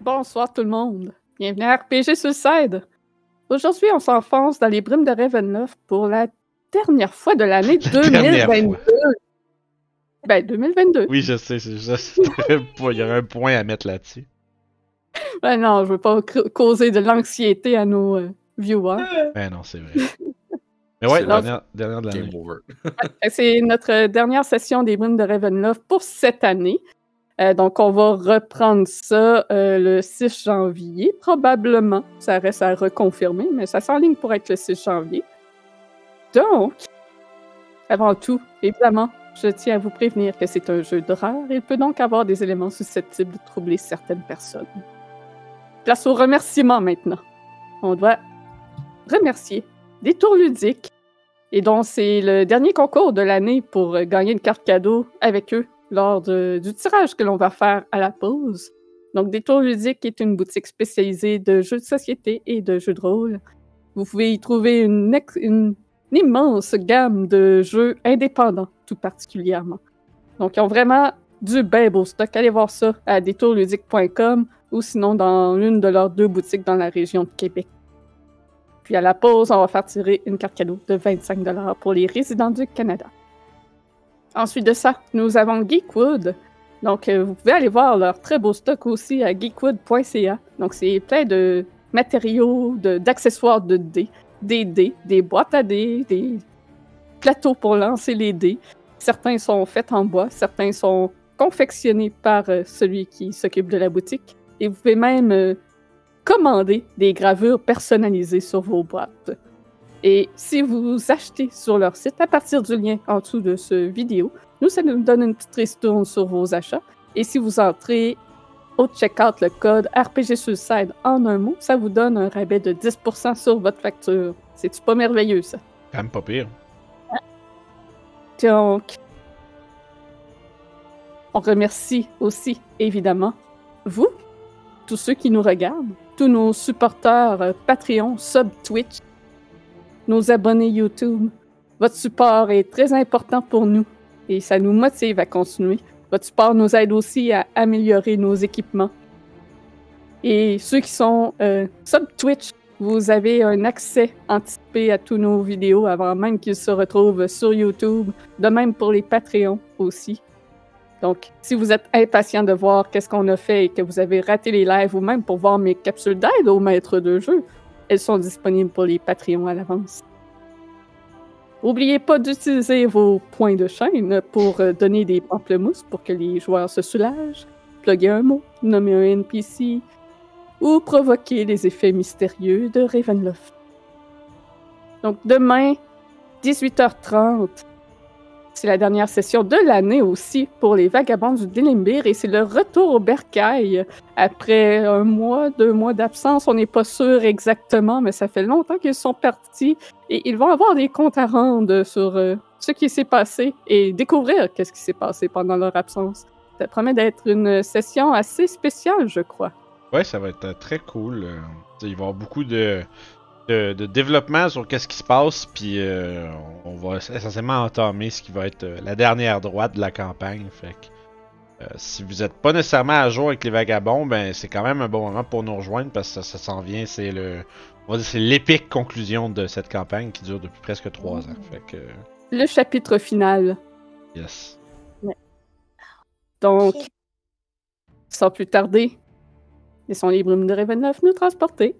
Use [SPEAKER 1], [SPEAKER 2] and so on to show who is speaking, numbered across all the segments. [SPEAKER 1] Bonsoir tout le monde. Bienvenue à RPG Suicide. Aujourd'hui, on s'enfonce dans les brumes de Ravenloft pour la dernière fois de l'année
[SPEAKER 2] La dernière
[SPEAKER 1] 2022. Ben, 2022.
[SPEAKER 2] Oui, je sais, c'est juste. Il y aurait un point à mettre là-dessus.
[SPEAKER 1] Ben non, je veux pas cr- causer de l'anxiété à nos euh, viewers.
[SPEAKER 2] Ben non, c'est vrai. Mais ouais,
[SPEAKER 1] C'est
[SPEAKER 2] dernière, dernière de l'année.
[SPEAKER 3] Game over.
[SPEAKER 1] Fait que Euh, C'est notre dernière session des brumes de Ravenloft pour cette année. Euh, donc, on va reprendre ça euh, le 6 janvier, probablement. Ça reste à reconfirmer, mais ça s'enligne pour être le 6 janvier. Donc, avant tout, évidemment, je tiens à vous prévenir que c'est un jeu d'horreur. Il peut donc avoir des éléments susceptibles de troubler certaines personnes. Place aux remerciements maintenant. On doit remercier des tours ludiques et donc, c'est le dernier concours de l'année pour euh, gagner une carte cadeau avec eux lors de- du tirage que l'on va faire à la pause. Donc, Détour Ludique est une boutique spécialisée de jeux de société et de jeux de rôle. Vous pouvez y trouver une, ex- une- une immense gamme de jeux indépendants, tout particulièrement. Donc, ils ont vraiment du ben beau stock. Allez voir ça à détourludique.com ou sinon dans l'une de leurs deux boutiques dans la région de Québec. Puis à la pause, on va faire tirer une carte cadeau de 25 pour les résidents du Canada. Ensuite de ça, nous avons Geekwood. Donc, euh, vous pouvez aller voir leur très beau stock aussi à geekwood.ca. Donc, c'est plein de matériaux, de- d'accessoires de, dés, des dés, des boîtes à dés, des plateaux pour lancer les dés. Certains sont faits en bois, certains sont confectionnés par euh, celui qui s'occupe de la boutique. Et vous pouvez même euh, commander des gravures personnalisées sur vos boîtes. Et si vous achetez sur leur site à partir du lien en dessous de ce vidéo, nous, ça nous donne une petite ristourne sur vos achats. Et si vous entrez au checkout le code RPG Suicide en un mot, ça vous donne un rabais de 10% sur votre facture. C'est-tu pas merveilleux, ça?
[SPEAKER 2] Quand même pas pire.
[SPEAKER 1] Donc, on remercie aussi, évidemment, vous, tous ceux qui nous regardent, tous nos supporters euh, Patreon, sub Twitch, nos abonnés YouTube. Votre support est très important pour nous et ça nous motive à continuer. Votre support nous aide aussi à améliorer nos équipements. Et ceux qui sont euh, sub Twitch, vous avez un accès anticipé à tous nos vidéos avant même qu'ils se retrouvent sur YouTube, de même pour les Patreons aussi. Donc, si vous êtes impatient de voir qu'est-ce qu'on a fait et que vous avez raté les lives ou même pour voir mes capsules d'aide au maître de jeu, elles sont disponibles pour les Patreons à l'avance. N'oubliez pas d'utiliser vos points de chaîne pour euh, donner des pamplemousses pour que les joueurs se soulagent, pluguer un mot, nommer un NPC, ou provoquer les effets mystérieux de Ravenloft. Donc demain, 18h30, c'est la dernière session de l'année aussi pour les vagabonds du Délimbir et c'est le retour au bercail. Après un mois, deux mois d'absence, on n'est pas sûr exactement, mais ça fait longtemps qu'ils sont partis et ils vont avoir des comptes à rendre sur euh, ce qui s'est passé et découvrir qu'est-ce qui s'est passé pendant leur absence. Ça promet d'être une session assez spéciale, je crois.
[SPEAKER 2] Ouais, ça va être euh, très cool. euh, t'sais, il va y avoir beaucoup de, de, de développement sur qu'est-ce qui se passe, puis euh, on va essentiellement entamer ce qui va être euh, la dernière droite de la campagne. Fait que, euh, si vous n'êtes pas nécessairement à jour avec les vagabonds, ben c'est quand même un bon moment pour nous rejoindre parce que ça, ça s'en vient. C'est le, on va dire, c'est l'épique conclusion de cette campagne qui dure depuis presque trois ans. Fait que, euh,
[SPEAKER 1] le chapitre final.
[SPEAKER 2] yes.
[SPEAKER 1] Donc, sans plus tarder, laissons les brumes de Ravenloft nous transporter.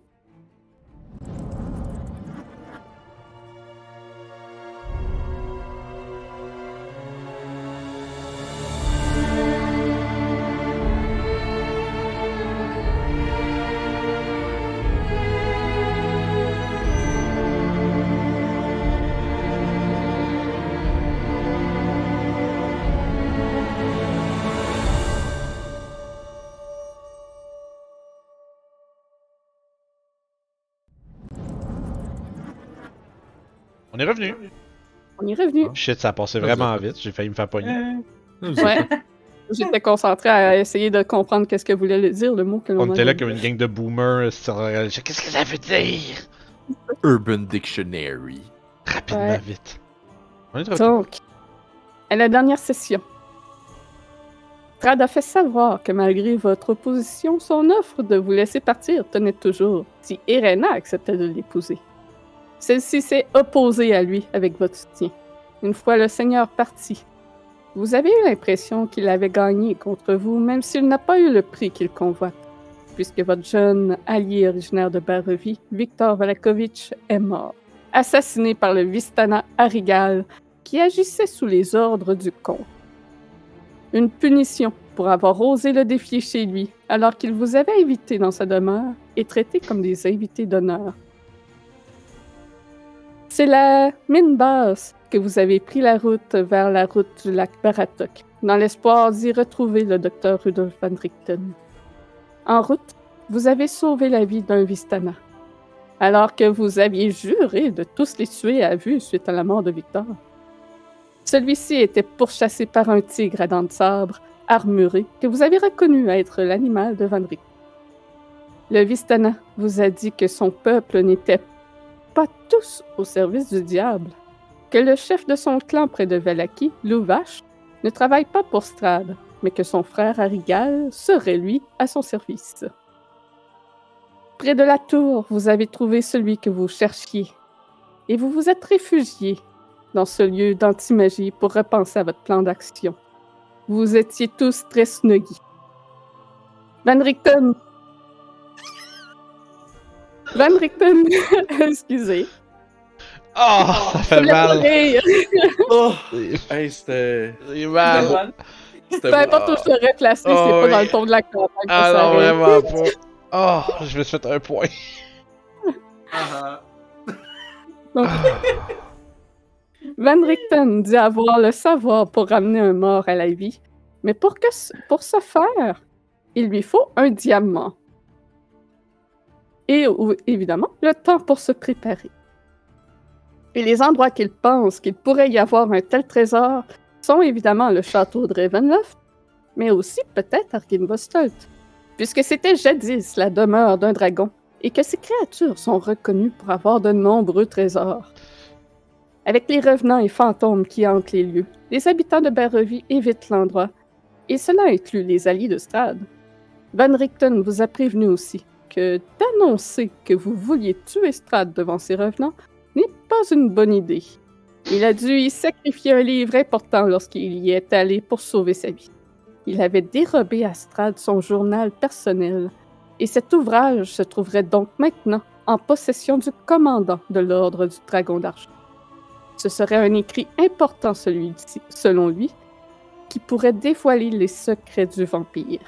[SPEAKER 2] On est revenu.
[SPEAKER 1] On est revenu.
[SPEAKER 2] Shit, ça a passé vraiment vite. J'ai failli me faire pogner.
[SPEAKER 1] Ouais. J'étais concentré à essayer de comprendre qu'est-ce que voulait le dire le mot que l'on
[SPEAKER 2] On était là
[SPEAKER 1] dit.
[SPEAKER 2] comme une gang de boomers. sur- euh, Qu'est-ce que ça veut dire?
[SPEAKER 3] Urban Dictionary.
[SPEAKER 2] Rapidement,
[SPEAKER 1] Ouais.
[SPEAKER 2] vite. On est de retour.
[SPEAKER 1] Donc, à la dernière session, Strad a fait savoir que malgré votre opposition, son offre de vous laisser partir tenait toujours si Irena acceptait de l'épouser. Celle-ci s'est opposée à lui avec votre soutien. Une fois le Seigneur parti, vous avez eu l'impression qu'il avait gagné contre vous, même s'il n'a pas eu le prix qu'il convoite, puisque votre jeune allié originaire de Barovie, Victor Valakovitch, est mort, assassiné par le Vistana Arigal, qui agissait sous les ordres du comte une punition pour avoir osé le défier chez lui, alors qu'il vous avait invité dans sa demeure et traité comme des invités d'honneur. C'est la mine basse que vous avez pris la route vers la route du lac Baratok, dans l'espoir d'y retrouver le docteur Rudolf van Richten. En route, vous avez sauvé la vie d'un Vistana, alors que vous aviez juré de tous les tuer à vue suite à la mort de Victor. Celui-ci était pourchassé par un tigre à dents de sabre, armuré, que vous avez reconnu être l'animal de Van Rick. Le Vistana vous a dit que son peuple n'était pas tous au service du diable, que le chef de son clan près de Valaki, Louvache, ne travaille pas pour Strad, mais que son frère Arigal serait lui à son service. Près de la tour, vous avez trouvé celui que vous cherchiez, et vous vous êtes réfugié dans ce lieu d'antimagie pour repenser à votre plan d'action. Vous étiez tous très snuggies. Van Richten! Van Richten! Excusez.
[SPEAKER 2] Oh, ça fait
[SPEAKER 1] Je voulais pas
[SPEAKER 2] mal.
[SPEAKER 1] rire.
[SPEAKER 3] Oh!
[SPEAKER 2] C'est
[SPEAKER 3] Hey, c'était.
[SPEAKER 2] mal.
[SPEAKER 3] C'était
[SPEAKER 1] Peu importe où je serais placé, c'est
[SPEAKER 2] Ah, Oh,
[SPEAKER 1] pas dans
[SPEAKER 2] oui.
[SPEAKER 1] le ton de la campagne. que
[SPEAKER 2] Ah
[SPEAKER 1] ça
[SPEAKER 2] non,
[SPEAKER 1] arrive.
[SPEAKER 2] vraiment pas. Oh, je me suis fait un point.
[SPEAKER 3] Ah,
[SPEAKER 1] Van Richten dit avoir le savoir pour ramener un mort à la vie, mais pour, que, ce- pour ce faire, il lui faut un diamant. Et ou- évidemment, le temps pour se préparer. Et les endroits qu'il pense qu'il pourrait y avoir un tel trésor sont évidemment le château de Ravenloft, mais aussi peut-être Arkinvostolt, puisque c'était jadis la demeure d'un dragon et que ces créatures sont reconnues pour avoir de nombreux trésors. Avec les revenants et fantômes qui hantent les lieux, les habitants de Barovie évitent l'endroit, et cela inclut les alliés de Strad. Van Richten vous a prévenu aussi que d'annoncer que vous vouliez tuer Strad devant ses revenants n'est pas une bonne idée. Il a dû y sacrifier un livre important lorsqu'il y est allé pour sauver sa vie. Il avait dérobé à Strad son journal personnel, et cet ouvrage se trouverait donc maintenant en possession du commandant de l'Ordre du Dragon d'Argent. Ce serait un écrit important, celui-ci, selon lui, qui pourrait dévoiler les secrets du vampire.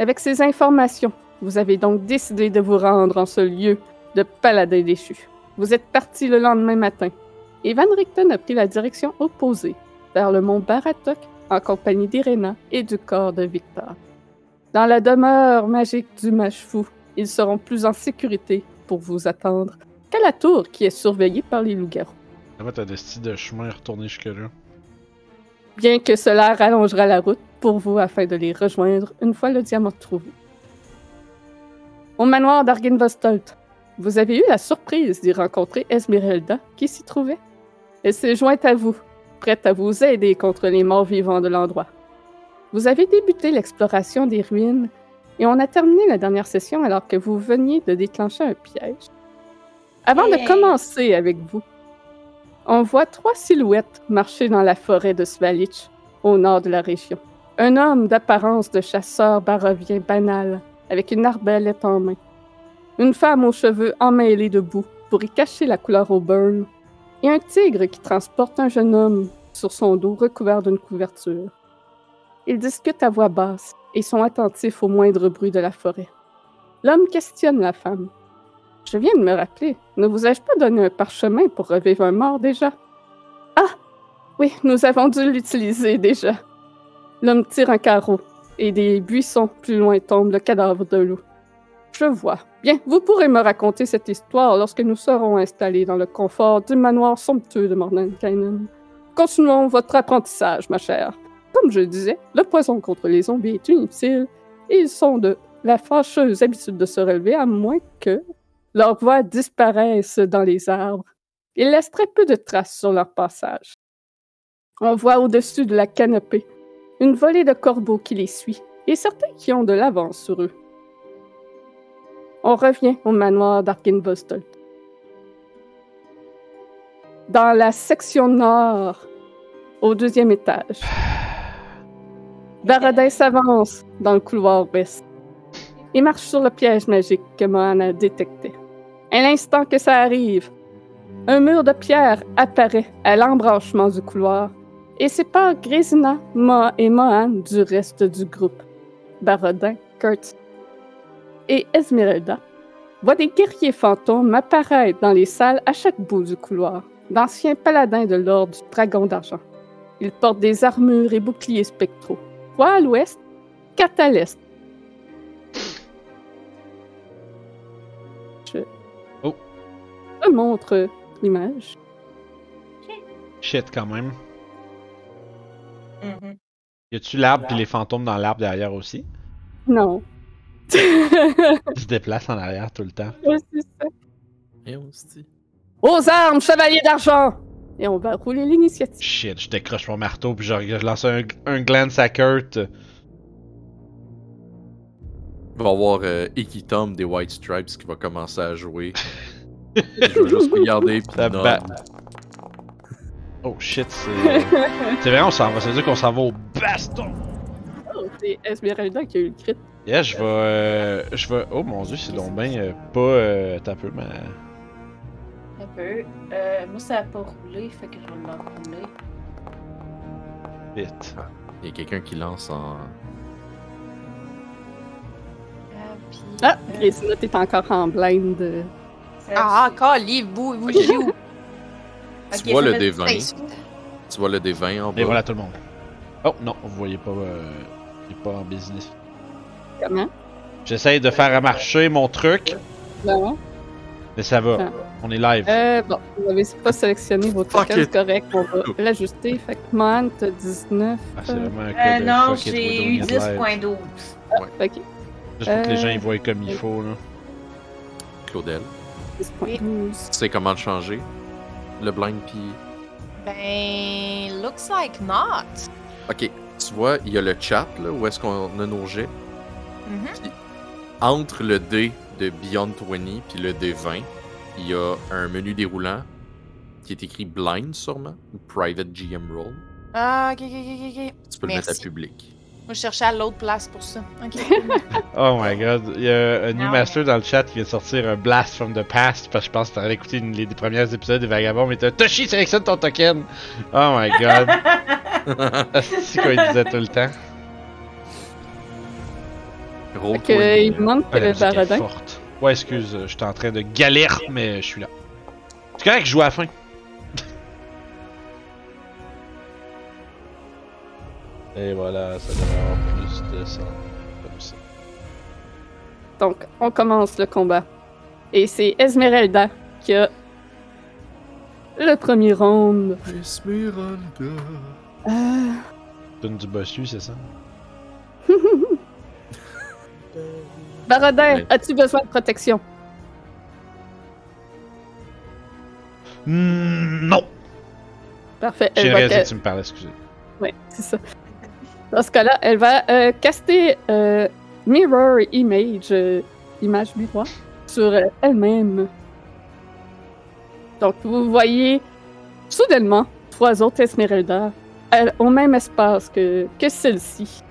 [SPEAKER 1] Avec ces informations, vous avez donc décidé de vous rendre en ce lieu de paladin déchu. Vous êtes parti le lendemain matin, et Van Richten a pris la direction opposée, vers le mont Baratok, en compagnie d'Irena et du corps de Victor. Dans la demeure magique du mage fou, ils seront plus en sécurité pour vous attendre qu'à la tour qui est surveillée par les loups-garous.
[SPEAKER 2] Ça va, t'as des styles de chemin retourné jusque-là.
[SPEAKER 1] Bien que cela rallongera la route pour vous afin de les rejoindre une fois le diamant trouvé. Au manoir d'Argenvostolt, vous avez eu la surprise d'y rencontrer Esmeralda qui s'y trouvait. Elle s'est jointe à vous, prête à vous aider contre les morts vivants de l'endroit. Vous avez débuté l'exploration des ruines et on a terminé la dernière session alors que vous veniez de déclencher un piège. Avant
[SPEAKER 4] Hey.
[SPEAKER 1] de commencer avec vous, on voit trois silhouettes marcher dans la forêt de Svalich, au nord de la région. Un homme d'apparence de chasseur barovien banal, avec une arbalète en main. Une femme aux cheveux emmêlés de boue pour y cacher la couleur au burn. Et un tigre qui transporte un jeune homme sur son dos recouvert d'une couverture. Ils discutent à voix basse et sont attentifs au moindre bruit de la forêt. L'homme questionne la femme. Je viens de me rappeler, ne vous ai-je pas donné un parchemin pour revivre un mort déjà? Ah! Oui, nous avons dû l'utiliser déjà. L'homme tire un carreau, et des buissons plus loin tombe le cadavre de loup. Je vois. Bien, vous pourrez me raconter cette histoire lorsque nous serons installés dans le confort du manoir somptueux de Mordenkainen. Continuons votre apprentissage, ma chère. Comme je disais, le poison contre les zombies est inutile, et ils sont de la fâcheuse habitude de se relever à moins que leurs voix disparaissent dans les arbres. Ils laissent très peu de traces sur leur passage. On voit au-dessus de la canopée une volée de corbeaux qui les suit, et certains qui ont de l'avance sur eux. On revient au manoir d'Arkinvostolt. Dans la section nord, au deuxième étage, Baradin s'avance dans le couloir ouest et marche sur le piège magique que Mohan a détecté. À l'instant que ça arrive, un mur de pierre apparaît à l'embranchement du couloir et sépare Grésina, Ma et Mohan du reste du groupe. Barodin, Kurt et Esmeralda voient des guerriers fantômes apparaître dans les salles à chaque bout du couloir, d'anciens paladins de l'ordre du Dragon d'Argent. Ils portent des armures et boucliers spectraux, trois à l'ouest, quatre à l'est. Je
[SPEAKER 2] Oh.
[SPEAKER 1] remontre l'image.
[SPEAKER 2] Shit, quand même.
[SPEAKER 4] Mhm.
[SPEAKER 2] Y a-tu l'arbre puis les fantômes dans l'arbre derrière aussi?
[SPEAKER 1] Non.
[SPEAKER 2] Ils se déplacent en arrière tout le temps.
[SPEAKER 1] Ouais, c'est ça.
[SPEAKER 2] Eh,
[SPEAKER 5] Et on se dit.
[SPEAKER 1] Aux armes, chevalier d'argent! Et on va rouler l'initiative.
[SPEAKER 2] Shit, je décroche mon marteau puis je, je lance un, un glance à Kurt.
[SPEAKER 5] Il va y avoir euh, Ikitom des White Stripes qui va commencer à jouer. je vais juste regarder pis
[SPEAKER 2] Ça
[SPEAKER 5] non.
[SPEAKER 2] bat. Oh shit, c'est. c'est vrai, on s'en va. Ça veut dire qu'on s'en va au baston.
[SPEAKER 1] Oh, C'est Esmeralda qui a eu le crit.
[SPEAKER 2] Yeah, je vais. euh, je vais. Oh mon dieu, c'est donc bien euh, pas. Euh, T'as peu, mais.
[SPEAKER 4] Un peu. Euh, moi, ça a pas roulé, fait que je vais l'enrouler.
[SPEAKER 2] Vite.
[SPEAKER 5] Il y a quelqu'un qui lance en.
[SPEAKER 4] Ah, puis.
[SPEAKER 1] Ah!
[SPEAKER 4] euh,
[SPEAKER 1] Grésina, t'es encore en blind. euh.
[SPEAKER 4] ça,
[SPEAKER 6] Ah,
[SPEAKER 4] c'est-
[SPEAKER 6] encore, livre, vous, vous jouez où?
[SPEAKER 5] Tu
[SPEAKER 4] Ok,
[SPEAKER 5] vois
[SPEAKER 4] ça
[SPEAKER 5] le
[SPEAKER 4] fait
[SPEAKER 5] D20.
[SPEAKER 4] dix-sept.
[SPEAKER 5] Tu vois le D20 en bas.
[SPEAKER 2] Et voilà tout le monde. Oh non, vous voyez pas. Euh, il est pas en business.
[SPEAKER 1] Comment?
[SPEAKER 2] J'essaye de faire à marcher mon truc,
[SPEAKER 1] Non.
[SPEAKER 2] mais ça
[SPEAKER 4] Ah.
[SPEAKER 2] va. On est live.
[SPEAKER 1] Euh, bon, vous avez pas sélectionné votre
[SPEAKER 5] Fuck
[SPEAKER 1] token,
[SPEAKER 5] it.
[SPEAKER 1] c'est correct. On va l'ajuster. Fait que Mohan, t'as 19.
[SPEAKER 2] Ah, c'est vraiment un cas
[SPEAKER 4] Euh,
[SPEAKER 2] de
[SPEAKER 4] non,
[SPEAKER 2] fuck it, we're
[SPEAKER 4] j'ai
[SPEAKER 2] doing
[SPEAKER 4] eu
[SPEAKER 2] it live.
[SPEAKER 4] 10.12.
[SPEAKER 1] Fait que
[SPEAKER 2] Juste pour que les gens
[SPEAKER 1] Euh,
[SPEAKER 2] y voient comme il faut, là.
[SPEAKER 5] Claudel.
[SPEAKER 1] 10.12.
[SPEAKER 5] Tu sais comment le changer Le blind pis.
[SPEAKER 6] Ben, looks like not.
[SPEAKER 5] Ok, tu vois, il y a le chat là où est-ce qu'on a nos jets.
[SPEAKER 6] Mhm.
[SPEAKER 5] Puis, entre le D de Beyond 20 puis le D20, il y a un menu déroulant qui est écrit blind sûrement ou private GM role.
[SPEAKER 6] Ah, ok, ok, ok, ok.
[SPEAKER 5] Tu peux le mettre
[SPEAKER 6] Merci.
[SPEAKER 5] à public.
[SPEAKER 6] Moi, je cherchais à l'autre place pour ça. Ok.
[SPEAKER 2] Oh my god, il y a un new
[SPEAKER 4] Euh. Non,
[SPEAKER 2] master dans le chat qui vient de sortir un blast from the past parce que je pense que t'as écouté une- les premiers épisodes des Vagabonds mais t'as Toshi sélectionne ton token. Oh my god, c'est quoi il disait tout le temps.
[SPEAKER 5] Role
[SPEAKER 1] Fait que, il manque
[SPEAKER 2] Ah, la
[SPEAKER 1] le
[SPEAKER 2] musique est
[SPEAKER 1] Baradin.
[SPEAKER 2] forte. Ouais, excuse, euh, j'étais en train de galère mais je suis là. C'est correct, je joue à la fin. Et voilà, ça devrait avoir plus de sens comme ça.
[SPEAKER 1] Donc, on commence le combat. Et c'est Esmeralda qui a le premier round.
[SPEAKER 5] Esmeralda.
[SPEAKER 1] Euh,
[SPEAKER 2] Donne du bossu, c'est ça?
[SPEAKER 1] Baradin,
[SPEAKER 5] Ouais.
[SPEAKER 1] as-tu besoin de protection?
[SPEAKER 2] Mm, non!
[SPEAKER 1] Parfait. euh,
[SPEAKER 2] J'ai
[SPEAKER 1] elle va
[SPEAKER 2] réalisé
[SPEAKER 1] ca-
[SPEAKER 2] que tu me parlais, excusez.
[SPEAKER 1] Ouais, c'est ça. Dans ce cas-là, elle va euh, caster euh, Mirror Image, euh, image miroir, sur euh, elle-même. Donc, vous voyez soudainement trois autres Esmeralda euh, au même espace que, que celle-ci.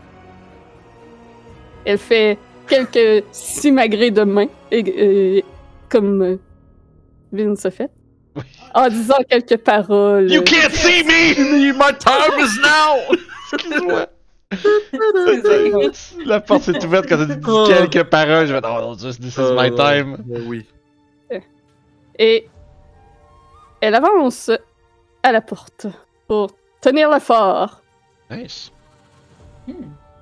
[SPEAKER 1] Elle fait quelques simagrées de main, et, euh, comme euh, Vince a fait,
[SPEAKER 2] Oui.
[SPEAKER 1] en disant quelques paroles.
[SPEAKER 2] You can't see me! My time is now!
[SPEAKER 4] Excusez.
[SPEAKER 2] La porte s'est ouverte quand t'as dit
[SPEAKER 5] Oh.
[SPEAKER 2] quelques paroles. Je vais dire, oh, just this is my time.
[SPEAKER 5] Euh, ben oui.
[SPEAKER 1] Et elle avance à la porte pour tenir le fort
[SPEAKER 2] Nice.
[SPEAKER 4] Hmm.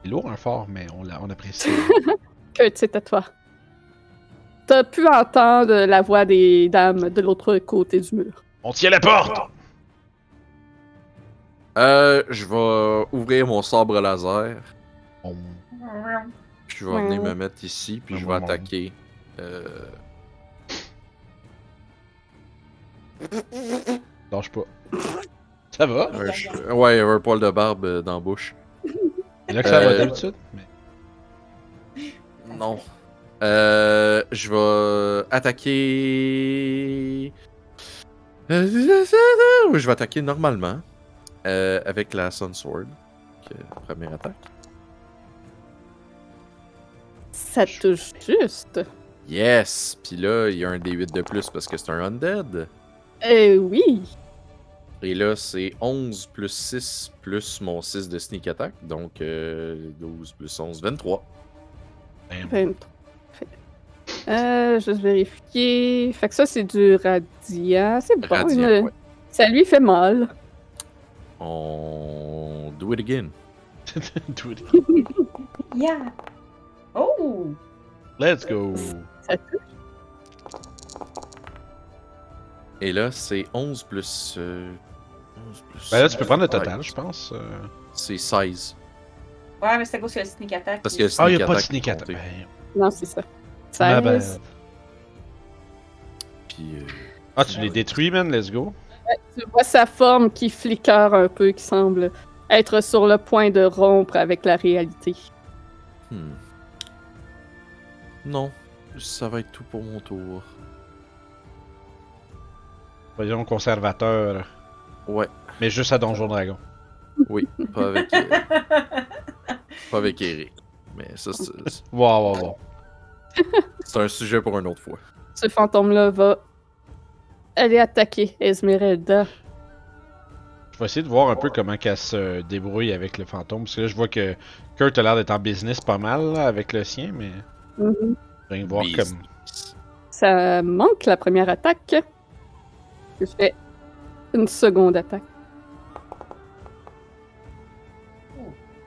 [SPEAKER 2] C'est lourd, un fort, mais on, l'a- on apprécie.
[SPEAKER 1] que c'est à toi. T'as pu entendre la voix des dames de l'autre côté du mur.
[SPEAKER 2] on tient la porte!
[SPEAKER 5] Euh, je vais ouvrir mon sabre laser.
[SPEAKER 2] On-
[SPEAKER 5] Puis je vais venir
[SPEAKER 1] Ouais.
[SPEAKER 5] me mettre ici, puis
[SPEAKER 2] Ouais,
[SPEAKER 5] je vais
[SPEAKER 2] ouais, ouais.
[SPEAKER 5] attaquer. Euh,
[SPEAKER 2] Lâche pas. Ça va?
[SPEAKER 5] un che- ouais, un poil de barbe euh, dans la bouche.
[SPEAKER 2] Là que ça va
[SPEAKER 5] Euh,
[SPEAKER 2] d'habitude. mais-
[SPEAKER 5] Non. Euh, je vais attaquer. Oui, je vais attaquer normalement euh, avec la Sun Sword. Donc, euh, première attaque.
[SPEAKER 1] Ça touche juste.
[SPEAKER 5] Yes! Puis là, il y a un D8 de plus parce que c'est un Undead.
[SPEAKER 1] Eh oui!
[SPEAKER 5] Et là, c'est 11 plus 6 plus mon 6 de sneak attack. Donc euh, 12 plus 11, 23.
[SPEAKER 2] Damn.
[SPEAKER 1] 23. Parfait. Euh, juste vérifier. Fait que ça, c'est du radiant. C'est bon.
[SPEAKER 5] Radiant,
[SPEAKER 1] une-
[SPEAKER 5] ouais.
[SPEAKER 1] Ça lui fait mal.
[SPEAKER 5] On. Do it again.
[SPEAKER 2] Do it.
[SPEAKER 4] Yeah. Oh!
[SPEAKER 2] Let's go.
[SPEAKER 1] Ça touche.
[SPEAKER 5] Et là, c'est 11 plus. euh, 11 plus
[SPEAKER 2] Ben là, tu peux prendre le
[SPEAKER 5] seize.
[SPEAKER 2] total, je pense. euh.
[SPEAKER 5] C'est 16.
[SPEAKER 4] Ouais, mais c'est à cause que le sneak attack.
[SPEAKER 5] Parce
[SPEAKER 4] il-
[SPEAKER 5] que le sneak
[SPEAKER 2] Ah, il a pas de
[SPEAKER 5] attack
[SPEAKER 2] sneak
[SPEAKER 5] est
[SPEAKER 2] attack.
[SPEAKER 5] compté.
[SPEAKER 2] Ben,
[SPEAKER 1] Non, c'est ça.
[SPEAKER 2] ah,
[SPEAKER 1] 16.
[SPEAKER 2] ben.
[SPEAKER 5] Puis, euh,
[SPEAKER 2] Ah, tu les détruis, man, let's go.
[SPEAKER 1] Tu vois sa forme qui flicore un peu, qui semble être sur le point de rompre avec la réalité.
[SPEAKER 5] hmm. Non. Ça va être tout pour mon tour.
[SPEAKER 2] Voyons conservateur.
[SPEAKER 5] Ouais.
[SPEAKER 2] Mais juste à Donjon Dragon.
[SPEAKER 5] Oui. Pas avec, euh, pas avec Eric. Mais ça, c'est
[SPEAKER 2] Wow, wow, wow.
[SPEAKER 5] c'est un sujet pour une autre fois.
[SPEAKER 1] Ce fantôme-là va aller attaquer Esmeralda.
[SPEAKER 2] Je vais essayer de voir un peu comment qu'elle se débrouille avec le fantôme. Parce que là, je vois que Kurt a l'air d'être en business pas mal là, avec le sien, mais
[SPEAKER 1] Mhm.
[SPEAKER 2] je viens de voir
[SPEAKER 5] Business.
[SPEAKER 2] comme.
[SPEAKER 1] Ça manque la première attaque. Je fais une seconde attaque.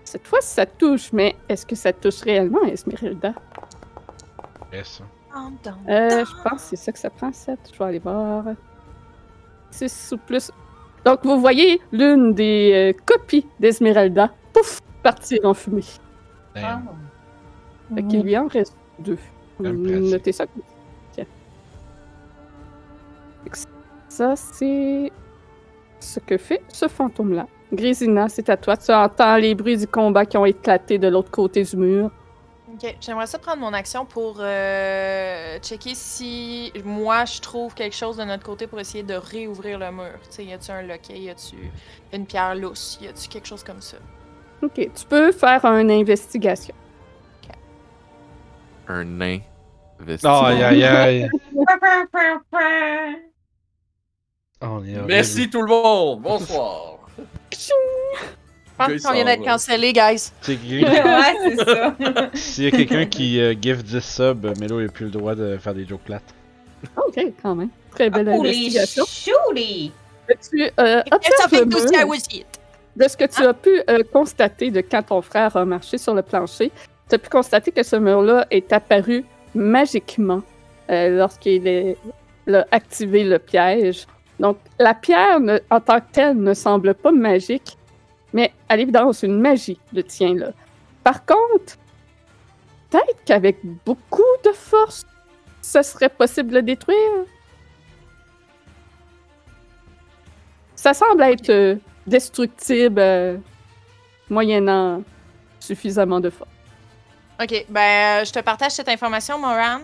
[SPEAKER 1] Cette fois, ça touche, mais est-ce que ça touche réellement Esmeralda?
[SPEAKER 2] Yes.
[SPEAKER 6] Dun, dun,
[SPEAKER 1] Euh,
[SPEAKER 6] dun.
[SPEAKER 1] je pense que c'est ça que ça prend, 7. Je vais aller voir. 6 ou plus. Donc, vous voyez l'une des euh, copies d'Esmeralda, pouf, partir en fumée.
[SPEAKER 2] Damn.
[SPEAKER 1] Fait qu'il lui en reste deux.
[SPEAKER 2] Comme pratique.
[SPEAKER 1] Notez ça. Tiens. Fait que Ça, c'est ce que fait ce fantôme-là. Grésina, c'est à toi. Tu entends les bruits du combat qui ont éclaté de l'autre côté du mur.
[SPEAKER 6] Ok, j'aimerais ça prendre mon action pour euh, checker si moi je trouve quelque chose de notre côté pour essayer de réouvrir le mur. Tu sais, y a-tu un loquet, y a-tu une pierre lousse, y a-tu quelque chose comme ça?
[SPEAKER 1] Ok, tu peux faire une investigation.
[SPEAKER 5] Un
[SPEAKER 2] Ah,
[SPEAKER 5] nain vesti.
[SPEAKER 2] Aïe, aïe, aïe.
[SPEAKER 4] que.
[SPEAKER 2] On est horrible.
[SPEAKER 3] Merci tout le monde. Bonsoir.
[SPEAKER 6] Je pense
[SPEAKER 3] Guys,
[SPEAKER 6] qu'on vient
[SPEAKER 3] ça
[SPEAKER 6] d'être
[SPEAKER 3] va.
[SPEAKER 6] cancellé, guys.
[SPEAKER 2] C'est gris.
[SPEAKER 4] ouais, c'est ça.
[SPEAKER 2] S'il y a quelqu'un qui euh, give 10 subs, euh, Melo n'a plus le droit de faire des jokes plates.
[SPEAKER 1] Ok, quand même. Très belle
[SPEAKER 4] Holy
[SPEAKER 1] investigation.
[SPEAKER 4] shooty!
[SPEAKER 1] Tu euh,
[SPEAKER 6] Yes, I
[SPEAKER 1] observes le
[SPEAKER 6] think those guys
[SPEAKER 1] mur.
[SPEAKER 6] was it.
[SPEAKER 1] De ce que tu as pu euh, constater de quand ton frère a marché sur le plancher, tu as pu constater que ce mur-là est apparu magiquement euh, lorsqu'il est- il a activé le piège. Donc, la pierre ne- en tant que telle ne semble pas magique, mais à l'évidence, une magie, le tien, là. Par contre, peut-être qu'avec beaucoup de force, ce serait possible de le détruire. Ça semble être euh, destructible euh, moyennant suffisamment de force.
[SPEAKER 6] Ok, ben euh, je te partage cette information, Moran.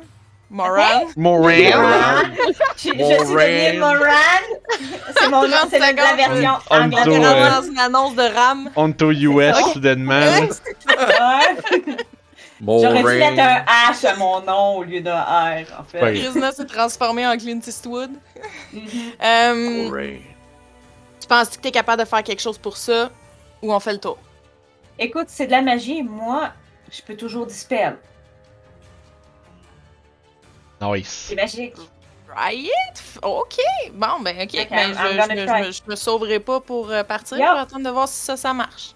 [SPEAKER 6] Moran?
[SPEAKER 2] Moran!
[SPEAKER 4] Moran. Je, je suis devenue Moran. C'est mon nom, c'est la version
[SPEAKER 2] On- on
[SPEAKER 6] On est
[SPEAKER 2] Ouais.
[SPEAKER 6] rendu
[SPEAKER 4] anglaise.
[SPEAKER 6] dans une annonce de RAM.
[SPEAKER 2] Onto US, soudainement.
[SPEAKER 4] Ouais.
[SPEAKER 5] Mon
[SPEAKER 4] J'aurais dû
[SPEAKER 5] rein.
[SPEAKER 4] mettre un H à mon nom au lieu d'un R, en fait.
[SPEAKER 2] Ouais.
[SPEAKER 6] Krishna s'est transformée en Clint Eastwood.
[SPEAKER 4] Mhm.
[SPEAKER 6] Euh,
[SPEAKER 5] Mon rein.
[SPEAKER 6] tu penses que t'es capable de faire quelque chose pour ça ou on fait le tour?
[SPEAKER 4] Écoute, c'est de la magie. Moi, je peux toujours dispel.
[SPEAKER 2] Nice.
[SPEAKER 4] C'est magique.
[SPEAKER 6] Right? F- OK. Bon, ben, OK.
[SPEAKER 4] Ok,
[SPEAKER 6] ben,
[SPEAKER 4] I'm
[SPEAKER 6] je,
[SPEAKER 4] gonna
[SPEAKER 6] je me-
[SPEAKER 4] try.
[SPEAKER 6] je me, je me sauverai pas pour euh, partir.
[SPEAKER 4] Yep.
[SPEAKER 6] Je vais attendre de voir si ça, ça marche.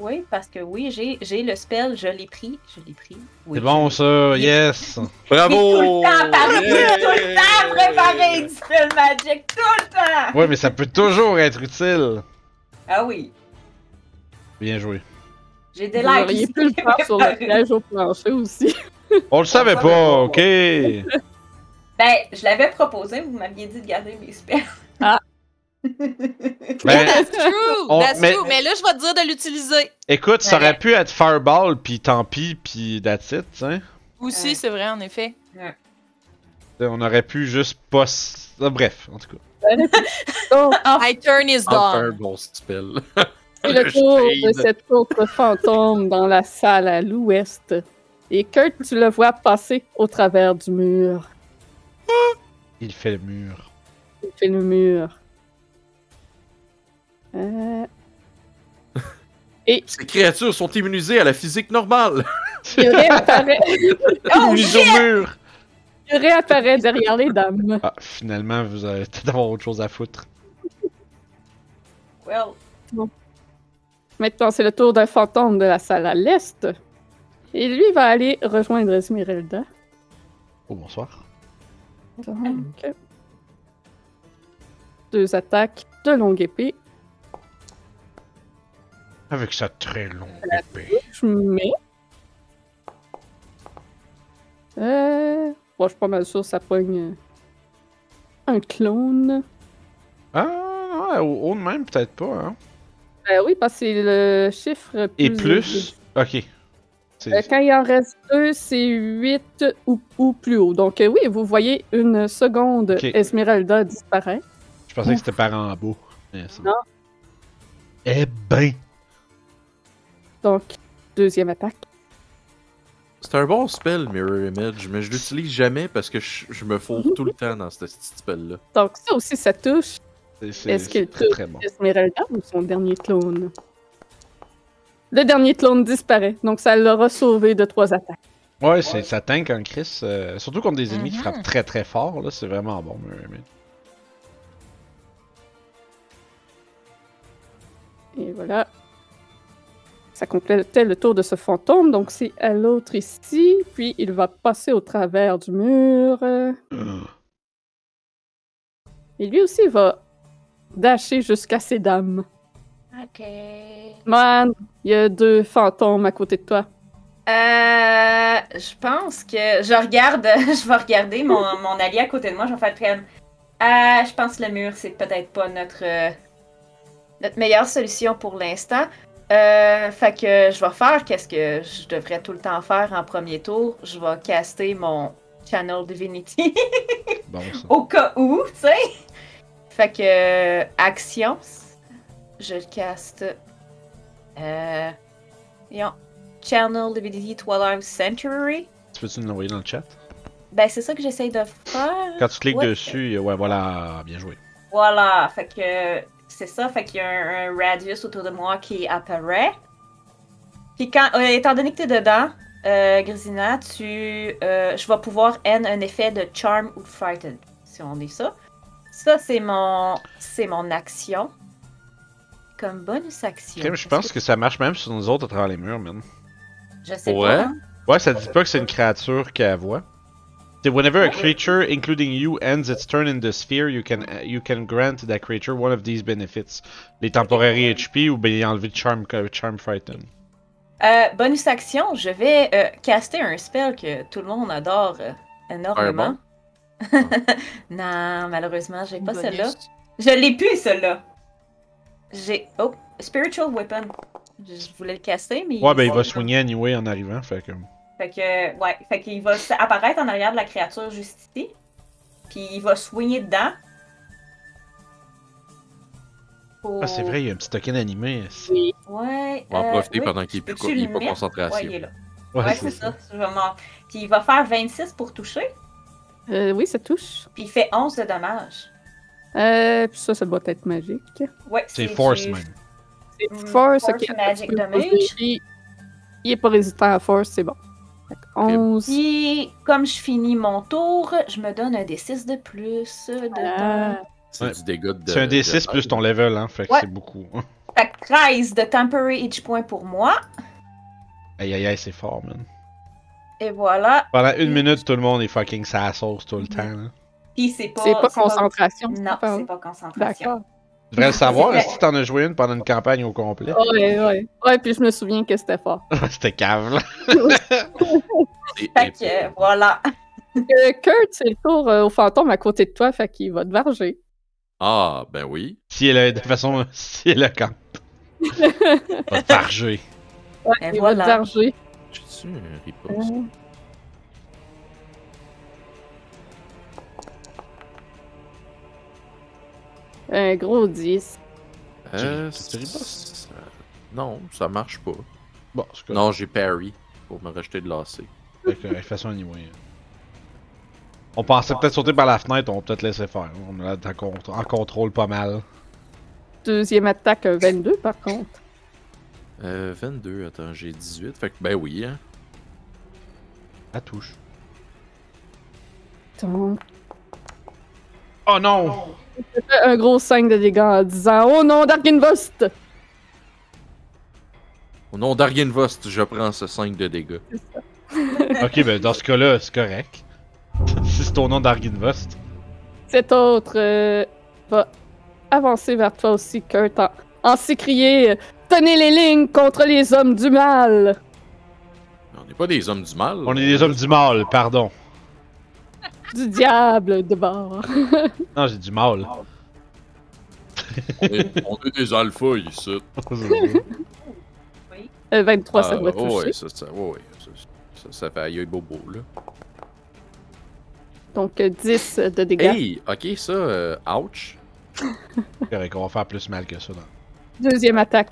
[SPEAKER 4] Oui, parce que oui, j'ai, j'ai le spell, je l'ai pris. Je l'ai pris. Oui,
[SPEAKER 2] C'est bon,
[SPEAKER 4] je-
[SPEAKER 2] ça. Yes.
[SPEAKER 5] Bravo!
[SPEAKER 4] Tout le temps parmi,
[SPEAKER 5] Yeah!
[SPEAKER 4] tout le temps préparé du spell magic, tout le temps!
[SPEAKER 2] Ouais, mais ça peut toujours être utile.
[SPEAKER 4] Ah oui,
[SPEAKER 2] Bien joué.
[SPEAKER 4] j'ai des
[SPEAKER 1] Vous
[SPEAKER 4] likes.
[SPEAKER 1] auriez pu le faire sur le piège au plancher aussi.
[SPEAKER 2] On le savait pas, ok?
[SPEAKER 4] Ben, je l'avais proposé, vous m'aviez dit de garder mes spells.
[SPEAKER 2] Ben,
[SPEAKER 6] That's true!
[SPEAKER 2] On-
[SPEAKER 6] That's
[SPEAKER 2] mais-
[SPEAKER 6] true! Mais là, je vais te dire de l'utiliser.
[SPEAKER 2] écoute, ça aurait pu être Fireball, puis tant pis, puis that's it, tu sais.
[SPEAKER 6] Aussi,
[SPEAKER 4] Ouais.
[SPEAKER 6] c'est vrai, en effet.
[SPEAKER 2] On aurait pu juste pas... s- Ah, bref, en tout cas.
[SPEAKER 4] Oh. Ah.
[SPEAKER 6] My turn is
[SPEAKER 5] Enfin, un
[SPEAKER 6] done.
[SPEAKER 5] bon spell.
[SPEAKER 1] C'est le tour de cette autre fantôme dans la salle à l'ouest. Et Kurt, tu le vois passer au travers du mur.
[SPEAKER 2] Il fait le mur.
[SPEAKER 1] Il fait le mur. Euh,
[SPEAKER 5] Ces créatures sont immunisées à la physique normale.
[SPEAKER 1] il, réapparaît,
[SPEAKER 2] Il est au mur!
[SPEAKER 1] il réapparaît derrière les dames.
[SPEAKER 2] Ah, finalement, vous allez peut-être avoir autre chose à foutre.
[SPEAKER 4] Well,
[SPEAKER 1] Maintenant, c'est le tour d'un fantôme de la salle à l'est. Et lui va aller rejoindre Esmeralda.
[SPEAKER 2] Oh, bonsoir.
[SPEAKER 1] Donc, deux attaques de longue épée.
[SPEAKER 2] Avec sa très longue épée.
[SPEAKER 1] Je mets. Euh... Bon, je suis pas mal sûr, ça pogne euh, un clone.
[SPEAKER 2] Ah, non, au haut de même, peut-être pas, hein.
[SPEAKER 1] Ben oui, parce que c'est le chiffre.
[SPEAKER 2] Et
[SPEAKER 1] élevé.
[SPEAKER 2] plus... Ok.
[SPEAKER 1] Mm. Euh,
[SPEAKER 2] C'est...
[SPEAKER 1] quand il en reste deux, c'est huit ou, ou plus haut. Donc euh, oui, vous voyez une seconde
[SPEAKER 2] Ok.
[SPEAKER 1] Esmeralda disparaître.
[SPEAKER 2] Je pensais que c'était par en bas. mais c'est bon.
[SPEAKER 1] Non.
[SPEAKER 2] Eh ben!
[SPEAKER 1] Donc, deuxième attaque.
[SPEAKER 5] C'est un bon spell, Mirror Image, mais je l'utilise jamais parce que je, je me fourre tout le temps dans ce petit spell-là.
[SPEAKER 1] Donc ça aussi, ça touche
[SPEAKER 2] C'est- C'est
[SPEAKER 1] Est-ce qu'il
[SPEAKER 2] c'est très
[SPEAKER 1] peut-
[SPEAKER 2] très bon.
[SPEAKER 1] Esmeralda ou son dernier clone. Le dernier clone disparaît, donc ça l'aura sauvé de trois attaques.
[SPEAKER 2] Ouais, c'est ça tank en Chris. euh, surtout contre des ennemis qui
[SPEAKER 6] Mhm.
[SPEAKER 2] frappent très très fort, là, c'est vraiment bon. mais- mais-
[SPEAKER 1] Et voilà. Ça complétait le tour de ce fantôme, donc c'est à l'autre ici, puis il va passer au travers du mur. euh, Et lui aussi va dasher jusqu'à ses dames.
[SPEAKER 4] ok.
[SPEAKER 1] Man, il y a deux fantômes à côté de toi.
[SPEAKER 4] Euh, je pense que je regarde, je vais regarder mon, mon allié à côté de moi, je vais faire comme. Ah, je pense que le mur, c'est peut-être pas notre, euh, notre meilleure solution pour l'instant. Euh, fait que je vais faire qu'est-ce que je devrais tout le temps faire en premier tour. Je vais caster mon Channel Divinity
[SPEAKER 2] Bon, ça.
[SPEAKER 1] Oh.
[SPEAKER 4] au cas où, tu sais. Fait que euh, action, je le caste. Euh, voyons. Channel Divinity Twilight Sanctuary.
[SPEAKER 2] Tu peux-tu nous l'envoyer dans le chat?
[SPEAKER 4] Ben, c'est ça que j'essaye de faire.
[SPEAKER 2] Quand tu cliques
[SPEAKER 4] Ouais.
[SPEAKER 2] dessus, euh, ouais, voilà, bien joué.
[SPEAKER 4] Voilà, fait que c'est ça, fait qu'il y a un, un radius autour de moi qui apparaît. Puis quand, euh, étant donné que t'es dedans, euh, Grisina, tu, euh, je vais pouvoir N un effet de charm ou frightened, si on est ça. Ça c'est mon, c'est mon action. Comme bonus action.
[SPEAKER 2] Crème, je pense que ça marche même sur nous autres à travers les murs, man.
[SPEAKER 4] Je sais
[SPEAKER 5] Ouais.
[SPEAKER 4] pas. hein.
[SPEAKER 2] Ouais, ça dit pas que c'est une créature qu'elle voit. C'est whenever a creature, including you, ends its turn in the sphere, you can, uh, you can grant that creature one of these benefits. Les temporary HP ou bien enlever Charm, charm Frighten.
[SPEAKER 4] Euh, bonus action, je vais euh, caster un spell que tout le monde adore euh,
[SPEAKER 2] Ah,
[SPEAKER 4] énormément. non, malheureusement, j'ai pas
[SPEAKER 6] Bonus.
[SPEAKER 4] celle-là. Je l'ai plus, celle-là. J'ai. Oh, Spiritual Weapon. Je je voulais le casser, mais.
[SPEAKER 2] Ouais, ben il va soigner anyway en arrivant, fait que.
[SPEAKER 4] Fait que, ouais, fait qu'il va s- apparaître en arrière de la créature juste ici. Puis il va soigner dedans.
[SPEAKER 2] Ah, c'est vrai, il y a un petit token animé. c'est-
[SPEAKER 4] Ouais.
[SPEAKER 5] On va en
[SPEAKER 4] euh,
[SPEAKER 5] profiter
[SPEAKER 4] oui.
[SPEAKER 5] pendant qu'il est plus
[SPEAKER 4] Peux-tu
[SPEAKER 5] co- il est
[SPEAKER 4] le
[SPEAKER 5] pas
[SPEAKER 4] mettre?
[SPEAKER 5] concentration.
[SPEAKER 4] Ouais, il est là. Ouais, c'est
[SPEAKER 2] ça.
[SPEAKER 4] ça. Je vais m'en- Puis il va faire 26 pour toucher.
[SPEAKER 1] Euh, oui, ça touche.
[SPEAKER 4] Puis il fait 11 de dommages.
[SPEAKER 1] Euh, puis ça, ça doit être magique.
[SPEAKER 4] Ouais,
[SPEAKER 2] C'est Force
[SPEAKER 4] du-
[SPEAKER 2] même.
[SPEAKER 1] C'est
[SPEAKER 4] Mm,
[SPEAKER 1] Force,
[SPEAKER 4] force
[SPEAKER 1] ok.
[SPEAKER 4] magic
[SPEAKER 1] Tu peux
[SPEAKER 4] damage.
[SPEAKER 1] écrire. Il est pas résistant à Force, c'est bon. Fait que 11.
[SPEAKER 4] Puis, comme je finis mon tour, je me donne un D6 de plus. De
[SPEAKER 1] Ah.
[SPEAKER 5] C'est
[SPEAKER 2] Ouais.
[SPEAKER 5] du dégât de.
[SPEAKER 2] C'est un D6
[SPEAKER 5] de-
[SPEAKER 2] plus ton level, hein, fait que
[SPEAKER 4] Ouais.
[SPEAKER 2] c'est beaucoup.
[SPEAKER 4] Fait que 13 de temporary each point pour moi.
[SPEAKER 2] Aïe aïe aïe, c'est fort, man.
[SPEAKER 4] Et voilà.
[SPEAKER 2] Pendant une minute, tout le monde est fucking sa sauce
[SPEAKER 4] Mm.
[SPEAKER 2] tout le temps. Là.
[SPEAKER 4] Puis c'est pas.
[SPEAKER 1] C'est pas concentration.
[SPEAKER 4] Non,
[SPEAKER 1] pardon.
[SPEAKER 4] c'est pas concentration.
[SPEAKER 1] D'accord.
[SPEAKER 2] Tu devrais le savoir,
[SPEAKER 4] C'est
[SPEAKER 2] est-ce que t'en as joué une pendant une campagne au complet?
[SPEAKER 1] Ouais, ouais. Ouais, puis je me souviens que c'était fort.
[SPEAKER 4] Oh.
[SPEAKER 2] C'était cave, là.
[SPEAKER 5] Et-
[SPEAKER 4] Fait
[SPEAKER 5] et-
[SPEAKER 4] que euh, voilà.
[SPEAKER 1] Euh, Kurt, c'est le tour euh, au fantôme à côté de toi, fait qu'il va te varger.
[SPEAKER 5] Ah, ben oui.
[SPEAKER 2] Si elle est de façon. Si elle camp. Va targer.
[SPEAKER 4] Et
[SPEAKER 1] Il va
[SPEAKER 4] Ben voilà.
[SPEAKER 1] darger.
[SPEAKER 5] J'ai-tu un riposte?
[SPEAKER 4] Euh,
[SPEAKER 1] Un gros 10.
[SPEAKER 5] Euh,
[SPEAKER 2] T'as-tu riposte?
[SPEAKER 5] ça- Non, ça marche pas.
[SPEAKER 2] Bon, c'est correct.
[SPEAKER 5] Non, j'ai parry pour me racheter de l'AC.
[SPEAKER 2] C'est correct, De toute façon, anyway. On pensait peut-être sauter par la fenêtre, on va peut-être laisser faire. On a l'air d'en con- en contrôle pas mal.
[SPEAKER 1] Deuxième attaque, un 22 par contre.
[SPEAKER 5] Euh, 22, attends, j'ai 18. Fait que ben oui, hein.
[SPEAKER 2] La touche.
[SPEAKER 1] Donc,
[SPEAKER 2] Oh non!
[SPEAKER 1] un gros 5 de dégâts en disant Oh non, Darkinvost!
[SPEAKER 5] Au nom d'Arienvost, je prends ce 5 de dégâts.
[SPEAKER 2] ok, ben dans ce cas-là, c'est correct. si c'est au nom d'Arginvost.
[SPEAKER 1] Cet autre euh, va avancer vers toi aussi, Kurt, en, en s'écrier Tenez les lignes contre les hommes du mal!
[SPEAKER 5] Mais On n'est pas des hommes du mal.
[SPEAKER 2] On est des hommes du mal, pardon.
[SPEAKER 1] Du diable de bord.
[SPEAKER 2] Non, j'ai du mal.
[SPEAKER 5] On est, on est des alphas ici.
[SPEAKER 1] Euh, 23, ça
[SPEAKER 5] Ah,
[SPEAKER 1] doit
[SPEAKER 5] ouais,
[SPEAKER 1] toucher.
[SPEAKER 5] ça, ça, ouais, ouais, ça, ça, ça fait aïe bobo, là.
[SPEAKER 1] Donc euh, 10 de dégâts.
[SPEAKER 5] Hey, ok, ça, euh, ouch.
[SPEAKER 2] C'est correct, on va faire plus mal que ça. Dans...
[SPEAKER 1] Deuxième attaque,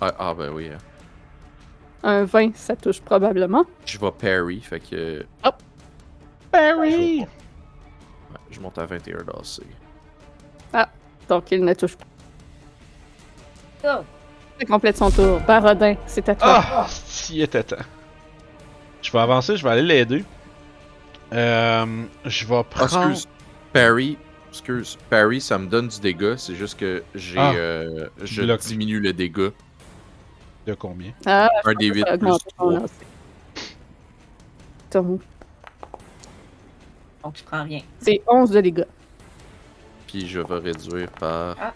[SPEAKER 5] Ah, ah, ben oui, hein.
[SPEAKER 1] un 20, ça touche probablement.
[SPEAKER 5] je vais parry, fait que
[SPEAKER 2] Ben Barry!
[SPEAKER 5] ouais, je monte à 21 d'AC.
[SPEAKER 1] Donc il ne touche pas.
[SPEAKER 4] Oh.
[SPEAKER 1] Ça complète son tour. Barodin, c'est à toi.
[SPEAKER 2] Ah! Si était temps. Je vais avancer, je vais aller l'aider. Euh, je vais
[SPEAKER 5] Ah,
[SPEAKER 2] prendre.
[SPEAKER 5] excuse. Parry, excuse. Parry, ça me donne du dégât, c'est juste que j'ai.
[SPEAKER 2] Ah.
[SPEAKER 5] euh, je
[SPEAKER 2] Bloc.
[SPEAKER 5] diminue le dégât.
[SPEAKER 2] De combien?
[SPEAKER 1] Ah,
[SPEAKER 5] Un des 8
[SPEAKER 1] ça
[SPEAKER 5] plus
[SPEAKER 1] augmente ton
[SPEAKER 5] 3.
[SPEAKER 1] lancer. Donc
[SPEAKER 4] Donc, je prends rien.
[SPEAKER 1] c'est 11 de dégâts.
[SPEAKER 5] Puis je vais réduire par
[SPEAKER 4] Ah.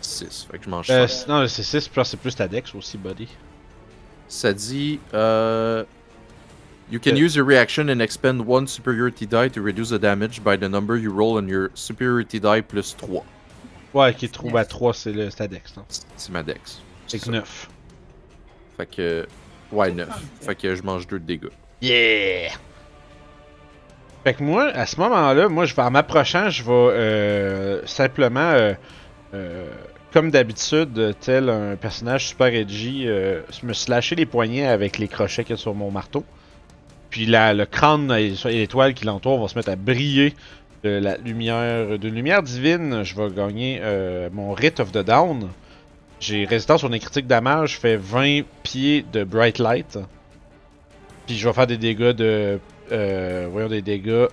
[SPEAKER 5] 6. Fait que je mange
[SPEAKER 2] Euh,
[SPEAKER 5] cinq.
[SPEAKER 2] c'est- non, c'est 6, je pense que c'est plus ta dex aussi, buddy.
[SPEAKER 5] Ça dit. Euh, you can
[SPEAKER 2] Euh.
[SPEAKER 5] use your reaction and expend one superiority die to reduce the damage by the number you roll on your superiority die plus 3.
[SPEAKER 2] Ouais, qui trouve à 3, c'est le- c'est ta dex, non?
[SPEAKER 5] C'est ma dex.
[SPEAKER 2] C'est
[SPEAKER 5] ça.
[SPEAKER 2] 9.
[SPEAKER 5] Fait que. Ouais, 9.
[SPEAKER 4] prendre.
[SPEAKER 5] Fait que je mange 2 de dégâts.
[SPEAKER 2] Yeah! Fait que moi, à ce moment-là, moi, je vais en m'approchant, je vais euh, simplement, euh, euh, comme d'habitude, euh, tel un personnage super edgy, euh, me slasher les poignets avec les crochets qu'il y a sur mon marteau. Puis la, le crâne et et l'étoile qui l'entoure vont se mettre à briller de la lumière, d'une lumière divine. Je vais gagner euh, mon Rite of the Down. J'ai résistance sur les critiques damage, je fais 20 pieds de Bright Light. Puis je vais faire des dégâts de. Euh, voyons, des dégâts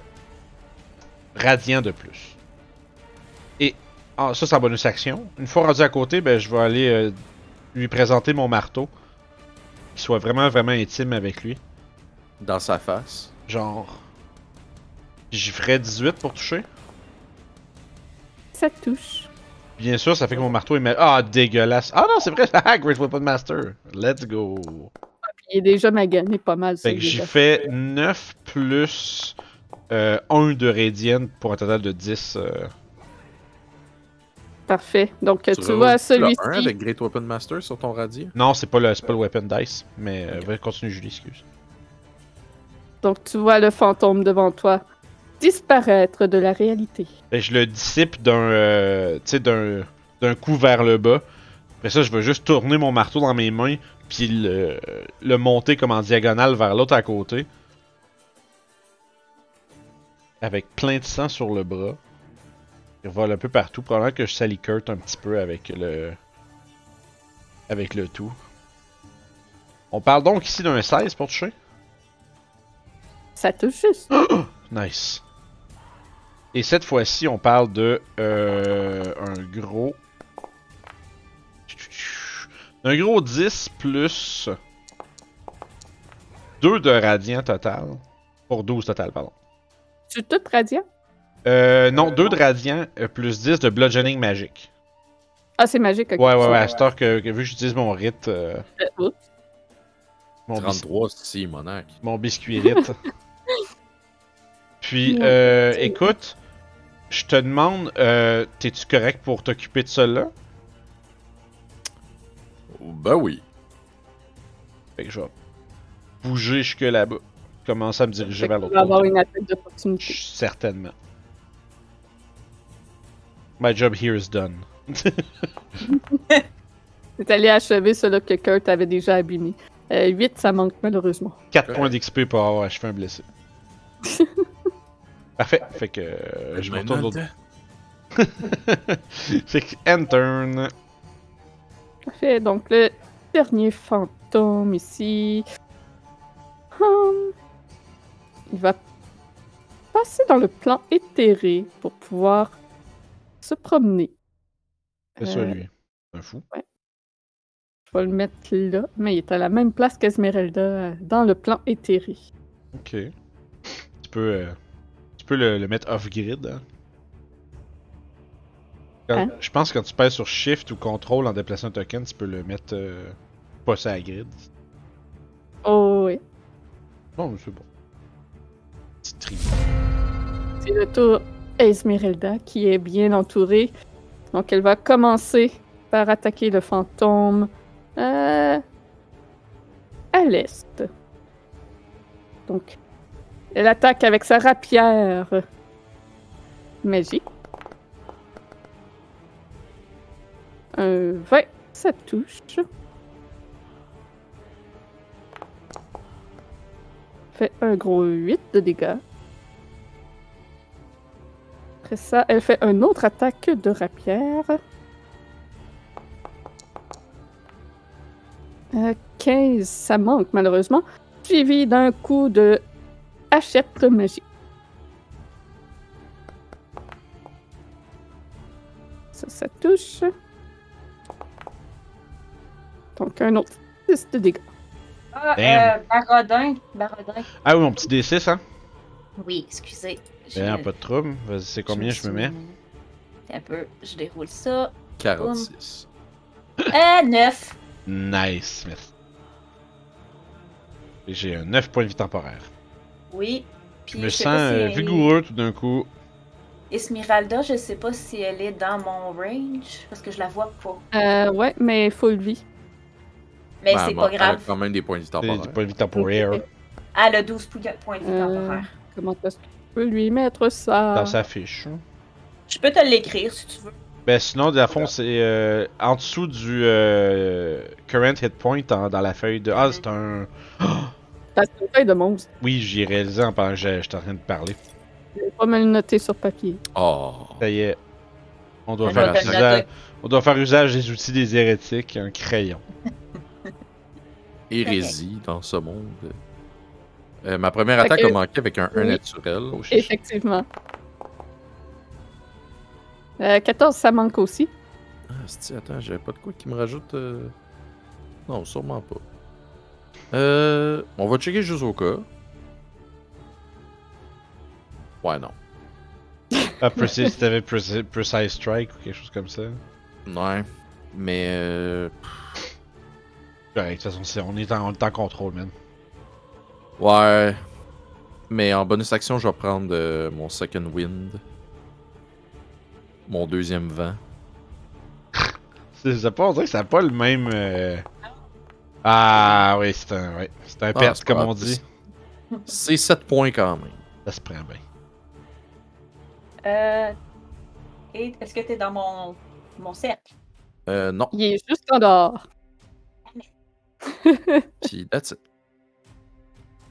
[SPEAKER 2] radiants de plus. Et ah, ça, c'est en bonus action. Une fois rendu à côté, ben, je vais aller euh, lui présenter mon marteau. Qu'il soit vraiment, vraiment intime avec lui.
[SPEAKER 5] Dans sa face.
[SPEAKER 2] Genre. J'y ferai 18 pour toucher.
[SPEAKER 1] Ça touche.
[SPEAKER 2] Bien sûr, ça fait que mon marteau est. ma- Ah, dégueulasse. Ah non, c'est vrai. Ah, Great Weapon Master. Let's go.
[SPEAKER 1] Il est déjà magané pas mal.
[SPEAKER 2] Fait que
[SPEAKER 1] celui-là.
[SPEAKER 2] j'ai fait 9 plus euh, 1 de Radiant pour un total de 10. euh,
[SPEAKER 1] Parfait. Donc tu,
[SPEAKER 5] roules
[SPEAKER 1] vois
[SPEAKER 5] le un
[SPEAKER 1] celui-ci.
[SPEAKER 5] avec Great Weapon Master sur ton radier.
[SPEAKER 2] Non, c'est pas le, c'est pas le Weapon Dice, mais euh, va- continue Julie, excuse.
[SPEAKER 1] Donc tu vois le fantôme devant toi disparaître de la réalité.
[SPEAKER 2] Fait que Ben, je le dissipe d'un euh, tu sais, d'un d'un coup vers le bas. Après ça, je veux juste tourner mon marteau dans mes mains, puis le, le monter comme en diagonale vers l'autre à côté. Avec plein de sang sur le bras. Il vole un peu partout. Probablement que je salis Kurt un petit peu avec le. Avec le tout. On parle donc ici d'un 16 pour toucher.
[SPEAKER 1] Ça touche juste.
[SPEAKER 5] Ah!
[SPEAKER 2] Nice. Et cette fois-ci, on parle de euh, un gros. Un gros 10 plus 2 de radiant total. Pour 12 total, pardon.
[SPEAKER 1] Tu te radiant?
[SPEAKER 2] Euh, non, 2 de radiant euh, plus 10 de bludgeoning magique.
[SPEAKER 1] Ah, c'est magique. ok.
[SPEAKER 2] Ouais, ouais, ouais. À cette heure que, que vu que j'utilise mon rite, euh,
[SPEAKER 1] Euh, oups.
[SPEAKER 2] mon, bis-
[SPEAKER 5] 33, si, monarque.
[SPEAKER 2] mon biscuit rite. Puis, euh,
[SPEAKER 1] Ouais.
[SPEAKER 2] écoute, Je te demande, euh, t'es-tu correct pour t'occuper de cela?
[SPEAKER 5] Ben oui.
[SPEAKER 2] Fait que je vais bouger jusque là-bas. Commencer à me diriger
[SPEAKER 1] Fait
[SPEAKER 2] vers
[SPEAKER 1] que tu
[SPEAKER 2] l'autre
[SPEAKER 1] vas avoir
[SPEAKER 2] côté.
[SPEAKER 1] une attaque d'opportunité.
[SPEAKER 2] Ch- Certainement. My job here is done.
[SPEAKER 1] C'est allé achever cela que Kurt avait déjà abîmé. Euh, 8, ça manque malheureusement.
[SPEAKER 2] 4
[SPEAKER 5] Correct.
[SPEAKER 2] points d'XP pour avoir achevé un blessé. Parfait. Fait que euh, je me retourne l'autre. fait que end
[SPEAKER 1] Euh,
[SPEAKER 2] turn.
[SPEAKER 1] Parfait. Donc, le dernier fantôme ici. Hum. Il va passer dans le plan éthéré pour pouvoir se promener. Euh,
[SPEAKER 2] C'est ça lui. C'est un fou.
[SPEAKER 1] Je vais le mettre là, mais il est à la même place qu'Esmeralda euh, dans le plan éthéré.
[SPEAKER 2] Ok. Tu peux, euh, tu peux le, le mettre off-grid. hein. Quand-
[SPEAKER 1] Hein?
[SPEAKER 2] Je pense que quand tu passes sur Shift ou Control en déplaçant un token, tu peux le mettre euh, pas sur la grid.
[SPEAKER 1] Oh oui.
[SPEAKER 2] Bon, mais c'est bon. Petit tri.
[SPEAKER 1] C'est le tour à Esmeralda qui est bien entourée. Donc elle va commencer par attaquer le fantôme euh, à l'est. Donc elle attaque avec sa rapière magique. Un 20, ça touche. Fait un gros 8 de dégâts. Après ça, elle fait une autre attaque de rapière. Euh, 15, ça manque malheureusement. Suivi d'un coup de hachette magique. Ça, ça touche. Donc un autre 10 de dégâts.
[SPEAKER 4] Ah,
[SPEAKER 2] Damn.
[SPEAKER 4] euh, Barodin. Barodin.
[SPEAKER 2] Ah oui, mon petit D6, hein?
[SPEAKER 4] Oui, excusez. J'ai-
[SPEAKER 2] Ben, pas de trouble. Vas-y, c'est combien je me mets?
[SPEAKER 4] suis- Un peu, je déroule ça.
[SPEAKER 5] 46.
[SPEAKER 4] Euh, 9.
[SPEAKER 2] Nice, merci. Et J'ai un 9 points de vie temporaire.
[SPEAKER 4] Oui. Puis,
[SPEAKER 2] je me
[SPEAKER 4] sais
[SPEAKER 2] sens
[SPEAKER 4] pas si
[SPEAKER 2] euh,
[SPEAKER 4] elle est-
[SPEAKER 2] vigoureux tout d'un coup.
[SPEAKER 4] Esmeralda, je sais pas si elle est dans mon range, parce que je la vois pas.
[SPEAKER 1] Euh, ouais, mais full vie.
[SPEAKER 4] Mais
[SPEAKER 5] Ben,
[SPEAKER 2] Bah,
[SPEAKER 4] c'est
[SPEAKER 5] moi,
[SPEAKER 4] pas
[SPEAKER 5] elle a
[SPEAKER 4] grave.
[SPEAKER 5] quand même des points de vie
[SPEAKER 2] Des
[SPEAKER 5] temporaire.
[SPEAKER 2] des points de vie temporaire
[SPEAKER 4] Elle a 12 pou- points de vie
[SPEAKER 1] Euh.
[SPEAKER 4] temporaire.
[SPEAKER 1] Comment est-ce que tu peux lui mettre ça?
[SPEAKER 2] dans sa fiche.
[SPEAKER 4] Je peux te l'écrire si tu veux.
[SPEAKER 2] Ben sinon, de la fond, c'est euh, en dessous du euh, current hit point en- dans la feuille de. Ah, c'est un.
[SPEAKER 1] Parce que c'est de monstre.
[SPEAKER 2] Oui, j'y ai réalisé en pendant que j'ai- j'étais en train de parler.
[SPEAKER 1] Je vais pas me le noter sur papier.
[SPEAKER 5] Oh.
[SPEAKER 2] Ça y est. On doit,
[SPEAKER 5] On
[SPEAKER 2] faire
[SPEAKER 5] va faire
[SPEAKER 2] usage...
[SPEAKER 4] noter.
[SPEAKER 2] On doit faire usage des outils des hérétiques, un crayon.
[SPEAKER 5] Hérésie dans ce monde. Euh, ma première
[SPEAKER 1] Fait
[SPEAKER 5] attaque
[SPEAKER 1] que-
[SPEAKER 5] a manqué avec un 1
[SPEAKER 1] Oui.
[SPEAKER 5] naturel.
[SPEAKER 2] Oh, chiche.
[SPEAKER 1] Effectivement. Euh, 14, ça manque aussi.
[SPEAKER 5] Ah, c'ti, attends, j'avais pas de quoi qui me rajoute. euh, Non, sûrement pas. Euh, on va checker juste au cas. Ouais, non.
[SPEAKER 2] Ah, précis, si t'avais Preci- Precise Strike ou quelque chose comme ça.
[SPEAKER 5] Ouais. Mais euh,
[SPEAKER 2] Correct, de toute façon, c'est- on est en, on est en contrôle, man.
[SPEAKER 5] Ouais. Mais en bonus action, je vais prendre euh, mon second wind. Mon deuxième vent.
[SPEAKER 2] C'est je sais pas, on dirait que ça n'a pas le même. euh, Ah oui, c'est un, ouais, c'est un
[SPEAKER 5] Ah,
[SPEAKER 2] perte,
[SPEAKER 5] c'est pas
[SPEAKER 2] comme on
[SPEAKER 5] grave.
[SPEAKER 2] dit.
[SPEAKER 5] C'est 7 points quand même.
[SPEAKER 2] Ça se prend bien.
[SPEAKER 4] Euh, et est-ce que t'es dans mon, mon cercle?
[SPEAKER 5] Euh, non.
[SPEAKER 1] Il est juste en dehors.
[SPEAKER 5] Puis that's it.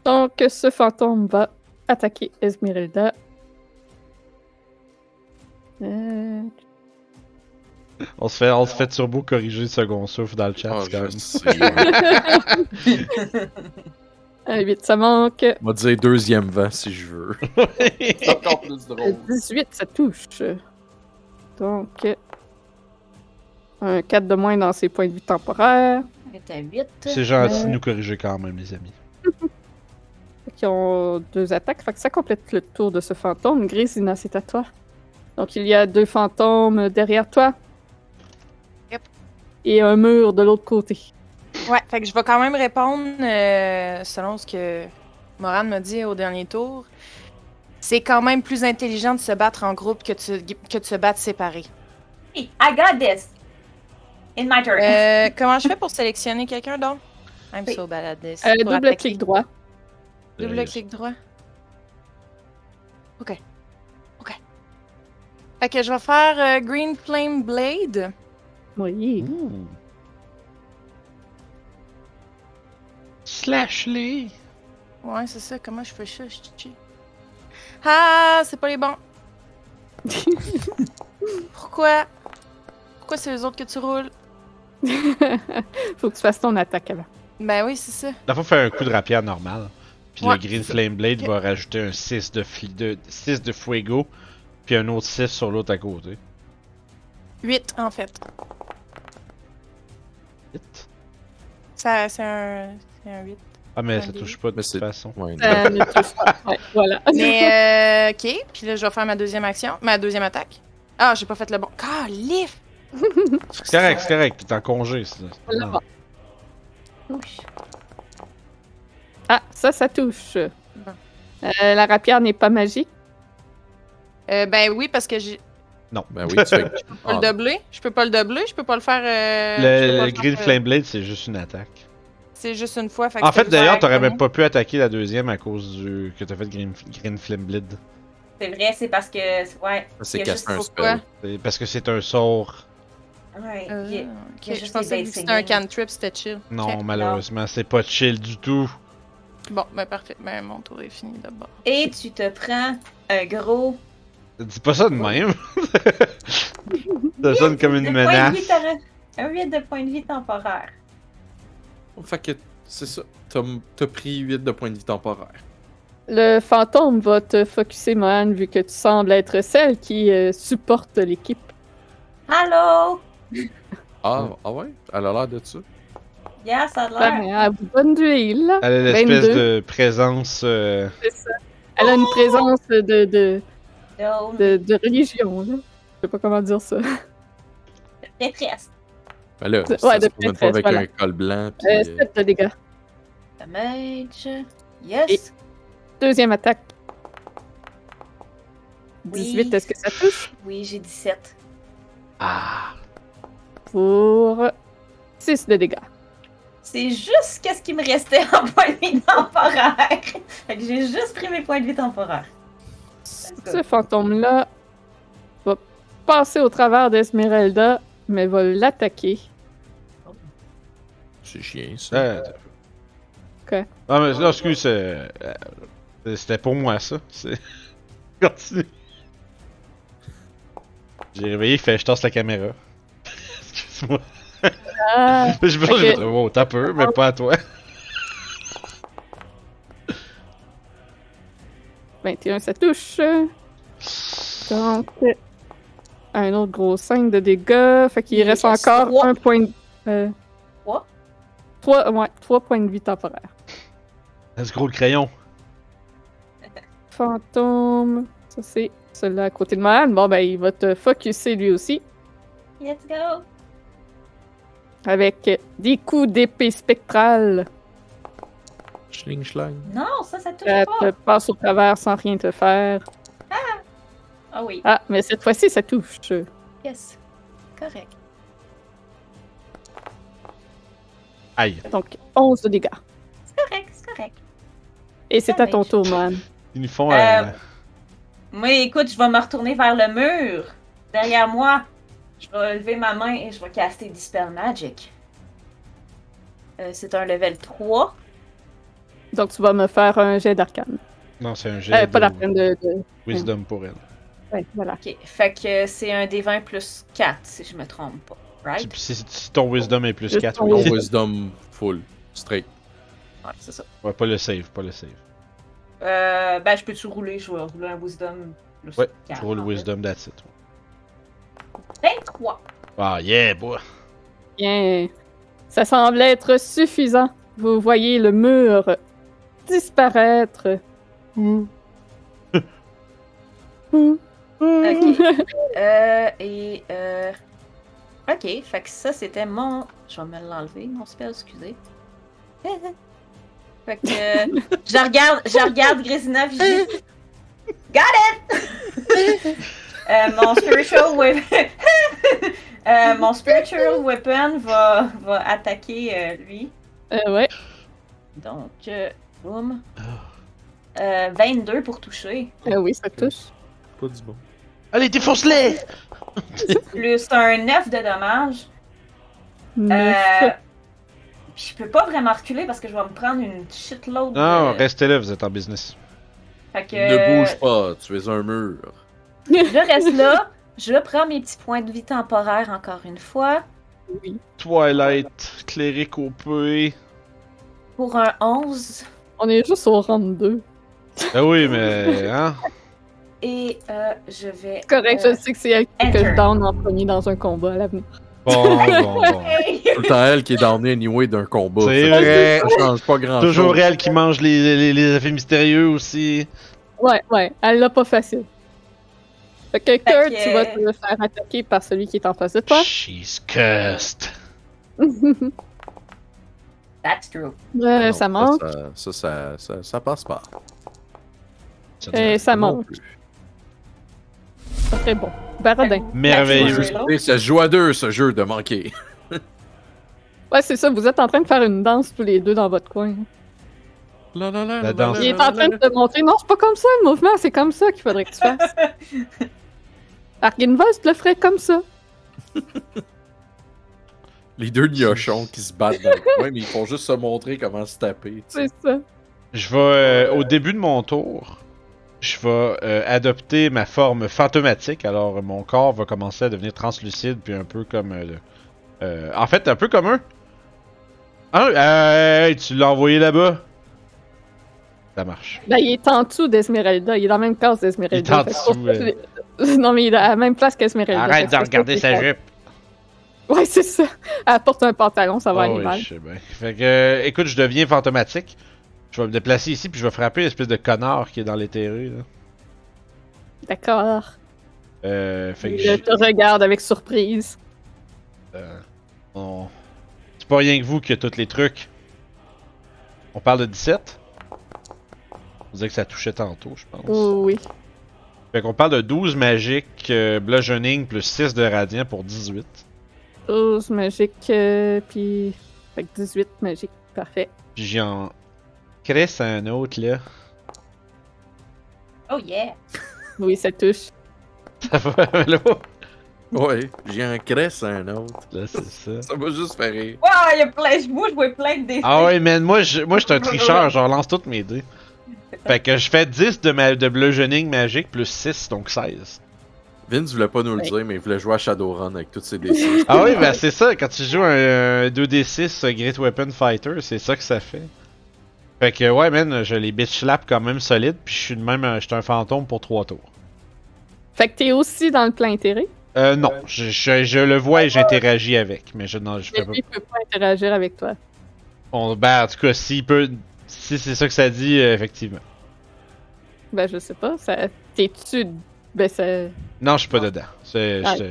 [SPEAKER 1] Donc, ce fantôme va attaquer Esmeralda. Euh,
[SPEAKER 2] On se fait, on se fait turbo corriger le second souffle dans le chat.
[SPEAKER 5] Ah,
[SPEAKER 2] c'est quand
[SPEAKER 5] je
[SPEAKER 2] même-
[SPEAKER 5] sais.
[SPEAKER 1] un 8, ça manque.
[SPEAKER 5] On va dire deuxième vent si je veux.
[SPEAKER 3] C'est encore plus
[SPEAKER 1] Euh,
[SPEAKER 3] drôle.
[SPEAKER 1] 18, ça touche. Donc, euh, un 4 de moins dans ses points de vue temporaires.
[SPEAKER 4] T'es à 8.
[SPEAKER 2] C'est gentil de nous corriger quand même, les amis.
[SPEAKER 1] qui ont deux attaques. Fait que ça complète le tour de ce fantôme. Grésina, c'est à toi. Donc il y a deux fantômes derrière toi.
[SPEAKER 6] Yep.
[SPEAKER 1] Et un mur de l'autre côté.
[SPEAKER 6] Ouais, fait que je vais quand même répondre euh, selon ce que Moran m'a dit au dernier tour. C'est quand même plus intelligent de se battre en groupe que de se, que de se battre séparé.
[SPEAKER 4] Hey, I got this. In my turn.
[SPEAKER 6] Euh, comment je fais pour sélectionner quelqu'un donc? I'm
[SPEAKER 4] Oui.
[SPEAKER 6] so bad at this.
[SPEAKER 1] Euh,
[SPEAKER 6] Pour
[SPEAKER 1] double
[SPEAKER 6] attaquer.
[SPEAKER 1] clic droit.
[SPEAKER 6] Double
[SPEAKER 2] Euh,
[SPEAKER 6] clic droit. Ok. Ok. Fait que je vais faire euh, Green Flame Blade.
[SPEAKER 1] Oui.
[SPEAKER 2] Ouh. Slash-les!
[SPEAKER 6] Ouais, c'est ça. Comment je fais ça? Je suis- Ah, c'est pas les bons. Pourquoi? Pourquoi c'est les autres que tu roules?
[SPEAKER 1] Faut que tu fasses ton attaque avant.
[SPEAKER 6] Ben oui, c'est ça.
[SPEAKER 2] La fois, fait un coup de rapière normal. Puis
[SPEAKER 6] Ouais.
[SPEAKER 2] le Green Flame Blade
[SPEAKER 6] Ok.
[SPEAKER 2] va rajouter un 6 de, fli- de, 6 de Fuego, puis un autre 6 sur l'autre à côté.
[SPEAKER 6] 8 en fait.
[SPEAKER 2] Hit.
[SPEAKER 6] Ça, c'est un, c'est un 8.
[SPEAKER 2] Ah, mais
[SPEAKER 6] Un
[SPEAKER 2] ça
[SPEAKER 6] dé.
[SPEAKER 2] touche pas de
[SPEAKER 5] Mais
[SPEAKER 2] toute
[SPEAKER 5] c'est-
[SPEAKER 2] façon.
[SPEAKER 6] Euh,
[SPEAKER 5] Ouais, non.
[SPEAKER 1] Ça Euh, ne touche pas. Ouais, voilà.
[SPEAKER 6] Mais euh, ok, puis là je vais faire ma deuxième action, ma deuxième attaque. Ah, j'ai pas fait le bon. Calif!
[SPEAKER 2] C'est correct, c'est correct, t'es en congé. c'est-
[SPEAKER 1] Voilà.
[SPEAKER 6] euh,
[SPEAKER 2] Non.
[SPEAKER 4] Ouch.
[SPEAKER 1] Ah, ça, ça touche.
[SPEAKER 6] Bon.
[SPEAKER 1] Euh, la rapière n'est pas magique.
[SPEAKER 6] Euh, ben oui, parce que j'ai
[SPEAKER 5] Ben oui, tu fais.
[SPEAKER 6] je peux pas le doubler. Je peux pas le doubler, je peux pas le faire. euh, je peux
[SPEAKER 2] Ah. Le,
[SPEAKER 6] pas
[SPEAKER 2] le
[SPEAKER 6] faire,
[SPEAKER 2] Green
[SPEAKER 6] euh,
[SPEAKER 2] Flame Blade, c'est juste une attaque.
[SPEAKER 6] C'est juste une fois. Fait que
[SPEAKER 2] En fait,
[SPEAKER 6] c'est- hein.
[SPEAKER 2] d'ailleurs,
[SPEAKER 4] ouais,
[SPEAKER 2] t'aurais même
[SPEAKER 6] ouais.
[SPEAKER 2] pas pu attaquer la deuxième à cause du que t'as fait Green, Green Flame Blade.
[SPEAKER 4] C'est vrai, c'est parce que. Ouais.
[SPEAKER 5] C'est
[SPEAKER 4] Il y a
[SPEAKER 5] casser
[SPEAKER 4] juste
[SPEAKER 5] un
[SPEAKER 6] pourquoi.
[SPEAKER 5] spell.
[SPEAKER 2] C'est Parce que c'est un sort.
[SPEAKER 4] Ouais.
[SPEAKER 6] Euh,
[SPEAKER 4] il-
[SPEAKER 6] ok,
[SPEAKER 4] il y a
[SPEAKER 6] Je
[SPEAKER 4] juste
[SPEAKER 6] pensais
[SPEAKER 4] les
[SPEAKER 6] que c'était un
[SPEAKER 4] basic
[SPEAKER 6] cantrip, c'était chill.
[SPEAKER 2] Non,
[SPEAKER 6] Ok.
[SPEAKER 2] malheureusement, c'est pas chill du tout.
[SPEAKER 6] Bon, ben parfait. Ben mon tour est fini d'abord.
[SPEAKER 4] Et tu te prends un gros.
[SPEAKER 2] Dis pas ça de même. ça sonne comme une
[SPEAKER 4] de points de vie
[SPEAKER 2] menace.
[SPEAKER 4] temporaire. Un 8 de points de vie temporaire.
[SPEAKER 5] Fait que c'est ça. T'as t'as pris 8 de points de vie temporaire.
[SPEAKER 1] Le fantôme va te focusser, Mohan, vu que tu sembles être celle qui euh, supporte l'équipe.
[SPEAKER 4] Allô?
[SPEAKER 5] Ah, ah ouais? Elle a l'air de ça.
[SPEAKER 4] Yes, ça
[SPEAKER 1] Ça
[SPEAKER 4] a l'air.
[SPEAKER 1] Elle vous donne du heal.
[SPEAKER 2] Elle a l'espèce
[SPEAKER 1] 22.
[SPEAKER 2] de présence. euh,
[SPEAKER 1] C'est ça. Elle a une présence de, de,
[SPEAKER 4] Dôme
[SPEAKER 1] de, de religion. Là. Je sais pas comment dire ça.
[SPEAKER 4] de détresse.
[SPEAKER 5] Ben là,
[SPEAKER 1] Ouais,
[SPEAKER 5] ça se
[SPEAKER 1] de
[SPEAKER 5] promène
[SPEAKER 1] prêtresse,
[SPEAKER 5] pas avec
[SPEAKER 1] voilà.
[SPEAKER 5] un col blanc. Pis,
[SPEAKER 1] Euh, 7 de dégâts.
[SPEAKER 4] Damage. Yes.
[SPEAKER 1] Et- Deuxième attaque.
[SPEAKER 4] Oui.
[SPEAKER 1] 18, est-ce que ça touche?
[SPEAKER 4] Oui, j'ai 17.
[SPEAKER 2] Ah!
[SPEAKER 1] Pour 6 de dégâts.
[SPEAKER 4] C'est juste qu'est-ce qui me restait en points de vie temporaire. fait que j'ai juste pris mes points de vie temporaire.
[SPEAKER 1] Ce fantôme-là va passer au travers d'Esmeralda, mais va l'attaquer.
[SPEAKER 5] C'est chiant, ça.
[SPEAKER 2] Euh,
[SPEAKER 1] Quoi?
[SPEAKER 2] Ah, mais non, excuse, euh, euh, c'était pour moi ça. C'est- Continue. J'ai réveillé, il fait je tasse la caméra. Excuse-moi.
[SPEAKER 1] Ah,
[SPEAKER 2] Je me
[SPEAKER 1] Ok.
[SPEAKER 2] suis dit, wow, t'as peur, mais pas à toi.
[SPEAKER 1] 21, ça touche. Donc, un autre gros 5 de dégâts. Fait qu'il
[SPEAKER 4] Il
[SPEAKER 1] reste
[SPEAKER 4] reste
[SPEAKER 1] encore
[SPEAKER 4] trois.
[SPEAKER 1] un point de... euh,
[SPEAKER 4] Trois?
[SPEAKER 1] trois- ouais, trois points de vie temporaire.
[SPEAKER 2] Let's go le crayon.
[SPEAKER 1] Fantôme. Ça, c'est celui-là à côté de Mohan. Bon, ben, il va te focusser lui aussi.
[SPEAKER 4] Let's go.
[SPEAKER 1] Avec des coups d'épée spectrale.
[SPEAKER 5] Schling, schlang.
[SPEAKER 4] Non, ça, ça touche
[SPEAKER 1] Ça
[SPEAKER 4] pas.
[SPEAKER 1] te passe au travers sans rien te faire.
[SPEAKER 4] Ah oui.
[SPEAKER 1] Ah, mais cette fois-ci, ça touche.
[SPEAKER 4] Yes. Correct.
[SPEAKER 2] Aïe.
[SPEAKER 1] Donc, 11 de dégâts.
[SPEAKER 4] C'est correct, c'est correct.
[SPEAKER 1] Et c'est à ton tour, Mohan.
[SPEAKER 2] Ils nous font.
[SPEAKER 4] Euh,
[SPEAKER 2] euh,
[SPEAKER 4] Moi, écoute, je vais me retourner vers le mur. Derrière moi, je vais lever ma main et je vais caster Dispel Magic. Euh, c'est un level 3.
[SPEAKER 1] Donc, tu vas me faire un jet d'arcane.
[SPEAKER 2] Non, c'est un jet.
[SPEAKER 1] Euh, pas
[SPEAKER 2] de
[SPEAKER 1] d'arcane, de, de...
[SPEAKER 2] Wisdom pour elle.
[SPEAKER 1] ouais, voilà.
[SPEAKER 4] Ok, fait que c'est un D20 plus 4, si je me trompe pas. Right?
[SPEAKER 2] Si, si- si ton Wisdom est plus
[SPEAKER 1] Juste
[SPEAKER 2] 4,
[SPEAKER 1] ton
[SPEAKER 2] oui.
[SPEAKER 5] Ton
[SPEAKER 1] Oui.
[SPEAKER 5] wisdom full. Straight.
[SPEAKER 4] Ouais, c'est ça.
[SPEAKER 2] Ouais, pas le save, pas le save.
[SPEAKER 4] Euh, ben, je peux-tu rouler? Je vais rouler un Wisdom plus
[SPEAKER 2] Ouais,
[SPEAKER 1] Ah.
[SPEAKER 4] 4.
[SPEAKER 2] Roll
[SPEAKER 4] en fait.
[SPEAKER 2] Wisdom, that's it.
[SPEAKER 4] 23.
[SPEAKER 2] Ah, yeah, boy.
[SPEAKER 1] Bien. Ça semble être suffisant. Vous voyez le mur disparaître. Ouh.
[SPEAKER 2] Hmm.
[SPEAKER 4] Ok. Euh, et. Euh... Ok, fait que ça c'était mon. Je vais me l'enlever, mon spell, excusez. fait que. euh, je regarde, je regarde Grésina, puis je dis, Euh, mon spiritual weapon, Euh, mon spiritual weapon va, va attaquer euh, lui.
[SPEAKER 1] Euh, ouais.
[SPEAKER 4] Donc, euh, boum. Euh, 22 pour toucher.
[SPEAKER 1] Euh, oui, ça touche.
[SPEAKER 7] Pas du bon.
[SPEAKER 2] Allez, défonce-les!
[SPEAKER 4] Plus un 9 de dommage.
[SPEAKER 1] Neuf.
[SPEAKER 4] Euh, puis je peux pas vraiment reculer parce que je vais me prendre une shitload. de-
[SPEAKER 2] Non, restez là, vous êtes en business.
[SPEAKER 4] Fait que,
[SPEAKER 5] Ne bouge pas, tu es un mur.
[SPEAKER 4] Je reste là. Je prends mes petits points de vie temporaires encore une fois.
[SPEAKER 1] Oui.
[SPEAKER 2] Twilight, cléric au peu.
[SPEAKER 4] Pour un 11.
[SPEAKER 1] On est juste au round 2.
[SPEAKER 2] Ben oui, mais. Hein?
[SPEAKER 4] Et euh, je vais.
[SPEAKER 1] C'est correct,
[SPEAKER 4] euh,
[SPEAKER 1] je sais que c'est elle que
[SPEAKER 4] enter.
[SPEAKER 1] je donne en premier dans un combat à l'avenir.
[SPEAKER 2] Bon, bon, bon.
[SPEAKER 4] hey!
[SPEAKER 5] Tout le temps, elle qui est downée anyway d'un combat.
[SPEAKER 2] C'est
[SPEAKER 5] Fait
[SPEAKER 2] vrai.
[SPEAKER 5] que Ça change pas grand
[SPEAKER 2] Toujours
[SPEAKER 5] chose.
[SPEAKER 2] elle qui mange les, les, les effets mystérieux aussi.
[SPEAKER 1] Ouais, ouais, elle l'a pas facile. Fait que euh, Kurt, tu vas te faire attaquer par celui qui est en face de toi.
[SPEAKER 2] She's cursed.
[SPEAKER 1] Euh,
[SPEAKER 4] That's true.
[SPEAKER 5] Non,
[SPEAKER 1] Ah ça manque.
[SPEAKER 5] Ça, ça, ça, ça- ça passe pas.
[SPEAKER 1] Et euh, ça
[SPEAKER 5] Non
[SPEAKER 1] monte.
[SPEAKER 5] plus.
[SPEAKER 1] Ça fait bon. Baradin.
[SPEAKER 2] Merveilleux.
[SPEAKER 4] That's true.
[SPEAKER 5] Et ça se joue à deux, ce jeu de manquer.
[SPEAKER 1] Ouais, c'est ça, vous êtes en train de faire une danse tous les deux dans votre coin.
[SPEAKER 5] La, la, la,
[SPEAKER 2] La danse.
[SPEAKER 1] Il est en train de te montrer. Non, c'est pas comme ça le mouvement, c'est comme ça qu'il faudrait que tu fasses. Arginvost le ferait comme ça.
[SPEAKER 5] Les deux gnochons qui se battent dans le coin, mais ils font juste se montrer comment se taper. tu sais.
[SPEAKER 1] C'est ça.
[SPEAKER 2] Je vais, euh, au début de mon tour, je vais euh, adopter ma forme fantomatique. Alors, euh, mon corps va commencer à devenir translucide, puis un peu comme. euh, le- euh, en fait, un peu comme eux. Hein? Hey, tu l'as envoyé là-bas? Ça marche.
[SPEAKER 1] Ben, il est en dessous d'Esmeralda. Il est dans la même case d'Esmeralda.
[SPEAKER 2] Il est en
[SPEAKER 1] Fait que pour
[SPEAKER 2] dessous,
[SPEAKER 1] ça, tu- Non, mais il est à la même place qu'Esmeralda.
[SPEAKER 2] Arrête de
[SPEAKER 1] Fait que c'est
[SPEAKER 2] regarder
[SPEAKER 1] ça,
[SPEAKER 2] sa
[SPEAKER 1] c'est-
[SPEAKER 2] jupe.
[SPEAKER 1] Ouais, c'est ça. Elle porte un pantalon, ça va
[SPEAKER 2] Ah
[SPEAKER 1] aller
[SPEAKER 2] oui,
[SPEAKER 1] mal.
[SPEAKER 2] je sais bien. Fait que, euh, écoute, je deviens fantomatique. Je vais me déplacer ici, puis je vais frapper l'espèce de connard qui est dans les terreux, là.
[SPEAKER 1] D'accord.
[SPEAKER 2] Euh, fait que
[SPEAKER 1] Je
[SPEAKER 2] j'ai-
[SPEAKER 1] te regarde avec surprise.
[SPEAKER 2] Euh, on- C'est pas rien que vous qui a tous les trucs. On parle de 17. On disait que ça touchait tantôt, je pense.
[SPEAKER 1] Oh, oui.
[SPEAKER 2] Fait qu'on parle de 12 magiques, euh, bludgeoning plus 6 de radiant pour 18.
[SPEAKER 1] 12 magique, euh, puis. Fait que 18 magique, parfait.
[SPEAKER 2] Puis j'en cresse un autre là.
[SPEAKER 4] Oh yeah.
[SPEAKER 1] Oui, ça touche.
[SPEAKER 2] Ça va, là?
[SPEAKER 5] Ouais, j'ai un cresse à un autre.
[SPEAKER 2] Là, c'est ça.
[SPEAKER 5] Ça m'a juste fait rire.
[SPEAKER 4] Wow, il y a plein. Moi, je vois plein de dés.
[SPEAKER 2] Ah ouais, man, moi, je, moi, je suis un tricheur, je relance toutes mes dés. Fait que je fais 10 de, ma... de bludgeoning magique plus 6, donc 16.
[SPEAKER 5] Vince voulait pas nous le
[SPEAKER 1] Ouais.
[SPEAKER 5] dire, mais il voulait jouer à Shadowrun avec toutes ses décisions.
[SPEAKER 2] Ah oui, ben c'est ça, quand tu joues un, un 2d6 euh, Great Weapon Fighter, c'est ça que ça fait. Fait que ouais, man, je les bitch slap quand même solide, puis je suis de même, euh, je suis un fantôme pour 3 tours.
[SPEAKER 1] Fait que t'es aussi dans le plein intérêt.
[SPEAKER 2] Euh, non, je, je- je le vois et j'interagis avec, mais je, non, je
[SPEAKER 1] Mais
[SPEAKER 2] fais pas.
[SPEAKER 1] lui, il peut pas interagir avec toi.
[SPEAKER 2] On, ben, en tout cas, s'il peut. Si c'est ça que ça dit, euh, effectivement.
[SPEAKER 1] Ben, je sais pas. Ça... T'es-tu. Ben, ça.
[SPEAKER 2] Non, je suis pas dedans. C'est
[SPEAKER 1] Ah.
[SPEAKER 2] je-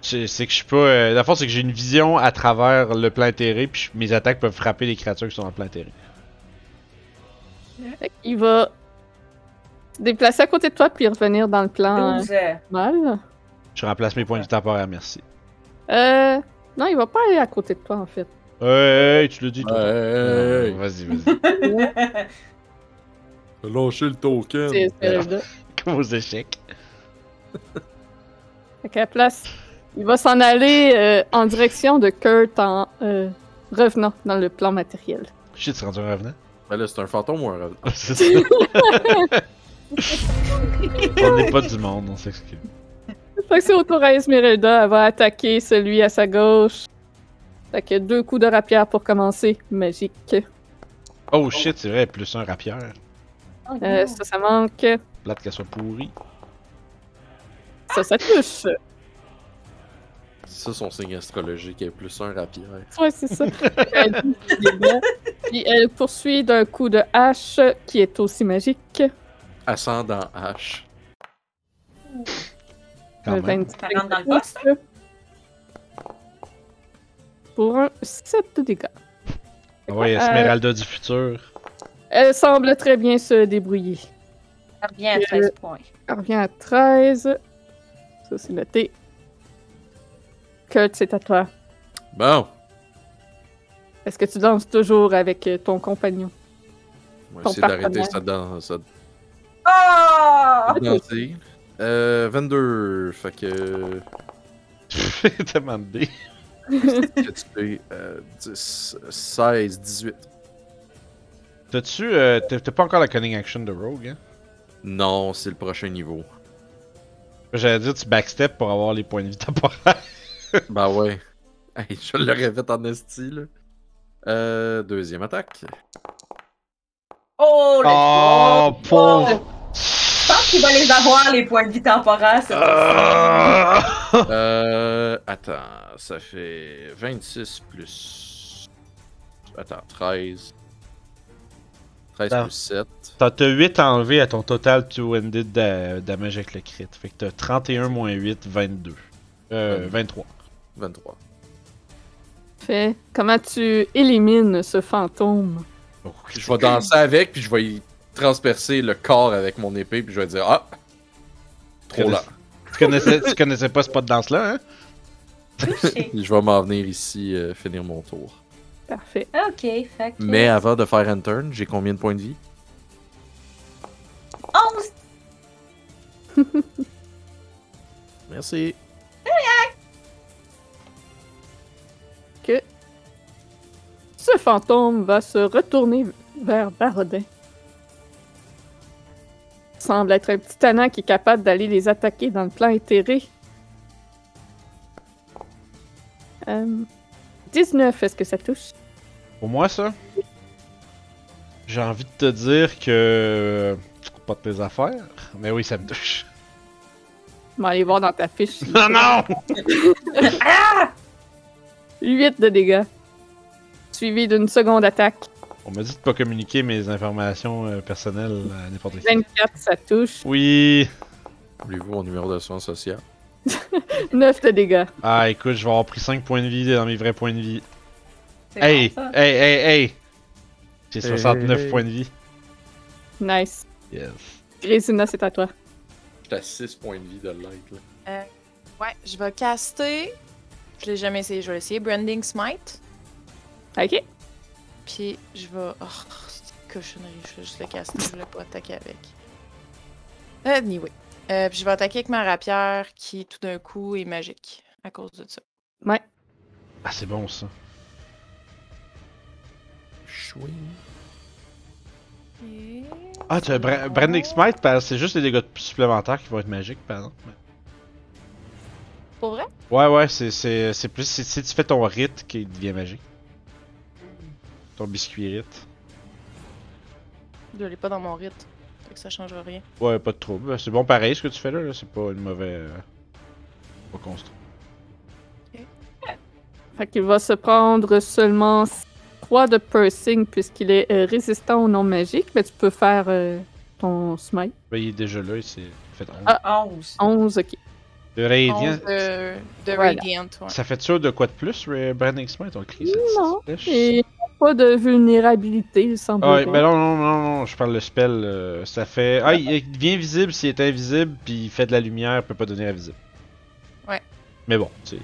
[SPEAKER 2] c'est- c'est que je suis pas. euh, la force, c'est que j'ai une vision à travers le plein terrain, puis je- mes attaques peuvent frapper les créatures qui sont en plein terrain.
[SPEAKER 1] Fait qu'il va. se déplacer à côté de toi, puis revenir dans le plan euh,
[SPEAKER 4] 12. euh,
[SPEAKER 1] normal.
[SPEAKER 2] Je remplace mes points de vie temporaire, merci.
[SPEAKER 1] Euh. Non, il va pas aller à côté de toi, en fait.
[SPEAKER 2] Euh, Hey, hey, tu le dis,
[SPEAKER 5] Euh,
[SPEAKER 2] toi.
[SPEAKER 5] Hey,
[SPEAKER 2] Non, Vas-y, vas-y.
[SPEAKER 5] lâchez le token.
[SPEAKER 1] C'est Esmeralda.
[SPEAKER 2] Comme aux échecs.
[SPEAKER 1] Fait qu'à la place, il va s'en aller euh, en direction de Kurt en euh, revenant dans le plan matériel.
[SPEAKER 2] Shit, c'est rendu un revenant.
[SPEAKER 5] Ben là, c'est un fantôme ou un revenant?
[SPEAKER 2] C'est ça. on n'est pas du monde, on s'excuse.
[SPEAKER 1] Fait que c'est au tour à Esmeralda, elle va attaquer celui à sa gauche. Fait que deux coups de rapière pour commencer, magique.
[SPEAKER 2] Oh shit, c'est vrai, plus un rapière.
[SPEAKER 4] oh,
[SPEAKER 1] Euh,
[SPEAKER 4] yeah.
[SPEAKER 1] ça, ça manque.
[SPEAKER 2] Plate qu'elle soit pourrie.
[SPEAKER 1] Ça, ça touche.
[SPEAKER 5] Ah, Ça, son signe astrologique est plus un rapière.
[SPEAKER 1] Ouais, c'est ça. Elle dit qu'il est bon. Puis elle poursuit d'un coup de hache qui est aussi magique.
[SPEAKER 5] Ascendant H.
[SPEAKER 2] Quand
[SPEAKER 1] Le
[SPEAKER 2] même.
[SPEAKER 1] 25
[SPEAKER 4] Ça rentre dans le poste. hein?
[SPEAKER 1] Pour un 7 de dégâts. Euh,
[SPEAKER 2] Ah ouais, Esmeralda du futur.
[SPEAKER 1] Elle semble très bien se débrouiller.
[SPEAKER 4] Ça revient à 13 points.
[SPEAKER 1] Elle revient à 13. Ça, c'est noté. Kurt, c'est à toi.
[SPEAKER 5] Bon.
[SPEAKER 1] Est-ce que tu danses toujours avec euh, ton compagnon?
[SPEAKER 5] On va
[SPEAKER 1] Ton
[SPEAKER 5] essayer d'arrêter
[SPEAKER 1] partenaire.
[SPEAKER 5] ça dans ça.
[SPEAKER 4] Oh!
[SPEAKER 5] danser. Euh, 22. Fait que.
[SPEAKER 2] tellement de dés.
[SPEAKER 5] que tu fais, euh, 10, 16, 18.
[SPEAKER 2] T'as-tu. euh, t'as t'as pas encore la cunning action de Rogue, hein?
[SPEAKER 5] Non, c'est le prochain niveau.
[SPEAKER 2] J'allais dire, tu backstep pour avoir les points de vie temporaires.
[SPEAKER 5] bah ouais. Hey, je le répète en esti, là. Euh, deuxième attaque.
[SPEAKER 4] Oh, le
[SPEAKER 2] Oh,
[SPEAKER 4] Oh!
[SPEAKER 2] pauvre!
[SPEAKER 4] Je pense qu'il va les avoir, les points de vie temporaires. c'est
[SPEAKER 2] Ah!
[SPEAKER 5] Euh, attends, ça fait 26 plus. Attends, 13. 13
[SPEAKER 2] Ah.
[SPEAKER 5] plus 7.
[SPEAKER 2] T'as t'as 8 enlevé à ton total two-ended da- damage avec le crit. Fait que t'as 31 moins 8, 22. Euh, 23.
[SPEAKER 5] 23.
[SPEAKER 1] Fait. Comment tu élimines ce fantôme?
[SPEAKER 2] Oh,
[SPEAKER 5] Puis je vais danser avec, puis je vais y transpercer le corps avec mon épée, puis je vais dire Ah Trop là.
[SPEAKER 2] Tu connaissais, tu connaissais pas ce pas de danse-là, hein?
[SPEAKER 4] touché.
[SPEAKER 5] Je vais m'en venir ici euh, finir mon tour.
[SPEAKER 1] Parfait.
[SPEAKER 4] Ok, fait que...
[SPEAKER 5] Mais avant de faire un turn, j'ai combien de points de vie
[SPEAKER 4] 11!
[SPEAKER 5] Merci.
[SPEAKER 1] Ce fantôme va se retourner vers Barodin. Semble être un petit tannant qui est capable d'aller les attaquer dans le plan éthéré. Euh, 19, est-ce que ça touche?
[SPEAKER 2] Pour moi, ça, j'ai envie de te dire que. euh, Pas de tes affaires. Mais oui, ça me touche.
[SPEAKER 1] On va aller voir dans ta fiche.
[SPEAKER 2] Non, non!
[SPEAKER 1] 8 de dégâts. Suivi d'une seconde attaque.
[SPEAKER 2] On m'a dit de pas communiquer mes informations euh, personnelles à n'importe qui.
[SPEAKER 1] 24, ça touche.
[SPEAKER 2] Oui!
[SPEAKER 5] Voulez-vous mon numéro d'assurance sociale
[SPEAKER 1] 9 de dégâts.
[SPEAKER 2] Ah, écoute, je vais avoir pris 5 points de vie dans mes vrais points de vie.
[SPEAKER 4] C'est
[SPEAKER 2] Hey!
[SPEAKER 4] bon, ça.
[SPEAKER 2] Hey, hey, hey! J'ai
[SPEAKER 5] Hey, hey,
[SPEAKER 2] 69
[SPEAKER 5] hey.
[SPEAKER 2] points de vie.
[SPEAKER 1] Nice.
[SPEAKER 2] Yes.
[SPEAKER 1] Grésina, c'est à toi.
[SPEAKER 5] J'étais à 6 points de vie de light. Là.
[SPEAKER 6] Ouais, je vais caster. Je l'ai jamais essayé, je vais l'essayer. Branding Smite.
[SPEAKER 1] Ok.
[SPEAKER 6] Puis je vais. Oh, cette cochonnerie, je vais juste le caster, je voulais pas attaquer avec. Anyway. Euh, puis je vais attaquer avec ma rapière qui, tout d'un coup, est magique à cause de ça.
[SPEAKER 2] Ah, c'est bon ça.
[SPEAKER 5] Choui.
[SPEAKER 6] Et-
[SPEAKER 2] Ah, tu as Bra- Branding Smite, par- c'est juste les dégâts supplémentaires qui vont être magiques, par exemple.
[SPEAKER 6] Pour vrai?
[SPEAKER 2] Ouais, ouais, c'est- c'est c'est plus si, si tu fais ton rite qui devient magique. Ton biscuit rite.
[SPEAKER 6] Je l'ai pas dans mon rite. Fait que ça changera rien.
[SPEAKER 2] Ouais, pas de trouble. C'est bon pareil ce que tu fais là, là. c'est pas une mauvaise. euh, Pas construit.
[SPEAKER 1] Fait qu'il va se prendre seulement 3 de piercing puisqu'il est euh, résistant au non magique. Mais tu peux faire euh, ton smite.
[SPEAKER 2] Ben, il est déjà là, il s'est fait 11.
[SPEAKER 1] Ah. euh.
[SPEAKER 4] 11.
[SPEAKER 1] 11, ok.
[SPEAKER 2] De Radiant.
[SPEAKER 6] 11 de, euh, de
[SPEAKER 1] Voilà.
[SPEAKER 6] Radiant, ouais.
[SPEAKER 2] Ça fait sûr de quoi de plus, Ra- Branding Smite On le crie ça.
[SPEAKER 1] Non,
[SPEAKER 2] flèche.
[SPEAKER 1] Et il n'a pas de vulnérabilité, il semble.
[SPEAKER 2] Ah ouais, ben non, non, non, non, je parle le spell. euh, ça fait. Ah, il il devient visible s'il est invisible, puis il fait de la lumière, il peut pas devenir invisible.
[SPEAKER 6] Ouais.
[SPEAKER 2] Mais bon, c'est.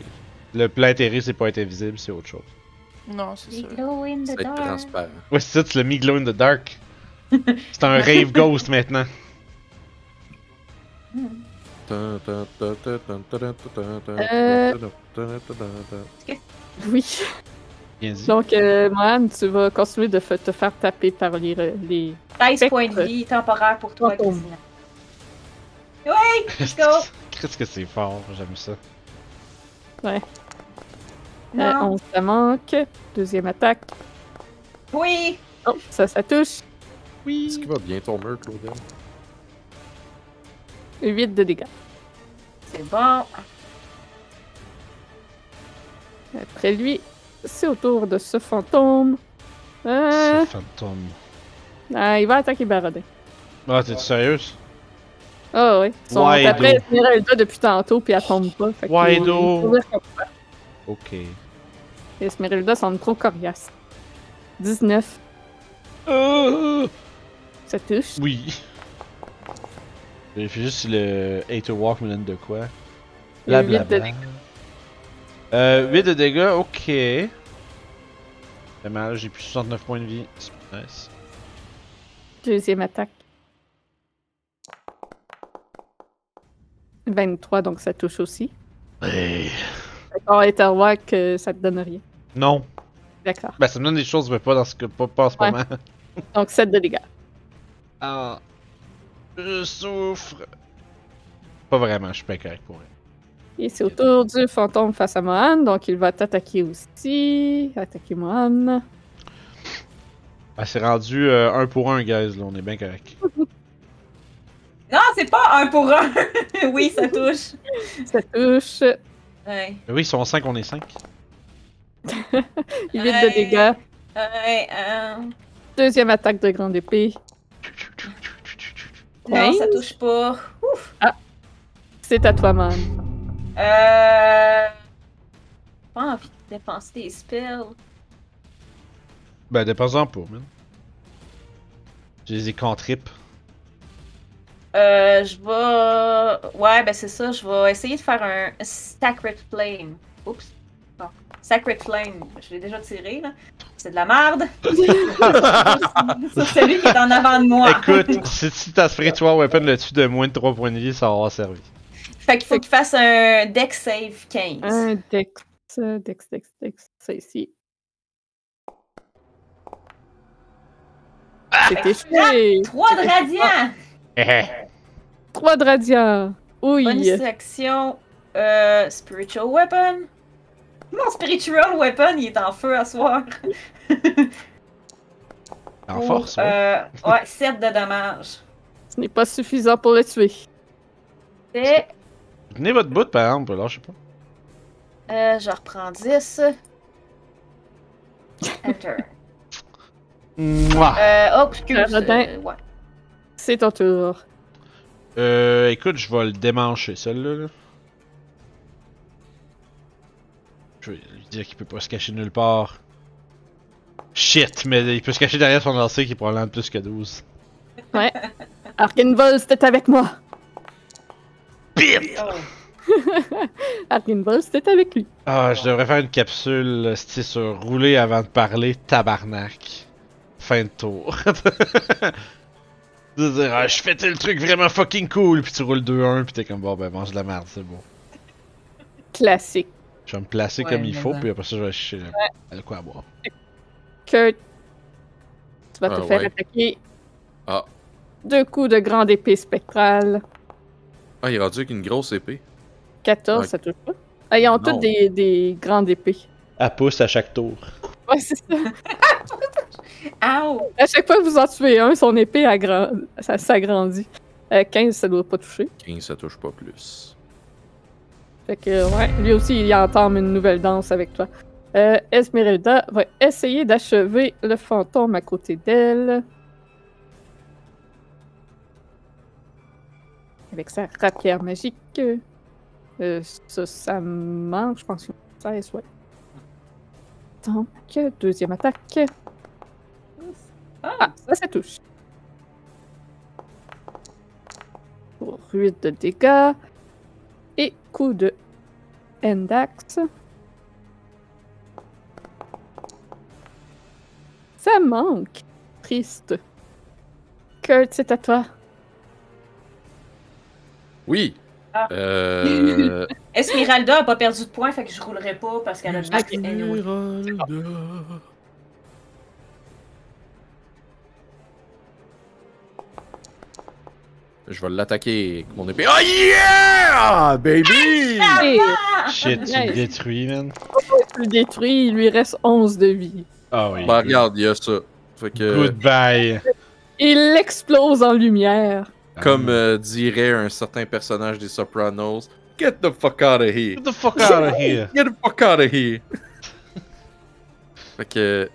[SPEAKER 2] Le plan intérêt, c'est pas être invisible, c'est autre chose.
[SPEAKER 6] Non, c'est
[SPEAKER 4] They
[SPEAKER 6] sûr.
[SPEAKER 4] glow in
[SPEAKER 5] Ça
[SPEAKER 4] the
[SPEAKER 5] va être
[SPEAKER 4] dark.
[SPEAKER 5] transparent.
[SPEAKER 2] Ouais, c'est ça, tu l'as mis glow in the dark. c'est un rave ghost maintenant.
[SPEAKER 4] Hmm.
[SPEAKER 5] Tan, tan, tan, tan, tan, tan, tan, tan, tan,
[SPEAKER 1] Euh.
[SPEAKER 5] tan, tan, tan, tan, tan.
[SPEAKER 1] Oui.
[SPEAKER 2] Bien dit.
[SPEAKER 1] Donc, euh, Mohan, tu vas continuer de fa- te faire taper par les, re- les
[SPEAKER 4] 13 points de vie temporaires pour toi,
[SPEAKER 1] Fantôme.
[SPEAKER 4] Christina. Oui! go.
[SPEAKER 2] Qu'est-ce que c'est fort, j'aime ça.
[SPEAKER 1] Euh,
[SPEAKER 4] Non!
[SPEAKER 1] 11, ça manque. Deuxième attaque.
[SPEAKER 4] Oui!
[SPEAKER 1] Oh, ça, ça touche.
[SPEAKER 5] Est-ce
[SPEAKER 2] Oui.
[SPEAKER 5] qu'il va bien ton mur, Claudel
[SPEAKER 1] 8 de dégâts.
[SPEAKER 4] C'est bon.
[SPEAKER 1] Après lui, c'est au tour de ce fantôme. Euh,
[SPEAKER 2] Ce fantôme.
[SPEAKER 1] ah, il va attaquer Barodin.
[SPEAKER 2] Ah, t'es sérieuse?
[SPEAKER 1] Ah oui. Son
[SPEAKER 2] Why
[SPEAKER 1] après
[SPEAKER 2] do?
[SPEAKER 1] Esmeralda depuis tantôt, puis elle tombe pas. Fait que
[SPEAKER 2] Why
[SPEAKER 1] il-
[SPEAKER 2] do?
[SPEAKER 1] il trouve
[SPEAKER 2] Ok.
[SPEAKER 1] que Esmeralda semble trop coriace. 19,
[SPEAKER 2] Euh,
[SPEAKER 1] ça touche.
[SPEAKER 2] Oui. Vérifie juste si le Hater Walk me donne de quoi.
[SPEAKER 1] Il y a huit de
[SPEAKER 2] Blablabla. Euh, 8 de dégâts, ok. C'est mal, j'ai plus 69 points de vie. C'est pas nice.
[SPEAKER 1] Deuxième attaque. 23, donc ça touche aussi.
[SPEAKER 2] Hey.
[SPEAKER 1] D'accord, Etherwack, euh, ça te donne rien.
[SPEAKER 2] Non.
[SPEAKER 1] D'accord.
[SPEAKER 2] Bah, ça me donne des choses, mais pas dans ce que pas, pas en ce
[SPEAKER 1] Ouais.
[SPEAKER 2] moment.
[SPEAKER 1] Donc 7 de dégâts.
[SPEAKER 2] Ah. Je souffre. Pas vraiment, je suis pas correct pour elle.
[SPEAKER 1] Et c'est au tour du fantôme face à Mohan, donc il va t'attaquer aussi. Attaquer Mohan.
[SPEAKER 2] Ah, c'est rendu euh, un pour un, guys, là, on est bien correct.
[SPEAKER 4] Non, c'est pas un pour un. oui, ça touche.
[SPEAKER 1] Ça touche. 8
[SPEAKER 4] Ouais.
[SPEAKER 2] Mais oui, ils sont 5, on est 5.
[SPEAKER 1] de dégâts.
[SPEAKER 4] Ouais, euh,
[SPEAKER 1] Deuxième attaque de grande épée.
[SPEAKER 4] Non, ça
[SPEAKER 1] Quinze.
[SPEAKER 4] touche pas.
[SPEAKER 1] C'est à toi, Mohan.
[SPEAKER 4] Euh. Pas envie de dépenser des spells.
[SPEAKER 2] Ben, dépensant pas, man. Je les ai contrip.
[SPEAKER 4] Euh, je vais. Ouais, ben c'est ça, je vais essayer de faire un Sacred Flame. Oups. Bon. Sacred Flame, je l'ai déjà tiré, là. C'est de la merde. Sur celui qui est en avant de moi.
[SPEAKER 2] Écoute, si, si ta spiritual weapon le tue de moins de 3 points de vie, ça aura servi.
[SPEAKER 4] Fait qu'il faut qu'il fasse un deck save 15.
[SPEAKER 1] Un dex. Dex, dex, dex. Ça ici.
[SPEAKER 5] Ah!
[SPEAKER 1] C'est échoué.
[SPEAKER 4] 3 de radiant!
[SPEAKER 2] Hé hé.
[SPEAKER 1] 3 de radiant. Oui.
[SPEAKER 4] Bonus action. Euh, spiritual Weapon. Mon Spiritual Weapon, il est en feu à soir.
[SPEAKER 2] en
[SPEAKER 4] Pour,
[SPEAKER 2] force, ouais.
[SPEAKER 4] euh, ouais, 7 de dommages.
[SPEAKER 1] Ce n'est pas suffisant pour le tuer.
[SPEAKER 4] C'est.
[SPEAKER 2] Tenez votre bout, par exemple, là, je sais pas.
[SPEAKER 4] Euh, je reprends 10. Enter.
[SPEAKER 2] Mouah.
[SPEAKER 4] Euh, oh, excuse.
[SPEAKER 1] Carradin.
[SPEAKER 4] euh, ouais.
[SPEAKER 1] C'est ton tour.
[SPEAKER 2] Euh, écoute, je vais le démancher, celui-là. là. Je vais lui dire qu'il peut pas se cacher nulle part. Shit, mais il peut se cacher derrière son lancer qui est probablement de plus que 12.
[SPEAKER 1] Arkinvols, t'es avec moi.
[SPEAKER 2] Bim!
[SPEAKER 4] Oh.
[SPEAKER 1] Arkinvols, t'es avec lui.
[SPEAKER 2] Ah, je devrais faire une capsule, euh, c'est sur rouler avant de parler, tabarnak. Fin de tour. De dire, ah, je fais tel truc vraiment fucking cool, puis tu roules 2-1, puis t'es comme, bon, ben mange de la merde, c'est bon.
[SPEAKER 1] Classique.
[SPEAKER 2] Je vais me placer
[SPEAKER 3] Ouais,
[SPEAKER 2] comme il
[SPEAKER 3] mais
[SPEAKER 2] faut,
[SPEAKER 3] ben.
[SPEAKER 2] puis après ça, je vais chercher le- le quoi à boire.
[SPEAKER 1] Kurt, tu vas te
[SPEAKER 5] Ah
[SPEAKER 1] faire
[SPEAKER 5] ouais.
[SPEAKER 1] attaquer.
[SPEAKER 5] Ah.
[SPEAKER 1] Deux coups de grande épée spectrale.
[SPEAKER 5] Ah, il est rendu avec une grosse épée.
[SPEAKER 1] 14,
[SPEAKER 5] Ouais.
[SPEAKER 1] ça touche pas. Ah, ils ont
[SPEAKER 5] Non.
[SPEAKER 1] toutes des, des grandes épées.
[SPEAKER 2] À pouce à chaque tour.
[SPEAKER 1] Ouais, c'est ça.
[SPEAKER 4] Ow!
[SPEAKER 1] À chaque fois que vous en tuez un, son épée aggra- ça s'agrandit. Euh, 15, ça doit pas toucher.
[SPEAKER 5] 15, ça touche pas plus.
[SPEAKER 1] Fait que, ouais, lui aussi, il entame une nouvelle danse avec toi. Euh, Esmeralda va essayer d'achever le fantôme à côté d'elle. Avec sa rapière magique. Euh, ça, ça manque, je pense que 16, ouais. Donc, deuxième attaque. Ah, ça, ça touche. Pour 8 de dégâts. Et coup de Endax. Ça manque. Triste. Kurt, c'est à toi.
[SPEAKER 5] Oui!
[SPEAKER 4] Ah.
[SPEAKER 5] Euh.
[SPEAKER 4] Esmeralda a pas perdu de points, fait que je roulerai pas parce qu'elle a déjà
[SPEAKER 1] Ok.
[SPEAKER 4] anyway.
[SPEAKER 5] Esmeralda. Je vais l'attaquer avec mon épée. Oh yeah! Baby!
[SPEAKER 6] Ah,
[SPEAKER 1] Et
[SPEAKER 2] Shit, tu le
[SPEAKER 1] Ah, Nice.
[SPEAKER 2] détruis, man.
[SPEAKER 1] tu le détruis, il lui reste 11 de vie.
[SPEAKER 2] Ah oui.
[SPEAKER 5] Bah regarde, il y a ça. Fait que,
[SPEAKER 2] Goodbye.
[SPEAKER 1] Il explose en lumière.
[SPEAKER 5] comme euh, dirait un certain personnage des Sopranos, Get the fuck out of here!
[SPEAKER 2] Get the fuck out of here.
[SPEAKER 5] Get the fuck out of here! fait que,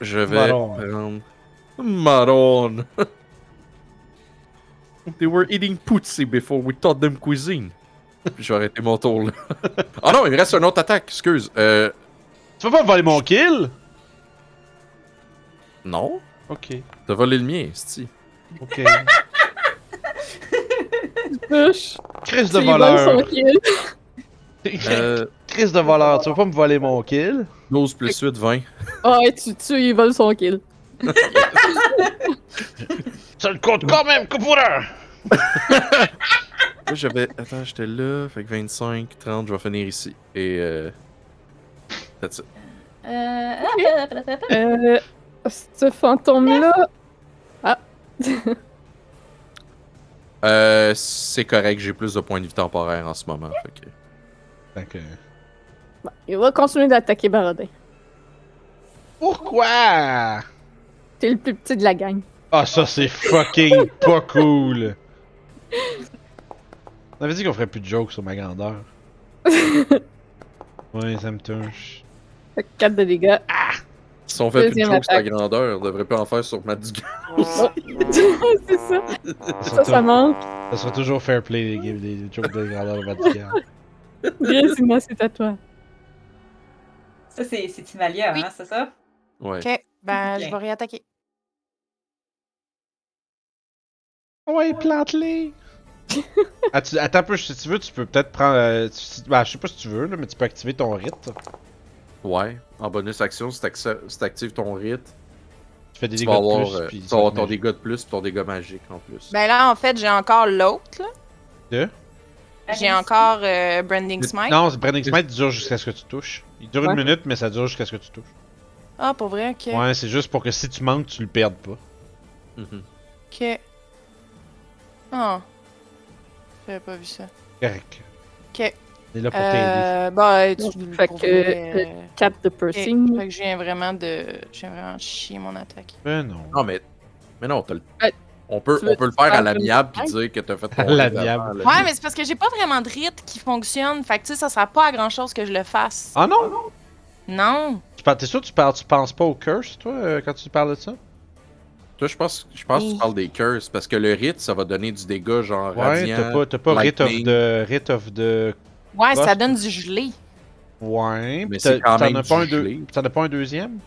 [SPEAKER 5] je vais
[SPEAKER 2] Marron.
[SPEAKER 5] prendre... Maron! They were eating poutine before we taught them cuisine. Puis je vais arrêter mon tour là. Ah non, il me reste une autre attaque, excuse. Euh,
[SPEAKER 2] Tu vas pas voler mon kill?
[SPEAKER 5] non?
[SPEAKER 2] Ok,
[SPEAKER 5] T'as volé le mien, Sty.
[SPEAKER 2] ok.
[SPEAKER 1] touche.
[SPEAKER 2] Crise
[SPEAKER 1] Tu
[SPEAKER 2] de
[SPEAKER 1] lui voles son
[SPEAKER 2] voleur.
[SPEAKER 1] kill.
[SPEAKER 5] Euh,
[SPEAKER 2] Crise de voleur, tu vas pas me voler mon kill.
[SPEAKER 5] 12 plus 8, 20.
[SPEAKER 1] Ouais, tu tues, il vole son kill.
[SPEAKER 2] Ça le compte quand même, coureur!
[SPEAKER 5] Là, j'avais. Attends, j'étais là. Fait que 25, 30, je vais finir ici. Et. Euh... That's it.
[SPEAKER 4] Euh...
[SPEAKER 1] Euh, ce fantôme-là,
[SPEAKER 5] Euh, c'est correct, j'ai plus de points de vie temporaire en ce moment. Fait que...
[SPEAKER 2] Fait que-
[SPEAKER 1] il va continuer d'attaquer Baradin.
[SPEAKER 2] Pourquoi? Ah,
[SPEAKER 1] T'es le plus petit de la gang.
[SPEAKER 2] ça c'est fucking pas cool. On avait dit qu'on ferait plus de jokes sur ma grandeur. ouais, ça me touche.
[SPEAKER 1] Fait que 4 de dégâts.
[SPEAKER 5] Si on fait plus de
[SPEAKER 1] Deuxième
[SPEAKER 5] jokes sur la
[SPEAKER 1] attaque.
[SPEAKER 5] grandeur, on devrait pas en faire sur ma disgue.
[SPEAKER 1] C'est ça. Ça, ça manque.
[SPEAKER 2] Ça sera toujours fair play les, games- les jokes de grandeur de Vatican.
[SPEAKER 1] Grésina, c'est à toi.
[SPEAKER 4] Ça, c'est c'est Imalia,
[SPEAKER 6] Oui.
[SPEAKER 4] hein, c'est ça?
[SPEAKER 5] Ouais.
[SPEAKER 6] Ok, ben
[SPEAKER 4] Ok.
[SPEAKER 6] je vais réattaquer.
[SPEAKER 2] Ouais, plante-les! Ah, tu- attends un peu, si tu veux, tu peux peut-être prendre. euh, tu- si- bah, je sais pas si tu veux, là, mais tu peux activer ton rite.
[SPEAKER 5] Ouais. En bonus action, si t'acce- si t'actives ton rite,
[SPEAKER 2] Tu fais des
[SPEAKER 5] tu
[SPEAKER 2] dégâts
[SPEAKER 5] vas avoir
[SPEAKER 2] de
[SPEAKER 5] euh,
[SPEAKER 2] plus.
[SPEAKER 5] tu
[SPEAKER 2] Puis
[SPEAKER 5] vas avoir ton dégât de plus puis ton dégât magique en plus.
[SPEAKER 6] Ben là en fait j'ai encore l'autre. là. J'ai
[SPEAKER 4] Allez,
[SPEAKER 6] encore euh, Branding Smite.
[SPEAKER 2] Non, c'est Branding Smite dure jusqu'à ce que tu touches. Il dure
[SPEAKER 1] Ouais.
[SPEAKER 2] une minute, mais ça dure jusqu'à ce que tu touches.
[SPEAKER 6] Ah pour vrai, ok.
[SPEAKER 2] Ouais, c'est juste pour que si tu manques, tu le perdes pas.
[SPEAKER 5] Mhm.
[SPEAKER 6] Ok. Ah. J'avais pas vu ça.
[SPEAKER 2] Correct.
[SPEAKER 6] Ok.
[SPEAKER 2] On est là pour t'aider.
[SPEAKER 6] Euh, bah, tu
[SPEAKER 1] Donc, fait
[SPEAKER 6] pour
[SPEAKER 1] que-
[SPEAKER 6] vrai, euh,
[SPEAKER 1] 4 de
[SPEAKER 6] ok.
[SPEAKER 1] piercing.
[SPEAKER 6] Fait que je viens vraiment de. Je viens vraiment de chier mon attaque.
[SPEAKER 2] Ben non.
[SPEAKER 5] Non, mais. Mais non, t'as le-
[SPEAKER 1] Euh,
[SPEAKER 5] On peut,
[SPEAKER 1] tu veux-
[SPEAKER 5] on peut le faire
[SPEAKER 1] Ah, tu
[SPEAKER 5] à
[SPEAKER 1] veux-
[SPEAKER 5] l'amiable puis dire que t'as fait
[SPEAKER 2] À
[SPEAKER 5] ton rite
[SPEAKER 2] l'amiable.
[SPEAKER 5] avant, là.
[SPEAKER 6] Ouais, mais c'est parce que j'ai pas vraiment de rite qui fonctionne. Fait que tu sais, ça sert pas à grand chose que je le fasse.
[SPEAKER 2] Ah non!
[SPEAKER 6] Non.
[SPEAKER 2] Tu penses- T'es sûr que tu, parles, tu penses pas au curse, toi, euh, quand tu parles de ça?
[SPEAKER 5] Toi, je pense, je pense que
[SPEAKER 6] Oui.
[SPEAKER 5] tu parles des curses parce que le rite, ça va donner du dégât genre
[SPEAKER 2] Ouais,
[SPEAKER 5] radiant.
[SPEAKER 2] t'as pas, t'as pas Rite of
[SPEAKER 5] lightning.
[SPEAKER 2] the. Rite of the. Bah,
[SPEAKER 6] Ouais, ça
[SPEAKER 2] je-
[SPEAKER 6] donne du gelé.
[SPEAKER 2] Ouais.
[SPEAKER 5] Mais
[SPEAKER 2] pis t'as-
[SPEAKER 5] c'est quand
[SPEAKER 2] t'en
[SPEAKER 5] même
[SPEAKER 2] as pas
[SPEAKER 5] du
[SPEAKER 2] un deux-
[SPEAKER 5] gelé.
[SPEAKER 2] T'en as pas un deuxième?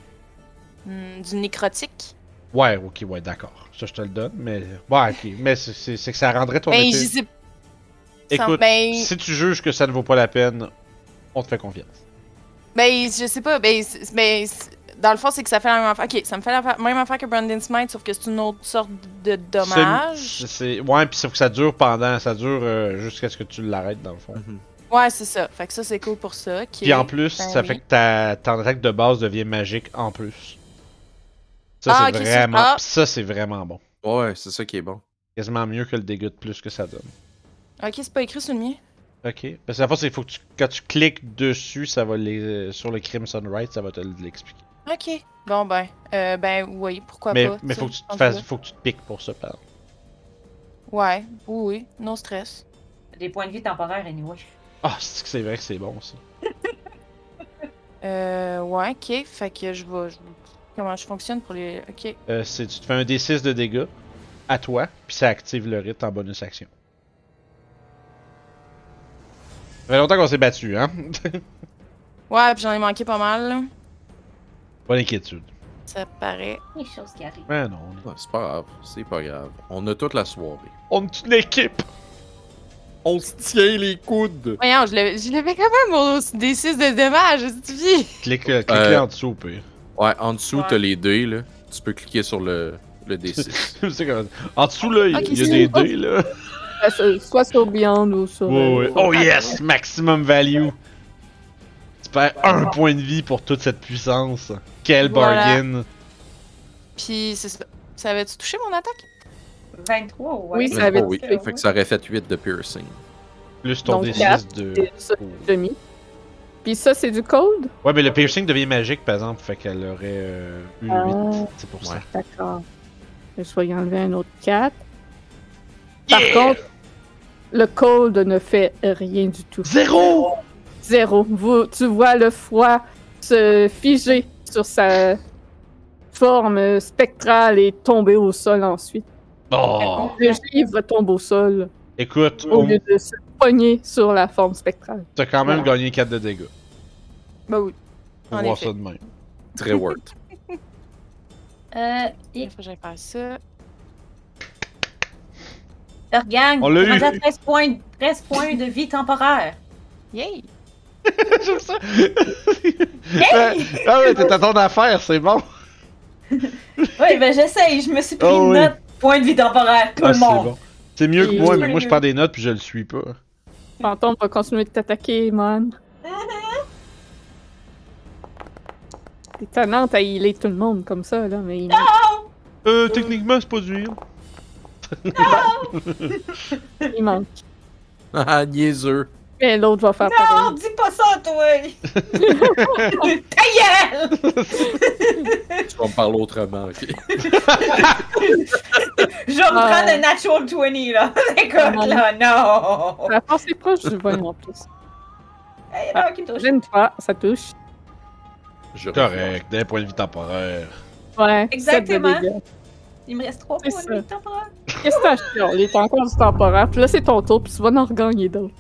[SPEAKER 6] Hmm, du nécrotique.
[SPEAKER 2] Ouais, ok, ouais, d'accord. Ça, je te le donne, mais. Ouais, ok. Mais c'est- c'est c'est que ça rendrait ton
[SPEAKER 6] Ben,
[SPEAKER 2] effet-
[SPEAKER 6] je sais ça-
[SPEAKER 2] Écoute,
[SPEAKER 6] ben-
[SPEAKER 2] si tu juges que ça ne vaut pas la peine, on te fait confiance.
[SPEAKER 6] Ben, je sais pas. Ben, c'est- ben, c'est- dans le fond, c'est que ça fait la même affaire. Ok, ça me fait la fa- même affaire que Branding Smite, sauf que c'est une autre sorte de dommage.
[SPEAKER 2] C'est- c'est- Ouais, puis sauf que ça dure pendant. Ça dure euh, jusqu'à ce que tu l'arrêtes, dans le fond.
[SPEAKER 6] Ouais, c'est ça. Fait que ça, c'est cool pour ça. ok.
[SPEAKER 2] Puis en plus,
[SPEAKER 6] Ben
[SPEAKER 2] ça
[SPEAKER 6] oui.
[SPEAKER 2] fait que ta, ton attaque de base devient magique en plus. Ça,
[SPEAKER 6] Ah,
[SPEAKER 2] c'est
[SPEAKER 6] ok, c'est-
[SPEAKER 2] vraiment...
[SPEAKER 6] ah.
[SPEAKER 2] pis Ça, c'est vraiment bon.
[SPEAKER 5] Ouais, c'est ça qui est bon.
[SPEAKER 2] Quasiment mieux que le dégât de plus que ça donne.
[SPEAKER 6] Ok, c'est pas écrit sur le mien.
[SPEAKER 2] Ok. Parce que la force, c'est faut que tu, quand tu cliques dessus, ça va les, euh, sur le Crimson Right, ça va te l'expliquer.
[SPEAKER 6] Ok. Bon, ben, euh, ben, oui, pourquoi
[SPEAKER 2] Mais,
[SPEAKER 6] pas.
[SPEAKER 2] mais
[SPEAKER 6] sais,
[SPEAKER 2] faut, que tu te
[SPEAKER 6] rendu
[SPEAKER 2] fasses,
[SPEAKER 6] là.
[SPEAKER 2] faut que tu te piques pour ça, pardon.
[SPEAKER 6] Ouais, oui, oui, non stress.
[SPEAKER 4] Des points de vie temporaires, anyway.
[SPEAKER 2] Ah, c'est que c'est vrai que c'est bon, ça.
[SPEAKER 6] Euh, ouais, ok. Fait que je vais. je- Comment je fonctionne pour les. Ok.
[SPEAKER 2] Euh, c'est- tu te fais un D6 de dégâts à toi, puis ça active le rite en bonus action. Ça fait longtemps qu'on s'est battu, hein?
[SPEAKER 6] Ouais, puis j'en ai manqué pas mal. là.
[SPEAKER 2] Pas d'inquiétude.
[SPEAKER 6] Ça paraît.
[SPEAKER 4] Des choses qui arrivent.
[SPEAKER 2] Mais Ben non, on est-
[SPEAKER 5] Ouais, c'est pas grave, c'est pas grave. On a toute la soirée.
[SPEAKER 2] on est une équipe!
[SPEAKER 5] On se tient les coudes.
[SPEAKER 6] Voyons, je l'avais je l'avais quand même au des 6 de dommage, tu vis.
[SPEAKER 2] Clique, euh, clique
[SPEAKER 5] Euh,
[SPEAKER 2] en dessous au pire.
[SPEAKER 5] Ouais, en dessous,
[SPEAKER 4] Ouais.
[SPEAKER 5] t'as les dés, là. Tu peux cliquer sur le, le D6.
[SPEAKER 2] Tu sais comment- en dessous là, il
[SPEAKER 6] Ok,
[SPEAKER 2] il y a
[SPEAKER 6] c'est-
[SPEAKER 2] des dés là.
[SPEAKER 1] Euh, sur- Soit sur Beyond ou sur.
[SPEAKER 2] Ouais,
[SPEAKER 1] euh,
[SPEAKER 2] ouais.
[SPEAKER 1] sur-
[SPEAKER 2] Oh yes! Maximum value! Tu perds un point de vie pour toute cette puissance. Quel
[SPEAKER 6] Voilà.
[SPEAKER 2] bargain!
[SPEAKER 6] Puis c'est ça. Ça avait-tu touché mon attaque?
[SPEAKER 4] 23, ouais.
[SPEAKER 1] Oui, ça
[SPEAKER 5] Mais
[SPEAKER 1] avait
[SPEAKER 5] bon, oui.
[SPEAKER 1] été hein.
[SPEAKER 5] Fait que ça aurait fait 8 de piercing.
[SPEAKER 2] Plus ton
[SPEAKER 1] Donc,
[SPEAKER 2] D6
[SPEAKER 1] quatre.
[SPEAKER 2] de.
[SPEAKER 1] Et ça, demi. Puis ça, c'est du cold?
[SPEAKER 2] Ouais, mais le piercing devient magique par exemple, fait qu'elle aurait euh, eu
[SPEAKER 1] Ah.
[SPEAKER 2] 8. C'est pour ça.
[SPEAKER 5] Ouais.
[SPEAKER 1] D'accord. Je vais y enlever un autre 4. Par contre, le cold ne fait rien du tout.
[SPEAKER 2] Zéro!
[SPEAKER 1] Zéro. Vous- tu vois le froid se figer sur sa forme spectrale et tomber au sol ensuite.
[SPEAKER 2] Oh!
[SPEAKER 1] Le givre tombe au sol
[SPEAKER 2] Écoute,
[SPEAKER 1] au
[SPEAKER 2] au-
[SPEAKER 1] lieu de se pogner sur la forme spectrale.
[SPEAKER 2] t'as quand même gagné 4 de dégâts.
[SPEAKER 6] Bah oui.
[SPEAKER 2] Faut
[SPEAKER 6] En
[SPEAKER 2] voir
[SPEAKER 6] effet.
[SPEAKER 2] ça de même.
[SPEAKER 5] Très worth.
[SPEAKER 4] Euh,
[SPEAKER 6] Il
[SPEAKER 4] et-
[SPEAKER 6] faut que j'aille faire ça.
[SPEAKER 4] Leur gang,
[SPEAKER 2] On l'a
[SPEAKER 4] t'es rendu
[SPEAKER 2] eu.
[SPEAKER 4] à 13 points, 13 points de vie temporaire.
[SPEAKER 6] Yay!
[SPEAKER 2] J'aime ça. ah ouais, t'es à ton affaire, c'est bon.
[SPEAKER 4] Oui, ben j'essaye, je me suis pris
[SPEAKER 2] Oh
[SPEAKER 4] une
[SPEAKER 2] oui.
[SPEAKER 4] note. Point de vie temporaire, tout
[SPEAKER 2] Ah,
[SPEAKER 4] le
[SPEAKER 2] c'est
[SPEAKER 4] monde.
[SPEAKER 2] bon. C'est mieux que
[SPEAKER 1] Et-
[SPEAKER 2] moi, mais moi je prends des notes puis je le suis pas.
[SPEAKER 1] Fantôme va continuer de t'attaquer, man.
[SPEAKER 4] Uh-huh.
[SPEAKER 1] C'est tannant à healer tout le monde comme ça, là, mais il meurt,
[SPEAKER 2] Euh, techniquement, c'est pas du heal.
[SPEAKER 1] il manque.
[SPEAKER 5] Ah, niaiseux.
[SPEAKER 1] Mais l'autre va faire
[SPEAKER 4] Non,
[SPEAKER 1] pareil.
[SPEAKER 4] dis pas ça, toi! Ta gueule!
[SPEAKER 5] Tu vas me parler autrement, ok?
[SPEAKER 4] Je vais reprendre
[SPEAKER 1] Ah.
[SPEAKER 4] un natural 20, là.
[SPEAKER 1] Ah.
[SPEAKER 4] Écoute, là, non!
[SPEAKER 1] La force est proche du voyant en plus.
[SPEAKER 4] Hey, non, qui me touche.
[SPEAKER 1] Gêne-toi, ça touche.
[SPEAKER 5] Je
[SPEAKER 2] Correct, d'un point de vue temporaire.
[SPEAKER 1] Ouais,
[SPEAKER 4] Exactement.
[SPEAKER 1] sept de dégâts.
[SPEAKER 4] Il me reste 3
[SPEAKER 1] C'est
[SPEAKER 4] points
[SPEAKER 1] ça.
[SPEAKER 4] de vie temporaire.
[SPEAKER 1] Qu'est-ce que t'as acheté? On est encore du temporaire. Puis là, c'est ton tour, puis tu vas en regagner d'autres.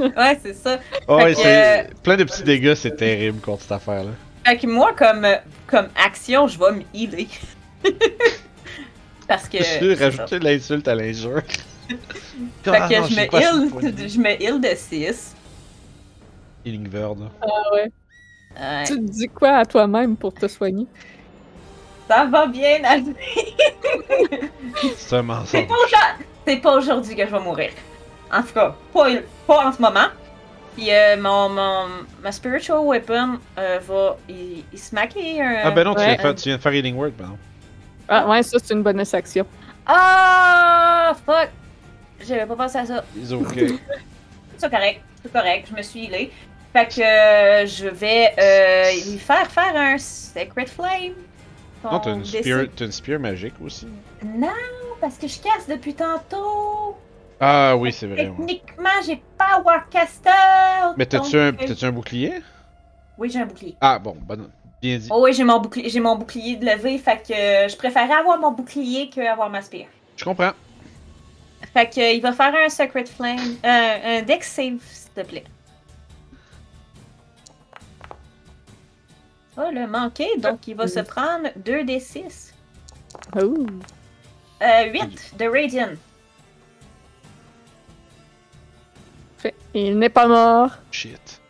[SPEAKER 4] Ouais, c'est ça.
[SPEAKER 2] Oh,
[SPEAKER 4] Fait
[SPEAKER 2] ouais,
[SPEAKER 4] que-
[SPEAKER 2] c'est plein de petits dégâts, c'est terrible contre cette affaire-là.
[SPEAKER 4] Fait que moi, comme, comme action, je vais me healer. Parce que.
[SPEAKER 2] Je vais rajouter de l'insulte à l'injure.
[SPEAKER 4] Fait
[SPEAKER 2] Ah,
[SPEAKER 4] que je, me heal, je me heal de 6.
[SPEAKER 2] Healing Word.
[SPEAKER 4] Ouais,
[SPEAKER 1] Tu te dis quoi à toi-même pour te soigner?
[SPEAKER 4] ça va bien aller.
[SPEAKER 2] C'est un
[SPEAKER 4] C'est
[SPEAKER 2] mensonge.
[SPEAKER 4] pas, aujourd- c'est pas aujourd'hui que je vais mourir. En tout cas, pas, pas en ce moment. Puis euh, mon, mon, ma spiritual weapon euh, va il, il smacker euh, un.
[SPEAKER 2] Ah ben non, tu,
[SPEAKER 1] Ouais.
[SPEAKER 2] viens de faire, tu viens de faire Healing Word, ben pardon.
[SPEAKER 1] Ah, ouais, ça, c'est une bonus action.
[SPEAKER 4] Ah fuck! J'avais pas pensé à ça.
[SPEAKER 2] Ils ont ok.
[SPEAKER 4] C'est correct, c'est correct. Je me suis healée. Fait que euh, je vais euh, lui faire faire un Sacred Flame.
[SPEAKER 2] Non, t'as une,
[SPEAKER 4] Ton
[SPEAKER 2] spear, t'as une spear magique aussi.
[SPEAKER 4] décès- Non, parce que je casse depuis tantôt.
[SPEAKER 2] Ah oui, c'est vrai. ouais.
[SPEAKER 4] Techniquement, j'ai pas Warcaster.
[SPEAKER 2] Mais t'as-tu un,
[SPEAKER 4] donc, euh,
[SPEAKER 2] t'as-tu un bouclier?
[SPEAKER 4] Oui, j'ai un bouclier.
[SPEAKER 2] Ah bon, bonne- bien dit.
[SPEAKER 4] Oh oui, j'ai mon, bouclier, j'ai mon bouclier de levé, fait que euh, je préférais avoir mon bouclier que avoir ma spear.
[SPEAKER 2] Je comprends.
[SPEAKER 4] Fait que euh, il va faire un Sacred Flame, euh, un Dex save, s'il te plaît. Oh, le manqué, donc il va se prendre 2d6.
[SPEAKER 1] Ouh.
[SPEAKER 4] Euh, 8 de Radiant.
[SPEAKER 1] Fait. Il n'est pas mort.
[SPEAKER 2] Shit.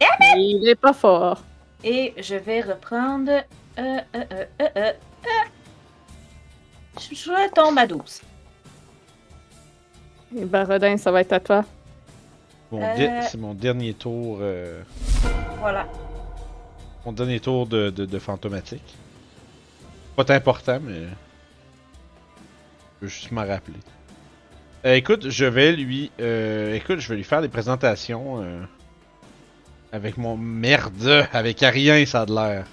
[SPEAKER 1] mais Il n'est pas fort.
[SPEAKER 4] Et je vais reprendre. Euh, euh, euh, euh, euh, euh. Je- Je tombe à 12.
[SPEAKER 1] Et ben, Rodin, ça va être à toi.
[SPEAKER 2] Mon
[SPEAKER 4] Euh.
[SPEAKER 2] dé- C'est mon dernier tour. euh,
[SPEAKER 4] Voilà.
[SPEAKER 2] mon dernier tour de, de, de fantomatique. Pas tant important, mais. Je veux juste m'en rappeler. Euh, écoute, je vais lui. euh, écoute, je vais lui faire des présentations. euh, avec mon merde. Avec rien, ça a de l'air.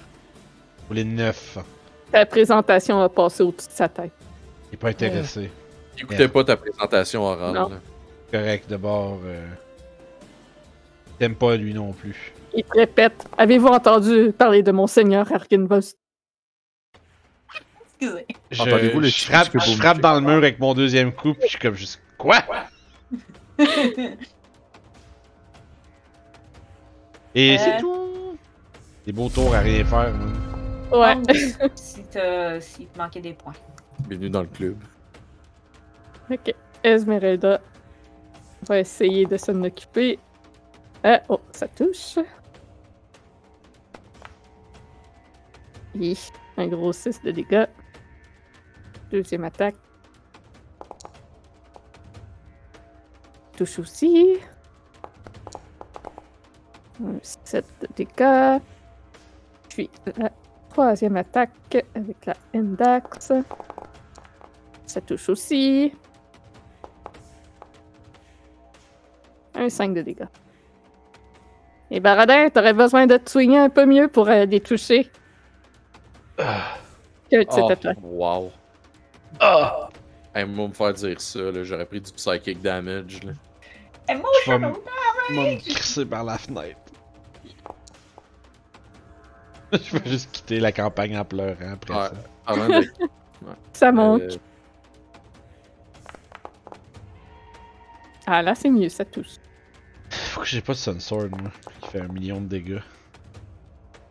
[SPEAKER 2] Pour les neuf.
[SPEAKER 1] Ta présentation a passé au-dessus de sa tête.
[SPEAKER 2] Il est pas intéressé.
[SPEAKER 5] J'écoutais pas ta présentation orale.
[SPEAKER 1] Non.
[SPEAKER 5] là.
[SPEAKER 2] Correct, d'abord. Euh... T'aimes pas lui non plus.
[SPEAKER 1] Il te répète Avez-vous entendu parler de Monseigneur Arkinvost
[SPEAKER 4] Excusez.
[SPEAKER 2] Je,
[SPEAKER 5] Entendez-vous les
[SPEAKER 2] je frappe,
[SPEAKER 5] petits
[SPEAKER 2] je
[SPEAKER 5] boum-
[SPEAKER 2] frappe dans le mur avec mon deuxième coup, puis je suis comme juste. Quoi? Et c'est
[SPEAKER 4] Euh.
[SPEAKER 2] tout! Des beaux tours à rien faire, hein. moi.
[SPEAKER 1] Ouais.
[SPEAKER 4] si, t'as- si te manquait des points.
[SPEAKER 5] Bienvenue dans le club.
[SPEAKER 1] ok. Esmeralda va essayer de s'en occuper. Euh, oh, ça touche. Hi, un gros 6 de dégâts. Deuxième attaque. Touche aussi. Un 7 de dégâts. Puis la troisième attaque avec la Endax. Ça touche aussi. Un 5 de dégâts. Et Baradin, t'aurais besoin de te soigner un peu mieux pour euh, les toucher. Que tu
[SPEAKER 5] Oh,
[SPEAKER 1] t'es toi.
[SPEAKER 5] wow. Ah. Hey, moi, me faire dire ça, là, j'aurais pris du psychic damage. Là.
[SPEAKER 4] Eh,
[SPEAKER 2] Je vais m- je vais me crisser par la fenêtre. Je vais juste quitter la campagne en pleurant après
[SPEAKER 5] Ouais.
[SPEAKER 2] ça.
[SPEAKER 5] Avant de-
[SPEAKER 1] Ça manque.
[SPEAKER 5] euh,
[SPEAKER 1] Ah là, c'est mieux, ça touche.
[SPEAKER 2] Faut que j'ai pas de Sun Sword, moi, qui fait un million de dégâts.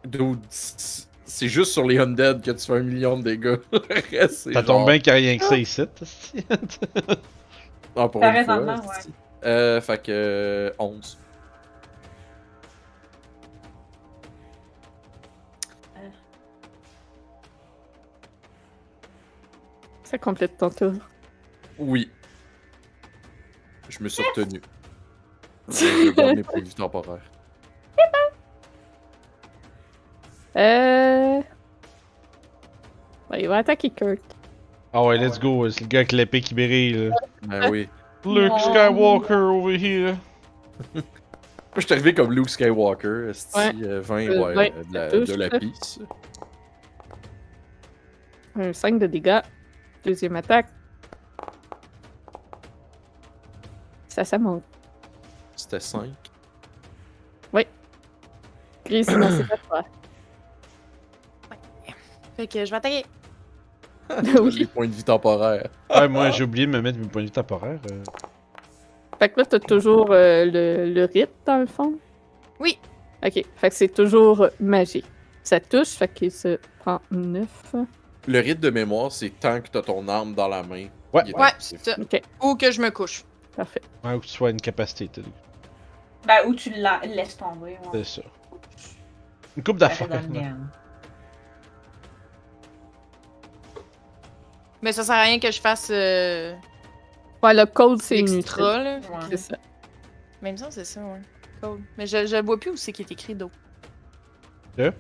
[SPEAKER 5] dude, c'est c'est juste sur les undead que tu fais un million de dégâts. Le reste, c'est
[SPEAKER 2] Ça
[SPEAKER 5] genre-
[SPEAKER 2] tombe bien qu'il y a rien que ça ici.
[SPEAKER 5] Ah, pour une fois.
[SPEAKER 4] Apparemment, ouais.
[SPEAKER 5] Euh, fait que euh, 11.
[SPEAKER 1] Ça complète ton tour.
[SPEAKER 5] Oui. Je me suis retenu. Je garde mes prévus temporaires.
[SPEAKER 1] Euh... ouais, il va attaquer Kirk.
[SPEAKER 2] Ah ouais, let's go, c'est le gars avec l'épée qui brille. là.
[SPEAKER 5] Ben oui.
[SPEAKER 2] Luke
[SPEAKER 4] Non.
[SPEAKER 2] Skywalker over here.
[SPEAKER 5] Moi, je suis arrivé comme Luke Skywalker, esti,
[SPEAKER 1] Ouais.
[SPEAKER 5] euh, 20,
[SPEAKER 1] Euh,
[SPEAKER 5] ouais,
[SPEAKER 1] vingt,
[SPEAKER 5] euh, de la,
[SPEAKER 1] ça touche,
[SPEAKER 5] de la
[SPEAKER 1] ça.
[SPEAKER 5] pisse.
[SPEAKER 1] Un 5 de dégâts. Deuxième attaque. Ça, ça monte.
[SPEAKER 5] C'était 5.
[SPEAKER 1] Chris, non, c'est pas toi.
[SPEAKER 6] Fait que je vais attaquer.
[SPEAKER 5] Les
[SPEAKER 1] oui.
[SPEAKER 5] points de vie temporaires.
[SPEAKER 2] Ouais, moi j'ai oublié de me mettre mes points de vue temporaires. euh.
[SPEAKER 1] Fait que là, t'as toujours euh, le, le rite, dans le fond?
[SPEAKER 6] Oui.
[SPEAKER 1] Ok. Fait que c'est toujours magie. Ça touche, fait qu'il se prend 9.
[SPEAKER 5] Le rite de mémoire, c'est tant que t'as ton arme dans la main.
[SPEAKER 2] Ouais.
[SPEAKER 5] il est
[SPEAKER 6] Ouais,
[SPEAKER 5] actif.
[SPEAKER 6] c'est ça.
[SPEAKER 1] Ok.
[SPEAKER 6] Ou que je me couche.
[SPEAKER 1] Parfait.
[SPEAKER 2] Ouais, ou que tu sois à une capacité, t'as dit.
[SPEAKER 4] Ben, ou tu la laisses tomber. ouais.
[SPEAKER 2] C'est ça. Une coupe
[SPEAKER 4] Ça fait
[SPEAKER 2] d'affaires.
[SPEAKER 4] dans le
[SPEAKER 2] là.
[SPEAKER 4] miam.
[SPEAKER 6] Mais ça sert à rien que je fasse euh,
[SPEAKER 1] Ouais, le code, c'est inutile.
[SPEAKER 6] l'extra, là.
[SPEAKER 4] Ouais.
[SPEAKER 1] C'est ça.
[SPEAKER 6] Même ça, c'est ça, ouais. Cool. Mais je, je vois plus où c'est qui est écrit d'eau.
[SPEAKER 2] Le?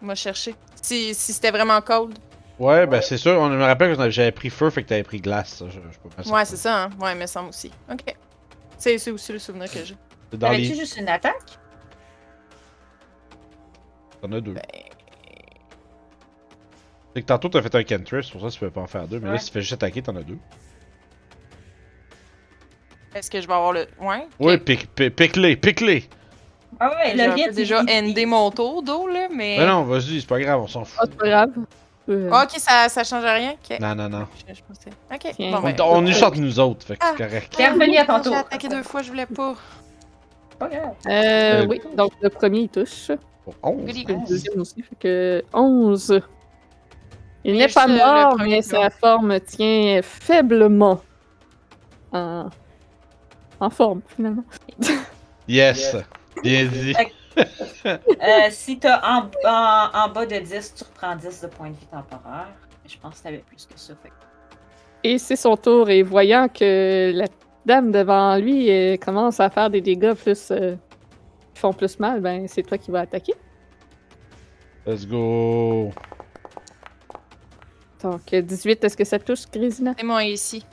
[SPEAKER 6] Moi, chercher. Si, si c'était vraiment cold.
[SPEAKER 2] Ouais, ben c'est sûr, on me rappelle que j'avais pris feu, fait que t'avais pris glace. ça, je, je peux pas
[SPEAKER 6] Ouais, c'est ça, hein. Ouais, il me semble aussi. Ok. C'est c'est aussi le souvenir que j'ai.
[SPEAKER 2] C'est dans
[SPEAKER 4] T'avais-tu
[SPEAKER 2] les.
[SPEAKER 4] juste une attaque?
[SPEAKER 2] T'en as deux.
[SPEAKER 6] Ben.
[SPEAKER 2] C'est que tantôt t'as fait un cantrip, c'est pour ça que tu peux pas en faire deux, mais là
[SPEAKER 4] Ouais.
[SPEAKER 2] si tu fais juste attaquer, t'en as deux.
[SPEAKER 6] Est-ce que je vais avoir le. Ouais. ok.
[SPEAKER 2] Ouais, pique- pique- pique-les, pique-les!
[SPEAKER 4] Ah ouais,
[SPEAKER 6] J'ai
[SPEAKER 4] le
[SPEAKER 6] un peu
[SPEAKER 4] rite.
[SPEAKER 6] déjà
[SPEAKER 4] il- il-
[SPEAKER 6] endé mon tour d'eau, là, mais.
[SPEAKER 2] Ben non, vas-y, c'est pas grave, on s'en
[SPEAKER 1] Ah,
[SPEAKER 2] fout.
[SPEAKER 1] c'est pas grave. Euh,
[SPEAKER 6] Ah, ok, ça, ça change rien. Ok.
[SPEAKER 2] Non, non, non.
[SPEAKER 6] Je, je pensais. Ok.
[SPEAKER 1] Tiens.
[SPEAKER 6] Bon,
[SPEAKER 2] On,
[SPEAKER 6] ben.
[SPEAKER 2] on est chante nous autres, fait que
[SPEAKER 6] Ah.
[SPEAKER 2] c'est correct.
[SPEAKER 4] T'es revenu à ton
[SPEAKER 6] J'ai
[SPEAKER 4] tour.
[SPEAKER 6] attaqué deux fois, je voulais pas.
[SPEAKER 4] Pas grave.
[SPEAKER 1] euh, oui, donc le premier, il touche.
[SPEAKER 2] Pour 11.
[SPEAKER 6] Goody,
[SPEAKER 1] Le
[SPEAKER 6] goody.
[SPEAKER 1] deuxième aussi, fait que 11. Il
[SPEAKER 6] Mais
[SPEAKER 1] n'est pas
[SPEAKER 6] juste, euh, le
[SPEAKER 1] mort,
[SPEAKER 6] premier
[SPEAKER 1] mais
[SPEAKER 6] qui
[SPEAKER 1] sa
[SPEAKER 6] meurt.
[SPEAKER 1] forme tient faiblement en, en forme, finalement.
[SPEAKER 2] Yes! Bien dit.
[SPEAKER 4] Euh, si t'as en, en, en bas de 10, tu reprends 10 de points de vie temporaire. Mais Je pense que t'avais plus que ça. Fait. que-
[SPEAKER 1] Et c'est son tour, et voyant que la dame devant lui euh, commence à faire des dégâts plus, euh, qui font plus mal, ben c'est toi qui vas attaquer.
[SPEAKER 2] Let's go!
[SPEAKER 1] Donc, euh, 18, est-ce que ça touche, Grisina?
[SPEAKER 6] C'est moi ici.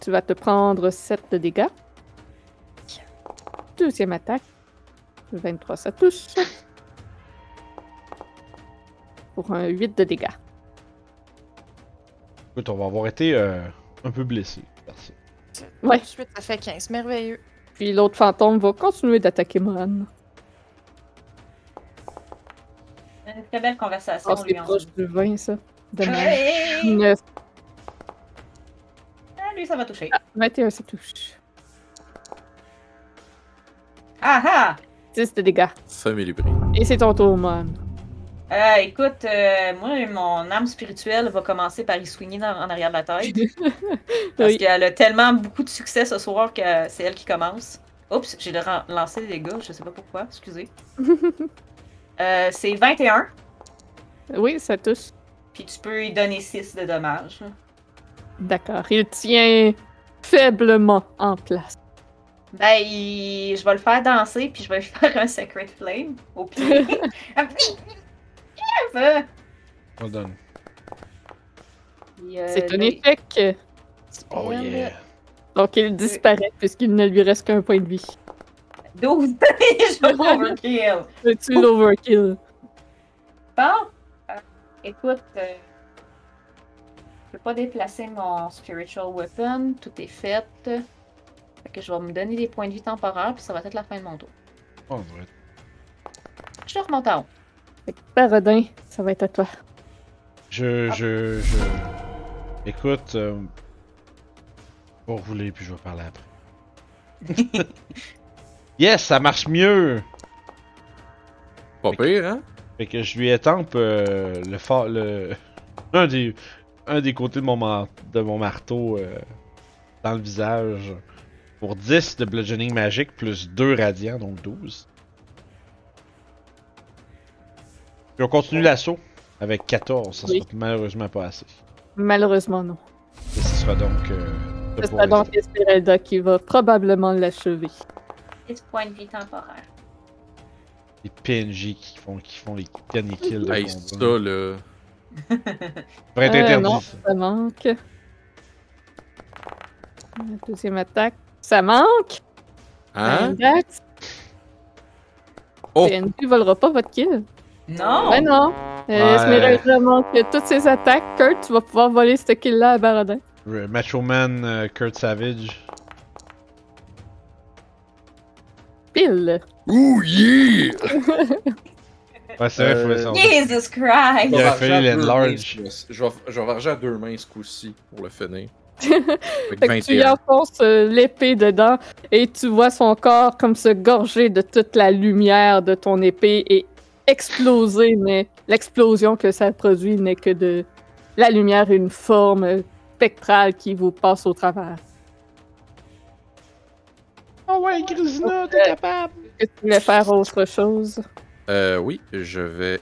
[SPEAKER 1] Tu vas te prendre 7 de dégâts. Deuxième attaque. 23, ça touche. Pour un 8 de dégâts.
[SPEAKER 2] Écoute, on va avoir été euh, un peu blessé. Merci.
[SPEAKER 1] Ouais.
[SPEAKER 6] Ensuite, ça fait 15. Merveilleux.
[SPEAKER 1] Puis l'autre fantôme va continuer d'attaquer Mohan.
[SPEAKER 4] Une Euh, très belle conversation.
[SPEAKER 1] Oh,
[SPEAKER 6] Ah,
[SPEAKER 1] c'est
[SPEAKER 4] lui, en
[SPEAKER 1] proche du 20, ça. Dommage.
[SPEAKER 4] Ouais.
[SPEAKER 1] 9,
[SPEAKER 4] Ah, lui, ça va toucher.
[SPEAKER 1] 21, ça touche.
[SPEAKER 4] Ah ah!
[SPEAKER 1] 10 de dégâts.
[SPEAKER 5] Femme et libérée.
[SPEAKER 1] Et c'est ton tour, Mohan.
[SPEAKER 4] Euh, écoute, euh, moi, mon âme spirituelle va commencer par y soigner dans- en arrière de la tête. Parce
[SPEAKER 1] Oui.
[SPEAKER 4] qu'elle a tellement beaucoup de succès ce soir que c'est elle qui commence. Oups, j'ai le ran- lancé les dégâts, je sais pas pourquoi, excusez. Euh, c'est 21,
[SPEAKER 1] Oui, ça touche.
[SPEAKER 4] puis tu peux y donner 6 de dommages.
[SPEAKER 1] D'accord. Il tient faiblement en place.
[SPEAKER 4] Ben, il- je vais le faire danser, puis je vais lui faire un Sacred Flame au pied. Un petit- Puis,
[SPEAKER 2] On donne.
[SPEAKER 4] euh,
[SPEAKER 1] C'est un
[SPEAKER 4] là, il-
[SPEAKER 1] échec.
[SPEAKER 2] Oh
[SPEAKER 4] Merde.
[SPEAKER 2] yeah!
[SPEAKER 1] Donc il disparaît puisqu'il ne lui reste qu'un point de vie.
[SPEAKER 4] 12 je vais overkill.
[SPEAKER 1] Tu l'overkill.
[SPEAKER 4] Bon, euh, écoute, euh, je peux pas déplacer mon spiritual weapon, tout est fait. Fait que je vais me donner des points de vie temporaires, puis ça va être la fin de mon tour.
[SPEAKER 2] On devrait être-
[SPEAKER 4] Je remonte en haut.
[SPEAKER 1] Fait que Parodin, ça va être à toi.
[SPEAKER 2] Je, je, je. Écoute, euh... on va rouler puis je vais parler après. yes, ça marche mieux!
[SPEAKER 5] Pas pire, hein?
[SPEAKER 2] Fait que je lui étampe euh, le fort. Le... Un des. un des côtés de mon, mar- de mon marteau euh, dans le visage pour 10 de bludgeoning magique plus 2 radiants, donc 12. Puis on continue l'assaut avec 14, ça
[SPEAKER 1] Oui.
[SPEAKER 2] sera malheureusement pas assez.
[SPEAKER 1] Malheureusement, non.
[SPEAKER 2] Et ce sera donc. euh,
[SPEAKER 1] Ce
[SPEAKER 2] pour
[SPEAKER 1] sera
[SPEAKER 2] les-
[SPEAKER 1] donc Esmeralda qui va probablement l'achever.
[SPEAKER 4] 10 points de vie temporaire.
[SPEAKER 2] les PNJ qui font, qui font les derniers kills de
[SPEAKER 5] Hey, Ah, ça, Euh,
[SPEAKER 2] combat.
[SPEAKER 5] là.
[SPEAKER 2] Pour être
[SPEAKER 1] Euh, non.
[SPEAKER 2] interdit. ça.
[SPEAKER 1] Ça manque. La deuxième attaque. Ça manque!
[SPEAKER 5] Hein?
[SPEAKER 1] Index.
[SPEAKER 5] Oh!
[SPEAKER 1] PNJ volera pas votre kill.
[SPEAKER 4] Non!
[SPEAKER 1] Ben non!
[SPEAKER 2] Ouais.
[SPEAKER 1] Euh, Esmeralda manque toutes ses attaques. Kurt, tu vas pouvoir voler ce kill-là à Baradin.
[SPEAKER 2] Euh, Macho Man, euh, Kurt Savage.
[SPEAKER 1] Pile!
[SPEAKER 5] Ouh, yeah!
[SPEAKER 2] Ouais, c'est vrai, il
[SPEAKER 5] Euh,
[SPEAKER 2] faudrait ça.
[SPEAKER 4] Jesus Christ!
[SPEAKER 2] Il a
[SPEAKER 5] Je vais
[SPEAKER 2] fallu
[SPEAKER 5] varger à deux
[SPEAKER 2] l'enlarge.
[SPEAKER 5] mains ce coup-ci. Je vais, je vais varger à deux mains ce coup-ci pour le finir. Avec
[SPEAKER 1] Fait que tu y
[SPEAKER 5] 21.
[SPEAKER 1] enfonces euh, l'épée dedans et tu vois son corps comme se gorger de toute la lumière de ton épée et exploser, mais l'explosion que ça produit n'est que de la lumière, une forme euh, spectrale qui vous passe au travers.
[SPEAKER 2] Oh ouais, Grisina, t'es capable!
[SPEAKER 1] Est-ce que tu voulais faire autre chose?
[SPEAKER 5] Euh, oui, je vais.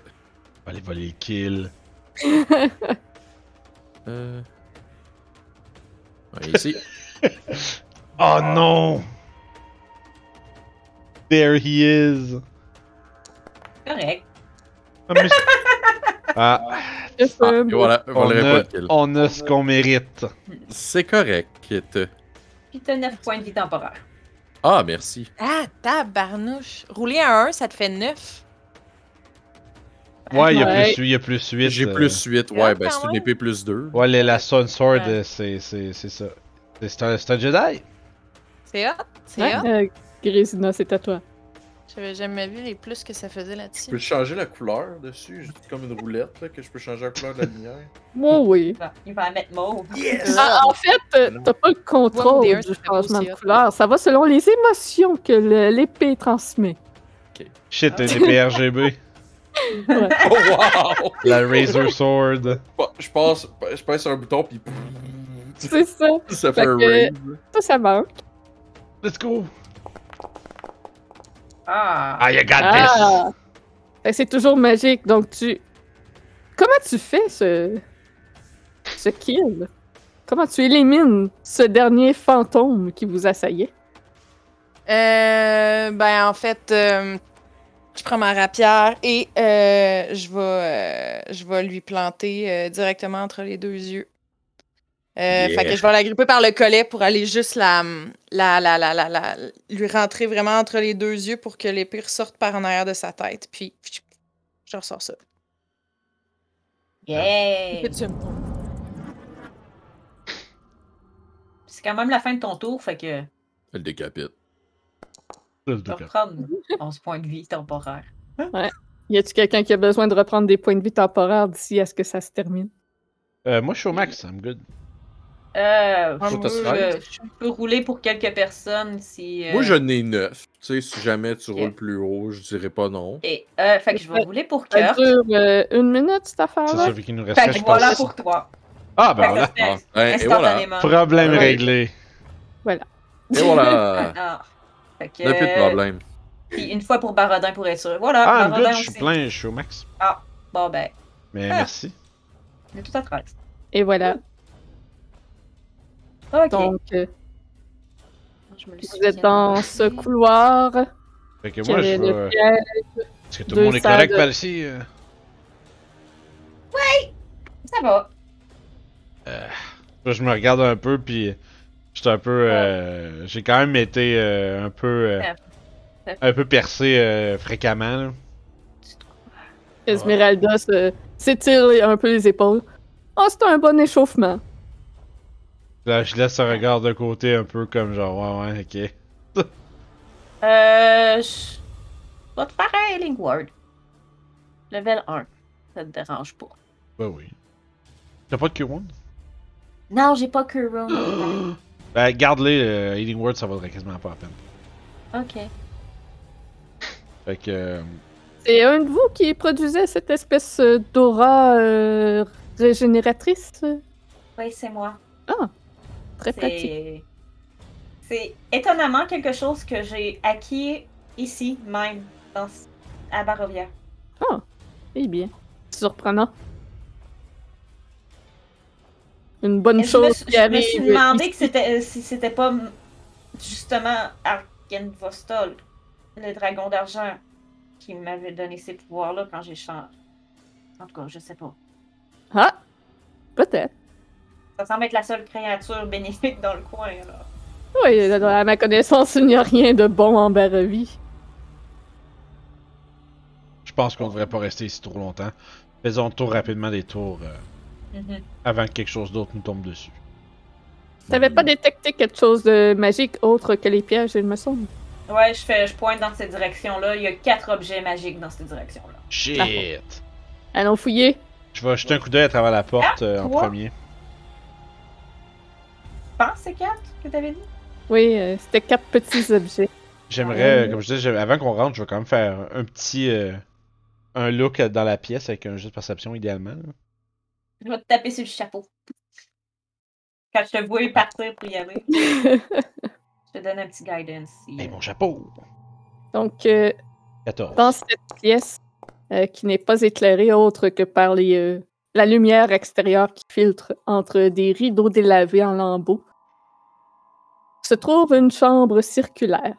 [SPEAKER 2] Allez, voler le kill.
[SPEAKER 5] Euh... ouais,
[SPEAKER 1] Euh,
[SPEAKER 5] ici.
[SPEAKER 2] Oh non! There he is!
[SPEAKER 4] Correct.
[SPEAKER 2] Ah, mais- Ah,
[SPEAKER 1] Juste,
[SPEAKER 5] Ah,
[SPEAKER 1] euh,
[SPEAKER 5] et voilà,
[SPEAKER 2] on
[SPEAKER 5] volerai pas
[SPEAKER 2] a,
[SPEAKER 5] de kill.
[SPEAKER 2] on a ce qu'on mérite.
[SPEAKER 5] C'est correct. Kit.
[SPEAKER 4] Puis t'as 9 points de vie temporaire.
[SPEAKER 5] Ah, merci.
[SPEAKER 6] Ah, tabarnouche. Rouler à 1, ça te fait 9.
[SPEAKER 2] Ouais, il y a
[SPEAKER 1] Ouais.
[SPEAKER 2] plus 8, il y a plus 8.
[SPEAKER 5] J'ai plus 8. Ouais,
[SPEAKER 6] Ah,
[SPEAKER 5] ben c'est
[SPEAKER 6] quand
[SPEAKER 5] une
[SPEAKER 6] même.
[SPEAKER 5] épée plus 2.
[SPEAKER 2] euh, Ouais, les- la Sun Sword,
[SPEAKER 6] Ouais.
[SPEAKER 2] euh, c'est c'est- c'est ça. C'est- C'est un, c'est un Jedi!
[SPEAKER 6] C'est hot. C'est
[SPEAKER 1] ouais,
[SPEAKER 6] hot.
[SPEAKER 1] euh, Grisina, c'est à toi.
[SPEAKER 6] J'avais jamais vu les plus que ça faisait
[SPEAKER 5] Je peux
[SPEAKER 6] là-dessus.
[SPEAKER 5] changer la couleur dessus. J'ai comme une roulette là, que je peux changer la couleur de la lumière.
[SPEAKER 1] Moi, oui.
[SPEAKER 4] Il va, il va en mettre mauve.
[SPEAKER 1] Ah, en fait, euh, t'as pas le contrôle
[SPEAKER 6] Ouais,
[SPEAKER 1] du
[SPEAKER 6] ou des uns, ça fait
[SPEAKER 1] changement
[SPEAKER 6] aussi,
[SPEAKER 1] de
[SPEAKER 6] hein.
[SPEAKER 1] couleur. Ça va selon les émotions que le- l'épée transmet.
[SPEAKER 2] Shit,
[SPEAKER 4] Ah.
[SPEAKER 2] un épée RGB.
[SPEAKER 5] Oh, wow!
[SPEAKER 2] La Razor Sword.
[SPEAKER 5] Bon, Je passe, je passe sur un bouton, puis
[SPEAKER 1] C'est ça.
[SPEAKER 5] ça
[SPEAKER 1] Fait
[SPEAKER 5] fait un
[SPEAKER 1] que-
[SPEAKER 5] rave.
[SPEAKER 1] Ça, ça manque.
[SPEAKER 2] Let's go!
[SPEAKER 4] Ah!
[SPEAKER 2] Ah, you got this!
[SPEAKER 1] Ah! Fait que C'est toujours magique. Donc, tu. Comment tu fais ce. ce kill? Comment tu élimines ce dernier fantôme qui vous assaillait?
[SPEAKER 6] Euh, ben, en fait, euh, je prends ma rapière et euh, je vais, euh, je vais lui planter euh, directement entre les deux yeux. Euh,
[SPEAKER 5] Yeah.
[SPEAKER 6] Fait que je vais la gripper par le collet pour aller juste la, la, la, la, la, la- lui rentrer vraiment entre les deux yeux pour que l'épée ressorte par en arrière de sa tête. Puis, je ressors ça.
[SPEAKER 4] Yeah!
[SPEAKER 6] Peux-tu me-
[SPEAKER 4] C'est quand même la fin de ton tour, fait que
[SPEAKER 5] Elle décapite.
[SPEAKER 4] tu vas reprendre 11 points de vie temporaire.
[SPEAKER 1] Y a-tu quelqu'un qui a besoin de reprendre des points de vie temporaires d'ici à ce que ça se termine?
[SPEAKER 2] Euh, moi, je suis au max, I'm good.
[SPEAKER 4] Euh,
[SPEAKER 5] Faut
[SPEAKER 4] je,
[SPEAKER 5] te
[SPEAKER 4] peux,
[SPEAKER 5] faire.
[SPEAKER 4] euh, je peux rouler pour quelques personnes si. euh,
[SPEAKER 5] Moi, j'en ai 9. Tu sais, si jamais tu
[SPEAKER 4] Ok.
[SPEAKER 5] roules plus haut, je dirais pas non.
[SPEAKER 4] Et, euh, fait que je vais rouler pour
[SPEAKER 1] Ça
[SPEAKER 4] Kurt.
[SPEAKER 1] dure euh, une minute, cette
[SPEAKER 2] C'est
[SPEAKER 1] affaire-là?
[SPEAKER 2] ça, vu qu'il nous reste
[SPEAKER 4] Fait
[SPEAKER 2] ça,
[SPEAKER 4] que
[SPEAKER 2] je
[SPEAKER 4] voilà
[SPEAKER 2] pense.
[SPEAKER 4] pour toi.
[SPEAKER 2] Ah, ben
[SPEAKER 4] Fait que
[SPEAKER 2] voilà.
[SPEAKER 4] ça fait
[SPEAKER 5] Ah, et- et voilà.
[SPEAKER 4] instantanément.
[SPEAKER 2] Problème
[SPEAKER 5] Ouais.
[SPEAKER 2] réglé.
[SPEAKER 5] Et voilà!
[SPEAKER 4] Ah, fait que,
[SPEAKER 5] N'a plus de problème.
[SPEAKER 4] Puis une fois pour Barodin pour être sûr. Voilà,
[SPEAKER 2] Ah, I'm
[SPEAKER 4] Barodin
[SPEAKER 2] good, je suis
[SPEAKER 4] aussi.
[SPEAKER 2] plein, je suis au max.
[SPEAKER 4] Bon, ben,
[SPEAKER 2] Mais
[SPEAKER 4] Ah.
[SPEAKER 2] merci.
[SPEAKER 4] on est tout à travers.
[SPEAKER 1] Et voilà.
[SPEAKER 4] Ok.
[SPEAKER 1] Donc, euh,
[SPEAKER 4] Je me le
[SPEAKER 1] vous
[SPEAKER 4] souviens.
[SPEAKER 1] êtes dans ce couloir.
[SPEAKER 2] Fait que
[SPEAKER 1] qui
[SPEAKER 2] moi, je
[SPEAKER 1] avait
[SPEAKER 2] vais.
[SPEAKER 1] le piège.
[SPEAKER 2] Est-ce que tout le monde
[SPEAKER 1] deux
[SPEAKER 2] est correct
[SPEAKER 1] salles.
[SPEAKER 2] par ici? euh?
[SPEAKER 4] Ça va.
[SPEAKER 2] Moi, Je me regarde un peu, puis j'étais un peu. euh, J'ai quand même été euh, un peu. euh, un peu percé euh, fréquemment. là.
[SPEAKER 1] Esmeralda se- s'étire un peu les épaules. Ah, c'est un bon échauffement.
[SPEAKER 2] Là, je laisse ce regard de côté un peu comme genre, ouais, ouais, ok.
[SPEAKER 4] Euh. Je vais te faire un Healing Word. Level 1. Ça te dérange pas.
[SPEAKER 2] Bah oui. T'as pas de Q1?
[SPEAKER 4] Non, j'ai pas Cure Room.
[SPEAKER 2] Ben, garde-les, euh, Healing Word, ça vaudrait quasiment pas la peine.
[SPEAKER 4] ok.
[SPEAKER 2] Fait que. euh,
[SPEAKER 1] C'est un de vous qui produisait cette espèce euh, d'aura euh, régénératrice euh,
[SPEAKER 4] Oui, c'est moi.
[SPEAKER 1] Très pratique.
[SPEAKER 4] C'est- C'est étonnamment quelque chose que j'ai acquis ici, même, dans... à Barovia.
[SPEAKER 1] Eh bien, surprenant. Une bonne
[SPEAKER 4] Et je me
[SPEAKER 1] chose
[SPEAKER 4] suis-
[SPEAKER 1] qui
[SPEAKER 4] je me,
[SPEAKER 1] arrive.
[SPEAKER 4] suis demandé
[SPEAKER 1] ici.
[SPEAKER 4] que c'était, euh, si c'était pas mm, justement Arkenvostol, le dragon d'argent, qui m'avait donné ces pouvoirs-là quand j'ai changé. En tout cas, je sais pas.
[SPEAKER 1] Ah! Peut-être.
[SPEAKER 4] Ça semble être la seule créature bénéfique dans le coin. là.
[SPEAKER 1] Oui, à ma connaissance, il n'y a rien de bon en Barovie.
[SPEAKER 2] Je pense qu'on devrait pas rester ici trop longtemps. Faisons le tour rapidement des tours euh,
[SPEAKER 4] Mhm.
[SPEAKER 2] avant que quelque chose d'autre nous tombe dessus.
[SPEAKER 1] T'avais pas détecté quelque chose de magique autre que les pièges, il me semble.
[SPEAKER 4] Ouais, je, fais, je pointe dans cette direction-là. Il y a quatre objets magiques dans cette direction-là.
[SPEAKER 2] Shit!
[SPEAKER 1] Allons fouiller.
[SPEAKER 2] Je vais jeter un coup d'œil à travers la porte euh, en
[SPEAKER 4] toi?
[SPEAKER 2] premier.
[SPEAKER 4] Je pense que c'est quatre que t'avais dit?
[SPEAKER 1] Oui, euh, c'était quatre petits objets.
[SPEAKER 2] J'aimerais, euh, comme je disais, j'ai- avant qu'on rentre, je vais quand même faire un petit. euh, un look euh, dans la pièce avec un jeu de perception idéalement. là.
[SPEAKER 4] Je vais te taper sur le chapeau. Quand je te vois partir pour y aller, je te donne un petit guidance. si,
[SPEAKER 2] Hey,
[SPEAKER 4] euh,
[SPEAKER 2] mon chapeau!
[SPEAKER 1] Donc, euh,
[SPEAKER 2] 14.
[SPEAKER 1] dans cette pièce euh, qui n'est pas éclairée autre que par les, euh, la lumière extérieure qui filtre entre des rideaux délavés en lambeaux, se trouve une chambre circulaire.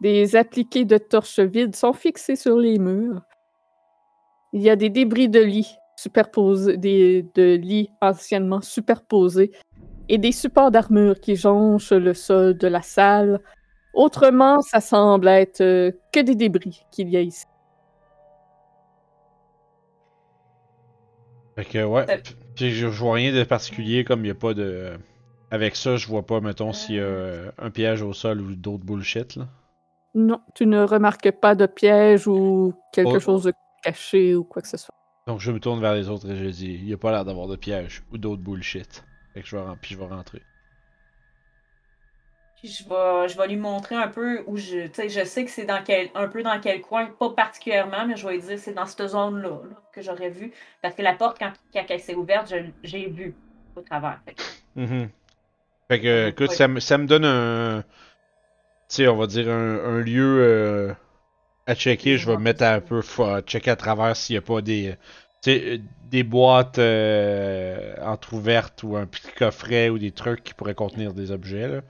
[SPEAKER 1] Des appliqués de torches vides sont fixés sur les murs. Il y a des débris de lits superposés, des, de lits anciennement superposés, et des supports d'armure qui jonchent le sol de la salle Autrement, ça semble être euh, que des débris qu'il y a ici.
[SPEAKER 2] Fait que, ouais.
[SPEAKER 4] Euh.
[SPEAKER 2] P- Puis je, je vois rien de particulier, comme il n'y a pas de. Avec ça, je vois pas, mettons, s'il y a euh, un piège au sol ou d'autres bullshit, là.
[SPEAKER 1] Non, tu ne remarques pas de piège ou quelque
[SPEAKER 2] Oh.
[SPEAKER 1] chose de caché ou quoi que ce soit.
[SPEAKER 2] Donc je me tourne vers les autres et je dis, il n'y a pas l'air d'avoir de piège ou d'autres bullshit. Fait que je vais, ren- puis je vais rentrer.
[SPEAKER 4] Puis je vais, je vais lui montrer un peu où je. Tu sais, je sais que c'est dans quel, un peu dans quel coin, pas particulièrement, mais je vais lui dire c'est dans cette zone-là là, que j'aurais vu. Parce que la porte, quand, quand elle s'est ouverte, je- j'ai vu au travers. Fait que
[SPEAKER 2] Fait que, écoute, ça, me- ça me donne un... Tu sais, on va dire un, un lieu euh, à checker. Je vais me mettre à un peu fo- à checker à travers s'il n'y a pas des... Tu sais, euh, des boîtes euh, entrouvertes ou un petit coffret ou des trucs qui pourraient contenir des objets, là.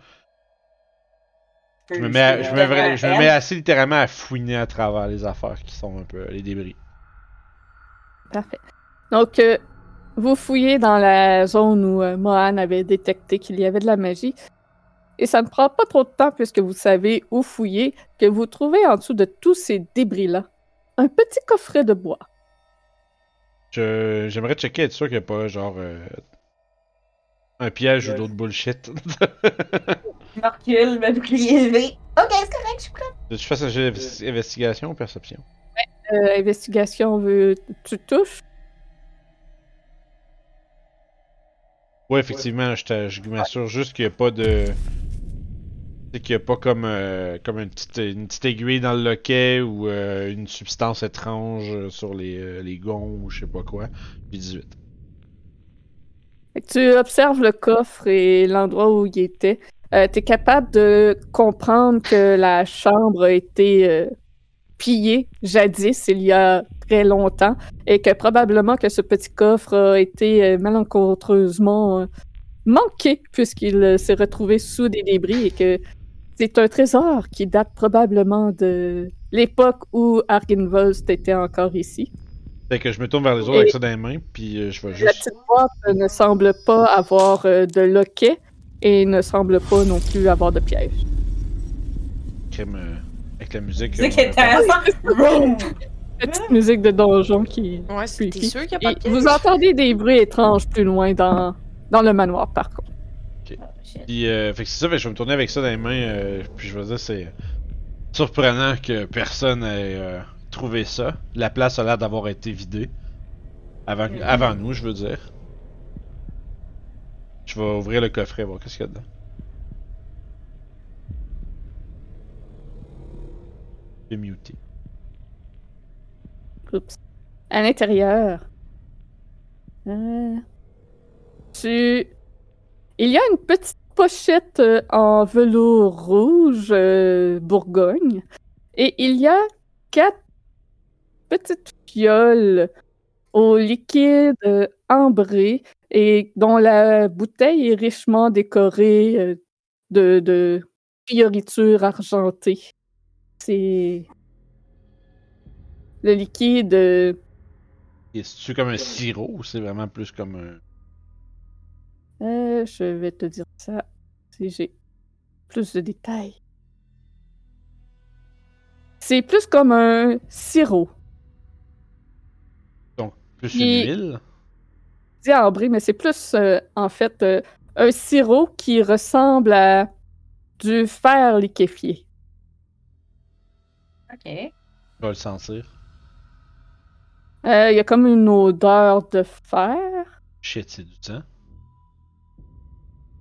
[SPEAKER 4] peux-
[SPEAKER 2] Je me mets, à-
[SPEAKER 4] peux
[SPEAKER 2] je
[SPEAKER 4] lui
[SPEAKER 2] me,
[SPEAKER 4] donner
[SPEAKER 2] vra-
[SPEAKER 4] un
[SPEAKER 2] je me
[SPEAKER 4] L.
[SPEAKER 2] mets assez littéralement à fouiner à travers les affaires qui sont un peu... les débris.
[SPEAKER 1] Parfait. Donc, euh, vous fouillez dans la zone où euh, Mohan avait détecté qu'il y avait de la magie. Et ça ne prend pas trop de temps puisque vous savez où fouiller que vous trouvez en dessous de tous ces débris-là un petit coffret de bois.
[SPEAKER 2] Je- J'aimerais checker être sûr qu'il n'y a pas genre euh, un piège ou
[SPEAKER 3] Piège.
[SPEAKER 2] d'autres bullshit.
[SPEAKER 4] Je me recule, le bouclier élevé. Ok, c'est correct, je suis prête.
[SPEAKER 2] Je fais un jeu d'investi- investigation ou perception.
[SPEAKER 1] Euh, investigation, veut... tu touches?
[SPEAKER 2] Ouais, effectivement, je, t'a- je m'assure juste qu'il n'y a pas de. C'est qu'il n'y a pas comme, euh, comme une, petite, une petite aiguille dans le loquet ou euh, une substance étrange sur les, euh, les gonds ou je sais pas quoi. Puis 18.
[SPEAKER 1] Fait que tu observes le coffre et l'endroit où il était. tu es capable de comprendre que la chambre a été euh, pillée jadis, il y a très longtemps, et que probablement que ce petit coffre a été euh, malencontreusement euh, manqué, puisqu'il euh, s'est retrouvé sous des débris, et que c'est un trésor qui date probablement de l'époque où Arginvost était encore ici.
[SPEAKER 2] Fait que je me tourne vers les autres avec ça dans les mains, puis euh, je vais
[SPEAKER 1] La
[SPEAKER 2] juste.
[SPEAKER 1] petite boîte euh, ne semble pas avoir euh, de loquet et ne semble pas non plus avoir de piège.
[SPEAKER 2] crime, euh, avec la musique.
[SPEAKER 4] C'est
[SPEAKER 2] euh, on va-
[SPEAKER 4] intéressant. Vroom!
[SPEAKER 1] Petite musique de donjon qui.
[SPEAKER 6] Ouais, c'est-
[SPEAKER 1] Puis-
[SPEAKER 6] t'es sûr qu'il n'y a pas de
[SPEAKER 1] Et
[SPEAKER 6] piège?
[SPEAKER 1] vous entendez des bruits étranges plus loin dans, dans le manoir, par contre.
[SPEAKER 4] Oh,
[SPEAKER 2] Puis, euh, fait que c'est ça, fait que je vais me tourner avec ça dans les mains, euh, puis je vais dire, c'est surprenant que personne ait euh, trouvé ça. La place a l'air d'avoir été vidée. Avant,
[SPEAKER 4] Mhm.
[SPEAKER 2] avant nous, je veux dire. Je vais ouvrir le coffret, voir qu'est-ce qu'il y a dedans. Je vais muter.
[SPEAKER 1] Oups. À l'intérieur. euh, Tu... Il y a une petite pochette euh, en velours rouge euh, Bourgogne et il y a quatre petites fioles au liquide euh, ambré et dont la bouteille est richement décorée euh, de, de fioritures argentées. C'est le liquide euh,
[SPEAKER 2] Et c'est-tu comme un sirop ou c'est vraiment plus comme un.
[SPEAKER 1] Euh, je vais te dire ça si j'ai plus de détails. C'est plus comme un sirop
[SPEAKER 2] Plus
[SPEAKER 1] Il-
[SPEAKER 2] une huile
[SPEAKER 1] ambré, mais c'est plus euh, en fait euh, un sirop qui ressemble à du fer liquéfié.
[SPEAKER 4] OK.
[SPEAKER 2] Je vais le sentir.
[SPEAKER 1] Euh, Il y a comme une odeur de fer.
[SPEAKER 2] Shit, c'est du sang.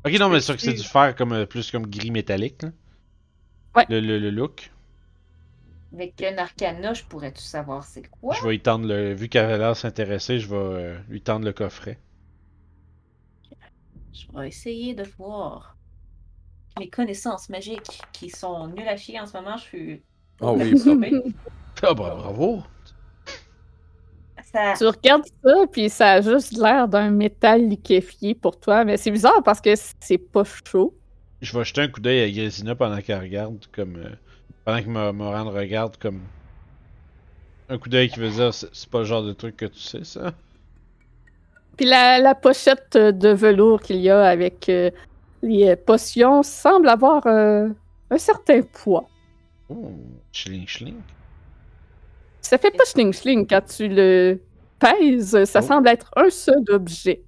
[SPEAKER 2] Ok, non, mais c'est sûr que c'est du fer comme, euh, plus comme gris métallique. là.
[SPEAKER 1] Ouais.
[SPEAKER 2] Le, le- le look.
[SPEAKER 4] Avec un arcana, je pourrais tout savoir c'est quoi.
[SPEAKER 2] Je vais y tendre le. Vu qu'elle a l'air s'intéresser, je vais euh, lui tendre le coffret.
[SPEAKER 4] Je vais essayer de voir. Mes connaissances magiques qui sont nulles à chier en ce moment, je suis
[SPEAKER 5] Ah oui, ça.
[SPEAKER 4] absorbée.
[SPEAKER 2] Ah, bah, bravo!
[SPEAKER 4] Ça...
[SPEAKER 1] Tu regardes ça, puis ça a juste l'air d'un métal liquéfié pour toi, mais c'est bizarre parce que c'est pas chaud.
[SPEAKER 2] Je vais jeter un coup d'œil à Grésina pendant qu'elle regarde, comme. euh, pendant que Mo- Moran regarde, comme. Un coup d'œil qui veut dire, c'est c'est pas le genre de truc que tu sais, ça?
[SPEAKER 1] Puis la, la pochette de velours qu'il y a avec euh, les potions semble avoir euh, un certain poids.
[SPEAKER 2] Oh, chling chling.
[SPEAKER 1] Ça fait pas schling-schling quand tu le pèses. Ça
[SPEAKER 2] Oh.
[SPEAKER 1] semble être un seul objet.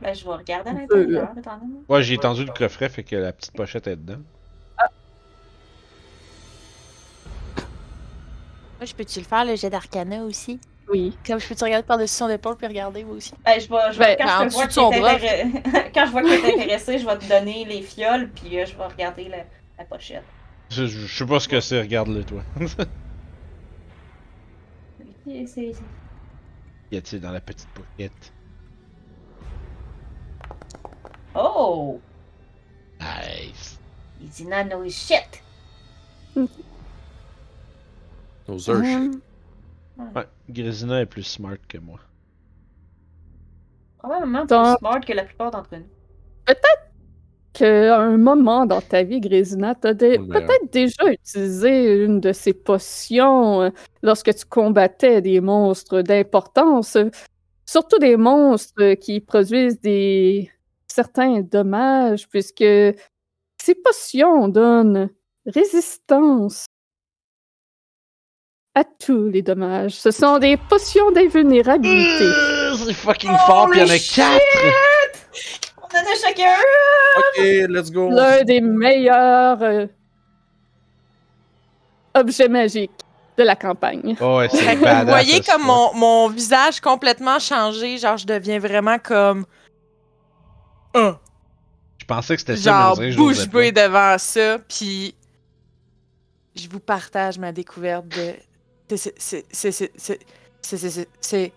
[SPEAKER 4] Ben, je vais regarder à
[SPEAKER 1] Euh,
[SPEAKER 4] l'intérieur. attendez.
[SPEAKER 2] Ouais, j'ai tendu le coffret, fait que la petite pochette est dedans.
[SPEAKER 6] Moi, je peux-tu le faire, le jet d'arcana aussi?
[SPEAKER 1] Oui.
[SPEAKER 6] Comme je peux-tu regarder par-dessus son épaule puis regarder, moi aussi?
[SPEAKER 4] Ben, je vais, je vais-
[SPEAKER 1] Ben,
[SPEAKER 4] quand, je
[SPEAKER 6] en
[SPEAKER 4] te vois que
[SPEAKER 6] dessous de son
[SPEAKER 4] t'es intéré- quand je vois que t'es intéressé, je vais te donner les fioles, puis euh, je vais regarder la, la pochette.
[SPEAKER 2] Je, je- je sais pas ce que c'est, regarde-le toi.
[SPEAKER 4] Et c'est-
[SPEAKER 2] y a-t-il dans la petite pochette?
[SPEAKER 4] Oh!
[SPEAKER 2] Nice!
[SPEAKER 4] Il dit non, no shit!
[SPEAKER 5] Nos heures, je-
[SPEAKER 1] Hum.
[SPEAKER 2] Ouais, Grésina est plus smart que moi.
[SPEAKER 4] Probablement plus
[SPEAKER 1] Donc-
[SPEAKER 4] smart que la plupart d'entre nous.
[SPEAKER 1] Qu'à un moment dans ta vie, Grésina, t'as dé-
[SPEAKER 5] On est un.
[SPEAKER 1] peut-être déjà utilisé une de ces potions euh, lorsque tu combattais des monstres d'importance, euh, surtout des monstres euh, qui produisent des certains dommages, puisque ces potions donnent résistance à tous les dommages. Ce sont des potions
[SPEAKER 6] Mmh,
[SPEAKER 1] d'invulnérabilité.
[SPEAKER 2] Euh, c'est fucking fort, pis y'en a quatre!
[SPEAKER 4] On en a chacun un!
[SPEAKER 5] Ok, let's go.
[SPEAKER 1] l'un des meilleurs euh, objets magiques de la campagne.
[SPEAKER 2] Oh, ouais,
[SPEAKER 6] Fait
[SPEAKER 2] c'est
[SPEAKER 6] que vous
[SPEAKER 2] badass.
[SPEAKER 6] voyez
[SPEAKER 2] ça,
[SPEAKER 6] comme
[SPEAKER 2] ça.
[SPEAKER 6] mon, mon visage complètement changé, genre je deviens vraiment comme un,
[SPEAKER 2] Je pensais que c'était ça, mais on
[SPEAKER 6] genre
[SPEAKER 2] dirait que je
[SPEAKER 6] bouche
[SPEAKER 2] l'osais
[SPEAKER 6] bée devant ça, puis je vous partage ma découverte de c'est c'est c'est c'est c'est c'est c'est c'est- c'est-
[SPEAKER 2] pas.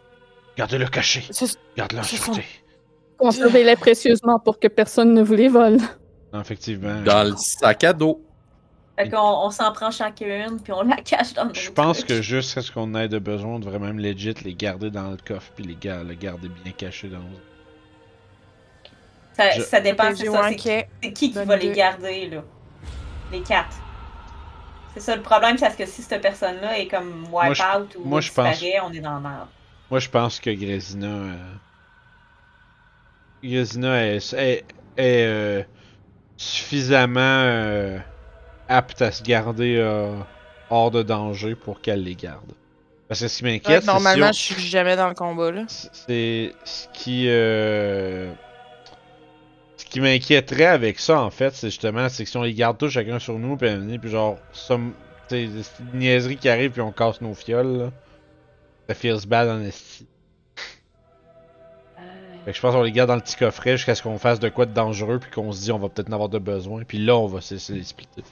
[SPEAKER 2] Garde-le caché!
[SPEAKER 6] c'est-
[SPEAKER 2] Garde-le en
[SPEAKER 6] C'est
[SPEAKER 2] sûreté!
[SPEAKER 1] Conservez-les précieusement pour que personne ne vous les vole.
[SPEAKER 2] Non, effectivement.
[SPEAKER 5] Dans le sac à dos.
[SPEAKER 4] Fait qu'on on s'en prend chacune, puis on la cache dans notre
[SPEAKER 2] Je pense que juste ce qu'on ait de besoin, on devrait même legit les garder dans le coffre puis les gar- le garder bien caché dans nos.
[SPEAKER 4] Ça,
[SPEAKER 2] je-
[SPEAKER 4] ça dépend,
[SPEAKER 6] j'ai
[SPEAKER 4] c'est ça. C'est
[SPEAKER 6] manqué.
[SPEAKER 4] c'est qui qui
[SPEAKER 6] Bonne
[SPEAKER 4] va les
[SPEAKER 6] idée.
[SPEAKER 4] garder, là? Les quatre. C'est ça le problème, c'est parce que si cette personne-là est comme
[SPEAKER 2] Moi,
[SPEAKER 4] wipe
[SPEAKER 2] je-
[SPEAKER 4] out ou
[SPEAKER 2] moi, je pense-
[SPEAKER 4] disparaît, on est dans l'arbre.
[SPEAKER 2] Moi, je pense que Grésina. euh, Grésina est, est, est, euh, suffisamment euh, apte à se garder euh, hors de danger pour qu'elle les garde. Parce que ce qui
[SPEAKER 6] Ouais,
[SPEAKER 2] m'inquiète, c'est si
[SPEAKER 6] normalement
[SPEAKER 2] on-
[SPEAKER 6] je suis jamais dans le combat là.
[SPEAKER 2] C'est ce qui. euh, Ce qui m'inquiéterait avec ça, en fait, c'est justement, c'est que si on les garde tous chacun sur nous, puis à un moment donné, puis genre, somme- tu sais, c'est une niaiserie qui arrive, puis on casse nos fioles, là. Ça feels bad en esti. Fait que je pense qu'on les garde dans le petit coffret jusqu'à ce qu'on fasse de quoi de dangereux, puis qu'on se dit on va peut-être en avoir de besoin, puis là on va se se les splitter.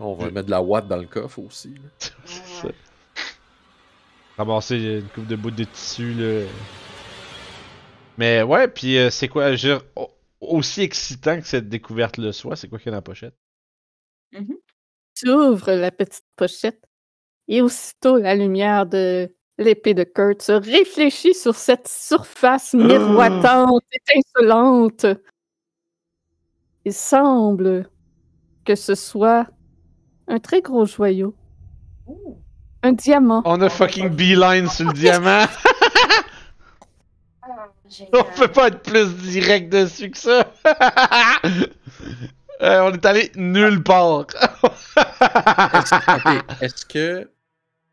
[SPEAKER 5] On va mettre de la watt dans le coffre aussi. là.
[SPEAKER 2] c'est ça. Ramasser une coupe de bouts de tissu, là. Mais ouais, puis euh, c'est quoi, je veux dire, au- aussi excitant que cette découverte le soit, c'est quoi qu'il y a dans la pochette?
[SPEAKER 1] Tu ouvres la petite pochette et aussitôt la lumière de l'épée de Kurt se réfléchit sur cette surface
[SPEAKER 5] Mmh.
[SPEAKER 1] miroitante, étincelante. Il semble que ce soit un très gros joyau,
[SPEAKER 4] Ouh.
[SPEAKER 1] un diamant.
[SPEAKER 2] On a fucking beeline sur le diamant!
[SPEAKER 4] Ah, génial.
[SPEAKER 2] On peut pas être plus direct dessus que ça! Euh, on est allé nulle part!
[SPEAKER 5] Est-ce ok, est-ce que.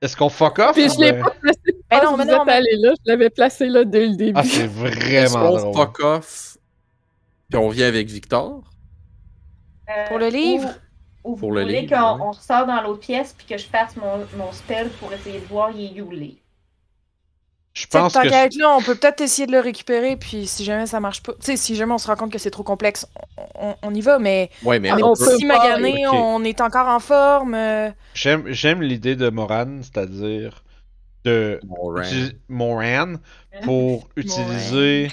[SPEAKER 2] Est-ce qu'on fuck
[SPEAKER 5] Ah,
[SPEAKER 2] off?
[SPEAKER 1] Puis
[SPEAKER 2] ou
[SPEAKER 1] je l'ai
[SPEAKER 2] ben-
[SPEAKER 1] pas placé.
[SPEAKER 6] Mais
[SPEAKER 1] quand
[SPEAKER 6] non, mais
[SPEAKER 1] vous
[SPEAKER 6] non,
[SPEAKER 1] êtes
[SPEAKER 6] mais-
[SPEAKER 1] allé là, je l'avais placé là dès le début.
[SPEAKER 2] Ah, c'est
[SPEAKER 5] Est-ce
[SPEAKER 2] vraiment
[SPEAKER 5] qu'on
[SPEAKER 2] drôle.
[SPEAKER 5] fuck off? Puis on revient avec Victor?
[SPEAKER 4] Euh,
[SPEAKER 6] Pour le livre?
[SPEAKER 4] Ou, ou vous
[SPEAKER 5] Pour le
[SPEAKER 4] voulez
[SPEAKER 5] livre,
[SPEAKER 4] qu'on
[SPEAKER 5] oui.
[SPEAKER 4] on ressort dans l'autre pièce puis que je fasse mon, mon spell pour essayer de voir il est où les.
[SPEAKER 2] Je
[SPEAKER 6] Cette
[SPEAKER 2] pense que.
[SPEAKER 6] qu'à être là, on peut peut-être essayer de le récupérer, puis si jamais ça marche pas, tu sais, si jamais on se rend compte que c'est trop complexe, on, on- on y va, mais
[SPEAKER 5] Ouais, mais
[SPEAKER 1] Ah,
[SPEAKER 5] on
[SPEAKER 1] on
[SPEAKER 5] peut-
[SPEAKER 1] peut-
[SPEAKER 6] si magané,
[SPEAKER 2] Ok.
[SPEAKER 6] on est encore en forme. euh,
[SPEAKER 2] J'aime, j'aime l'idée de Moran, c'est-à-dire de
[SPEAKER 5] Moran.
[SPEAKER 2] utiliser Moran pour utiliser.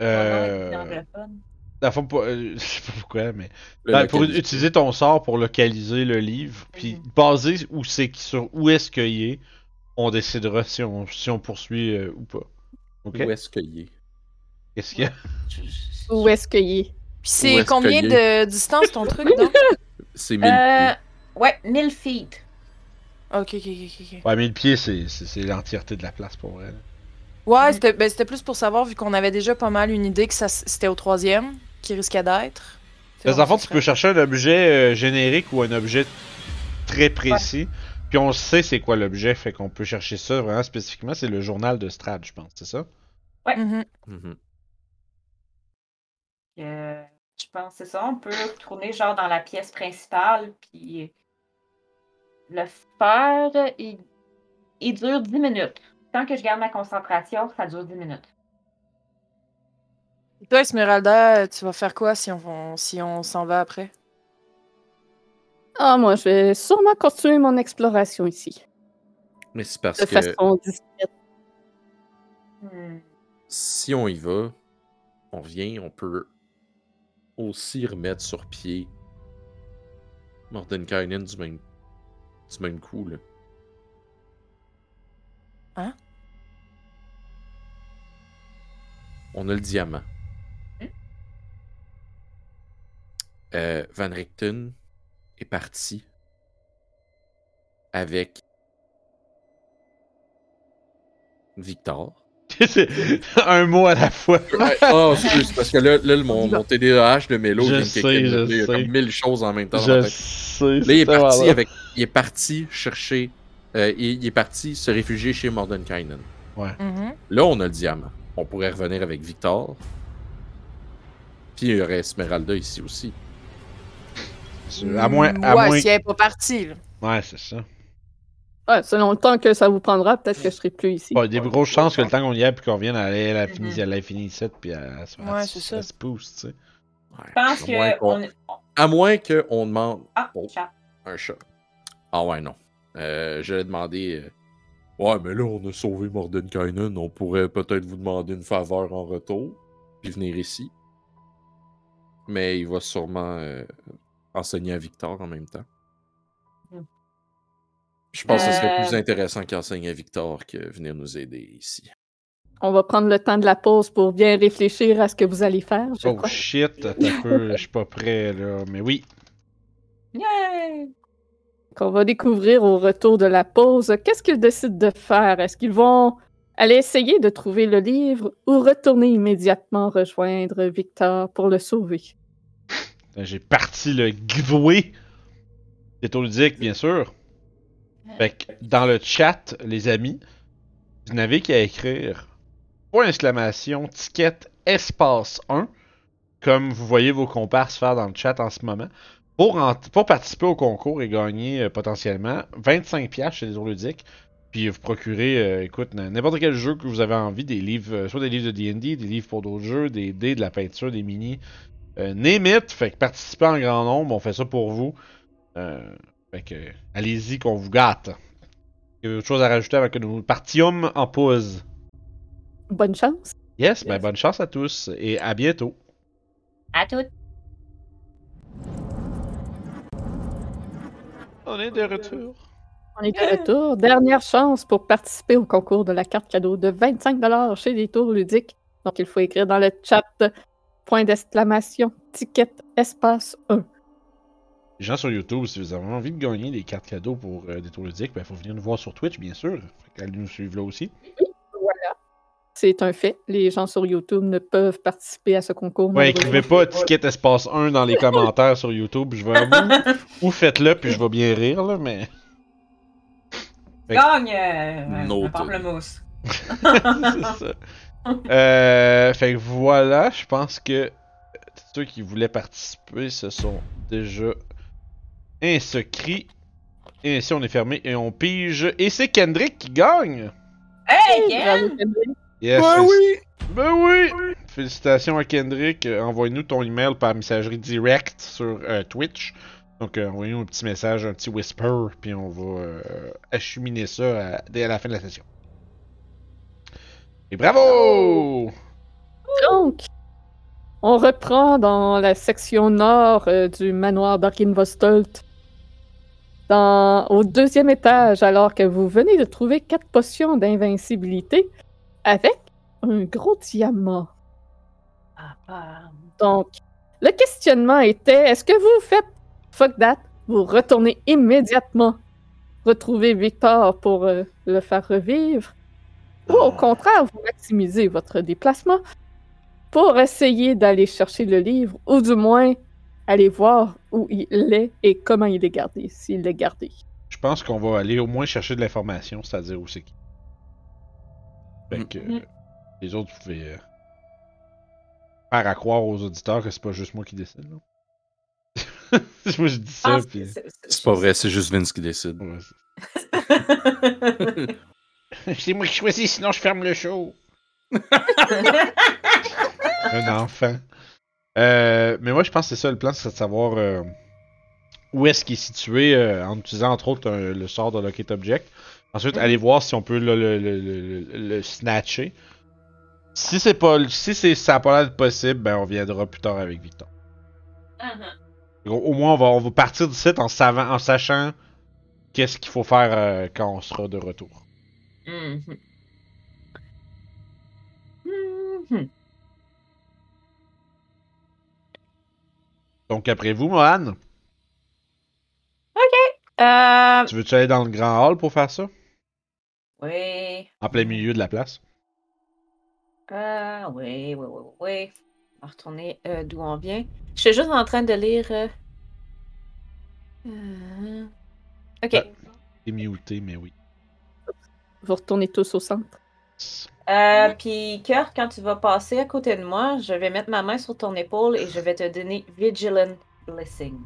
[SPEAKER 2] Euh, dans le fond, pour- euh, je sais pas pourquoi, mais.
[SPEAKER 5] Le
[SPEAKER 2] dans- ben, pour
[SPEAKER 5] localiser.
[SPEAKER 2] utiliser ton sort pour localiser le livre, puis basé où c'est, qui- sur où est-ce qu'il est, on décidera si on, si on poursuit euh, ou pas. Ok?
[SPEAKER 5] Où est-ce qu'il est?
[SPEAKER 2] Qu'est-ce qu'il y a?
[SPEAKER 1] Où est-ce qu'il est?
[SPEAKER 6] Puis
[SPEAKER 5] Où
[SPEAKER 6] c'est
[SPEAKER 5] est-ce
[SPEAKER 6] combien
[SPEAKER 5] qu'il
[SPEAKER 6] de distance ton truc, donc?
[SPEAKER 5] C'est mille
[SPEAKER 4] Euh, ouais, 1000 feet.
[SPEAKER 6] Ok, ok, ok, ok.
[SPEAKER 2] Ouais, mais le pied, c'est, c'est, c'est l'entièreté de la place pour vrai. là.
[SPEAKER 6] Ouais,
[SPEAKER 4] Mhm.
[SPEAKER 6] c'était ben, c'était plus pour savoir, vu qu'on avait déjà pas mal une idée que ça s- c'était au troisième, qui risquait d'être.
[SPEAKER 2] Dans
[SPEAKER 6] Fait
[SPEAKER 2] le fond,
[SPEAKER 6] qu'on
[SPEAKER 2] tu peux chercher un objet euh, générique ou un objet très précis. Puis on sait c'est quoi l'objet, fait qu'on peut chercher ça vraiment spécifiquement. C'est le journal de Strad, je pense, c'est ça?
[SPEAKER 6] Mhm.
[SPEAKER 5] Mhm.
[SPEAKER 4] Euh, je pense que c'est ça. On peut retourner genre dans la pièce principale puis le faire. Il, il dure 10 minutes. Tant que je garde ma concentration, ça dure 10 minutes.
[SPEAKER 6] Et Toi, Esmeralda, tu vas faire quoi si on, on- si on s'en va après?
[SPEAKER 1] Ah, moi, je vais sûrement continuer mon exploration ici.
[SPEAKER 5] Mais c'est parce
[SPEAKER 1] De
[SPEAKER 5] que
[SPEAKER 1] façon discrète.
[SPEAKER 4] Hmm.
[SPEAKER 5] si on y va, on vient, on peut aussi remettre sur pied Mordenkainen du même, du même coup. Là.
[SPEAKER 6] Hein?
[SPEAKER 5] On a le diamant.
[SPEAKER 4] Hmm?
[SPEAKER 5] Euh, Van Richten est parti avec Victor.
[SPEAKER 2] C'est un mot à la fois.
[SPEAKER 5] Ah, excuse, parce que là, là, le- mon, E mon TDAH de Mélo,
[SPEAKER 2] Je
[SPEAKER 5] vient de
[SPEAKER 2] sais,
[SPEAKER 5] quelqu'un de
[SPEAKER 2] je
[SPEAKER 5] noter, il y a
[SPEAKER 2] sais.
[SPEAKER 5] comme mille choses en même temps. dans ma
[SPEAKER 2] Je
[SPEAKER 5] tête.
[SPEAKER 2] sais.
[SPEAKER 5] Là, il est
[SPEAKER 2] c'est
[SPEAKER 5] parti
[SPEAKER 2] malade.
[SPEAKER 5] avec. Il est parti chercher. euh, il, il est parti se réfugier chez Mordenkainen.
[SPEAKER 6] Mhm.
[SPEAKER 5] Là, on a le diamant. On pourrait revenir avec Victor. Puis il y aurait Esmeralda ici aussi.
[SPEAKER 2] À moins. À
[SPEAKER 6] ouais,
[SPEAKER 2] moins...
[SPEAKER 6] si elle est pas partie, là.
[SPEAKER 2] Ouais, c'est ça.
[SPEAKER 1] Ouais, selon le temps que ça vous prendra, peut-être que je serai plus ici.
[SPEAKER 2] Bon, il y a des grosses chances que le temps qu'on y aille puis qu'on vienne, elle, elle, elle, finisse,
[SPEAKER 4] Mhm.
[SPEAKER 2] elle, elle finit sept, puis elle, elle se- elle
[SPEAKER 6] Mm-hmm. Ouais,
[SPEAKER 2] se-
[SPEAKER 6] c'est ça.
[SPEAKER 2] elle se pousse, tu sais.
[SPEAKER 5] Ouais.
[SPEAKER 4] Je pense
[SPEAKER 5] À moins
[SPEAKER 4] que.
[SPEAKER 5] qu'on-
[SPEAKER 4] on- on-
[SPEAKER 5] À moins qu'on demande
[SPEAKER 4] Ah,
[SPEAKER 5] Oh.
[SPEAKER 4] chat.
[SPEAKER 5] un chat. Ah ouais, non. Euh, J'allais demander. euh, Ouais, mais là, on a sauvé Mordenkainen. On pourrait peut-être vous demander une faveur en retour. Puis venir ici. Mais il va sûrement euh, enseigner à Victor en même temps.
[SPEAKER 4] Hmm.
[SPEAKER 5] Je pense que ce serait
[SPEAKER 4] Euh.
[SPEAKER 5] plus intéressant qu'il enseigne à Victor que venir nous aider ici.
[SPEAKER 1] On va prendre le temps de la pause pour bien réfléchir à ce que vous allez faire, je
[SPEAKER 2] Oh
[SPEAKER 1] crois.
[SPEAKER 2] shit, attends un peu, je suis pas prêt là. Mais oui,
[SPEAKER 4] Yay!
[SPEAKER 1] qu'on va découvrir au retour de la pause. Qu'est-ce qu'ils décident de faire? Est-ce qu'ils vont aller essayer de trouver le livre ou retourner immédiatement rejoindre Victor pour le sauver?
[SPEAKER 2] Attends, Ben, j'ai parti le giveaway. C'est au ludique, bien sûr. Fait que dans le chat, les amis, vous n'avez qu'à écrire point exclamation, ticket, espace 1, comme vous voyez vos comparses faire dans le chat en ce moment, pour, en- pour participer au concours et gagner euh, potentiellement 25 pièces chez les autres ludiques. Puis vous procurez, euh, écoute, n- n'importe quel jeu que vous avez envie, des livres, euh, soit des livres de D&D, des livres pour d'autres jeux, des dés, de la peinture, des minis, euh, name it, fait que participez en grand nombre, on fait ça pour vous. Euh, fait que, euh, allez-y qu'on vous gâte. Il y a autre chose à rajouter avant que nous partions en pause.
[SPEAKER 1] Bonne chance.
[SPEAKER 2] Yes, ben bonne chance à tous et à bientôt.
[SPEAKER 4] À tout.
[SPEAKER 2] On est de retour.
[SPEAKER 1] On est de retour. Dernière chance pour participer au concours de la carte cadeau de 25 chez les tours ludiques. Donc, il faut écrire dans le chat point d'exclamation, ticket, espace 1.
[SPEAKER 2] Les gens sur YouTube, si vous avez envie de gagner des cartes cadeaux pour euh, des tours ludiques, ben faut venir nous voir sur Twitch, bien sûr. Fait Allez nous suivre là aussi.
[SPEAKER 1] C'est un fait. Les gens sur YouTube ne peuvent participer à ce concours.
[SPEAKER 2] Ouais, écrivez pas ticket espace 1 dans les commentaires sur YouTube, je vais ou faites-le puis je vais bien rire là, mais Fait que-
[SPEAKER 4] Gagne! euh,
[SPEAKER 5] Noted.
[SPEAKER 4] Un pamplemousse.
[SPEAKER 2] C'est ça. Euh, fait que voilà, je pense que ceux qui voulaient participer se sont déjà inscrits. Et ainsi, on est fermé et on pige. Et c'est Kendrick qui gagne!
[SPEAKER 4] Hey, Ken!
[SPEAKER 1] Bravo, Kendrick.
[SPEAKER 2] Yes,
[SPEAKER 5] Ben
[SPEAKER 2] félici-
[SPEAKER 5] oui!
[SPEAKER 2] Ben oui! Félicitations à Kendrick. Euh, Envoie-nous ton email par messagerie directe sur euh, Twitch. Donc, euh, envoyez-nous un petit message, un petit whisper, puis on va euh, acheminer ça à- dès la fin de la session. Et bravo!
[SPEAKER 1] Donc, on reprend dans la section nord euh, du manoir d'Arkinvostolt. Dans, au deuxième étage, alors que vous venez de trouver quatre potions d'invincibilité avec un gros diamant.
[SPEAKER 4] Ah, ah.
[SPEAKER 1] Donc, le questionnement était est-ce que vous faites fuck that Vous retournez immédiatement retrouver Victor pour euh, le faire revivre Ou au contraire, vous maximisez votre déplacement pour essayer d'aller chercher le livre ou du moins aller voir où il est et comment il est gardé, s'il est gardé.
[SPEAKER 2] Je pense qu'on va aller au moins chercher de l'information, c'est-à-dire où c'est qui. Fait que
[SPEAKER 4] Mhm.
[SPEAKER 2] euh, les autres, vous pouvez euh, faire à croire aux auditeurs que c'est pas juste moi qui décide. là. moi, je dis ça.
[SPEAKER 4] Ah,
[SPEAKER 2] puis-
[SPEAKER 4] c'est- c'est-
[SPEAKER 5] C'est pas vrai, c'est juste Vince qui décide.
[SPEAKER 2] Ouais, C'est moi qui choisis, sinon je ferme le show. Un enfant. Euh, mais moi, je pense que c'est ça le plan, c'est de savoir euh, où est-ce qu'il est situé euh, en utilisant entre autres euh, le sort de Locate Object. Ensuite, aller voir si on peut le, le, le- le- le- le snatcher. Si c'est pas, si c'est ça a pas l'air de possible, ben on viendra plus tard avec Victor. Au- Au moins, on va, on va partir du site en, savant, en sachant qu'est-ce qu'il faut faire euh, quand on sera de retour.
[SPEAKER 4] Mhm. Mhm.
[SPEAKER 2] Donc après vous, Mohan,
[SPEAKER 4] Euh,
[SPEAKER 2] tu veux-tu aller dans le grand hall pour faire ça?
[SPEAKER 4] oui.
[SPEAKER 2] En plein milieu de la place.
[SPEAKER 4] Euh, oui, oui, oui, oui. On va retourner euh, d'où on vient. Je suis juste en train de lire. euh, euh, Ok.
[SPEAKER 6] ben,
[SPEAKER 2] Ouais. T'es muté, mais oui.
[SPEAKER 1] Vous retournez tous au centre.
[SPEAKER 4] Euh, Puis, Cœur, quand tu vas passer à côté de moi, je vais mettre ma main sur ton épaule et je vais te donner Vigilant Blessing.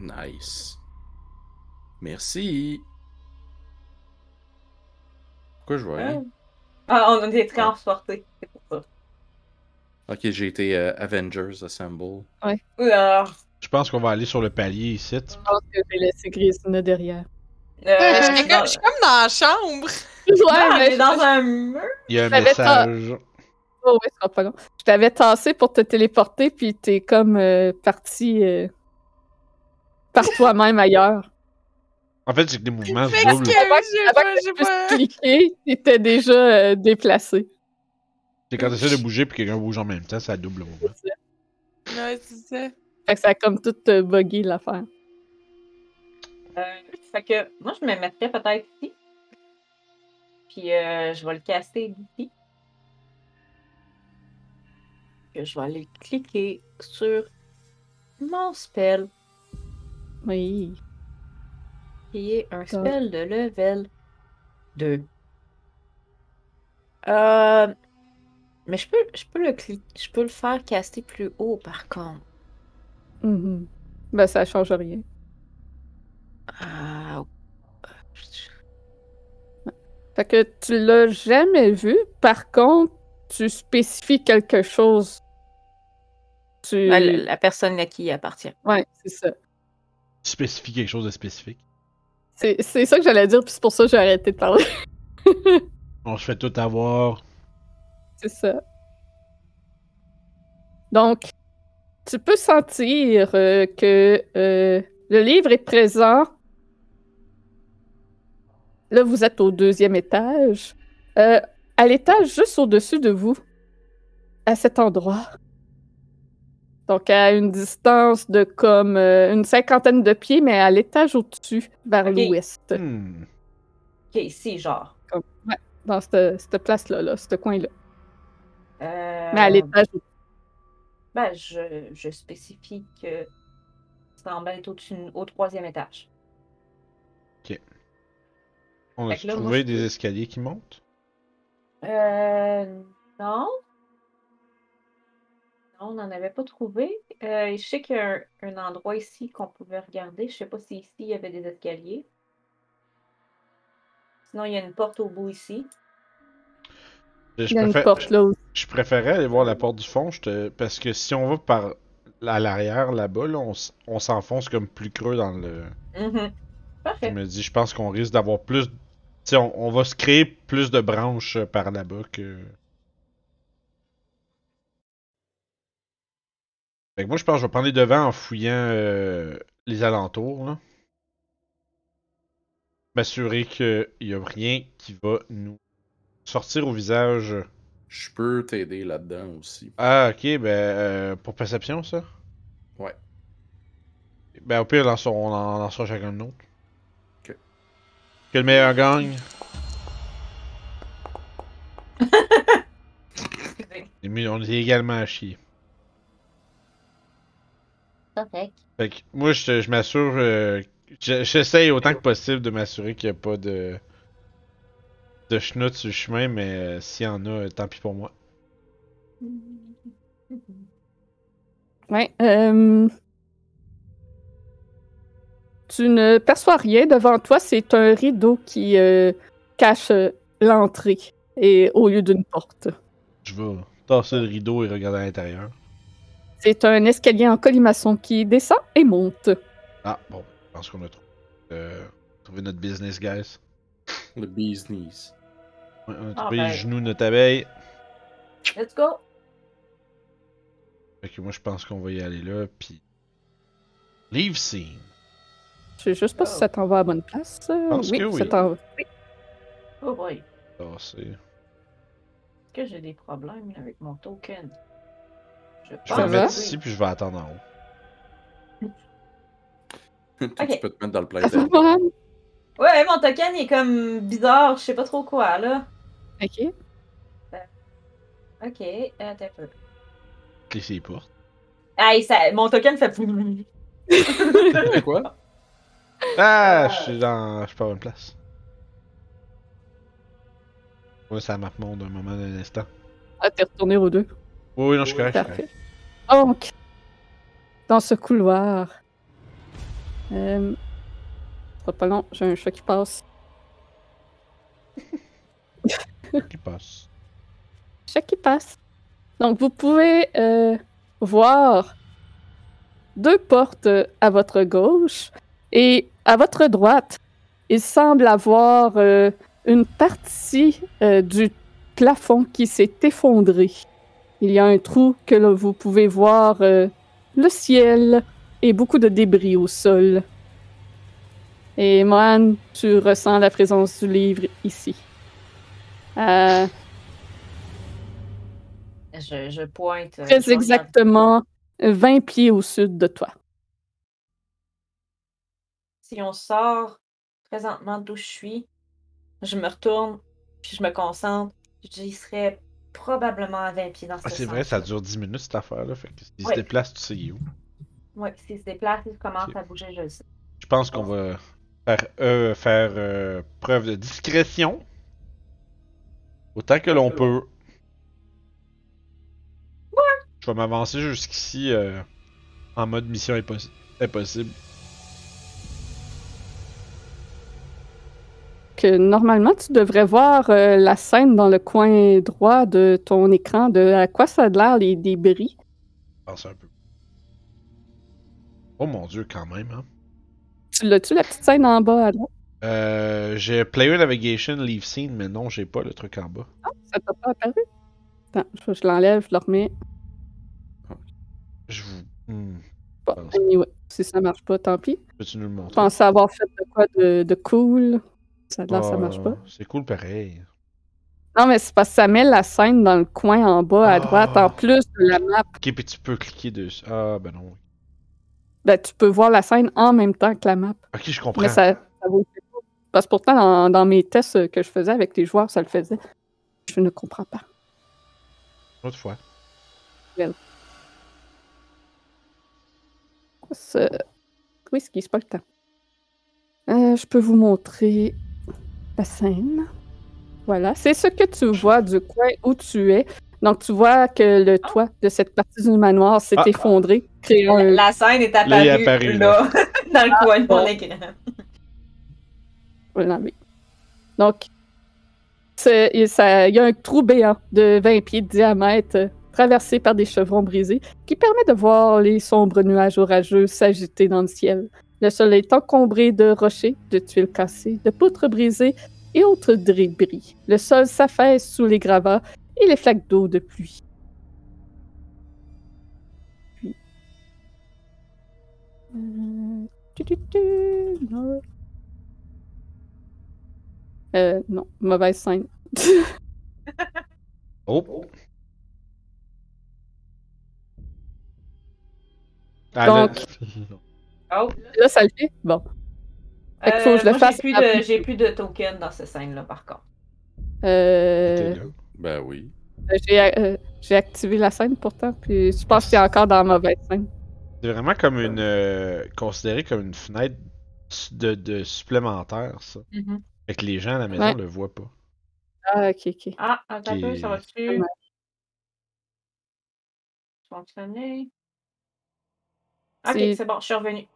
[SPEAKER 5] Nice. Merci. Pourquoi je vois rien?
[SPEAKER 4] Ah, on est Euh, transporté. C'est pour ça.
[SPEAKER 5] Ok, j'ai été euh, Avengers Assemble.
[SPEAKER 4] Oui, alors,
[SPEAKER 2] Je pense qu'on va aller sur le palier ici.
[SPEAKER 1] Je pense que j'ai laissé Grisina derrière.
[SPEAKER 4] euh,
[SPEAKER 6] Je suis
[SPEAKER 4] dans-
[SPEAKER 6] comme- je suis comme dans la chambre.
[SPEAKER 1] Ouais,
[SPEAKER 4] Non,
[SPEAKER 1] mais
[SPEAKER 4] mais dans un mur.
[SPEAKER 2] Il y a un
[SPEAKER 1] Ça va être un-
[SPEAKER 2] message.
[SPEAKER 1] Oh, ouais, ça sera pas long. Je t'avais tassé pour te téléporter, puis t'es comme euh, parti euh, par toi-même ailleurs.
[SPEAKER 2] En fait, j'ai que des mouvements
[SPEAKER 6] Parce que
[SPEAKER 2] doubles.
[SPEAKER 6] j'ai
[SPEAKER 1] Avant
[SPEAKER 6] pas,
[SPEAKER 1] que
[SPEAKER 6] j'ai
[SPEAKER 1] tu puisses
[SPEAKER 6] pas.
[SPEAKER 1] cliquer, t'étais déjà euh, déplacé.
[SPEAKER 2] C'est quand t'essaies de bouger puis quelqu'un bouge en même temps, ça double le mouvement.
[SPEAKER 6] Ouais, c'est ça.
[SPEAKER 1] Fait que ça a comme tout euh, buggé l'affaire.
[SPEAKER 4] Euh, fait que moi, je me mettrais peut-être ici. Puis euh, je vais le casser ici. Que je vais aller cliquer sur mon spell,
[SPEAKER 1] Oui.
[SPEAKER 4] qui est un
[SPEAKER 1] D'accord.
[SPEAKER 4] spell de level 2. Euh, mais je peux, je peux le cli- je peux le faire caster plus haut par contre.
[SPEAKER 1] Mhm. Ben, ça change rien.
[SPEAKER 4] Ah,
[SPEAKER 1] Fait que tu l'as jamais vu. Par contre, tu spécifies quelque chose. Tu...
[SPEAKER 4] la, la personne à qui il appartient.
[SPEAKER 1] Ouais, c'est ça.
[SPEAKER 2] Tu spécifies quelque chose de spécifique.
[SPEAKER 1] C'est c'est ça que j'allais dire, puis c'est pour ça que j'ai arrêté de parler.
[SPEAKER 2] On se fait tout avoir.
[SPEAKER 1] C'est ça. Donc, tu peux sentir euh, que euh, le livre est présent. Là, vous êtes au deuxième étage. Euh, à l'étage juste au-dessus de vous, à cet endroit. Donc, à une distance de comme euh, une cinquantaine de pieds, mais à l'étage au-dessus, vers
[SPEAKER 4] Ok.
[SPEAKER 1] l'ouest.
[SPEAKER 2] Hmm.
[SPEAKER 4] Ok, ici, genre.
[SPEAKER 1] Dans cette, cette place-là, là, ce coin-là.
[SPEAKER 4] Euh,
[SPEAKER 1] Mais à l'étage au-dessus.
[SPEAKER 4] ben, je, je spécifie que ça en être au-dessus, au troisième étage.
[SPEAKER 2] On a
[SPEAKER 4] Fait que là, moi,
[SPEAKER 2] trouvé
[SPEAKER 4] je
[SPEAKER 2] des
[SPEAKER 4] peux-
[SPEAKER 2] escaliers qui montent.
[SPEAKER 4] Euh, non. Non, on n'en avait pas trouvé. Euh, je sais qu'il y a un, un endroit ici qu'on pouvait regarder. Je sais pas si ici il y avait des escaliers. Sinon, il y a une porte au bout ici.
[SPEAKER 2] Je, je
[SPEAKER 1] Il y a une
[SPEAKER 2] préfère-
[SPEAKER 1] porte là aussi.
[SPEAKER 2] je préférais aller voir la porte du fond, je te- parce que si on va par à l'arrière là-bas, là, on s- on s'enfonce comme plus creux dans le. Je
[SPEAKER 4] Mhm. Parfait.
[SPEAKER 2] me dis, je pense qu'on risque d'avoir plus. Tu sais, on, on va se créer plus de branches euh, par là-bas que. Fait que moi, je pense que je vais prendre les devants en fouillant euh, les alentours, là. M'assurer qu'il n'y a rien qui va nous sortir au visage.
[SPEAKER 5] Je peux t'aider là-dedans aussi.
[SPEAKER 2] Ah, ok, ben, euh, pour perception, ça?
[SPEAKER 5] Ouais.
[SPEAKER 2] Ben, au pire, lance- on en lancera chacun de nôtre.
[SPEAKER 5] Ok.
[SPEAKER 2] Que le meilleur gagne.
[SPEAKER 4] Excusez.
[SPEAKER 2] Et mais on est également à chier.
[SPEAKER 4] Correct.
[SPEAKER 2] Fait que moi, je, je m'assure. euh, je- J'essaye autant que possible de m'assurer qu'il n'y a pas de. de schnout sur le chemin, mais euh, s'il y en a, euh, tant pis pour moi.
[SPEAKER 1] Ouais. euh, Tu ne perçois rien devant toi, c'est un rideau qui euh, cache euh, l'entrée et au lieu d'une porte.
[SPEAKER 2] Je vais tasser le rideau et regarder à l'intérieur.
[SPEAKER 1] C'est un escalier en colimaçon qui descend et monte.
[SPEAKER 2] Ah, bon, je pense qu'on a trouvé, euh, trouvé notre business, guys.
[SPEAKER 5] Le business.
[SPEAKER 2] Ouais, on a
[SPEAKER 4] Ah,
[SPEAKER 2] trouvé
[SPEAKER 4] ben.
[SPEAKER 2] les genoux de notre abeille.
[SPEAKER 4] Let's go.
[SPEAKER 2] Fait que moi, je pense qu'on va y aller là, puis. Leave scene.
[SPEAKER 1] Je sais juste pas si ça t'en va à la bonne place. Euh,
[SPEAKER 2] Oh. pense
[SPEAKER 1] oui,
[SPEAKER 2] que oui.
[SPEAKER 1] ça t'en va.
[SPEAKER 4] Oh boy. Est-ce
[SPEAKER 2] Tasser.
[SPEAKER 4] que j'ai des problèmes avec mon token? Je
[SPEAKER 2] Je
[SPEAKER 4] pense
[SPEAKER 2] vais
[SPEAKER 1] Ah, ouais?
[SPEAKER 2] le mettre
[SPEAKER 4] que ben oui.
[SPEAKER 2] ici, puis je vais attendre en haut.
[SPEAKER 5] Toi, Tu
[SPEAKER 4] Ok.
[SPEAKER 5] peux te mettre dans le plein
[SPEAKER 1] Ça
[SPEAKER 5] d'air.
[SPEAKER 1] va, Moran?
[SPEAKER 4] Ouais, mon token il est comme bizarre, je sais pas trop quoi là.
[SPEAKER 1] Ok.
[SPEAKER 4] Ok, euh, t'as peu.
[SPEAKER 2] Clé ses portes.
[SPEAKER 4] Ah, et ça, mon token fait.
[SPEAKER 5] C'est quoi?
[SPEAKER 2] Ah, je suis dans. Je suis pas à bonne place. Ouais, ça map monde un moment, un instant.
[SPEAKER 1] Ah, t'es retourné aux deux.
[SPEAKER 2] Oui, oui, non, je suis correct. je suis
[SPEAKER 1] Parfait.
[SPEAKER 2] correct.
[SPEAKER 1] Donc, dans ce couloir, euh, ça sera pas long, j'ai un chat qui passe.
[SPEAKER 2] Qui passe.
[SPEAKER 1] Chat qui passe. Donc, vous pouvez euh, voir deux portes à votre gauche et à votre droite, il semble avoir euh, une partie euh, du plafond qui s'est effondré. Il y a un trou que là, vous pouvez voir euh, le ciel et beaucoup de débris au sol. Et Mohan, tu ressens la présence du livre ici. Euh,
[SPEAKER 4] Je, je pointe. euh, je
[SPEAKER 1] très
[SPEAKER 4] regarde.
[SPEAKER 1] exactement 20 pieds au sud de toi.
[SPEAKER 4] Si on sort présentement d'où je suis, je me retourne, puis je me concentre. J'y serais probablement à 20 pieds dans ce
[SPEAKER 2] Ah, c'est
[SPEAKER 4] sens.
[SPEAKER 2] vrai, ça dure 10 minutes cette affaire-là. Fait que s'ils
[SPEAKER 4] Ouais.
[SPEAKER 2] se déplacent, tu sais où.
[SPEAKER 4] Oui, si se déplace, il commence
[SPEAKER 2] Ok.
[SPEAKER 4] à bouger, je le sais.
[SPEAKER 2] Je pense qu'on va faire, euh, faire euh, preuve de discrétion. Autant que l'on peut. Je vais m'avancer jusqu'ici euh, en mode mission impossi- impossible.
[SPEAKER 1] Que normalement, tu devrais voir euh, la scène dans le coin droit de ton écran de à quoi ça a l'air les débris.
[SPEAKER 2] Pense un peu. Oh mon dieu, quand même, hein.
[SPEAKER 1] Tu l'as-tu, la petite scène en bas à droite?
[SPEAKER 2] Euh, j'ai Player Navigation, Leave Scene, mais non, j'ai pas le truc en bas.
[SPEAKER 1] Ça t'a pas apparu? Attends, je, je l'enlève, je le remets.
[SPEAKER 5] Ok.
[SPEAKER 2] Je vous. Hmm.
[SPEAKER 1] Bon,
[SPEAKER 2] Pense.
[SPEAKER 1] anyway, si ça marche pas, tant pis.
[SPEAKER 2] Peux-tu nous le montrer?
[SPEAKER 1] Je pensais avoir fait de quoi de, de cool. Ça, là, ça
[SPEAKER 2] Ah,
[SPEAKER 1] marche pas.
[SPEAKER 2] C'est cool pareil.
[SPEAKER 1] Non, mais c'est parce que ça met la scène dans le coin en bas à
[SPEAKER 2] Ah.
[SPEAKER 1] droite, en plus de la map.
[SPEAKER 2] Ok, puis tu peux cliquer dessus. Ah, ben non.
[SPEAKER 1] Ben, tu peux voir la scène en même temps que la map.
[SPEAKER 2] Ok, je comprends.
[SPEAKER 1] Mais ça, ça vaut le coup. Parce que pourtant, dans, dans mes tests que je faisais avec les joueurs, ça le faisait. Je ne comprends pas.
[SPEAKER 2] Une autre fois.
[SPEAKER 1] Ce... Oui, ce qui se passe le temps. Euh, je peux vous montrer la scène. Voilà, c'est ce que tu vois du coin où tu es. Donc, tu vois que le toit de cette partie du manoir s'est
[SPEAKER 2] Ah.
[SPEAKER 1] effondré, créant un
[SPEAKER 4] La scène est
[SPEAKER 2] Là, il
[SPEAKER 4] apparue
[SPEAKER 2] est
[SPEAKER 4] là,
[SPEAKER 2] apparu,
[SPEAKER 4] dans le coin de
[SPEAKER 1] Ah, bon.
[SPEAKER 4] mon écran.
[SPEAKER 1] Je vais l'enlever. Donc, c'est- il ça- il y a un trou béant de 20 pieds de diamètre euh, traversé par des chevrons brisés qui permet de voir les sombres nuages orageux s'agiter dans le ciel. Le sol est encombré de rochers, de tuiles cassées, de poutres brisées et autres débris. Le sol s'affaisse sous les gravats et les flaques d'eau de pluie. Puis- Euh, tu, tu, tu, non. Euh, non, mauvaise scène.
[SPEAKER 2] Oh! là-
[SPEAKER 4] Oh,
[SPEAKER 1] Là, ça le fait? Bon. Fait qu'il faut que je le
[SPEAKER 4] Euh, moi,
[SPEAKER 1] fasse
[SPEAKER 4] J'ai plus,
[SPEAKER 1] après.
[SPEAKER 4] de, j'ai plus de token dans cette scène-là, par contre.
[SPEAKER 1] Euh,
[SPEAKER 2] T'es là.
[SPEAKER 5] Ben oui.
[SPEAKER 1] j'ai euh, j'ai activé la scène pourtant, puis je pense qu'il est encore dans la mauvaise scène.
[SPEAKER 2] C'est vraiment comme une. euh, considéré comme une fenêtre su- de, de supplémentaire, ça.
[SPEAKER 4] Mm-hmm.
[SPEAKER 6] Mhm.
[SPEAKER 2] Fait que les gens à la maison
[SPEAKER 1] Ouais.
[SPEAKER 2] le voient pas.
[SPEAKER 1] Ah, ok, ok.
[SPEAKER 4] Ah, attends un peu,
[SPEAKER 2] Qui-
[SPEAKER 4] ça va-tu?
[SPEAKER 1] Ouais.
[SPEAKER 4] Fonctionner. Ok,
[SPEAKER 1] C'est-
[SPEAKER 4] c'est bon, je suis revenue.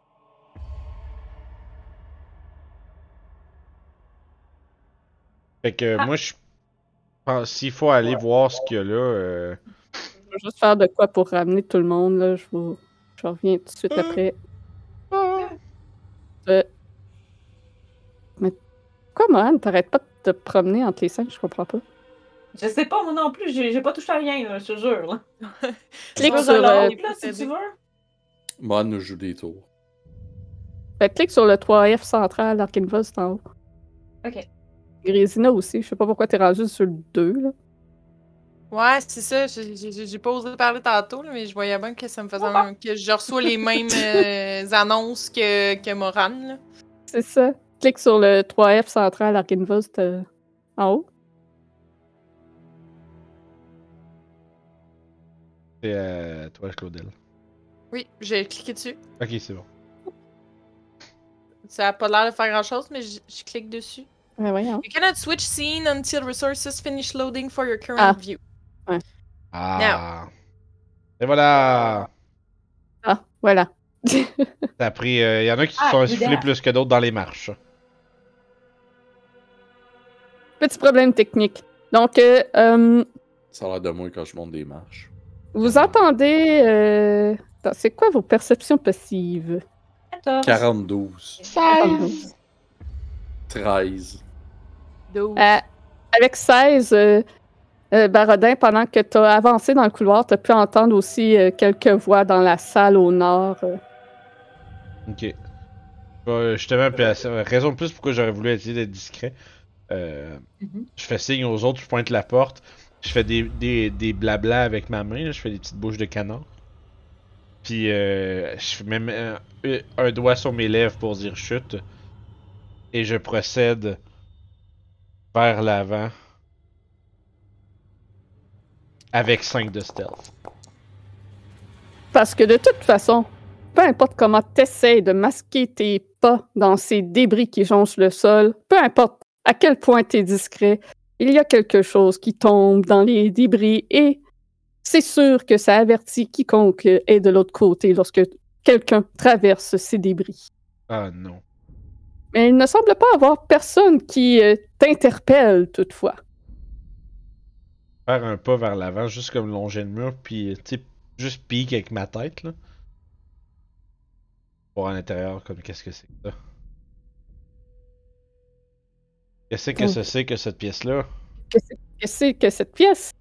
[SPEAKER 2] Fait que
[SPEAKER 4] Ah.
[SPEAKER 2] moi, je pense s'il faut aller voir ce qu'il y a là, euh,
[SPEAKER 1] Je vais juste faire de quoi pour ramener tout le monde, là. Je, vous... je reviens tout de suite après. Euh, Mais pourquoi, Mohan, t'arrêtes pas de te promener entre les scènes? Je comprends pas.
[SPEAKER 4] Je sais pas, moi non plus, j'ai j'ai pas touché à rien, là, je te jure. Là.
[SPEAKER 1] Clique
[SPEAKER 4] Vas-y,
[SPEAKER 1] sur,
[SPEAKER 4] là,
[SPEAKER 1] euh,
[SPEAKER 4] hop, là, si tu veux.
[SPEAKER 5] Mon nous joue des tours.
[SPEAKER 1] fait, clique sur le 3F central, Arkinvol, c'est en haut.
[SPEAKER 4] Ok.
[SPEAKER 1] Grésina aussi. Je sais pas pourquoi t'es rendu sur le 2, là.
[SPEAKER 6] Ouais, c'est ça. j'ai- J'ai j'ai pas osé parler tantôt, là, mais je voyais bien que ça me faisait un- que je reçois les mêmes euh, annonces que, que Moran. là.
[SPEAKER 1] C'est ça. Clique sur le 3F central Arkinvost euh, en haut.
[SPEAKER 2] c'est à toi, Claudel.
[SPEAKER 6] Oui, j'ai cliqué dessus.
[SPEAKER 2] Ok, c'est bon.
[SPEAKER 6] Ça a pas l'air de faire grand chose, mais j- je clique dessus.
[SPEAKER 1] Ben voyons.
[SPEAKER 6] You cannot switch scene until resources finish loading for your current
[SPEAKER 1] Ah.
[SPEAKER 6] view.
[SPEAKER 2] Ah! Et voilà!
[SPEAKER 1] Ah, voilà.
[SPEAKER 2] T'as pris. euh, y en a qui se
[SPEAKER 4] Ah,
[SPEAKER 2] sont
[SPEAKER 4] Claudel.
[SPEAKER 2] insufflés plus que d'autres dans les marches.
[SPEAKER 1] Petit problème technique. Donc, euh, euh,
[SPEAKER 5] Ça a l'air de moi quand je monte des marches.
[SPEAKER 1] vous entendez... euh, attends, C'est quoi vos perceptions passives?
[SPEAKER 4] 14.
[SPEAKER 5] 42,
[SPEAKER 1] 16.
[SPEAKER 5] 13.
[SPEAKER 6] Douze.
[SPEAKER 1] Euh, avec 16, euh, euh, Barodin, pendant que tu as avancé dans le couloir, tu as pu entendre aussi euh, quelques voix dans la salle au nord. euh.
[SPEAKER 2] Ok. Bah, justement, puis la la raison de plus pourquoi j'aurais voulu essayer d'être discret, euh,
[SPEAKER 4] Mhm.
[SPEAKER 2] je fais signe aux autres, je pointe la porte, je fais des, des, des blabla avec ma main, là, je fais des petites bouches de canard. Puis euh, je fais même un, un doigt sur mes lèvres pour dire chute. Et je procède vers l'avant avec 5 de stealth.
[SPEAKER 1] Parce que de toute façon, peu importe comment t'essayes de masquer tes pas dans ces débris qui jonchent le sol, peu importe à quel point t'es discret, il y a quelque chose qui tombe dans les débris et c'est sûr que ça avertit quiconque est de l'autre côté lorsque quelqu'un traverse ces débris.
[SPEAKER 2] Ah non.
[SPEAKER 1] Mais il ne semble pas avoir personne qui euh, t'interpelle toutefois.
[SPEAKER 2] faire un pas vers l'avant, juste comme longer le mur, puis euh, tu sais, juste pique avec ma tête là. Voir à l'intérieur, comme qu'est-ce que c'est que ça? Qu'est-ce que
[SPEAKER 1] Hmm.
[SPEAKER 2] ce c'est que cette pièce-là?
[SPEAKER 1] que euh, c'est que cette pièce.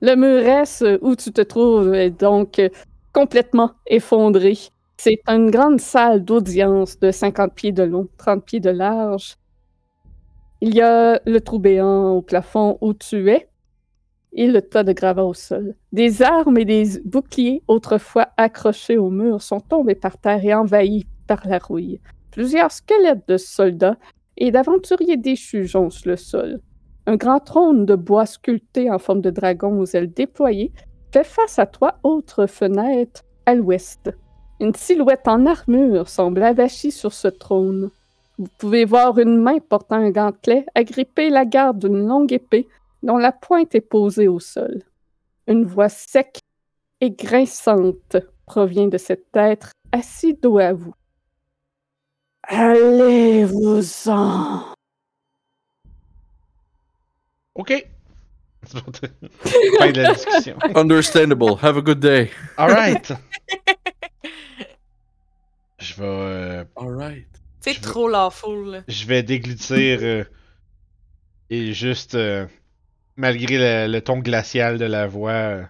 [SPEAKER 1] Le muresse où tu te trouves est donc euh, complètement effondré. C'est une grande salle d'audience de 50 pieds de long, 30 pieds de large. Il y a le trou béant au plafond où tu es et le tas de gravats au sol. Des armes et des boucliers autrefois accrochés au mur sont tombés par terre et envahis par la rouille. Plusieurs squelettes de soldats et d'aventuriers déchus jonchent le sol. Un grand trône de bois sculpté en forme de dragon aux ailes déployées fait face à toi autre fenêtre à l'ouest. Une silhouette en armure semble avachie sur ce trône. Vous pouvez voir une main portant un gantelet agripper la garde d'une longue épée dont la pointe est posée au sol. Une voix sec et grinçante provient de cet être assis dos à vous. Allez-vous-en!
[SPEAKER 2] Ok. fin de la discussion.
[SPEAKER 5] Understandable. Have a good day.
[SPEAKER 2] Alright. Je vais, euh,
[SPEAKER 5] Alright.
[SPEAKER 6] C'est
[SPEAKER 2] Je-
[SPEAKER 6] trop lawful. là.
[SPEAKER 2] je vais déglutir euh, et juste, euh, malgré le, le ton glacial de la voix, euh,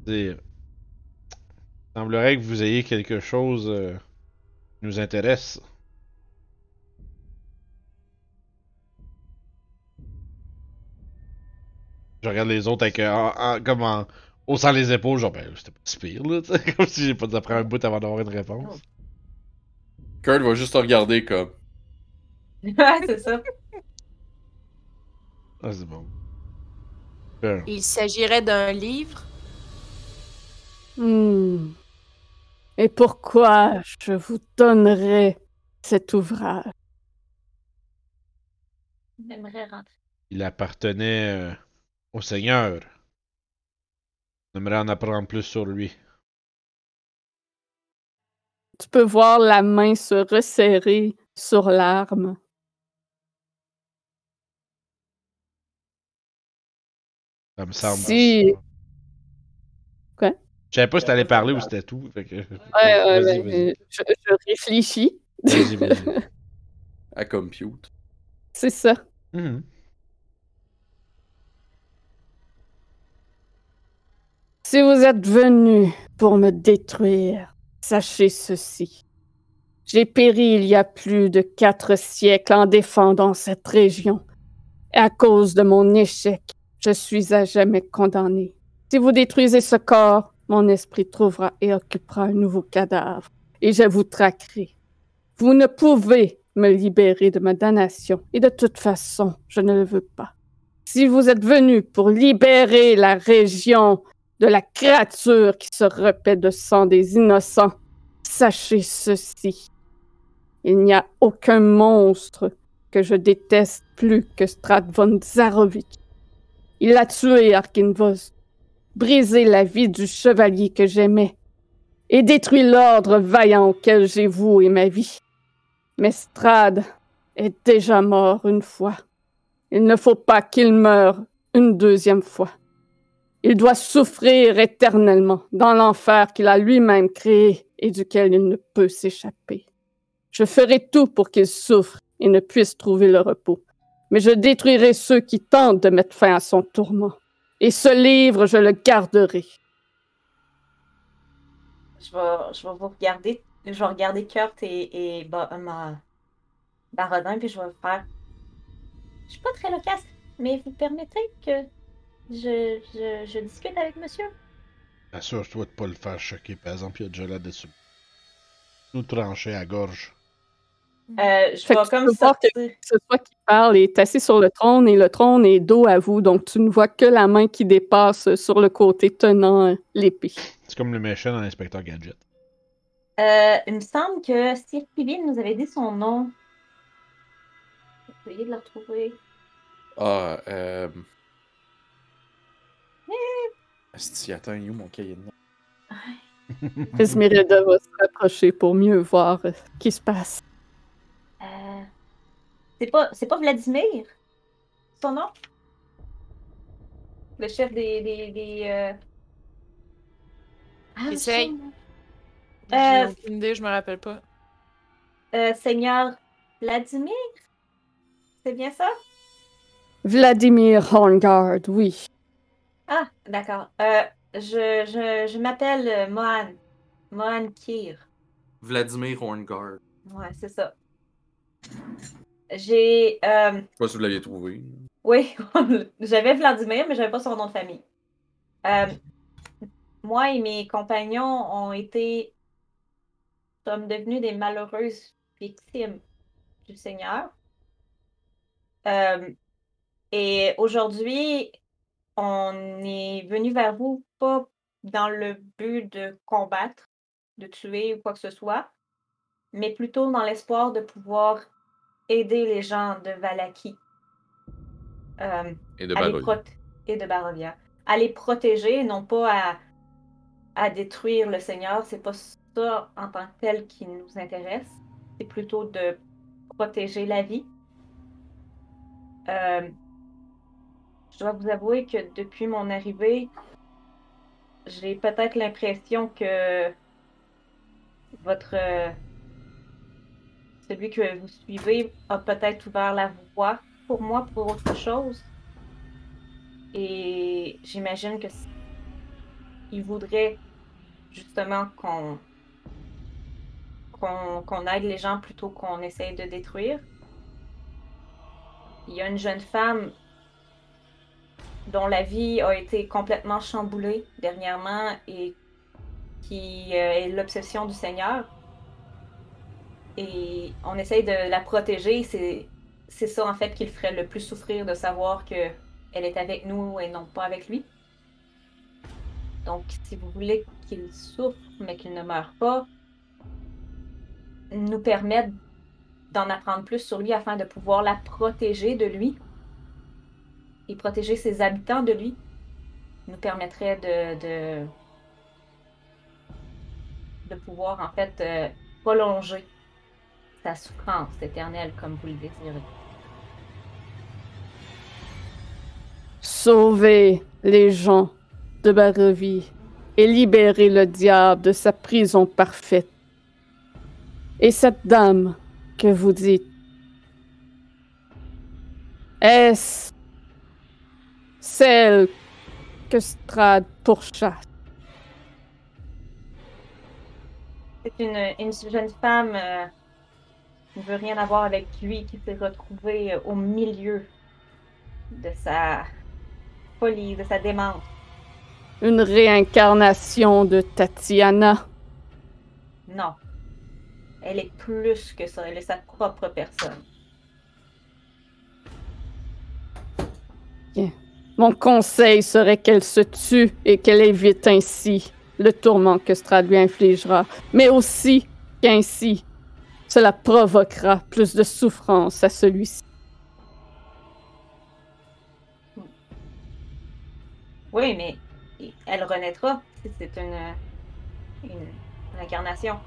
[SPEAKER 2] dire Il semblerait que vous ayez quelque chose euh, qui nous intéresse. Je regarde les autres avec, euh, en- en- comme en haussant les épaules, genre, ben, c'était pas si pire, là, tu sais, comme si j'ai pas ça prend un bout avant d'avoir une réponse.
[SPEAKER 5] Kurt va juste te regarder comme.
[SPEAKER 4] Ouais, c'est ça.
[SPEAKER 2] Ah, c'est bon. Ben,
[SPEAKER 6] Il s'agirait d'un livre.
[SPEAKER 1] Hmm. Et pourquoi je vous donnerai cet ouvrage?
[SPEAKER 4] J'aimerais rentrer.
[SPEAKER 2] il appartenait euh, au Seigneur. On aimerait en apprendre plus sur lui.
[SPEAKER 1] Tu peux voir la main se resserrer sur l'arme.
[SPEAKER 2] Ça me semble.
[SPEAKER 1] Si. Quoi?
[SPEAKER 2] Je savais pas si t'allais parler ou c'était tout. Fait que...
[SPEAKER 1] Ouais, ouais,
[SPEAKER 2] Vas-y,
[SPEAKER 1] ben,
[SPEAKER 2] vas-y.
[SPEAKER 1] euh, je, je réfléchis.
[SPEAKER 2] Vas-y, vas-y.
[SPEAKER 5] À compute.
[SPEAKER 1] C'est ça.
[SPEAKER 2] Mhm.
[SPEAKER 1] Si vous êtes venu pour me détruire, sachez ceci. J'ai péri il y a plus de quatre siècles en défendant cette région. Et à cause de mon échec, je suis à jamais condamné. Si vous détruisez ce corps, mon esprit trouvera et occupera un nouveau cadavre, et je vous traquerai. Vous ne pouvez me libérer de ma damnation, et de toute façon, je ne le veux pas. Si vous êtes venu pour libérer la région de la créature qui se repaît de sang des innocents. Sachez ceci. Il n'y a aucun monstre que je déteste plus que Stratvon Zarovic. Il a tué Arkinvos, brisé la vie du chevalier que j'aimais et détruit l'ordre vaillant auquel j'ai voué ma vie. Mais Strad est déjà mort une fois. Il ne faut pas qu'il meure une deuxième fois. Il doit souffrir éternellement dans l'enfer qu'il a lui-même créé et duquel il ne peut s'échapper. Je ferai tout pour qu'il souffre et ne puisse trouver le repos, mais je détruirai ceux qui tentent de mettre fin à son tourment. Et ce livre, je le garderai.
[SPEAKER 4] Je vais, je vais vous regarder. Je vais regarder Kurt et, et bah, euh, ma- Barodin, puis je vais faire. Je suis pas très loquace, mais vous permettez que je, je, je discute avec monsieur?
[SPEAKER 2] Assure-toi de pas le faire choquer. Par exemple, il y a déjà là-dessus. Tout tranché à gorge.
[SPEAKER 4] Euh, je
[SPEAKER 1] Fait que
[SPEAKER 4] vais
[SPEAKER 1] tu
[SPEAKER 4] comme
[SPEAKER 1] peux
[SPEAKER 4] ça.
[SPEAKER 1] voir que- Ce soit qui parle est assis sur le trône et le trône est dos à vous, donc tu ne vois que la main qui dépasse sur le côté tenant euh, l'épée.
[SPEAKER 2] C'est comme le méchant dans l'inspecteur Gadget.
[SPEAKER 4] Euh, il me semble que Sir Philippe nous avait dit son nom. Essayez de le retrouver.
[SPEAKER 5] Ah, euh. Asti, attends, il est où mon cahier de notes?
[SPEAKER 1] Esmeralda va se rapprocher pour mieux voir euh, ce qui se passe.
[SPEAKER 4] Euh, C'est pas, c'est pas Vladimir? Son nom? Le chef des. des, des euh, ah,
[SPEAKER 6] Essaye.
[SPEAKER 4] Euh,
[SPEAKER 6] J'ai aucune idée, je me rappelle pas.
[SPEAKER 4] Euh, Seigneur Vladimir? C'est bien ça?
[SPEAKER 1] Vladimir Horngard, oui.
[SPEAKER 4] Ah, d'accord. Euh, Je, je, je m'appelle euh, Mohan. Mohan Kir.
[SPEAKER 3] Vladimir Horngard.
[SPEAKER 4] Ouais, c'est ça. J'ai. euh,
[SPEAKER 5] Je sais pas si vous l'aviez trouvé.
[SPEAKER 4] Oui, j'avais Vladimir, mais j'avais pas son nom de famille. Euh, moi et mes compagnons ont été. sommes devenus des malheureuses victimes du Seigneur. Euh, et aujourd'hui, on est venu vers vous pas dans le but de combattre, de tuer ou quoi que ce soit, mais plutôt dans l'espoir de pouvoir aider les gens de Valaki. Euh,
[SPEAKER 5] Et de
[SPEAKER 4] à les
[SPEAKER 5] Baroï.
[SPEAKER 4] prot- et de Barovia. À les protéger, non pas à, à détruire le Seigneur. C'est pas ça en tant que tel qui nous intéresse. C'est plutôt de protéger la vie. Euh, je dois vous avouer que depuis mon arrivée, j'ai peut-être l'impression que votre euh, celui que vous suivez a peut-être ouvert la voie pour moi pour autre chose. Et j'imagine que c- il voudrait justement qu'on qu'on qu'on aide les gens plutôt qu'on essaye de détruire. Il y a une jeune femme dont la vie a été complètement chamboulée dernièrement et qui euh, est l'obsession du Seigneur. Et on essaye de la protéger. C'est c'est ça en fait qui le ferait le plus souffrir de savoir que elle est avec nous et non pas avec lui. Donc, si vous voulez qu'il souffre mais qu'il ne meure pas, nous permettre d'en apprendre plus sur lui afin de pouvoir la protéger de lui et protéger ses habitants de lui, nous permettrait de de, de pouvoir en fait euh, prolonger sa souffrance éternelle comme vous le désirez.
[SPEAKER 1] Sauvez les gens de Barovie et libérez le diable de sa prison parfaite. Et cette dame que vous dites, est-ce celle que Strad pourchasse?
[SPEAKER 4] C'est une, une jeune femme euh, qui ne veut rien avoir avec lui, qui s'est retrouvée euh, au milieu de sa folie, de sa démence.
[SPEAKER 1] Une réincarnation de Tatiana.
[SPEAKER 4] Non. Elle est plus que ça, elle est sa propre personne.
[SPEAKER 1] Mon conseil serait qu'elle se tue et qu'elle évite ainsi le tourment que Strad lui infligera, mais aussi qu'ainsi cela provoquera plus de souffrance à celui-ci.
[SPEAKER 4] Oui, mais elle renaîtra si c'est une, une incarnation.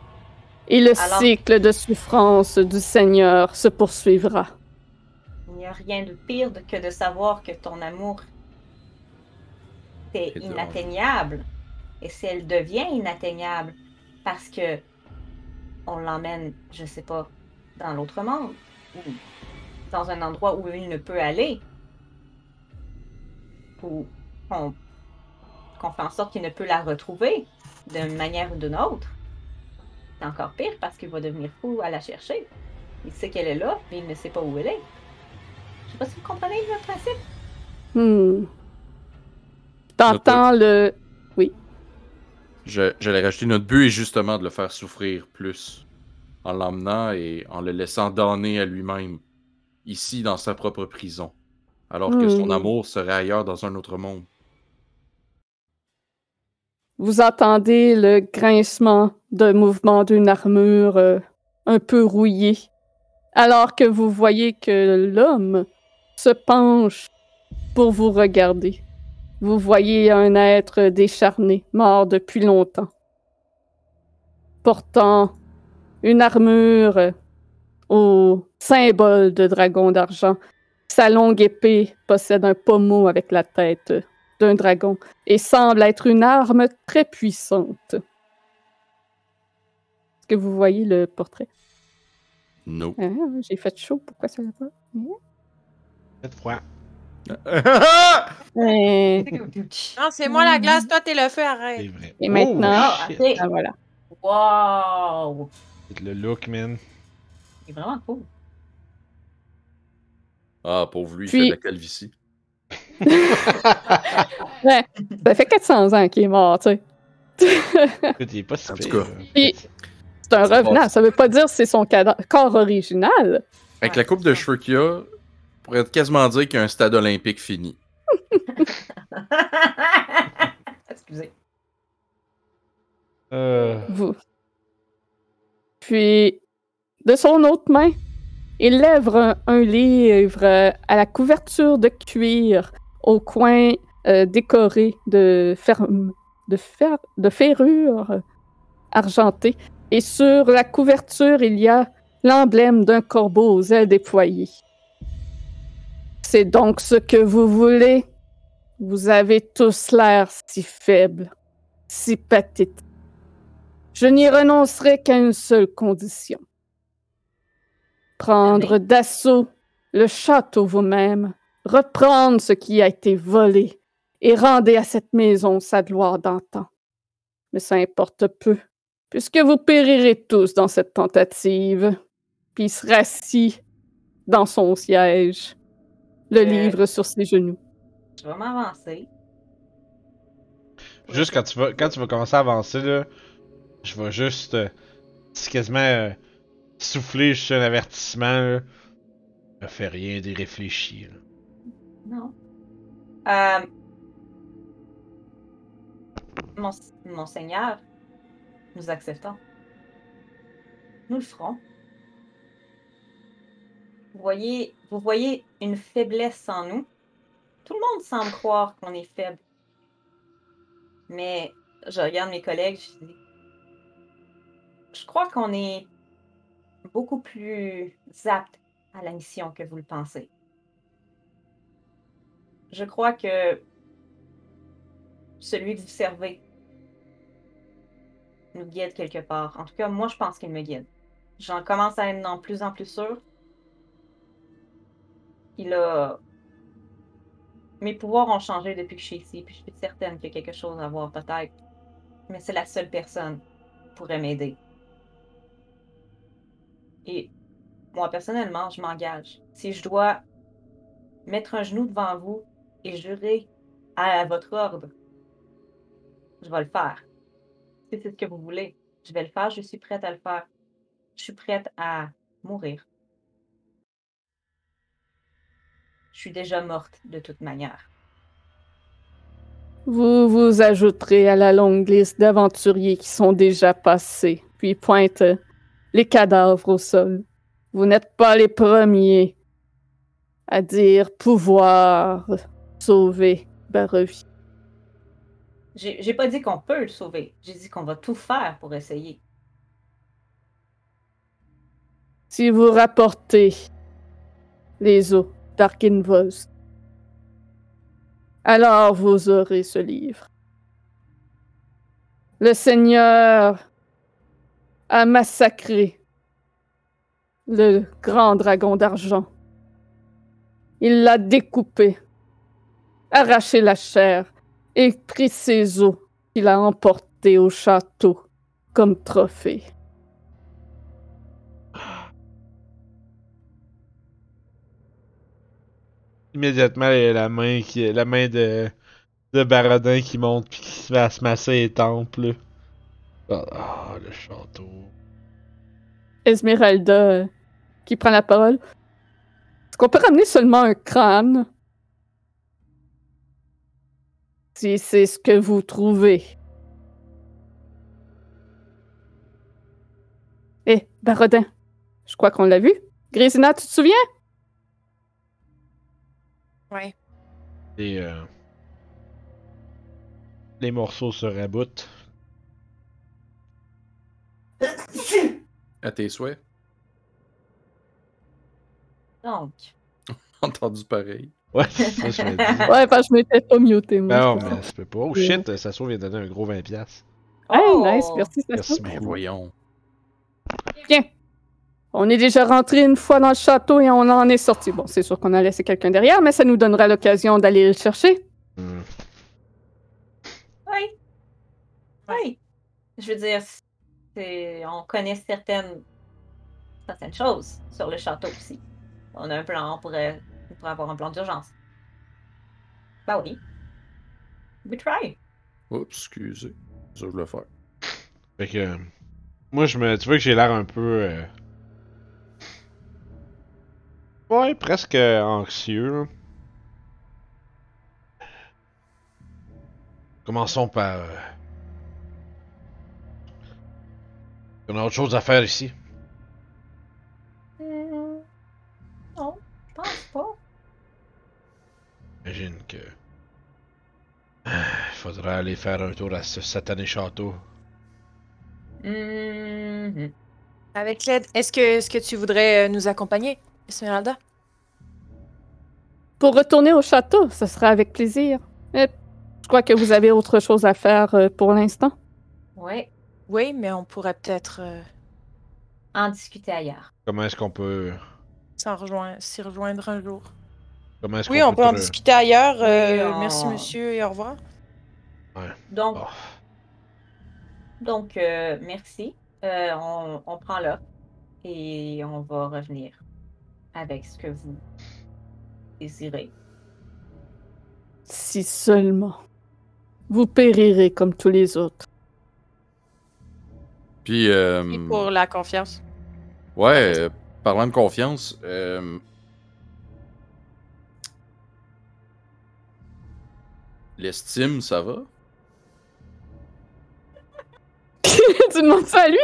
[SPEAKER 1] Et le
[SPEAKER 4] Alors-
[SPEAKER 1] cycle de souffrance du Seigneur se poursuivra.
[SPEAKER 4] Il n'y a rien de pire de- que de savoir que ton amour est
[SPEAKER 5] Et de-
[SPEAKER 4] inatteignable. Et si elle devient inatteignable, parce que on l'emmène, je sais pas, dans l'autre monde, ou dans un endroit où il ne peut aller, ou qu'on qu'on fait en sorte qu'il ne peut la retrouver d'une manière ou d'une autre, c'est encore pire parce qu'il va devenir fou à la chercher. Il sait qu'elle est là, mais il ne sait pas où elle est. Je sais pas si vous comprenez le principe.
[SPEAKER 1] Hmm. T'entends le...
[SPEAKER 5] Je- J'allais rajouter notre but est justement de le faire souffrir plus en l'emmenant et en le laissant damner à lui-même, ici dans sa propre prison, alors que son
[SPEAKER 1] Hmm.
[SPEAKER 5] amour serait ailleurs dans un autre monde.
[SPEAKER 1] Vous entendez le grincement de mouvement d'une armure euh, un peu rouillée, alors que vous voyez que l'homme se penche pour vous regarder. Vous voyez un être décharné, mort depuis longtemps, portant une armure euh, au symbole de dragon d'argent. Sa longue épée possède un pommeau avec la tête euh, d'un dragon et semble être une arme très puissante. Est-ce que vous voyez le portrait?
[SPEAKER 5] Non.
[SPEAKER 1] Ah, J'ai fait chaud, pourquoi ça va pas?
[SPEAKER 2] Cette fois.
[SPEAKER 5] Ah,
[SPEAKER 4] Euh,
[SPEAKER 1] Et,
[SPEAKER 6] Non, c'est moi la glace, toi t'es le feu, arrête.
[SPEAKER 2] C'est vrai.
[SPEAKER 1] et maintenant,
[SPEAKER 2] Oh, shit.
[SPEAKER 1] ah, voilà.
[SPEAKER 4] Wow!
[SPEAKER 2] Le look, man.
[SPEAKER 4] C'est vraiment cool.
[SPEAKER 5] Ah, pauvre lui, il
[SPEAKER 1] Puis-
[SPEAKER 5] fait de la calvitie.
[SPEAKER 1] Ça fait 400 ans qu'il est mort, tu sais.
[SPEAKER 2] Écoute, il est pas si
[SPEAKER 5] En tout
[SPEAKER 2] pire,
[SPEAKER 5] cas.
[SPEAKER 2] hein.
[SPEAKER 1] Puis- C'est un
[SPEAKER 5] Ça
[SPEAKER 1] revenant.
[SPEAKER 5] passe.
[SPEAKER 1] Ça veut pas dire que c'est son cadre- corps original.
[SPEAKER 5] Avec la coupe de cheveux qu'il a, on pourrait quasiment dire qu'il y a un stade olympique fini.
[SPEAKER 4] Excusez.
[SPEAKER 2] Euh,
[SPEAKER 1] Vous. Puis, de son autre main, il lève un, un livre euh, à la couverture de cuir au coin euh, décoré de, ferme, de, fer, de ferrure argentée. Et sur la couverture, il y a l'emblème d'un corbeau aux ailes déployées. C'est donc ce que vous voulez. Vous avez tous l'air si faibles, si pathétiques. Je n'y renoncerai qu'à une seule condition. Prendre d'assaut le château vous-même, reprendre ce qui a été volé et rendez à cette maison sa gloire d'antan. Mais ça importe peu, puisque vous périrez tous dans cette tentative. Puis il sera assis dans son siège, le
[SPEAKER 4] Euh.
[SPEAKER 1] livre sur ses genoux.
[SPEAKER 4] Je vais m'avancer.
[SPEAKER 2] Juste quand tu vas quand tu vas commencer à avancer là, je vais juste euh, c'est quasiment euh, souffler juste un avertissement là. Ne fais rien d'y réfléchir.
[SPEAKER 4] Non. Euh, mon, mon Seigneur, nous acceptons. Nous le ferons. Vous voyez, vous voyez une faiblesse en nous. Tout le monde semble croire qu'on est faible. Mais je regarde mes collègues, je dis, je crois qu'on est beaucoup plus apte à la mission que vous le pensez je crois que celui que vous servez nous guide quelque part. En tout cas, moi, je pense qu'il me guide. J'en commence à être de plus en plus sûr. Il a... Mes pouvoirs ont changé depuis que je suis ici, puis je suis certaine qu'il y a quelque chose à voir peut-être. Mais c'est la seule personne qui pourrait m'aider. Et moi, personnellement, je m'engage. Si je dois mettre un genou devant vous et jurer à votre ordre. Je vais le faire. Si c'est ce que vous voulez, je vais le faire. Je suis prête à le faire. Je suis prête à mourir. Je suis déjà morte de toute manière.
[SPEAKER 1] Vous vous ajouterez à la longue liste d'aventuriers qui sont déjà passés, puis pointe euh, les cadavres au sol. Vous n'êtes pas les premiers à dire pouvoir sauver Barovie.
[SPEAKER 4] J'ai j'ai pas dit qu'on peut le sauver. J'ai dit qu'on va tout faire pour essayer.
[SPEAKER 1] Si vous rapportez les eaux d'Arkinvols, alors vous aurez ce livre. Le Seigneur a massacré le grand dragon d'argent. Il l'a découpé, arraché la chair et pris ses os qu'il a emportés au château comme trophée.
[SPEAKER 2] Immédiatement il y a la main qui la main de de Baradin qui monte puis qui se va se masser les tempes là. Ah ah, le château.
[SPEAKER 1] Esmeralda euh, qui prend la parole. Est-ce qu'on peut ramener seulement un crâne? Si c'est ce que vous trouvez. Hé, Eh, Barodin, je crois qu'on l'a vu. Grisina, tu te souviens?
[SPEAKER 6] Ouais.
[SPEAKER 2] Et euh, les morceaux se raboutent.
[SPEAKER 5] À tes souhaits,
[SPEAKER 4] Donc,
[SPEAKER 5] entendu pareil.
[SPEAKER 2] Ouais, c'est ça que je me dis.
[SPEAKER 1] Ouais, parce que je m'étais pas muté, moi.
[SPEAKER 2] Non,
[SPEAKER 1] c'est pour ça.
[SPEAKER 2] mais ça peut pas. Oh shit, Sasso vient de donner un gros 20$. piastres.
[SPEAKER 1] Hey,
[SPEAKER 4] Oh!
[SPEAKER 1] nice, merci, ça
[SPEAKER 2] Merci
[SPEAKER 5] Ben
[SPEAKER 2] beaucoup.
[SPEAKER 5] voyons.
[SPEAKER 1] Bien. On est déjà rentré une fois dans le château et on en est sorti. Bon, c'est sûr qu'on a laissé quelqu'un derrière, mais ça nous donnera l'occasion d'aller le chercher.
[SPEAKER 2] Hmm.
[SPEAKER 4] Oui. Oui. Je veux dire, c'est- on connaît certaines, certaines choses sur le château aussi. On a un plan, on pourrait, on pourrait avoir un plan d'urgence. Bah oui. We try.
[SPEAKER 5] Oups, excusez. Ça, je vais le faire.
[SPEAKER 2] Fait que. euh, Moi, je me. Tu vois que j'ai l'air un peu. euh, Ouais, presque euh, anxieux. là. Commençons par. euh, On a autre chose à faire ici.
[SPEAKER 4] Hmm, non, je pense pas.
[SPEAKER 2] J'imagine que. euh, Faudra aller faire un tour à ce satané château.
[SPEAKER 4] Mhm.
[SPEAKER 6] Avec l'aide, est-ce que, est-ce que tu voudrais euh, nous accompagner, Esmeralda?
[SPEAKER 1] Pour retourner au château, ce sera avec plaisir. Mais je crois que vous avez autre chose à faire euh, pour l'instant.
[SPEAKER 4] Oui,
[SPEAKER 6] Oui, mais on pourrait peut-être euh,
[SPEAKER 4] en discuter ailleurs.
[SPEAKER 2] Comment est-ce qu'on peut.
[SPEAKER 6] s'en rejoindre, s'y rejoindre un jour.
[SPEAKER 2] Comment est-ce
[SPEAKER 6] Oui,
[SPEAKER 2] qu'on
[SPEAKER 6] on peut en
[SPEAKER 2] te-
[SPEAKER 6] discuter ailleurs. euh,
[SPEAKER 4] Oui, on-
[SPEAKER 6] Merci, monsieur, et au revoir.
[SPEAKER 4] Donc,
[SPEAKER 2] Oh.
[SPEAKER 4] donc euh, merci. Euh, on, on prend l'offre et on va revenir avec ce que vous désirez.
[SPEAKER 1] Si seulement. Vous périrez comme tous les autres.
[SPEAKER 5] Puis, euh,
[SPEAKER 6] Et
[SPEAKER 2] Hmm.
[SPEAKER 6] pour la confiance.
[SPEAKER 5] ouais, euh, parlant de confiance, euh, l'estime, ça va?
[SPEAKER 1] tu demandes ça à lui?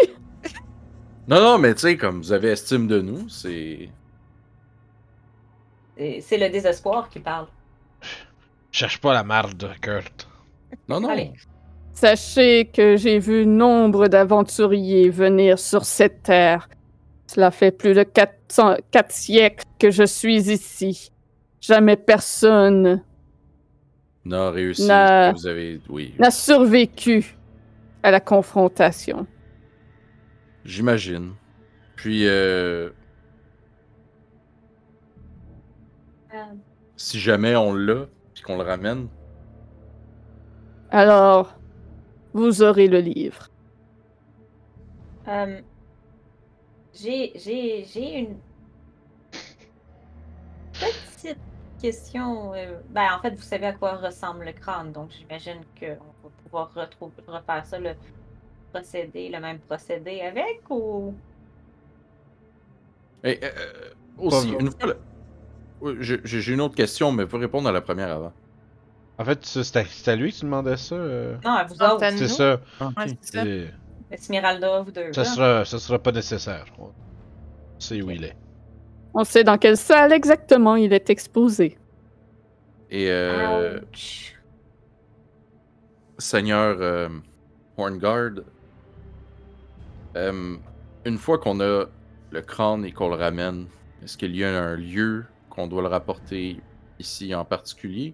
[SPEAKER 5] Non, non, mais tu sais, comme vous avez estime de nous, c'est.
[SPEAKER 4] Et C'est le désespoir qui parle.
[SPEAKER 2] Cherche pas la marde, Kurt.
[SPEAKER 5] Non, non.
[SPEAKER 4] Allez.
[SPEAKER 1] Sachez que j'ai vu nombre d'aventuriers venir sur cette terre. Cela fait plus de 400 quatre siècles que je suis ici. Jamais personne
[SPEAKER 5] Non, réussi.
[SPEAKER 1] Non.
[SPEAKER 5] Vous avez. Oui.
[SPEAKER 1] n'a survécu à la confrontation.
[SPEAKER 5] J'imagine. Puis, euh,
[SPEAKER 4] Euh,
[SPEAKER 5] si jamais on l'a, puis qu'on le ramène,
[SPEAKER 1] Alors, vous aurez le livre.
[SPEAKER 4] euh, j'ai, j'ai, j'ai une petite question. euh, ben, en fait, vous savez à quoi ressemble le crâne, donc j'imagine qu'on va pouvoir retrouver, refaire ça, le procédé, le même procédé avec ou.
[SPEAKER 5] Eh, euh, euh, aussi,
[SPEAKER 2] Pas-
[SPEAKER 5] une fois. le- Oui, J'ai j'ai une autre question, mais faut répondre à la première avant.
[SPEAKER 2] En fait, ça, c'est à, c'est à lui que tu demandais ça. euh?
[SPEAKER 4] Non, à vous
[SPEAKER 6] Anthony.
[SPEAKER 4] autres.
[SPEAKER 2] C'est
[SPEAKER 6] nous?
[SPEAKER 2] ça.
[SPEAKER 6] Ouais, c'est ça.
[SPEAKER 2] c'est-
[SPEAKER 4] Esmeralda, vous deux.
[SPEAKER 2] Ça
[SPEAKER 4] là.
[SPEAKER 2] sera, ça sera pas nécessaire. On sait où il est.
[SPEAKER 1] On sait dans quelle salle exactement il est exposé.
[SPEAKER 5] Et,
[SPEAKER 4] Ah
[SPEAKER 5] euh,
[SPEAKER 4] Ouch.
[SPEAKER 5] Seigneur euh, Horngard, euh, une fois qu'on a le crâne et qu'on le ramène, est-ce qu'il y a un lieu qu'on doit le rapporter ici en particulier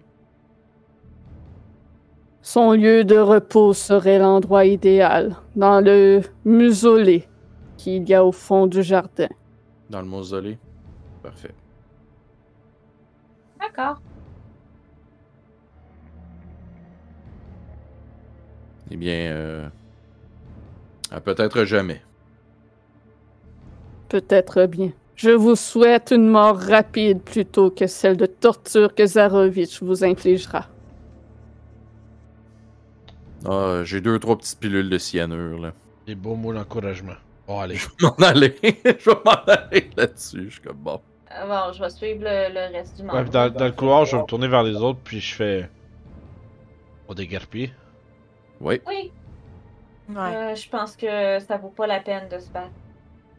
[SPEAKER 1] Son lieu de repos serait l'endroit idéal, dans le musolée qu'il y a au fond du jardin.
[SPEAKER 5] dans le mausolée Parfait.
[SPEAKER 4] D'accord.
[SPEAKER 5] Eh bien, euh, à peut-être jamais.
[SPEAKER 1] Peut-être bien. Je vous souhaite une mort rapide plutôt que celle de torture que Zarovitch vous infligera.
[SPEAKER 5] Ah, j'ai deux trois petites pilules de cyanure là.
[SPEAKER 2] Des beaux mots d'encouragement. Bon, allez.
[SPEAKER 5] Je vais m'en aller, je vais m'en aller là-dessus. Je suis comme bon.
[SPEAKER 4] Euh, Bon, je vais suivre le, le reste du monde.
[SPEAKER 2] Ouais, puis dans, dans le couloir, je vais me tourner vers les autres, puis je fais. On déguerpille.
[SPEAKER 5] Oui,
[SPEAKER 4] Oui,
[SPEAKER 6] Ouais.
[SPEAKER 4] euh, je pense que ça vaut pas la peine de se battre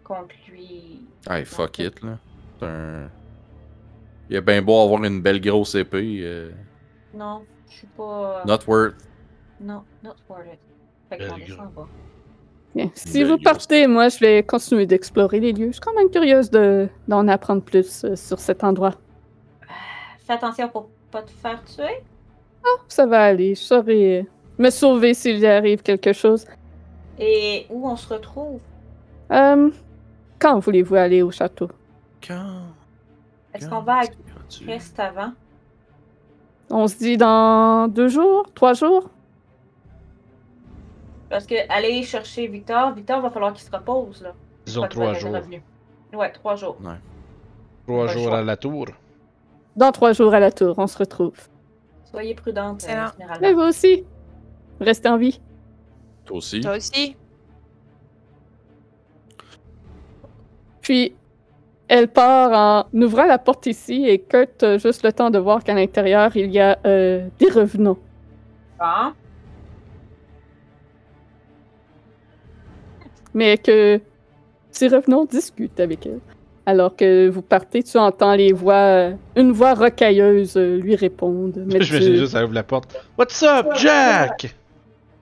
[SPEAKER 4] contre lui.
[SPEAKER 5] hey, fuck it là. C'est un. Il a bien beau avoir une belle grosse épée. euh,
[SPEAKER 4] Non, je suis pas.
[SPEAKER 5] Not worth.
[SPEAKER 4] Non, not worth it. Fait
[SPEAKER 2] Very
[SPEAKER 4] qu'on
[SPEAKER 2] good.
[SPEAKER 4] descend pas.
[SPEAKER 1] Bien. Si
[SPEAKER 5] Ben,
[SPEAKER 1] vous
[SPEAKER 5] il-
[SPEAKER 1] partez, moi, je vais continuer d'explorer les lieux. Je suis quand même curieuse de- d'en apprendre plus euh, sur cet endroit.
[SPEAKER 4] Fais attention pour pas te faire tuer.
[SPEAKER 1] Ça va aller. Je saurai euh, me sauver s'il y arrive quelque chose.
[SPEAKER 4] Et où on se retrouve
[SPEAKER 1] Euh, Quand voulez-vous aller au château?
[SPEAKER 5] Quand
[SPEAKER 4] Est-ce
[SPEAKER 5] quand
[SPEAKER 4] qu'on va à
[SPEAKER 5] tu iras-tu?
[SPEAKER 4] Crest avant?
[SPEAKER 1] On se dit dans deux jours, trois jours?
[SPEAKER 4] Parce que aller chercher Victor, Victor va falloir qu'il se repose là.
[SPEAKER 2] Disons
[SPEAKER 4] Pas qu'il
[SPEAKER 2] trois
[SPEAKER 4] va être
[SPEAKER 2] jours.
[SPEAKER 4] revenu. Ouais, trois jours.
[SPEAKER 2] Trois
[SPEAKER 4] Pas le
[SPEAKER 2] jours
[SPEAKER 4] choix.
[SPEAKER 2] à la tour.
[SPEAKER 1] Dans trois jours à la tour, on se retrouve.
[SPEAKER 4] Soyez prudente, euh,
[SPEAKER 6] C'est là.
[SPEAKER 1] Mais
[SPEAKER 4] généralement.
[SPEAKER 1] vous aussi, restez en vie.
[SPEAKER 5] Toi aussi.
[SPEAKER 6] Toi aussi.
[SPEAKER 1] Puis, elle part en ouvrant la porte ici et Kurt a juste le temps de voir qu'à l'intérieur, il y a euh, des revenants.
[SPEAKER 4] Bon.
[SPEAKER 1] mais que ces revenants discutent avec elle. Alors que vous partez, tu entends les voix, euh, une voix rocailleuse euh, lui répondre. Mais
[SPEAKER 2] Je
[SPEAKER 1] tu-
[SPEAKER 2] vais juste, ça ouvre la porte. What's up, Jack?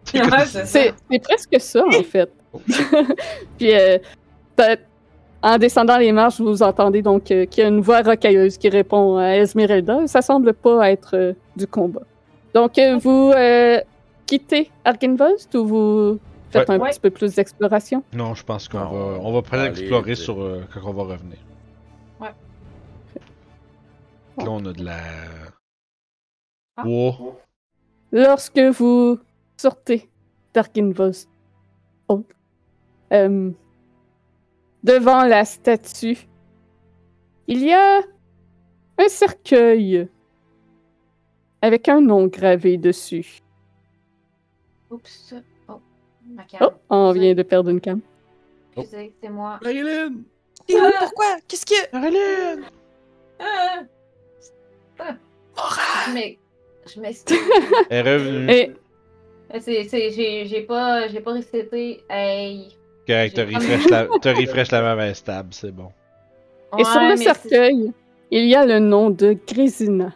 [SPEAKER 2] C'est comme
[SPEAKER 4] Ouais,
[SPEAKER 2] si-
[SPEAKER 4] c'est ça.
[SPEAKER 1] C'est c'est presque ça, en fait. Puis, euh, t'as- en descendant les marches, vous entendez donc euh, qu'il y a une voix rocailleuse qui répond à Esmeralda. Ça semble pas être euh, du combat. Donc, euh, vous euh, quittez Argenvost ou vous faites
[SPEAKER 2] Ouais.
[SPEAKER 1] un
[SPEAKER 4] Ouais.
[SPEAKER 1] petit peu plus d'exploration?
[SPEAKER 2] Non, je pense qu'on
[SPEAKER 5] Non,
[SPEAKER 2] va,
[SPEAKER 5] on
[SPEAKER 2] on va
[SPEAKER 5] va
[SPEAKER 2] peut-être
[SPEAKER 5] aller
[SPEAKER 2] explorer
[SPEAKER 5] de-
[SPEAKER 2] sur euh, quand on va revenir.
[SPEAKER 4] Ouais.
[SPEAKER 2] Là, on a de la.
[SPEAKER 4] Ah.
[SPEAKER 2] Wow.
[SPEAKER 1] lorsque vous sortez d'Arkinvost, Hall, euh, devant la statue, il y a un cercueil avec un nom gravé dessus.
[SPEAKER 4] Oups. Oh, ma
[SPEAKER 1] Oh,
[SPEAKER 4] cam.
[SPEAKER 1] on vient de perdre une cam.
[SPEAKER 4] Excusez, c'est moi.
[SPEAKER 5] Marilyn!
[SPEAKER 6] Pourquoi? Qu'est-ce que.
[SPEAKER 2] Marilyn!
[SPEAKER 4] Ah! Ah! Je m'ex- Je m'excuse.
[SPEAKER 2] Elle est revenue.
[SPEAKER 1] Et
[SPEAKER 4] C'est- c'est- J'ai j'ai pas, j'ai pas récité. Hey.
[SPEAKER 2] Correct, t'as
[SPEAKER 4] J'ai-
[SPEAKER 2] refresh, la... t'as refresh la mauvaise table, c'est bon.
[SPEAKER 1] et sur
[SPEAKER 4] Ouais,
[SPEAKER 1] le
[SPEAKER 4] mais
[SPEAKER 1] cercueil, il y a le nom de Grésina.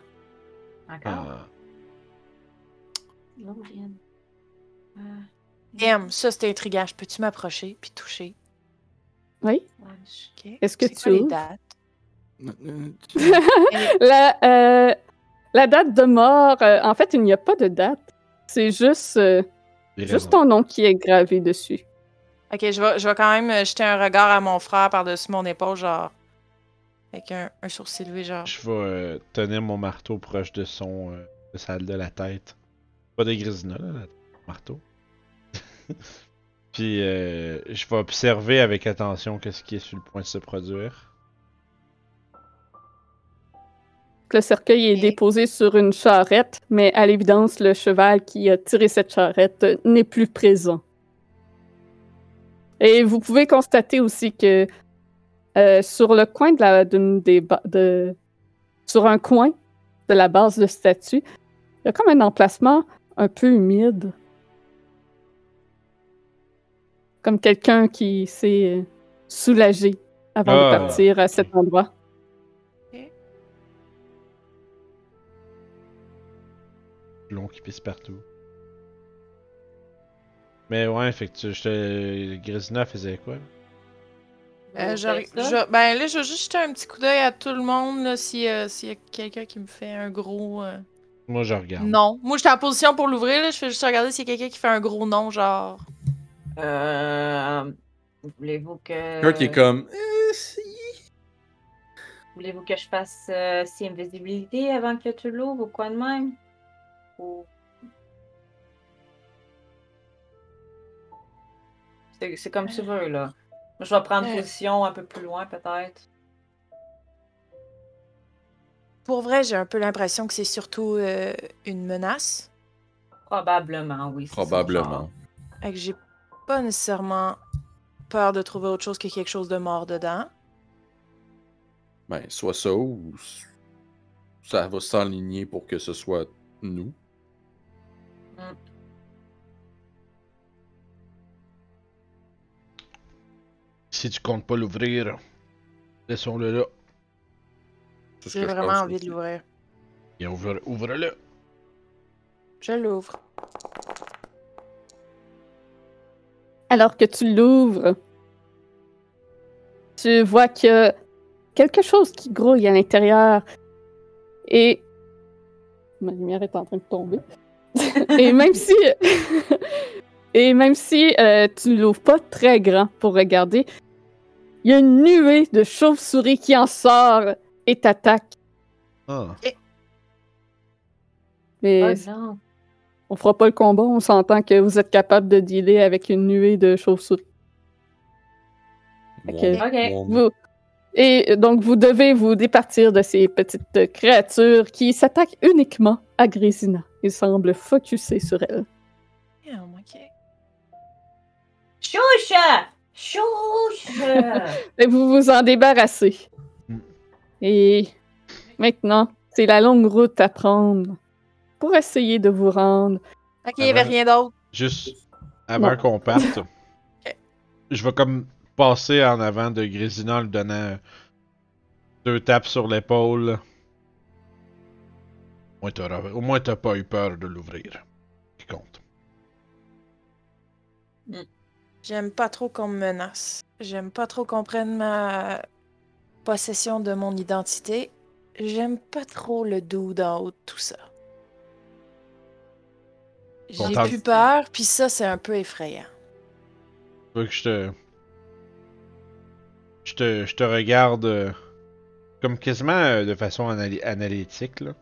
[SPEAKER 4] c'est- Encore.
[SPEAKER 2] Ah.
[SPEAKER 4] Non, rien. Ah,
[SPEAKER 6] Damn, ça c'était intriguant. Je peux-tu m'approcher puis toucher?
[SPEAKER 1] Oui?
[SPEAKER 4] ouais, je-
[SPEAKER 6] Ok.
[SPEAKER 1] Est-ce que
[SPEAKER 6] C'est
[SPEAKER 1] tu
[SPEAKER 6] quoi les
[SPEAKER 1] ouvres?
[SPEAKER 6] dates?
[SPEAKER 1] La, euh, la date de mort, euh, en fait, il n'y a pas de date. C'est juste, euh,
[SPEAKER 2] des raisons.
[SPEAKER 1] juste ton nom qui est gravé dessus.
[SPEAKER 6] Ok, je vais, je vais quand même euh, jeter un regard à mon frère par-dessus mon épaule, genre. Avec un, un sourcil levé, genre.
[SPEAKER 2] Je vais euh, tenir mon marteau proche de son euh, de salle de la tête. Pas des grisina, là, le marteau. Puis euh, je vais observer avec attention qu'est-ce qui est sur le point de se produire.
[SPEAKER 1] Le cercueil est
[SPEAKER 6] Ok.
[SPEAKER 1] déposé sur une charrette, mais à l'évidence, le cheval qui a tiré cette charrette euh, n'est plus présent. Et vous pouvez constater aussi que euh, sur le coin de la, d'une des ba- de- sur un coin de la base de statue, il y a comme un emplacement un peu humide, comme quelqu'un qui s'est euh, soulagé avant
[SPEAKER 2] Ah.
[SPEAKER 1] de partir à cet endroit.
[SPEAKER 2] Long qui pisse partout. Mais ouais, fait que tu, je te- Grisina faisait quoi?
[SPEAKER 6] Euh, je-
[SPEAKER 4] Vous faites ça?
[SPEAKER 6] je- ben là, je vais juste jeter un petit coup d'œil à tout le monde, là, si, euh, s'il y a quelqu'un qui me fait un gros. euh,
[SPEAKER 2] Moi je regarde.
[SPEAKER 6] Non. Moi, j'étais en position pour l'ouvrir. là. Je fais juste regarder s'il y a quelqu'un qui fait un gros nom, genre.
[SPEAKER 4] Euh, Voulez-vous que.
[SPEAKER 5] Kurt il est comme.
[SPEAKER 4] Voulez-vous que je fasse euh, si invisibilité avant que tu l'ouvres ou quoi de même? Ou... C'est c'est comme tu veux, là. Moi, Je vais prendre
[SPEAKER 6] Euh.
[SPEAKER 4] position un peu plus loin, peut-être.
[SPEAKER 6] Pour vrai, j'ai un peu l'impression que c'est surtout euh, une menace.
[SPEAKER 4] Probablement, oui. c'est son genre.
[SPEAKER 5] Probablement.
[SPEAKER 6] Et que j'ai pas nécessairement peur de trouver autre chose que quelque chose de mort dedans.
[SPEAKER 5] Ben, soit ça ou. s- Ça va s'enligner pour que ce soit nous.
[SPEAKER 2] Si tu comptes pas l'ouvrir, laissons-le là.
[SPEAKER 5] C'est ce
[SPEAKER 6] J'ai
[SPEAKER 5] que je
[SPEAKER 6] vraiment
[SPEAKER 5] pense
[SPEAKER 6] envie
[SPEAKER 5] aussi.
[SPEAKER 6] de l'ouvrir.
[SPEAKER 2] Et ouvre- ouvre-le.
[SPEAKER 6] Je l'ouvre.
[SPEAKER 1] Alors que tu l'ouvres, tu vois que quelque chose qui grouille à l'intérieur et ma lumière est en train de tomber. et même si et même si euh, tu l'ouvres pas très grand pour regarder, il Il y a une nuée de chauves-souris qui en sort et t'attaque.
[SPEAKER 2] Ah.
[SPEAKER 1] Mais
[SPEAKER 4] Oh non.
[SPEAKER 1] on fera pas le combat, on s'entend que vous êtes capable de dealer avec une nuée de chauves-souris.
[SPEAKER 5] Mon-
[SPEAKER 1] Ok.
[SPEAKER 4] Ok.
[SPEAKER 5] mon-
[SPEAKER 1] Vous- Et donc, vous devez vous départir de ces petites créatures qui s'attaquent uniquement à Grésina. Ils semblent focusser sur elle.
[SPEAKER 6] Damn, ok.
[SPEAKER 4] Choucha! Choucha!
[SPEAKER 1] Et vous vous en débarrassez.
[SPEAKER 2] Mm.
[SPEAKER 1] Et maintenant, c'est la longue route à prendre pour essayer de vous rendre.
[SPEAKER 6] Ok, il y avait
[SPEAKER 2] Avant-
[SPEAKER 6] rien d'autre.
[SPEAKER 2] Juste avant
[SPEAKER 1] Non.
[SPEAKER 2] qu'on parte, je vais comme passer en avant de Grésina en lui donnant deux tapes sur l'épaule. Au moins, t'auras- Au moins, t'as pas eu peur de l'ouvrir. Qui compte.
[SPEAKER 6] J'aime pas trop qu'on me menace. J'aime pas trop qu'on prenne ma possession de mon identité. J'aime pas trop le dude en haut de tout ça. J'ai
[SPEAKER 2] Content.
[SPEAKER 6] plus peur, puis ça, c'est un peu effrayant.
[SPEAKER 2] Tu veux que je te. Je te, je te regarde euh, comme quasiment euh, de façon anali- analytique, là.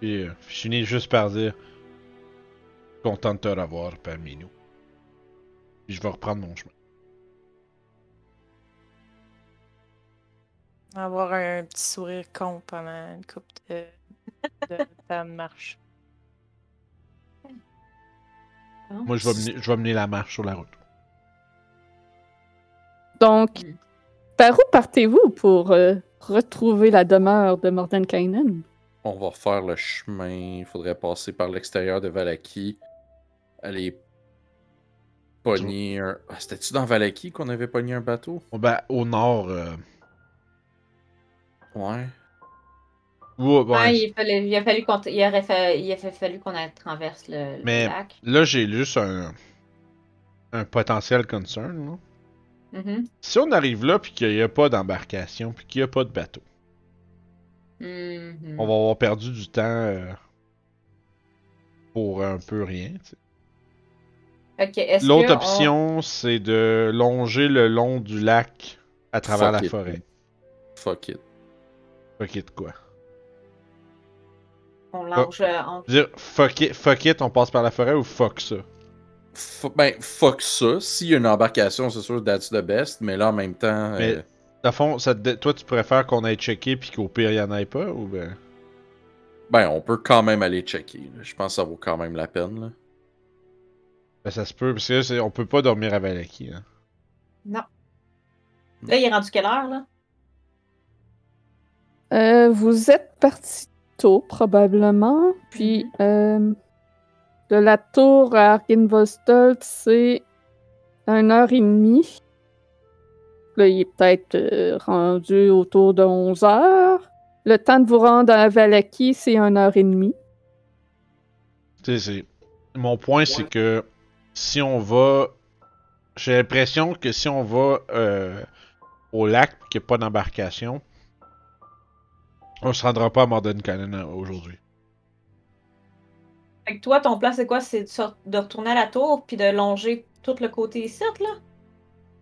[SPEAKER 2] Puis euh, je finis juste par dire Content de te revoir parmi nous. Puis je vais reprendre mon chemin.
[SPEAKER 6] Avoir un petit sourire con pendant une coupe de, de temps de marche.
[SPEAKER 2] Moi, je vais, mener, je vais mener la marche sur la route.
[SPEAKER 1] Donc,
[SPEAKER 4] Mm.
[SPEAKER 1] par où partez-vous pour euh, retrouver la demeure de Mordenkainen?
[SPEAKER 5] On va refaire le chemin. Il faudrait passer par l'extérieur de Valaki. Aller pogner un. Ah, C'était-tu dans Valaki qu'on avait pogné un bateau?
[SPEAKER 2] Bon, ben, au nord. euh,
[SPEAKER 5] Ouais.
[SPEAKER 2] ou- ouais,
[SPEAKER 4] Ouais, il, fallait, il a fallu qu'on t- il aurait fa- il a fa- fallu qu'on a- traverse le, le
[SPEAKER 2] Mais-
[SPEAKER 4] lac.
[SPEAKER 2] Là, j'ai juste un, un potentiel concern. là.
[SPEAKER 4] Mhm.
[SPEAKER 2] Si on arrive là, puis qu'il n'y a pas d'embarcation, puis qu'il n'y a pas de bateau,
[SPEAKER 4] Mhm.
[SPEAKER 2] on va avoir perdu du temps euh, pour un peu rien. tu sais.
[SPEAKER 4] Ok, est-ce
[SPEAKER 2] L'autre
[SPEAKER 4] que on-
[SPEAKER 2] option, c'est de longer le long du lac à travers
[SPEAKER 5] Fuck
[SPEAKER 2] la
[SPEAKER 5] it.
[SPEAKER 2] forêt.
[SPEAKER 5] Fuck it.
[SPEAKER 2] Fuck it, quoi.
[SPEAKER 4] on, longe, euh, on-
[SPEAKER 2] Je veux Dire fuck it, fuck it, on passe par la forêt ou fuck ça?
[SPEAKER 5] F- ben, fuck ça. S'il y a une embarcation, c'est sûr, that's the best. Mais là, en même temps.
[SPEAKER 2] Mais-
[SPEAKER 5] euh,
[SPEAKER 2] Dans le fond, ça te dé- toi, tu préfères qu'on aille checker puis qu'au pire, il n'y en ait pas? Ou ben...
[SPEAKER 5] ben, on peut quand même aller checker. là. Je pense que ça vaut quand même la peine. Là.
[SPEAKER 2] ben, ça se peut, parce que là, c'est- on peut pas dormir à Valaki. Hein.
[SPEAKER 4] Là, il est rendu quelle heure, là?
[SPEAKER 1] Euh, vous êtes parti tôt, probablement. Puis, euh, de la tour à Argenvostolt, c'est une heure et demie. Là, il est peut-être euh, rendu autour de 11 heures. Le temps de vous rendre à Valaki, c'est une heure et demie.
[SPEAKER 2] Tu sais, c'est- Mon point, c'est que si on va. J'ai l'impression que si on va euh, au lac pis qu'il n'y a pas d'embarcation, on se rendra pas à Mordenkainen aujourd'hui.
[SPEAKER 4] Fait que toi, ton plan, c'est quoi? C'est de, sort- de retourner à la tour puis de longer tout le côté ici, là?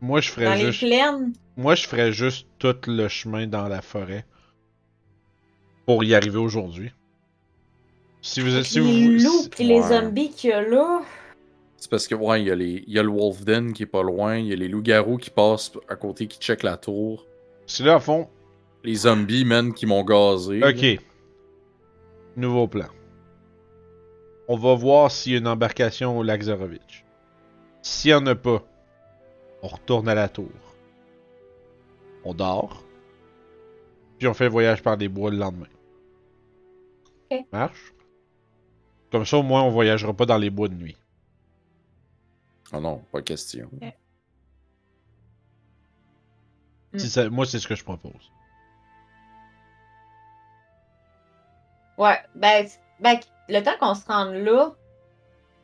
[SPEAKER 2] Moi, je
[SPEAKER 4] Dans
[SPEAKER 2] ferais Euh, juste.
[SPEAKER 4] les plaines?
[SPEAKER 2] Moi, je ferais juste tout le chemin dans la forêt pour y arriver aujourd'hui. Si vous êtes. Si vous,
[SPEAKER 4] les loups
[SPEAKER 2] si-
[SPEAKER 4] puis les
[SPEAKER 5] Ouais.
[SPEAKER 4] zombies qu'il y a là?
[SPEAKER 5] C'est parce que, ouais, il y, a les- il y a le Wolf Den qui est pas loin. Il y a les loups-garous qui passent à côté, qui checkent la tour.
[SPEAKER 2] si là, à fond.
[SPEAKER 5] Les zombies, man, qui m'ont gazé. là.
[SPEAKER 2] Ok. Nouveau plan. On va voir s'il y a une embarcation au lac Zorovitch. S'il n'y en a pas, on retourne à la tour. On dort. Puis on fait le voyage par les bois le lendemain.
[SPEAKER 4] Ok.
[SPEAKER 2] Marche. Comme ça, au moins, on voyagera pas dans les bois de nuit.
[SPEAKER 5] Ah non, pas question.
[SPEAKER 4] Mm.
[SPEAKER 2] Si ça- moi, c'est ce que je propose.
[SPEAKER 4] Ouais, ben, c- ben, le temps qu'on se rende là,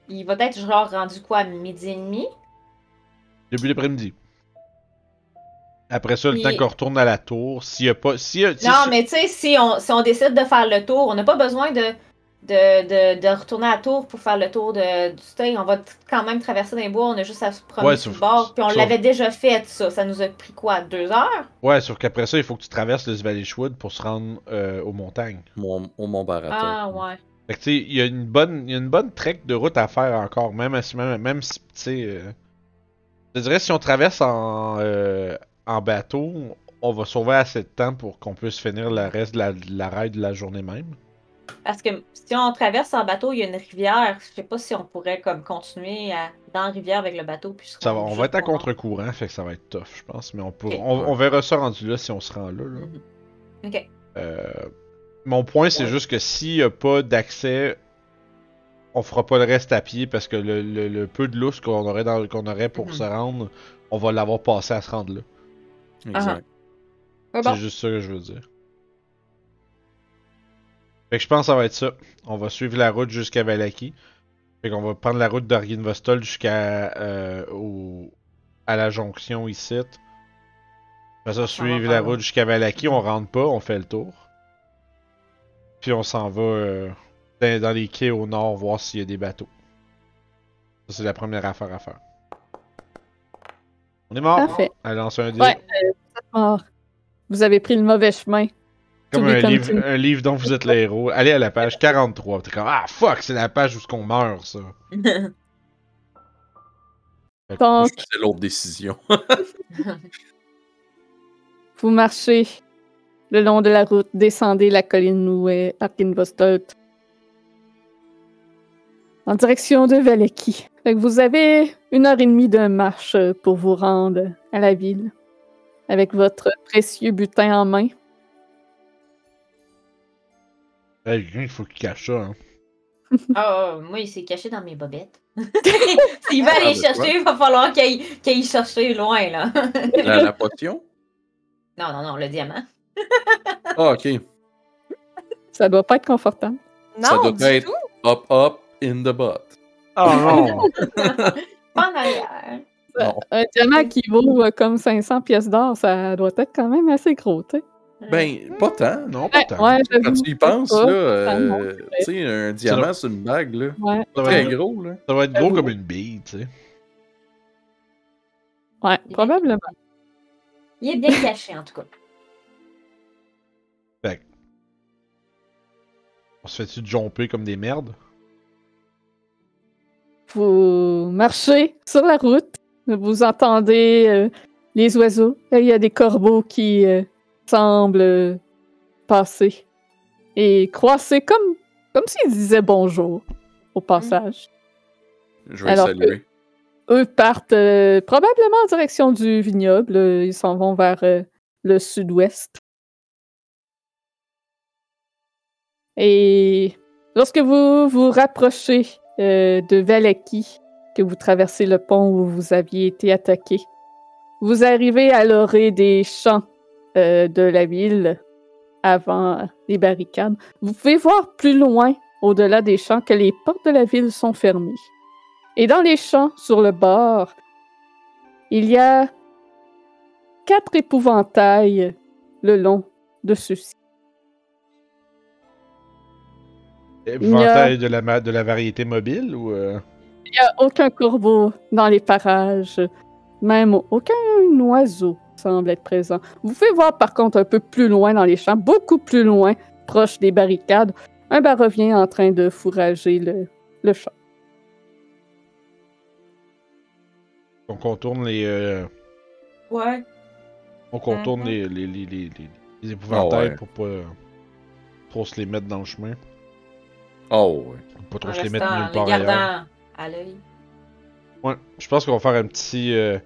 [SPEAKER 4] il va être genre rendu quoi, midi et demi?
[SPEAKER 2] Début d'après-midi. Après ça, le
[SPEAKER 4] Puis-
[SPEAKER 2] temps qu'on retourne à la tour, s'il y a pas. s'il y a- si-
[SPEAKER 4] Non,
[SPEAKER 2] si-
[SPEAKER 4] mais tu sais, si on, si on décide de faire le tour, on n'a pas besoin de de, de, de retourner à la tour pour faire le tour de, du stein. On va t- quand même traverser les bois, on a juste à se promener
[SPEAKER 2] Ouais,
[SPEAKER 4] sur le
[SPEAKER 2] sauf-
[SPEAKER 4] bord. Puis on
[SPEAKER 2] sauf-
[SPEAKER 4] l'avait déjà fait, ça. Ça nous a pris quoi, deux heures?
[SPEAKER 2] Ouais, sauf qu'après ça, il faut que tu traverses le Svalishwood pour se rendre euh, aux montagnes.
[SPEAKER 5] Mon, au Mont Baraton.
[SPEAKER 4] Ah, ouais.
[SPEAKER 2] Fait que, tu sais, il y a une bonne, il y a une bonne trek de route à faire encore, même, à- même, même si, tu sais, euh, je te dirais, si on traverse en, euh, en bateau, on va sauver assez de temps pour qu'on puisse finir le reste de la, de la ride de la journée même.
[SPEAKER 4] Parce que si on traverse en bateau, il y a une rivière. Je sais pas si on pourrait comme continuer à- dans la rivière avec le bateau. Puis se
[SPEAKER 2] Ça va,
[SPEAKER 4] rendre
[SPEAKER 2] on va être à
[SPEAKER 4] jusqu'au nord.
[SPEAKER 2] contre-courant, fait que ça va être tough, je pense, mais on, peut,
[SPEAKER 4] Ok.
[SPEAKER 2] on, on verra ça rendu là si on se rend là. là.
[SPEAKER 4] Mhm. Ok.
[SPEAKER 2] Euh, mon point, c'est
[SPEAKER 4] Ouais.
[SPEAKER 2] juste que s'il n'y a pas d'accès, on fera pas le reste à pied parce que le, le- le peu de lousse qu'on aurait, dans, qu'on aurait pour
[SPEAKER 4] Mhm.
[SPEAKER 2] se rendre, on va l'avoir passé à se rendre là.
[SPEAKER 5] Exact.
[SPEAKER 4] Ah bon.
[SPEAKER 2] C'est juste ça que je veux dire. Fait que je pense que ça va être ça. On va suivre la route jusqu'à Valaki. Fait qu'on va prendre la route d'Arginvostol jusqu'à euh, au- à la jonction ici. Après ça, suivre
[SPEAKER 4] par
[SPEAKER 2] la
[SPEAKER 4] là.
[SPEAKER 2] route jusqu'à Valaki, on rentre pas, on fait le tour. Puis on s'en va euh, dans, dans les quais au nord voir s'il y a des bateaux. Ça, c'est la première affaire à faire. On est mort.
[SPEAKER 4] Ah.
[SPEAKER 1] Parfait.
[SPEAKER 2] Elle lance un dé.
[SPEAKER 1] Ouais, euh, vous êtes mort. Vous avez pris le mauvais chemin.
[SPEAKER 2] Comme
[SPEAKER 1] Tout
[SPEAKER 2] un
[SPEAKER 1] est comme
[SPEAKER 2] livre,
[SPEAKER 1] tout.
[SPEAKER 2] un livre dont vous êtes le héros. Allez à la page 43. T'es comme Ah fuck, c'est la page où ce qu'on meurt, ça. Fait que-
[SPEAKER 6] Ah,
[SPEAKER 1] Donc,
[SPEAKER 5] C'est l'autre décision.
[SPEAKER 1] vous marchez le long de la route, descendez la colline où est Arkinvostolt en direction de Valaki. Fait que vous avez une heure et demie de marche pour vous rendre à la ville avec votre précieux butin en main.
[SPEAKER 2] Hey, quelqu'un, il faut qu'il cache ça. Hein.
[SPEAKER 4] Ah, ah, moi, il s'est caché dans mes bobettes. S'il va aller
[SPEAKER 5] Ah, ben,
[SPEAKER 4] chercher, il va falloir qu'il aille- qu'il aille chercher loin, là.
[SPEAKER 5] la, la potion?
[SPEAKER 4] non, non, non, le diamant.
[SPEAKER 5] Ah, ok.
[SPEAKER 1] Ça doit pas être confortable.
[SPEAKER 5] Ça
[SPEAKER 6] Non,
[SPEAKER 5] doit
[SPEAKER 6] du
[SPEAKER 5] être-
[SPEAKER 6] tout.
[SPEAKER 5] Up, up, in the butt. Ah,
[SPEAKER 2] Oh
[SPEAKER 4] Pas en arrière.
[SPEAKER 1] Un diamant qui vaut euh, comme 500 pièces d'or, ça doit être quand même assez gros, tu sais.
[SPEAKER 6] Hmm.
[SPEAKER 5] Ben, pas tant.
[SPEAKER 2] non! non,
[SPEAKER 1] Ouais,
[SPEAKER 2] pas tant.
[SPEAKER 1] ouais, j'avoue,
[SPEAKER 5] Quand tu y
[SPEAKER 1] je sais
[SPEAKER 5] penses,
[SPEAKER 1] pas.
[SPEAKER 5] là,
[SPEAKER 1] Ah, non,
[SPEAKER 5] euh,
[SPEAKER 1] c'est vrai.
[SPEAKER 5] tu sais, un diamant sur une bague, là,
[SPEAKER 1] Ouais.
[SPEAKER 2] Ça, va
[SPEAKER 5] très
[SPEAKER 2] être,
[SPEAKER 5] gros, là.
[SPEAKER 2] ça va être gros comme une bille, tu sais.
[SPEAKER 1] Ouais, probablement.
[SPEAKER 4] Il est bien caché, en tout cas.
[SPEAKER 2] On se fait-tu jomper comme des merdes?
[SPEAKER 1] Vous marchez sur la route, vous entendez euh, les oiseaux. Là, il y a des corbeaux qui euh, semblent euh, passer et croisser comme, comme s'ils disaient bonjour au passage.
[SPEAKER 5] Je vais
[SPEAKER 1] Alors que-
[SPEAKER 5] saluer.
[SPEAKER 1] Eux partent euh, probablement en direction du vignoble. euh, Ils s'en vont vers euh, le sud-ouest. Et lorsque vous vous rapprochez euh, de Valaki, que vous traversez le pont où vous aviez été attaqué, vous arrivez à l'orée des champs euh, de la ville avant les barricades. Vous pouvez voir plus loin, au-delà des champs, que les portes de la ville sont fermées. Et dans les champs, sur le bord, il y a quatre épouvantails le long de ceux-ci.
[SPEAKER 2] Éventail de la, ma- de la variété mobile ou. euh,
[SPEAKER 1] Il n'y a aucun corbeau dans les parages, même aucun oiseau semble être présent. Vous pouvez voir par contre un peu plus loin dans les champs, beaucoup plus loin, proche des barricades, un barovien en train de fourrager le, le champ.
[SPEAKER 2] On contourne les. euh,
[SPEAKER 4] Ouais.
[SPEAKER 2] on contourne
[SPEAKER 6] Mhm.
[SPEAKER 2] les, les, les, les, les- les épouvantails
[SPEAKER 5] Ah ouais.
[SPEAKER 2] pour pas. Trop se les mettre dans le chemin.
[SPEAKER 5] Oh, ouais.
[SPEAKER 2] Pour pas
[SPEAKER 4] En
[SPEAKER 2] trop se les
[SPEAKER 4] restant,
[SPEAKER 2] mettre
[SPEAKER 4] en
[SPEAKER 2] nulle
[SPEAKER 4] les
[SPEAKER 2] part ailleurs.
[SPEAKER 4] gardant à l'œil.
[SPEAKER 2] Ouais, je pense qu'on va faire un petit. euh,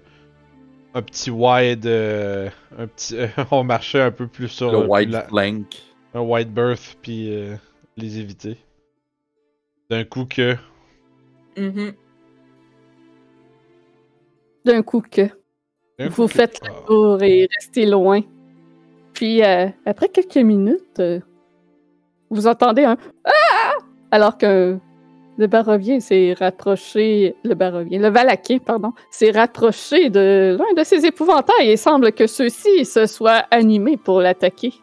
[SPEAKER 2] un petit wide. euh, un petit, on marchait un peu plus sur.
[SPEAKER 5] Le
[SPEAKER 2] euh,
[SPEAKER 5] white
[SPEAKER 2] la-
[SPEAKER 5] flank.
[SPEAKER 2] un wide berth, puis euh, les éviter. D'un coup que.
[SPEAKER 4] Mhm.
[SPEAKER 1] D'un coup que
[SPEAKER 2] d'un
[SPEAKER 1] Vous
[SPEAKER 2] coup que-
[SPEAKER 1] faites
[SPEAKER 2] Ah,
[SPEAKER 1] le tour et restez loin. Puis, euh, après quelques minutes, euh, vous entendez un Ah! Alors que le barovien s'est rapproché. Le barovien, le valaquin, pardon, s'est rapproché de l'un de ses épouvantails et semble que ceux-ci se soient animés pour l'attaquer.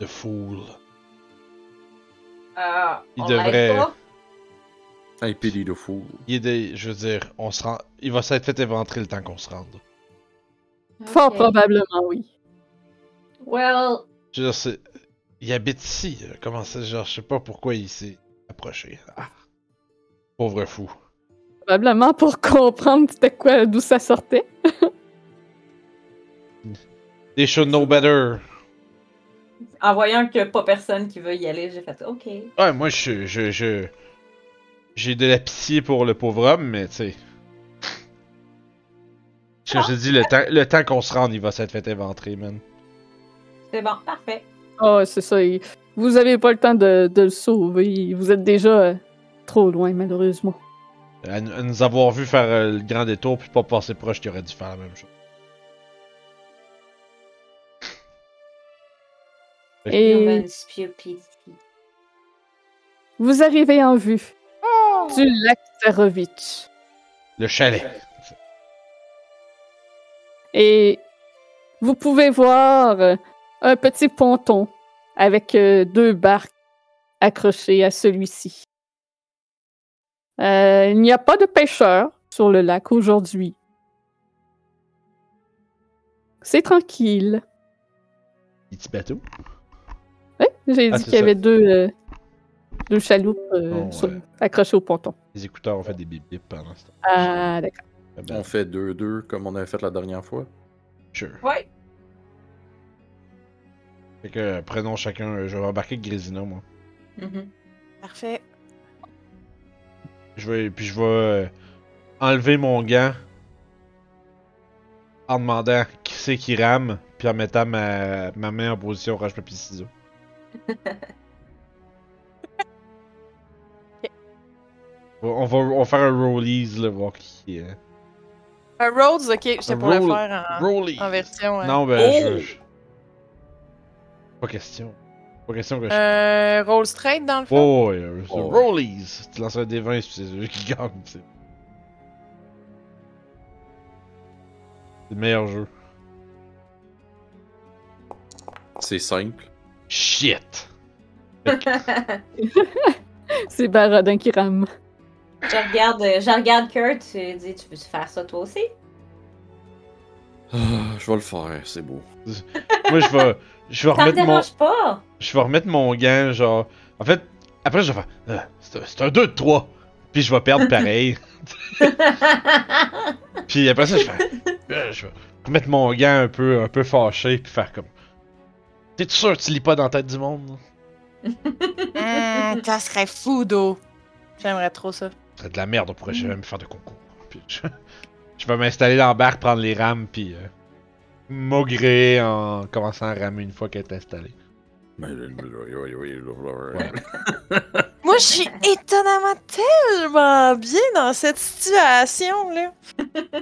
[SPEAKER 2] The Fool.
[SPEAKER 4] Ah,
[SPEAKER 2] Il
[SPEAKER 4] on l'aide
[SPEAKER 2] devrait-
[SPEAKER 4] pas.
[SPEAKER 5] Un pili de fou.
[SPEAKER 2] Il est des- je veux dire, on se rend- il va s'être fait éventrer le temps qu'on se rende.
[SPEAKER 1] Fort
[SPEAKER 4] Ok.
[SPEAKER 1] probablement, oui.
[SPEAKER 4] Well,
[SPEAKER 2] Je veux dire, c'est- il habite ici. là. Comment ça, genre, je sais pas pourquoi il s'est approché. Ah. Pauvre fou.
[SPEAKER 1] Probablement pour comprendre c'était quoi, d'où ça sortait.
[SPEAKER 2] They should know better.
[SPEAKER 4] en voyant que pas personne qui veut y aller, j'ai fait OK.
[SPEAKER 2] Ouais, moi, je, je, je, j'ai de la pitié pour le pauvre homme, mais tu sais. Je te dis, le temps, le temps qu'on se rende, il va s'être fait éventrer, man.
[SPEAKER 4] C'est bon, parfait.
[SPEAKER 1] Ah, c'est ça. il- Vous avez pas le temps de, de le sauver. Vous êtes déjà euh, trop loin, malheureusement.
[SPEAKER 2] À, n- à nous avoir vu faire euh, le grand détour puis pas passer proche, tu aurais dû faire la même chose.
[SPEAKER 1] Et
[SPEAKER 4] Human stupidity.
[SPEAKER 1] vous arrivez en vue du lac Tsarovitch.
[SPEAKER 2] Le chalet.
[SPEAKER 1] Et vous pouvez voir euh, un petit ponton avec euh, deux barques accrochées à celui-ci. Euh, il n'y a pas de pêcheurs sur le lac aujourd'hui. C'est tranquille.
[SPEAKER 2] Petit bateau.
[SPEAKER 1] Oui, j'ai
[SPEAKER 2] Ah,
[SPEAKER 1] dit
[SPEAKER 2] c'est
[SPEAKER 1] qu'il y
[SPEAKER 2] ça.
[SPEAKER 1] avait deux, euh, deux chaloupes euh,
[SPEAKER 2] Oh,
[SPEAKER 1] sur-
[SPEAKER 2] ouais.
[SPEAKER 1] accrochées au ponton.
[SPEAKER 2] Les écouteurs ont fait des bip bip pendant ce temps.
[SPEAKER 1] Ah, d'accord.
[SPEAKER 2] Très bien.
[SPEAKER 5] On fait 2-2 comme on avait fait la dernière fois.
[SPEAKER 2] Sure.
[SPEAKER 4] Ouais.
[SPEAKER 2] Fait que euh, prenons chacun. euh, Je vais embarquer avec Grésina, moi.
[SPEAKER 4] Mhm.
[SPEAKER 6] Parfait.
[SPEAKER 2] Je vais, puis je vais euh, enlever mon gant en demandant qui c'est qui rame, puis en mettant ma, ma main en position roche papier ciseaux. Bon, On va, on va faire un rollies, là, voir qui est.
[SPEAKER 6] Un Euh, Rhodes, ok, j'étais pour le
[SPEAKER 2] Roll-
[SPEAKER 6] faire Ah, en,
[SPEAKER 2] Rollies!
[SPEAKER 6] en version. euh,
[SPEAKER 2] Non, ben,
[SPEAKER 5] Oh!
[SPEAKER 2] je, je- Pas question. Pas question que je.
[SPEAKER 6] Euh, roll straight dans le fond.
[SPEAKER 2] Oh, ouais, euh, c'est
[SPEAKER 5] Oh.
[SPEAKER 2] Rollies! Tu lances un des 20 c'est eux qui gagnent. C'est c'est le meilleur jeu.
[SPEAKER 5] C'est simple.
[SPEAKER 2] Shit!
[SPEAKER 1] C'est Baradin qui rame.
[SPEAKER 4] Je regarde, je regarde Kurt, tu dis Tu veux-tu faire ça toi aussi
[SPEAKER 5] Ah, je vais le faire, c'est beau.
[SPEAKER 2] Moi, je vais, je vais
[SPEAKER 4] Ça me
[SPEAKER 2] remettre mon,
[SPEAKER 4] dérange pas.
[SPEAKER 2] je vais remettre mon gant, genre. En fait, après, je vais faire. Ah, c'est un- c'est un 2 de 3. Puis je vais perdre pareil. puis après ça, je vais. euh, Je vais remettre mon gant un peu, un peu fâché, puis faire comme. T'es sûr que tu lis pas dans la tête du monde?
[SPEAKER 6] Hmm, ça serait fou, d'eau. J'aimerais trop ça.
[SPEAKER 2] Ce serait de la merde, on pourrait jamais faire de concours. Puis je, je vais m'installer dans la barque, prendre les rames, puis euh, maugréer en commençant à ramer une fois qu'elle est installée.
[SPEAKER 6] Moi, je suis étonnamment tellement bien dans cette situation, là.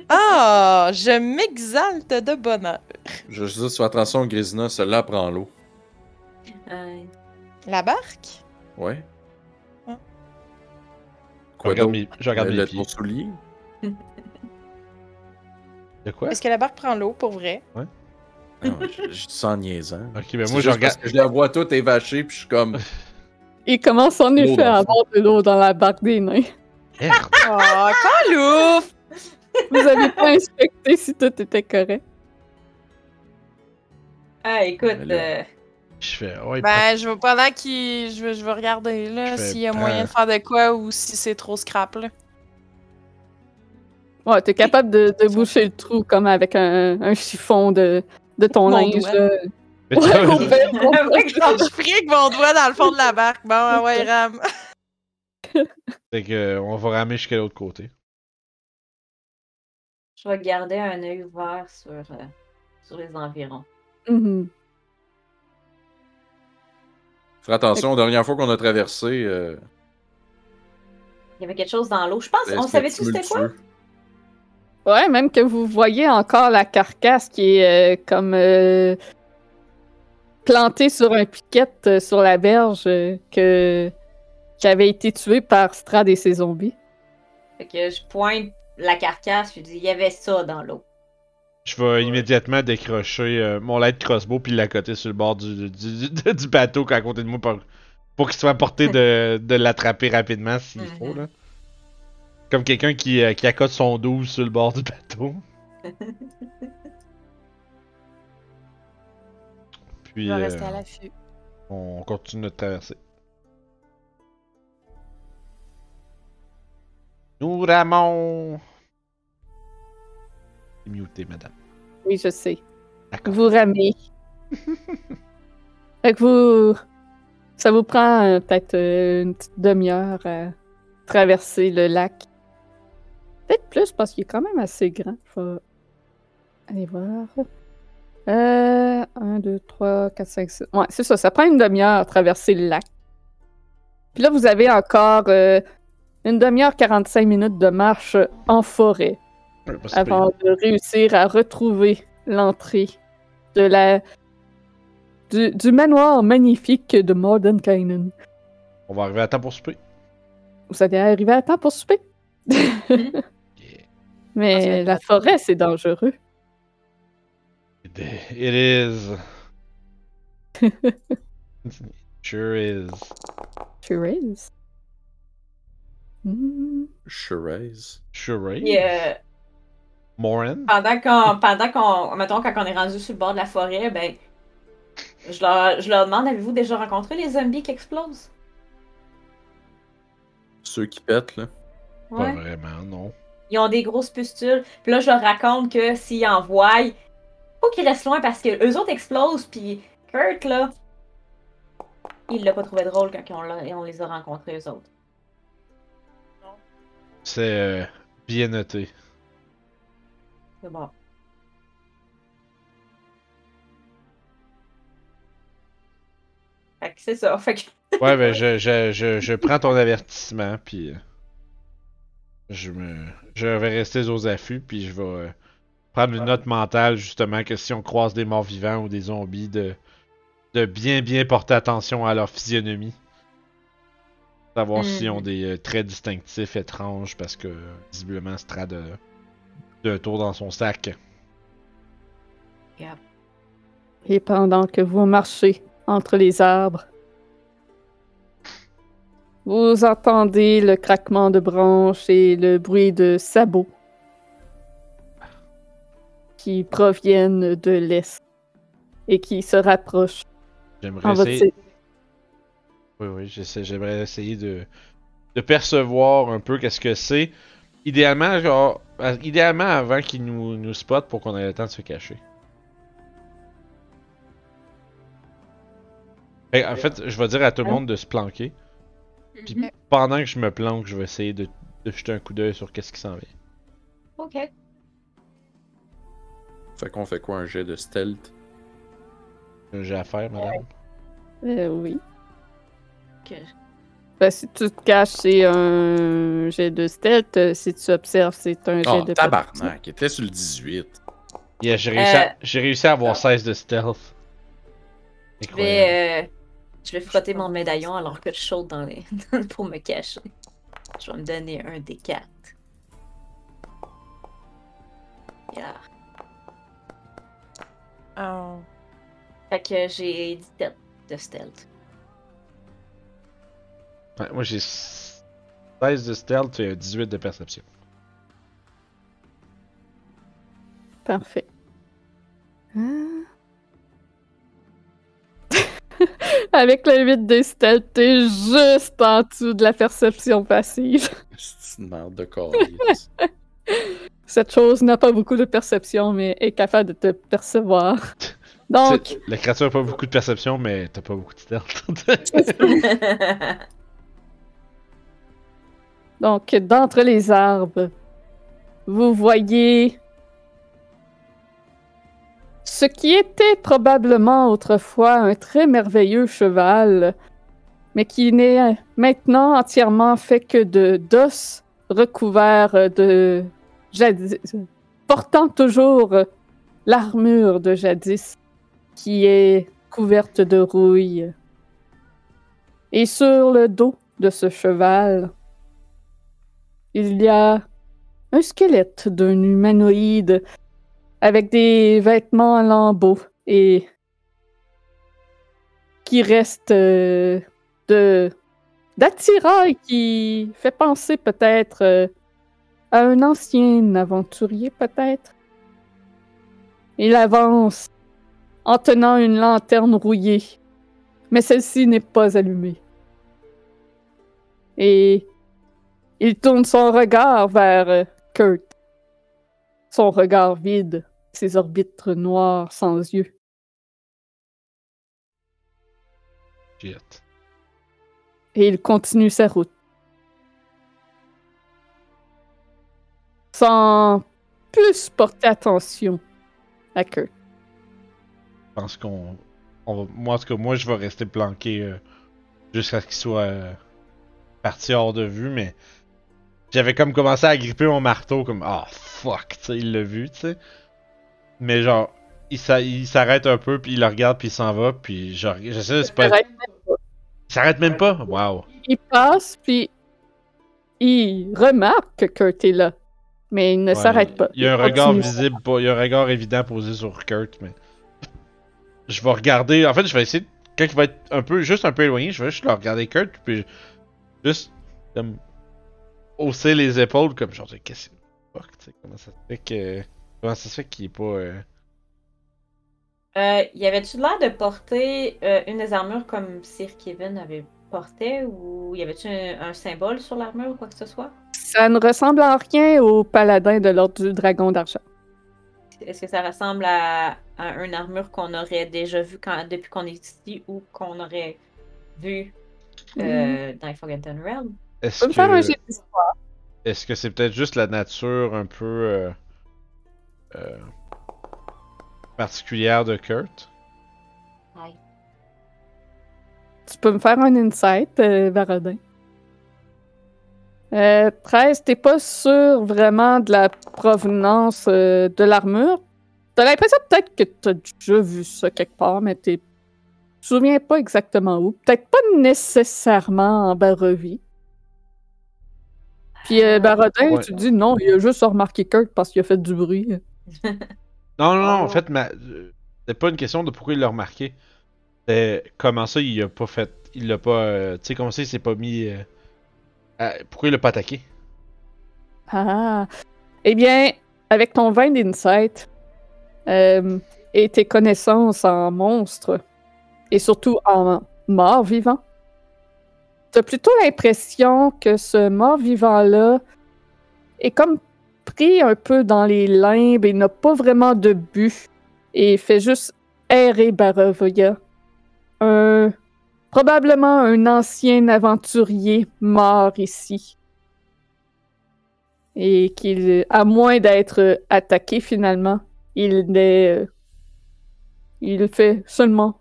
[SPEAKER 6] Ah, je m'exalte de bonheur.
[SPEAKER 5] Je veux juste faire attention, Grésina, celle-là prend l'eau.
[SPEAKER 4] Euh,
[SPEAKER 6] La barque?
[SPEAKER 5] Ouais.
[SPEAKER 6] Hein?
[SPEAKER 2] Je
[SPEAKER 5] Quoi
[SPEAKER 2] regarde
[SPEAKER 5] d'autre?
[SPEAKER 2] mes, je regarde mes
[SPEAKER 5] Le
[SPEAKER 2] pieds.
[SPEAKER 5] ton soulier?
[SPEAKER 2] De quoi?
[SPEAKER 6] Est-ce que la barque prend l'eau, pour vrai?
[SPEAKER 5] Non, Ah, je, je te sens niaisant.
[SPEAKER 2] Ok, ben
[SPEAKER 5] C'est
[SPEAKER 2] moi je
[SPEAKER 5] juste
[SPEAKER 2] regarde.
[SPEAKER 5] parce que je la vois toute évachée, puis je suis comme.
[SPEAKER 1] Il commence en effet à avoir de l'eau dans la barque des nains.
[SPEAKER 2] Merde!
[SPEAKER 6] Oh, calouf!
[SPEAKER 1] Vous avez pas inspecté si tout était correct.
[SPEAKER 4] Ah, écoute,
[SPEAKER 5] Mais
[SPEAKER 4] euh,
[SPEAKER 2] Je fais, ouais,
[SPEAKER 6] Ben, je vais pendant qu'il... Je vais, je vais regarder, là,
[SPEAKER 2] Je fais
[SPEAKER 6] s'il y a
[SPEAKER 2] pas-
[SPEAKER 6] moyen de faire de quoi ou si c'est trop scrap, là.
[SPEAKER 1] Ouais, t'es capable de, de boucher le trou comme avec un, un chiffon de, de ton
[SPEAKER 6] Mon
[SPEAKER 1] linge.
[SPEAKER 6] doigt.
[SPEAKER 1] là.
[SPEAKER 2] prends-
[SPEAKER 1] Ouais, on fait- on fait-
[SPEAKER 6] je fric mon doigt dans le fond de la barque. Bon, ah ouais, Ram.
[SPEAKER 2] Fait que, euh, on va ramer jusqu'à l'autre côté.
[SPEAKER 4] je vais garder un œil ouvert sur, euh, sur les environs.
[SPEAKER 1] Mhm.
[SPEAKER 5] Fais attention, la dernière fois qu'on a traversé. euh,
[SPEAKER 4] Il y avait quelque chose dans l'eau. Je pense, on
[SPEAKER 5] c'était
[SPEAKER 4] savait tout c'était quoi?
[SPEAKER 5] tumultueux.
[SPEAKER 1] Ouais, même que vous voyez encore la carcasse qui est euh, comme euh, plantée sur un piquette euh, sur la berge euh, que, qui avait été tuée par Strad et ses zombies.
[SPEAKER 4] Fait que je pointe la carcasse, puis je dis Il y avait ça dans l'eau.
[SPEAKER 2] Je vais immédiatement décrocher euh, mon light crossbow puis l'accoter sur le bord du, du, du- du bateau qui est à côté de moi pour Pour qu'il soit à portée de, de l'attraper rapidement s'il
[SPEAKER 4] Mhm.
[SPEAKER 2] faut, là. Comme quelqu'un qui, euh, qui accote son 12 sur le bord du bateau. Puis,
[SPEAKER 6] Je vais
[SPEAKER 2] euh,
[SPEAKER 6] rester à l'affût.
[SPEAKER 2] on continue notre traversée. Nous ramons. C'est Muté, madame.
[SPEAKER 1] Oui, je sais.
[SPEAKER 2] D'accord.
[SPEAKER 1] Vous ramez. fait que vous. Ça vous prend euh, peut-être euh, une petite demi-heure à traverser le lac. Peut-être plus parce qu'il est quand même assez grand. Faut aller voir. Euh, 1, 2, 3, 4, 5, 6. Ouais, c'est ça. Ça prend une demi-heure à traverser le lac. Puis là, vous avez encore euh, une demi-heure 45 minutes de marche en forêt
[SPEAKER 2] Ouais, pas si
[SPEAKER 1] avant de réussir à retrouver l'entrée de la du, du manoir magnifique de Mordenkainen.
[SPEAKER 2] pire. On va arriver à temps pour souper.
[SPEAKER 1] Vous allez arriver à temps pour souper.
[SPEAKER 2] Yeah.
[SPEAKER 6] Ah, ça va
[SPEAKER 1] Mais
[SPEAKER 6] être
[SPEAKER 1] la
[SPEAKER 6] pas
[SPEAKER 1] forêt, c'est dangereux.
[SPEAKER 2] It it is. sure is.
[SPEAKER 1] Sure is. Hmm.
[SPEAKER 5] Sherez.
[SPEAKER 2] Sure is.
[SPEAKER 4] Puis, euh,
[SPEAKER 2] Morin.
[SPEAKER 4] pendant qu'on, pendant qu'on, mettons, quand on est rendu sur le bord de la forêt, ben, je leur, je leur demande, avez-vous déjà rencontré les zombies qui explosent?
[SPEAKER 5] Ceux qui pètent, là.
[SPEAKER 2] Pas vraiment, non.
[SPEAKER 4] Ils ont des grosses pustules. Puis là, je leur raconte que s'ils en voient, faut qu'ils restent loin parce que eux autres explosent. Puis Kurt, là, il l'a pas trouvé drôle quand on, l'a- on les a rencontrés, eux autres.
[SPEAKER 2] C'est euh, bien noté.
[SPEAKER 4] C'est bon. Fait que c'est ça. Fait que
[SPEAKER 2] Ouais, ben je, je, je, je prends ton avertissement, puis. euh, Je me. Je vais rester aux affûts, puis je vais euh, prendre une note mentale, justement, que si on croise des morts vivants ou des zombies, de, de bien, bien porter attention à leur physionomie. Savoir s'ils ont
[SPEAKER 4] Mhm.
[SPEAKER 2] des euh, traits distinctifs étranges, parce que euh, visiblement, Strad de un tour dans son sac.
[SPEAKER 1] Et pendant que vous marchez entre les arbres, vous entendez le craquement de branches et le bruit de sabots qui proviennent de l'est et qui se rapprochent en
[SPEAKER 2] J'aimerais
[SPEAKER 1] votre
[SPEAKER 2] essayer.
[SPEAKER 1] sens.
[SPEAKER 2] Oui, oui, j'essaie- j'aimerais essayer de, de percevoir un peu qu'est-ce que c'est. Idéalement, genre, à- idéalement avant qu'ils nous, nous spotent pour qu'on ait le temps de se cacher. Fait- Eh, en fait, je vais dire à tout le monde de se planquer. Puis
[SPEAKER 4] Mhm.
[SPEAKER 2] pendant que je me planque, je vais essayer de, de jeter un coup d'œil sur qu'est-ce qui s'en vient.
[SPEAKER 4] OK.
[SPEAKER 5] Fait qu'on fait quoi, un jet de stealth?
[SPEAKER 2] J'ai à faire, madame.
[SPEAKER 1] Euh, oui.
[SPEAKER 4] Ok.
[SPEAKER 1] Ben, si tu te caches, c'est un jet de stealth. Euh, Si tu observes, c'est un jet
[SPEAKER 5] Oh,
[SPEAKER 1] de perception.
[SPEAKER 5] tabarnak, il était sur le 18.
[SPEAKER 2] Yeah, j'ai réussi, à-
[SPEAKER 4] Euh,
[SPEAKER 2] j'ai réussi à avoir
[SPEAKER 4] non.
[SPEAKER 2] 16 de stealth.
[SPEAKER 4] Je
[SPEAKER 2] Incroyable.
[SPEAKER 4] vais, euh, je vais frotter mon médaillon alors que je saute dans les... pour me cacher. Je vais me donner un des quatre. Yeah.
[SPEAKER 6] Ah.
[SPEAKER 4] Fait que j'ai 17 de stealth.
[SPEAKER 2] Ouais, moi j'ai 16 de stealth et 18 de perception.
[SPEAKER 1] Parfait. Hein? Avec le 8 de stealth, t'es juste en dessous de la perception passive.
[SPEAKER 5] C'est une merde de corps.
[SPEAKER 1] Cette chose n'a pas beaucoup de perception, mais est capable de te percevoir. Donc,
[SPEAKER 2] C'est- La créature a pas beaucoup de perception, mais t'as pas beaucoup de stealth.
[SPEAKER 1] Donc, d'entre les arbres, vous voyez ce qui était probablement autrefois un très merveilleux cheval, mais qui n'est maintenant entièrement fait que de d'os recouverts de jadis, portant toujours l'armure de jadis, qui est couverte de rouille. Et sur le dos de ce cheval, il y a un squelette d'un humanoïde avec des vêtements en lambeaux et qui reste euh, de d'attirail qui fait penser peut-être euh, à un ancien aventurier, peut-être. Il avance en tenant une lanterne rouillée, mais celle-ci n'est pas allumée. Et il tourne son regard vers euh, Kurt. Son regard vide, ses orbites noires sans yeux.
[SPEAKER 2] Shit.
[SPEAKER 1] et il continue sa route. Sans plus porter attention à Kurt.
[SPEAKER 2] Je pense qu'on. on va- Moi, en tout cas, moi, je vais rester planqué euh, jusqu'à ce qu'il soit euh, parti hors de vue, mais j'avais comme commencé à gripper mon marteau, comme ah fuck, tu sais, il l'a vu, tu sais. Mais genre, il s'a- il s'arrête un peu, puis il le regarde, puis il s'en va, puis genre, j'essaie de se pas. Il s'arrête même pas? Waouh!
[SPEAKER 1] Il passe, puis il remarque que Kurt est là. Mais il ne
[SPEAKER 2] Ouais,
[SPEAKER 1] s'arrête pas.
[SPEAKER 2] Il y a un
[SPEAKER 1] Il
[SPEAKER 2] regard
[SPEAKER 1] continue.
[SPEAKER 2] visible, pas- il y a un regard évident posé sur Kurt, mais. Je vais regarder. En fait, je vais essayer. de- Quand il va être un peu, juste un peu éloigné, je vais juste le regarder Kurt, puis juste comme hausser les épaules, comme genre, qu'est-ce que fuck, tu sais, comment ça se fait que. Comment ça se fait qu'il est pas. euh,
[SPEAKER 4] Euh, y avait-tu l'air de porter euh, une des armures comme Sir Kevin avait porté ou y avait-tu un, un symbole sur l'armure ou quoi que ce soit?
[SPEAKER 1] Ça ne ressemble en rien au paladin de l'ordre du dragon d'argent.
[SPEAKER 4] Est-ce que ça ressemble à, à une armure qu'on aurait déjà vue quand, depuis qu'on est ici ou qu'on aurait vue euh, dans les Forgotten Realms?
[SPEAKER 1] Tu
[SPEAKER 2] Est-ce
[SPEAKER 1] peux me faire un
[SPEAKER 2] que
[SPEAKER 1] jet d'histoire?
[SPEAKER 2] est-ce que c'est peut-être juste la nature un peu. euh, euh, particulière de Kurt?
[SPEAKER 1] Tu peux me faire un insight, euh, Varadin. Euh, 13, t'es pas sûr vraiment de la provenance euh, de l'armure. T'as l'impression peut-être que t'as déjà vu ça quelque part, mais t'es... Tu te souviens pas exactement où. Peut-être pas nécessairement en Barovie. Puis euh, Baradin,
[SPEAKER 2] Ouais.
[SPEAKER 1] tu dis non, il a juste remarqué Kurt parce qu'il a fait du bruit. euh.
[SPEAKER 2] Non, non, non, en
[SPEAKER 4] Oh.
[SPEAKER 2] fait, ma... euh, c'est pas une question de pourquoi il l'a remarqué. C'est comment ça, il a pas fait. Il l'a pas. euh, Tu sais, comment ça, il s'est pas mis. euh, à- Pourquoi il l'a pas attaqué
[SPEAKER 1] Ah! Eh bien, avec ton vin d'insight euh, et tes connaissances en monstres, et surtout en morts vivants, t'as plutôt l'impression que ce mort vivant-là est comme pris un peu dans les limbes et n'a pas vraiment de but et fait juste errer Barovia. Un, probablement un ancien aventurier mort ici et qu'il, à moins d'être euh, attaqué finalement, il n'est, euh, il fait seulement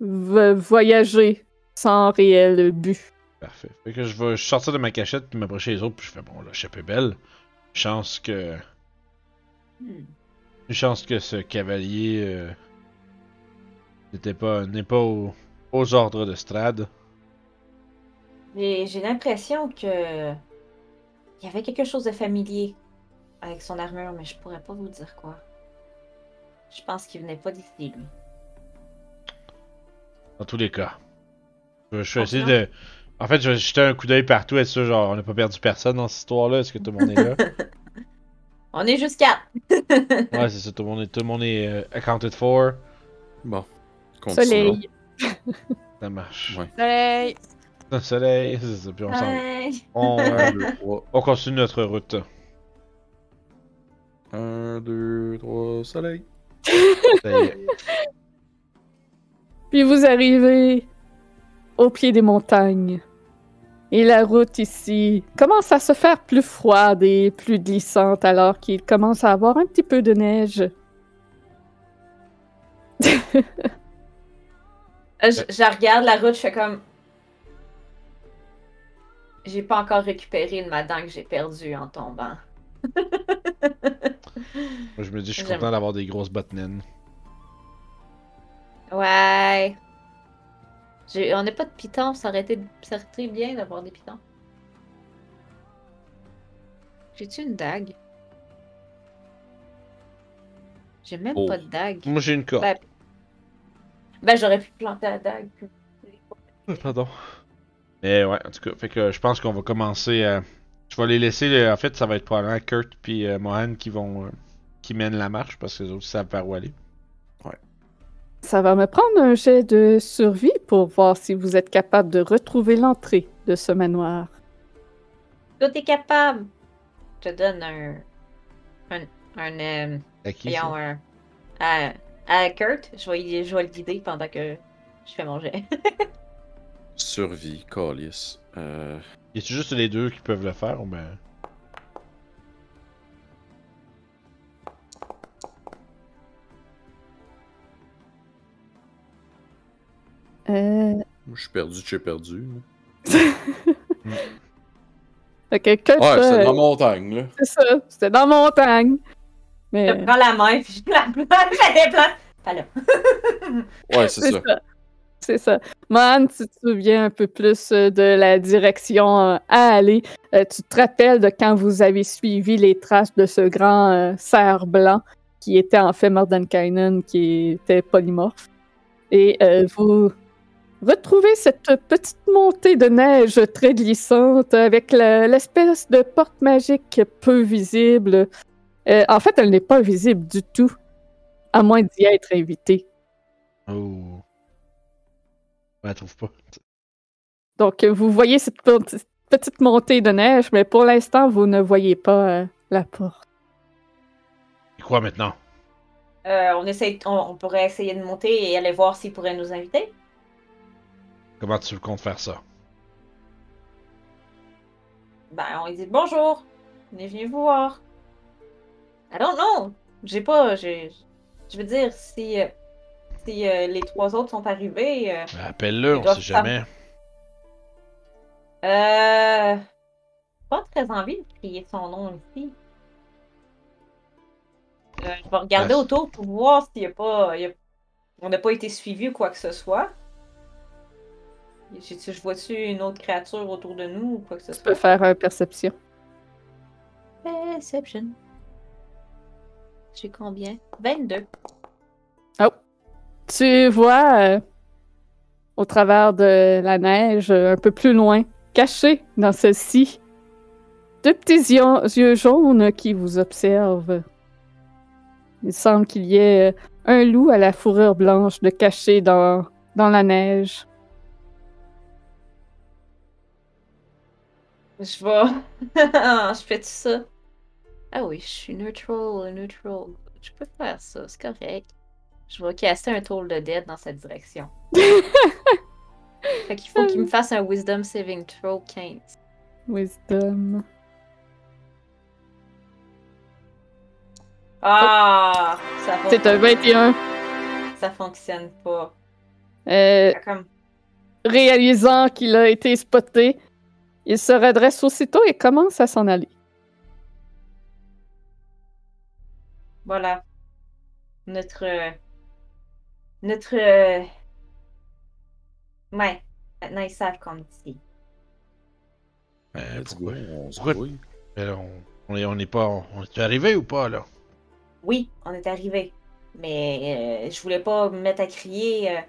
[SPEAKER 1] v- voyager sans réel but.
[SPEAKER 2] Parfait. Fait que je vais sortir de ma cachette, puis m'approcher des autres, puis je fais bon, là, échappé belle. Chance que.
[SPEAKER 4] Hmm.
[SPEAKER 2] Une chance que ce cavalier. euh, n'était pas. n'est pas au- aux ordres de Strad.
[SPEAKER 4] Mais j'ai l'impression que il y avait quelque chose de familier avec son armure, mais je pourrais pas vous dire quoi. Je pense qu'il venait pas d'ici, lui.
[SPEAKER 2] Dans tous les cas. Je, je vais
[SPEAKER 4] Ok.
[SPEAKER 2] essayer de. En fait, je vais jeter un coup d'œil partout, être sûr, genre, on n'a pas perdu personne dans cette histoire-là. Est-ce que tout le monde est là
[SPEAKER 4] On est juste quatre.
[SPEAKER 2] Ouais, c'est ça, tout le monde est, tout le monde est euh, accounted for.
[SPEAKER 5] Bon. Continuons.
[SPEAKER 1] Soleil.
[SPEAKER 2] Ça marche.
[SPEAKER 5] Ouais.
[SPEAKER 6] Soleil!
[SPEAKER 2] Le soleil, c'est ça, puis on s'en va.
[SPEAKER 4] Hey.
[SPEAKER 5] Un,
[SPEAKER 2] On,
[SPEAKER 5] deux, trois.
[SPEAKER 2] on continue notre route.
[SPEAKER 5] Un, deux, trois, soleil.
[SPEAKER 2] Ça y est.
[SPEAKER 1] Puis vous arrivez au pied des montagnes. Et la route ici commence à se faire plus froide et plus glissante alors qu'il commence à avoir un petit peu de neige.
[SPEAKER 4] Euh, Je, je regarde la route, je fais comme. J'ai pas encore récupéré le madame que j'ai perdu en tombant.
[SPEAKER 2] Moi, je me dis, je suis
[SPEAKER 4] J'aime.
[SPEAKER 2] content d'avoir des grosses bottes naines.
[SPEAKER 4] Ouais. J'ai- On n'a pas de pitons, ça aurait été, ça aurait été bien d'avoir des pitons. J'ai-tu une dague? J'ai même
[SPEAKER 5] Oh.
[SPEAKER 4] pas de dague.
[SPEAKER 2] Moi, j'ai une corde.
[SPEAKER 4] Ben, j'aurais pu planter la dague. puis-
[SPEAKER 2] Pardon. Mais ouais, en tout cas, fait que euh, je pense qu'on va commencer à. Je vais les laisser. euh, En fait, ça va être probablement Kurt puis euh, Mohan qui vont. euh, qui mènent la marche parce que les autres ils savent par où aller.
[SPEAKER 1] Ça va me prendre un jet de survie pour voir si vous êtes capable de retrouver l'entrée de ce manoir.
[SPEAKER 4] Toi, t'es capable. Je te donne un. Un. Un. euh,
[SPEAKER 2] À qui ça?
[SPEAKER 4] voyons, un- à, à Kurt, je vais, y- je vais le guider pendant que je fais mon jet.
[SPEAKER 5] Survie, Callis. Euh,
[SPEAKER 2] Y a-tu juste les deux qui peuvent le faire ou ben.
[SPEAKER 1] Euh...
[SPEAKER 5] je suis perdu, je suis perdu. là.
[SPEAKER 1] Fait que Kurt,
[SPEAKER 5] Ouais,
[SPEAKER 1] euh,
[SPEAKER 5] c'est dans la montagne, là.
[SPEAKER 1] c'est ça, c'était dans la montagne. Mais...
[SPEAKER 4] Je prends la main puis je la je la déplace. Voilà.
[SPEAKER 5] Ouais, c'est
[SPEAKER 1] C'est
[SPEAKER 5] ça.
[SPEAKER 1] ça. C'est ça. Man, tu te souviens un peu plus euh, de la direction euh, à aller. Euh, tu te rappelles de quand vous avez suivi les traces de ce grand euh, cerf blanc qui était en fait Mordenkainen, qui était polymorphe. Et euh, vous retrouvez cette petite montée de neige très glissante avec la- l'espèce de porte magique peu visible. Euh, en fait, elle n'est pas visible du tout, à moins d'y être invité.
[SPEAKER 2] Oh. Ben, elle trouve pas.
[SPEAKER 1] Donc, euh, vous voyez cette pe- petite montée de neige, mais pour l'instant, vous ne voyez pas euh, la porte.
[SPEAKER 2] Et quoi maintenant
[SPEAKER 4] Euh, on, essaie, on, on pourrait essayer de monter et aller voir s'il pourrait nous inviter.
[SPEAKER 2] Comment tu comptes faire ça
[SPEAKER 4] Ben, on lui dit bonjour. On est venu vous voir. I don't know. J'ai pas. j'ai- Je veux dire, si. euh, Si euh, les trois autres sont arrivés. euh,
[SPEAKER 2] Ben, Appelle-le,
[SPEAKER 4] Ils
[SPEAKER 2] on
[SPEAKER 4] doivent
[SPEAKER 2] sait jamais.
[SPEAKER 4] Euh. Pas très envie de crier son nom ici. Euh, je vais regarder
[SPEAKER 2] Ah, c'est-
[SPEAKER 4] autour pour voir s'il n'y a pas. il y a- On n'a pas été suivi ou quoi que ce soit. Je, je vois-tu une autre créature autour de nous ou quoi que ce
[SPEAKER 1] Tu peux
[SPEAKER 4] soit?
[SPEAKER 1] faire euh, perception.
[SPEAKER 4] Perception. J'ai combien? 22.
[SPEAKER 1] Tu vois, euh, au travers de la neige, euh, un peu plus loin, caché dans celle-ci, deux petits ion- yeux jaunes qui vous observent. Il semble qu'il y ait euh, un loup à la fourrure blanche de caché dans, dans la neige.
[SPEAKER 4] Je vais. je fais tout ça. Ah oui, je suis neutral, neutral. Je peux faire ça, c'est correct. Je vais casser un tour de dead dans cette direction. fait qu'il faut qu'il me fasse un Wisdom Saving Throw 15.
[SPEAKER 1] Wisdom.
[SPEAKER 4] Ah! Ça, fon-
[SPEAKER 1] C'est un 21.
[SPEAKER 4] ça fonctionne pas.
[SPEAKER 1] Euh,
[SPEAKER 4] Fait Comme...
[SPEAKER 1] Réalisant qu'il a été spoté, il se redresse aussitôt et commence à s'en aller.
[SPEAKER 4] Voilà. Notre. euh, Notre. euh, Ouais. Maintenant, ils savent qu'on est ici.
[SPEAKER 2] Ben,
[SPEAKER 5] Let's
[SPEAKER 2] pourquoi
[SPEAKER 5] go, Eh, on se
[SPEAKER 2] pourquoi-
[SPEAKER 5] grouille.
[SPEAKER 2] Ben, on, on est, on est pas. On est arrivé ou pas là
[SPEAKER 4] Oui, on est arrivé. Mais euh, je voulais pas me mettre à crier euh,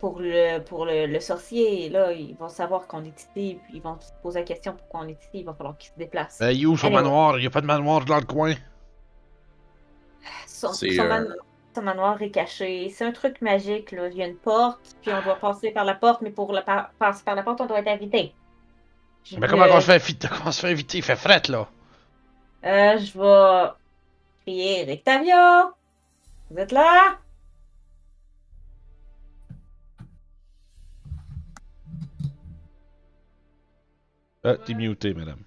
[SPEAKER 4] pour le pour le, le sorcier. Et Là, ils vont savoir qu'on est ici, puis ils vont se poser la question pourquoi on est ici. Il va falloir qu'ils se déplacent.
[SPEAKER 2] Ben, il est où son
[SPEAKER 4] Allez, ouais.
[SPEAKER 2] manoir Il y a pas de manoir dans le coin.
[SPEAKER 4] Son,
[SPEAKER 5] C'est,
[SPEAKER 4] son
[SPEAKER 5] euh,
[SPEAKER 4] mano- son manoir est caché. C'est un truc magique, là. Il y a une porte, puis on doit passer par la porte, mais pour la par- passer par la porte, on doit être invité. Je
[SPEAKER 2] Ben, comment
[SPEAKER 4] le-
[SPEAKER 2] on se fait, inviter- comment on se fait inviter Il fait fret là.
[SPEAKER 4] Euh, je vais crier Rectavio! Vous êtes là?
[SPEAKER 2] Ah, t'es muté, madame.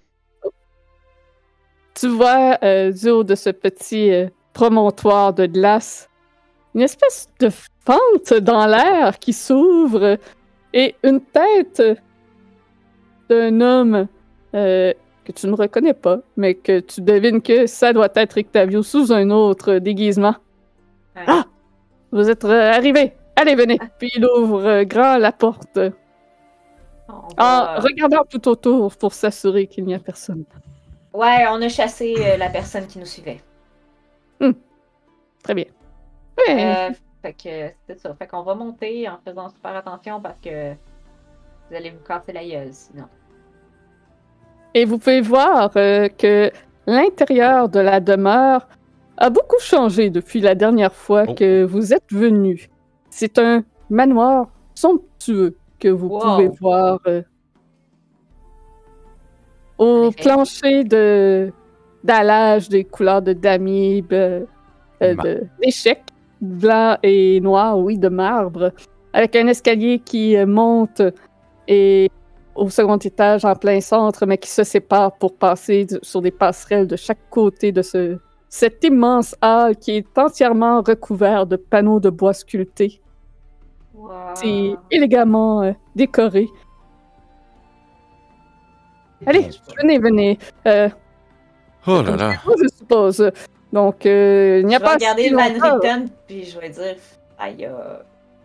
[SPEAKER 1] Tu vois, euh, du haut de ce petit euh, promontoire de glace, une espèce de fente dans l'air qui s'ouvre et une tête d'un homme euh, que tu ne reconnais pas, mais que tu devines que ça doit être Octavio sous un autre déguisement.
[SPEAKER 4] Ouais.
[SPEAKER 1] Ah! Vous êtes euh, arrivés! Allez, venez! Puis il ouvre euh, grand la porte.
[SPEAKER 4] On va- euh,
[SPEAKER 1] En regardant tout autour pour s'assurer qu'il n'y a personne.
[SPEAKER 4] Ouais, on a chassé euh, la personne qui nous suivait.
[SPEAKER 1] Très bien. Ouais.
[SPEAKER 4] Euh, fait que c'est ça. Fait qu'on va monter en faisant super attention parce que Vous allez vous casser la gueule, sinon.
[SPEAKER 1] Et vous pouvez voir euh, que l'intérieur de la demeure a beaucoup changé depuis la dernière fois
[SPEAKER 5] Oh.
[SPEAKER 1] que vous êtes venu. C'est un manoir somptueux que vous
[SPEAKER 4] Wow.
[SPEAKER 1] pouvez voir euh, au
[SPEAKER 4] En effet.
[SPEAKER 1] plancher de dallage des couleurs de damier, be- euh,
[SPEAKER 7] Ma-
[SPEAKER 1] de- d'échecs blanc et noir, oui, de marbre, avec un escalier qui euh, monte et au second étage en plein centre, mais qui se sépare pour passer d- sur des passerelles de chaque côté de ce, cette immense hall qui est entièrement recouvert de panneaux de bois sculptés.
[SPEAKER 4] Wow.
[SPEAKER 1] C'est élégamment euh, décoré. Allez, venez, venez. Euh,
[SPEAKER 5] Oh là là.
[SPEAKER 1] moi, je suppose. Donc, euh, il n'y
[SPEAKER 4] Je
[SPEAKER 1] a
[SPEAKER 4] vais
[SPEAKER 1] pas.
[SPEAKER 4] regarder
[SPEAKER 1] si
[SPEAKER 4] Van
[SPEAKER 1] longtemps.
[SPEAKER 4] Richten, puis je vais dire Aïe, euh,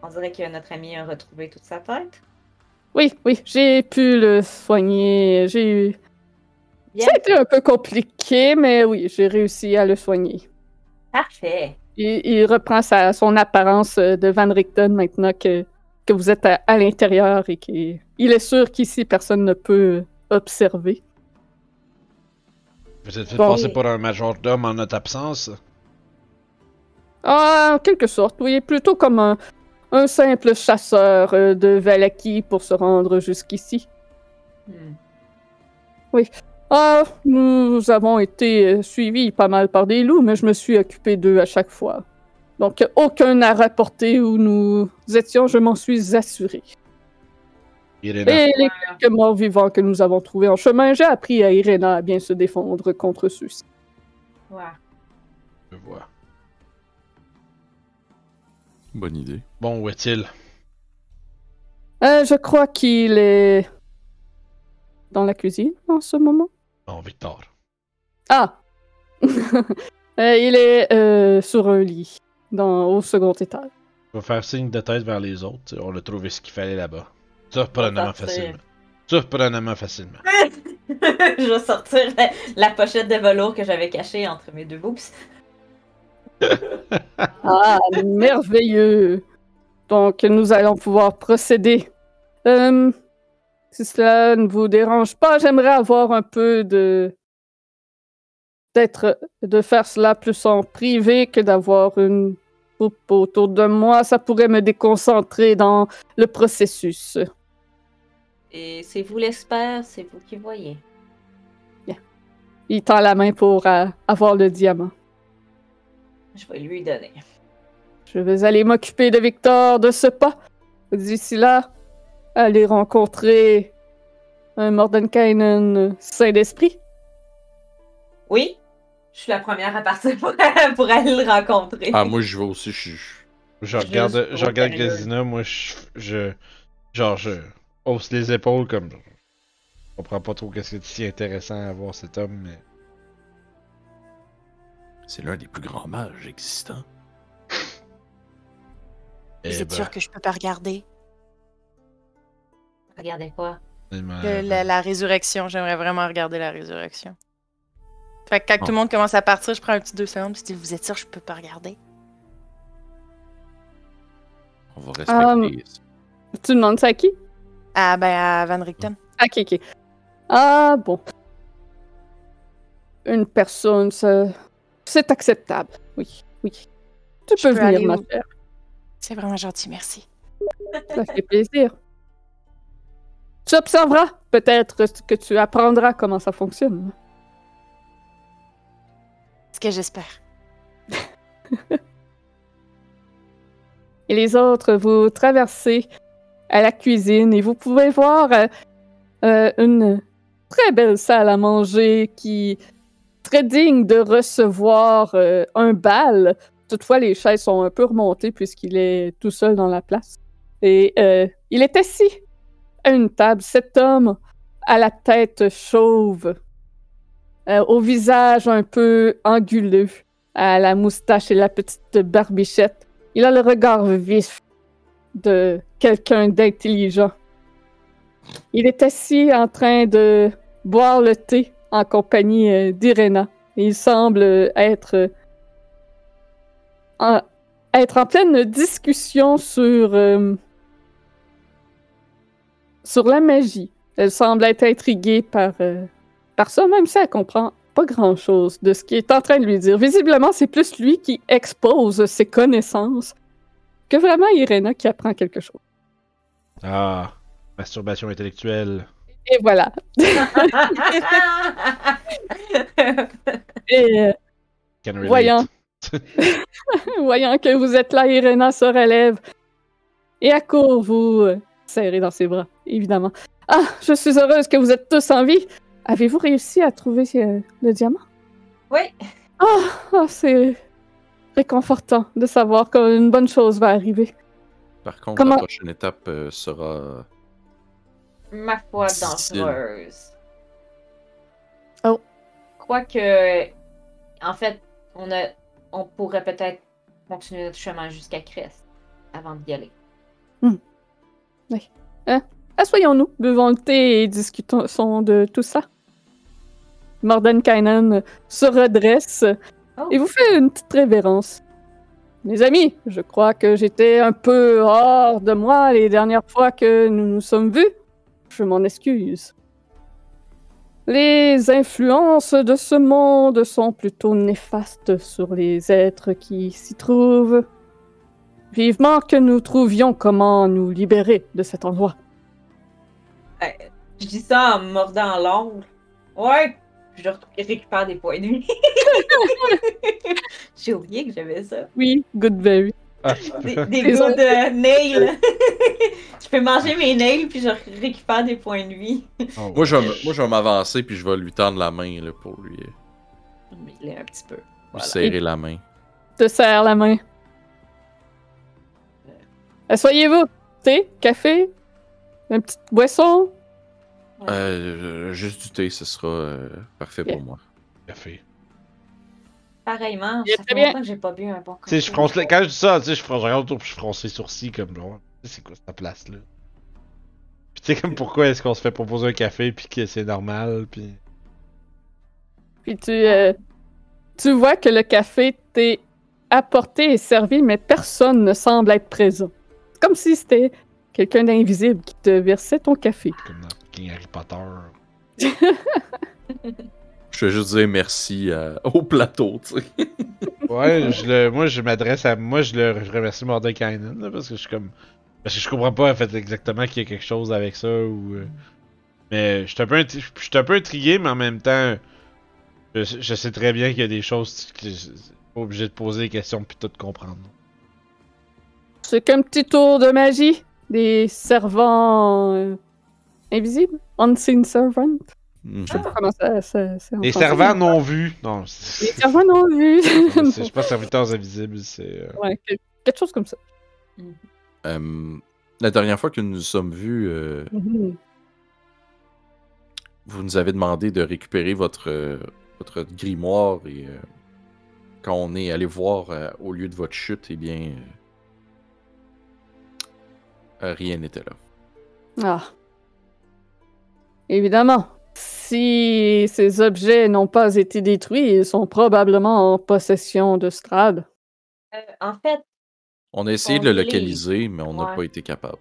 [SPEAKER 4] on dirait que notre ami a retrouvé toute sa tête.
[SPEAKER 1] Oui, oui, j'ai pu le soigner. J'ai eu.
[SPEAKER 4] Bien.
[SPEAKER 1] Ça a été un peu compliqué, mais oui, j'ai réussi à le soigner.
[SPEAKER 4] Parfait.
[SPEAKER 1] Il, il reprend sa, son apparence euh, de Van Richten maintenant que, que vous êtes à, à l'intérieur et qu'il il est sûr qu'ici personne ne peut observer.
[SPEAKER 2] Vous êtes fait
[SPEAKER 1] Bon.
[SPEAKER 2] passer pour un majordome en notre absence.
[SPEAKER 1] Ah, en quelque sorte, oui, plutôt comme un, un simple chasseur euh, de Valaki pour se rendre jusqu'ici.
[SPEAKER 4] Hmm.
[SPEAKER 1] Ah, nous avons été euh, suivis pas mal par des loups, mais je me suis occupé d'eux à chaque fois. Donc, aucun à rapporter où nous étions, je m'en suis assuré.
[SPEAKER 2] Irena.
[SPEAKER 1] Et les quelques morts vivants que nous avons trouvés en chemin, j'ai appris à Irena à bien se défendre contre ceux-ci.
[SPEAKER 4] Wow.
[SPEAKER 2] Je vois.
[SPEAKER 7] Bonne idée.
[SPEAKER 2] Bon, où est-il?
[SPEAKER 1] Euh, je crois qu'il est dans la cuisine en ce moment.
[SPEAKER 2] Bon, Victor.
[SPEAKER 1] Ah! Euh, il est euh, sur un lit, dans, au second étage.
[SPEAKER 2] Je vais faire signe de tête vers les autres. On a trouvé ce qu'il fallait là-bas. Surprenamment
[SPEAKER 4] Parfait.
[SPEAKER 2] facilement. Surprenamment facilement.
[SPEAKER 4] je vais sortir la, la pochette de velours que j'avais cachée entre mes deux boobs.
[SPEAKER 1] Ah, merveilleux! Donc, nous allons pouvoir procéder. Euh, si cela ne vous dérange pas, j'aimerais avoir un peu de. d'être. de faire cela plus en privé que d'avoir une troupe autour de moi. Ça pourrait me déconcentrer dans le processus.
[SPEAKER 4] Et c'est vous l'expert, c'est vous qui voyez.
[SPEAKER 1] Il tend la main pour euh, avoir le diamant.
[SPEAKER 4] Je vais lui donner.
[SPEAKER 1] Je vais aller m'occuper de Victor de ce pas. D'ici là, aller rencontrer un Mordenkainen euh, saint d'esprit.
[SPEAKER 4] Oui, je suis la première à partir pour, pour aller le rencontrer.
[SPEAKER 5] Ah, moi, je vais aussi. Je suis.
[SPEAKER 2] Je
[SPEAKER 4] Juste
[SPEAKER 2] regarde,
[SPEAKER 4] pour
[SPEAKER 2] je regarde
[SPEAKER 4] intérieur.
[SPEAKER 2] Grisina, moi je, je. Genre, je hausse les épaules comme. Je comprends pas trop qu'est-ce qui est si intéressant à voir cet homme, mais.
[SPEAKER 7] C'est l'un des plus grands mages existants.
[SPEAKER 2] Eh
[SPEAKER 6] C'est
[SPEAKER 2] ben,
[SPEAKER 6] sûr que je peux pas regarder.
[SPEAKER 4] Regardez quoi?
[SPEAKER 2] finalement,
[SPEAKER 6] Le- la, la résurrection, j'aimerais vraiment regarder la résurrection. Fait que quand tout le monde commence à partir, je prends un petit deux secondes puis je dis Vous êtes sûr, que je peux pas regarder
[SPEAKER 5] On va respecter.
[SPEAKER 1] Tu demandes ça à qui?
[SPEAKER 6] Ah, ben, à Van Richten.
[SPEAKER 1] Ah, ok, ok. Ah, bon. Une personne, ça... c'est acceptable. Oui, oui. Tu
[SPEAKER 6] Je
[SPEAKER 1] peux,
[SPEAKER 6] peux
[SPEAKER 1] venir,
[SPEAKER 6] aller
[SPEAKER 1] ma
[SPEAKER 6] où?
[SPEAKER 1] chère.
[SPEAKER 6] C'est vraiment gentil, merci.
[SPEAKER 1] Ça fait plaisir. Tu observeras peut-être que tu apprendras comment ça fonctionne.
[SPEAKER 6] C'est Ce que j'espère.
[SPEAKER 1] et les autres, vous traversez à la cuisine et vous pouvez voir euh, euh, une très belle salle à manger qui serait digne de recevoir euh, un bal. Toutefois, les chaises sont un peu remontées puisqu'il est tout seul dans la place. Et euh, il est assis à une table, cet homme à la tête chauve, euh, au visage un peu anguleux, à la moustache et la petite barbichette. Il a le regard vif de quelqu'un d'intelligent. Il est assis en train de boire le thé en compagnie euh, d'Irena. Il semble euh, être, euh, en, être en pleine discussion sur, euh, sur la magie. Elle semble être intriguée par, euh, par ça, même si elle comprend pas grand-chose de ce qu'il est en train de lui dire. Visiblement, c'est plus lui qui expose ses connaissances que vraiment Irena qui apprend quelque chose.
[SPEAKER 2] Ah, masturbation intellectuelle.
[SPEAKER 1] Et voilà. Et, euh,
[SPEAKER 2] Can relate.
[SPEAKER 1] Voyons. voyant que vous êtes là, Irena se relève et à court vous euh, serrez dans ses bras, évidemment. Ah, je suis heureuse que vous êtes tous en vie. Avez-vous réussi à trouver euh, le diamant?
[SPEAKER 4] oui,
[SPEAKER 1] Ah, ah, c'est réconfortant de savoir qu'une bonne chose va arriver.
[SPEAKER 7] Par contre,
[SPEAKER 1] Comment-
[SPEAKER 7] la prochaine étape euh, sera.
[SPEAKER 4] ma foi
[SPEAKER 7] Difficile.
[SPEAKER 4] dangereuse.
[SPEAKER 1] Oh.
[SPEAKER 4] Quoique, en fait, on, a, on pourrait peut-être continuer notre chemin jusqu'à Crest avant d'y aller.
[SPEAKER 1] Assoyons-nous, buvons le thé et discutons de tout ça. Mordenkainen se redresse
[SPEAKER 4] Oh.
[SPEAKER 1] et vous fait une petite révérence. Mes amis, je crois que j'étais un peu hors de moi les dernières fois que nous nous sommes vus. Je m'en excuse. Les influences de ce monde sont plutôt néfastes sur les êtres qui s'y trouvent. Vivement que nous trouvions comment nous libérer de cet endroit.
[SPEAKER 4] Je dis ça en me mordant l'ongle. Ouais, puis je retrouve- récupère des points de vie. J'ai oublié que j'avais ça.
[SPEAKER 1] Oui, Goodberry.
[SPEAKER 2] Ah, tu peux-
[SPEAKER 4] Des, des
[SPEAKER 1] Les
[SPEAKER 4] gouttes de nails. je peux manger mes nails puis je récupère des points de vie.
[SPEAKER 2] oh,
[SPEAKER 5] Moi, je vais, m- moi, je vais m'avancer puis je vais lui tendre la main là, pour lui, euh, lui
[SPEAKER 4] Mais il est un petit peu. Voilà.
[SPEAKER 5] serrer la main.
[SPEAKER 1] Te serre la main. Euh, Asseyez-vous. Thé, café, un petit boisson.
[SPEAKER 5] Euh, euh, juste du thé, ce sera euh, parfait
[SPEAKER 1] Yeah.
[SPEAKER 5] pour moi.
[SPEAKER 2] café.
[SPEAKER 4] Pareillement,
[SPEAKER 1] Il est
[SPEAKER 4] ça
[SPEAKER 1] très
[SPEAKER 4] fait
[SPEAKER 1] bien.
[SPEAKER 4] longtemps que j'ai pas bu un bon
[SPEAKER 2] Tu sais, je fronce les- quand je dis ça, tu sais, je fronce, je regarde autour, puis je fronce les sourcils comme genre. C'est quoi cette place là Puis tu sais comme pourquoi est-ce qu'on se fait proposer un café puis que c'est normal puis
[SPEAKER 1] Puis tu, euh, tu vois que le café t'est apporté et servi, mais personne ne semble être présent. C'est comme si c'était quelqu'un d'invisible qui te versait ton café.
[SPEAKER 2] comme dans King Harry Potter.
[SPEAKER 5] Je vais juste dire merci à- au plateau, tu sais.
[SPEAKER 2] Ouais, je le, moi je m'adresse à moi je le je remercie Mordekainen là, parce que je suis comme parce que je comprends pas en fait exactement qu'il y a quelque chose avec ça ou euh, mais je suis un peu intri- je suis un peu intrigué mais en même temps je, je sais très bien qu'il y a des choses que je- pas obligé de poser des questions puis tout comprendre.
[SPEAKER 1] C'est qu'un petit tour de magie des servants euh, invisibles. Unseen servant.
[SPEAKER 5] Mhm.
[SPEAKER 1] Je sais pas comment ça, ça- c'est en
[SPEAKER 2] Les
[SPEAKER 1] français.
[SPEAKER 2] servants non vus. Non,
[SPEAKER 1] Les
[SPEAKER 2] c'est-
[SPEAKER 1] servants non vus.
[SPEAKER 2] c'est- je pense serviteurs invisibles, c'est. euh,
[SPEAKER 1] Ouais, que- quelque chose comme ça.
[SPEAKER 5] Euh, la dernière fois que nous nous sommes vus, euh, vous nous avez demandé de récupérer votre, euh, votre grimoire et euh, quand on est allé voir euh, au lieu de votre chute, eh bien, euh, euh, rien n'était là.
[SPEAKER 1] Ah. Évidemment, si ces objets n'ont pas été détruits, ils sont probablement en possession de Strad.
[SPEAKER 4] Euh, en fait,
[SPEAKER 5] On a essayé
[SPEAKER 4] On
[SPEAKER 5] de le
[SPEAKER 4] l'est.
[SPEAKER 5] localiser, mais on n'a
[SPEAKER 4] Ouais.
[SPEAKER 5] pas été capable.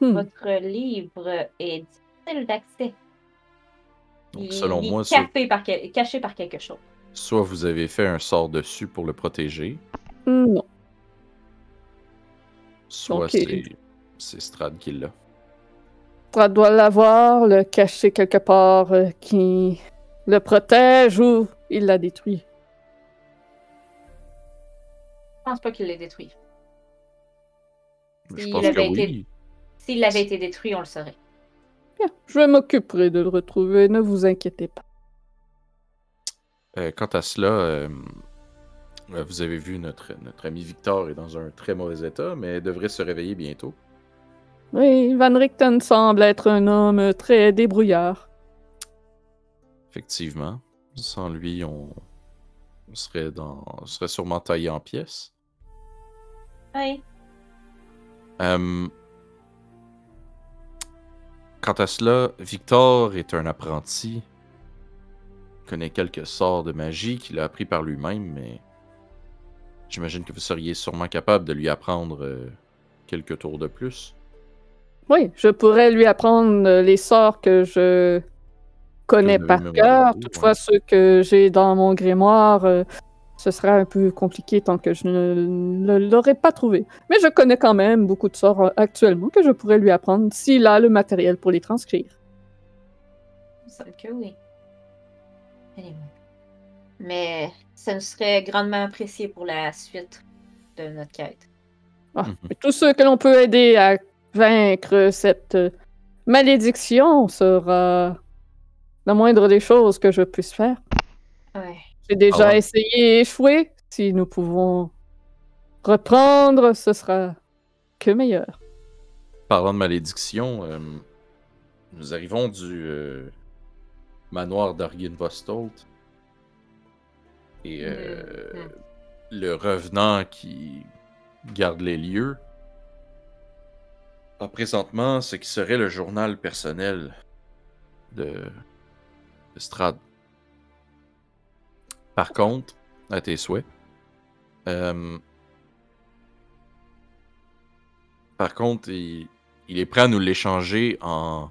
[SPEAKER 1] Hmm.
[SPEAKER 4] votre livre est difficile d'accès.
[SPEAKER 5] Donc,
[SPEAKER 4] Il-
[SPEAKER 5] selon
[SPEAKER 4] il est
[SPEAKER 5] moi, c'est-
[SPEAKER 4] café par quel- caché par quelque chose.
[SPEAKER 5] soit vous avez fait un sort dessus pour le protéger,
[SPEAKER 1] Non.
[SPEAKER 5] soit
[SPEAKER 1] Ok.
[SPEAKER 5] c'est- c'est Strad qui l'a.
[SPEAKER 1] Strad doit l'avoir, le cacher quelque part euh, qui le protège ou il l'a détruit.
[SPEAKER 4] Je pense pas qu'il l'ait détruit.
[SPEAKER 5] Je
[SPEAKER 4] Il
[SPEAKER 5] pense
[SPEAKER 4] avait
[SPEAKER 5] que
[SPEAKER 4] été-
[SPEAKER 5] oui.
[SPEAKER 4] S'il avait été détruit, on le saurait.
[SPEAKER 1] Bien, je m'occuperai de le retrouver, ne vous inquiétez pas.
[SPEAKER 5] Euh, quant à cela, euh, euh, vous avez vu notre, notre ami Victor est dans un très mauvais état, mais devrait se réveiller bientôt.
[SPEAKER 1] Oui, Van Richten semble être un homme très débrouillard.
[SPEAKER 5] Effectivement, sans lui, on, on serait dans, on serait sûrement taillé en pièces.
[SPEAKER 4] Oui.
[SPEAKER 5] Euh, Quant à cela, Victor est un apprenti. Il connaît quelques sorts de magie qu'il a appris par lui-même, mais j'imagine que vous seriez sûrement capable de lui apprendre euh, quelques tours de plus.
[SPEAKER 1] Oui, je pourrais lui apprendre euh, les sorts que je connais
[SPEAKER 5] Que vous
[SPEAKER 1] par
[SPEAKER 5] avez
[SPEAKER 1] cœur.
[SPEAKER 5] mémorisés,
[SPEAKER 1] Toutefois,
[SPEAKER 5] ouais.
[SPEAKER 1] ceux que j'ai dans mon grimoire, euh, ce sera un peu compliqué tant que je ne le- l'aurais pas trouvé. Mais je connais quand même beaucoup de sorts euh, actuellement que je pourrais lui apprendre s'il a le matériel pour les transcrire.
[SPEAKER 4] Il me semble que oui. Elle est bonne. Mais ça nous serait grandement apprécié pour la suite de notre quête.
[SPEAKER 1] Et tous ceux que l'on peut aider à vaincre cette euh, malédiction sera euh, la moindre des choses que je puisse faire.
[SPEAKER 4] Ouais.
[SPEAKER 1] J'ai déjà
[SPEAKER 5] Ah ouais.
[SPEAKER 1] essayé et échoué. Si nous pouvons reprendre, ce sera que meilleur.
[SPEAKER 5] Parlant de malédiction, euh, nous arrivons du euh, manoir d'Argin Vostolt. Et euh,
[SPEAKER 4] Mhm.
[SPEAKER 5] le revenant qui garde les lieux a présentement ce qui serait le journal personnel de, de Strad. Par contre, à tes souhaits, euh, par contre, il, il est prêt à nous l'échanger en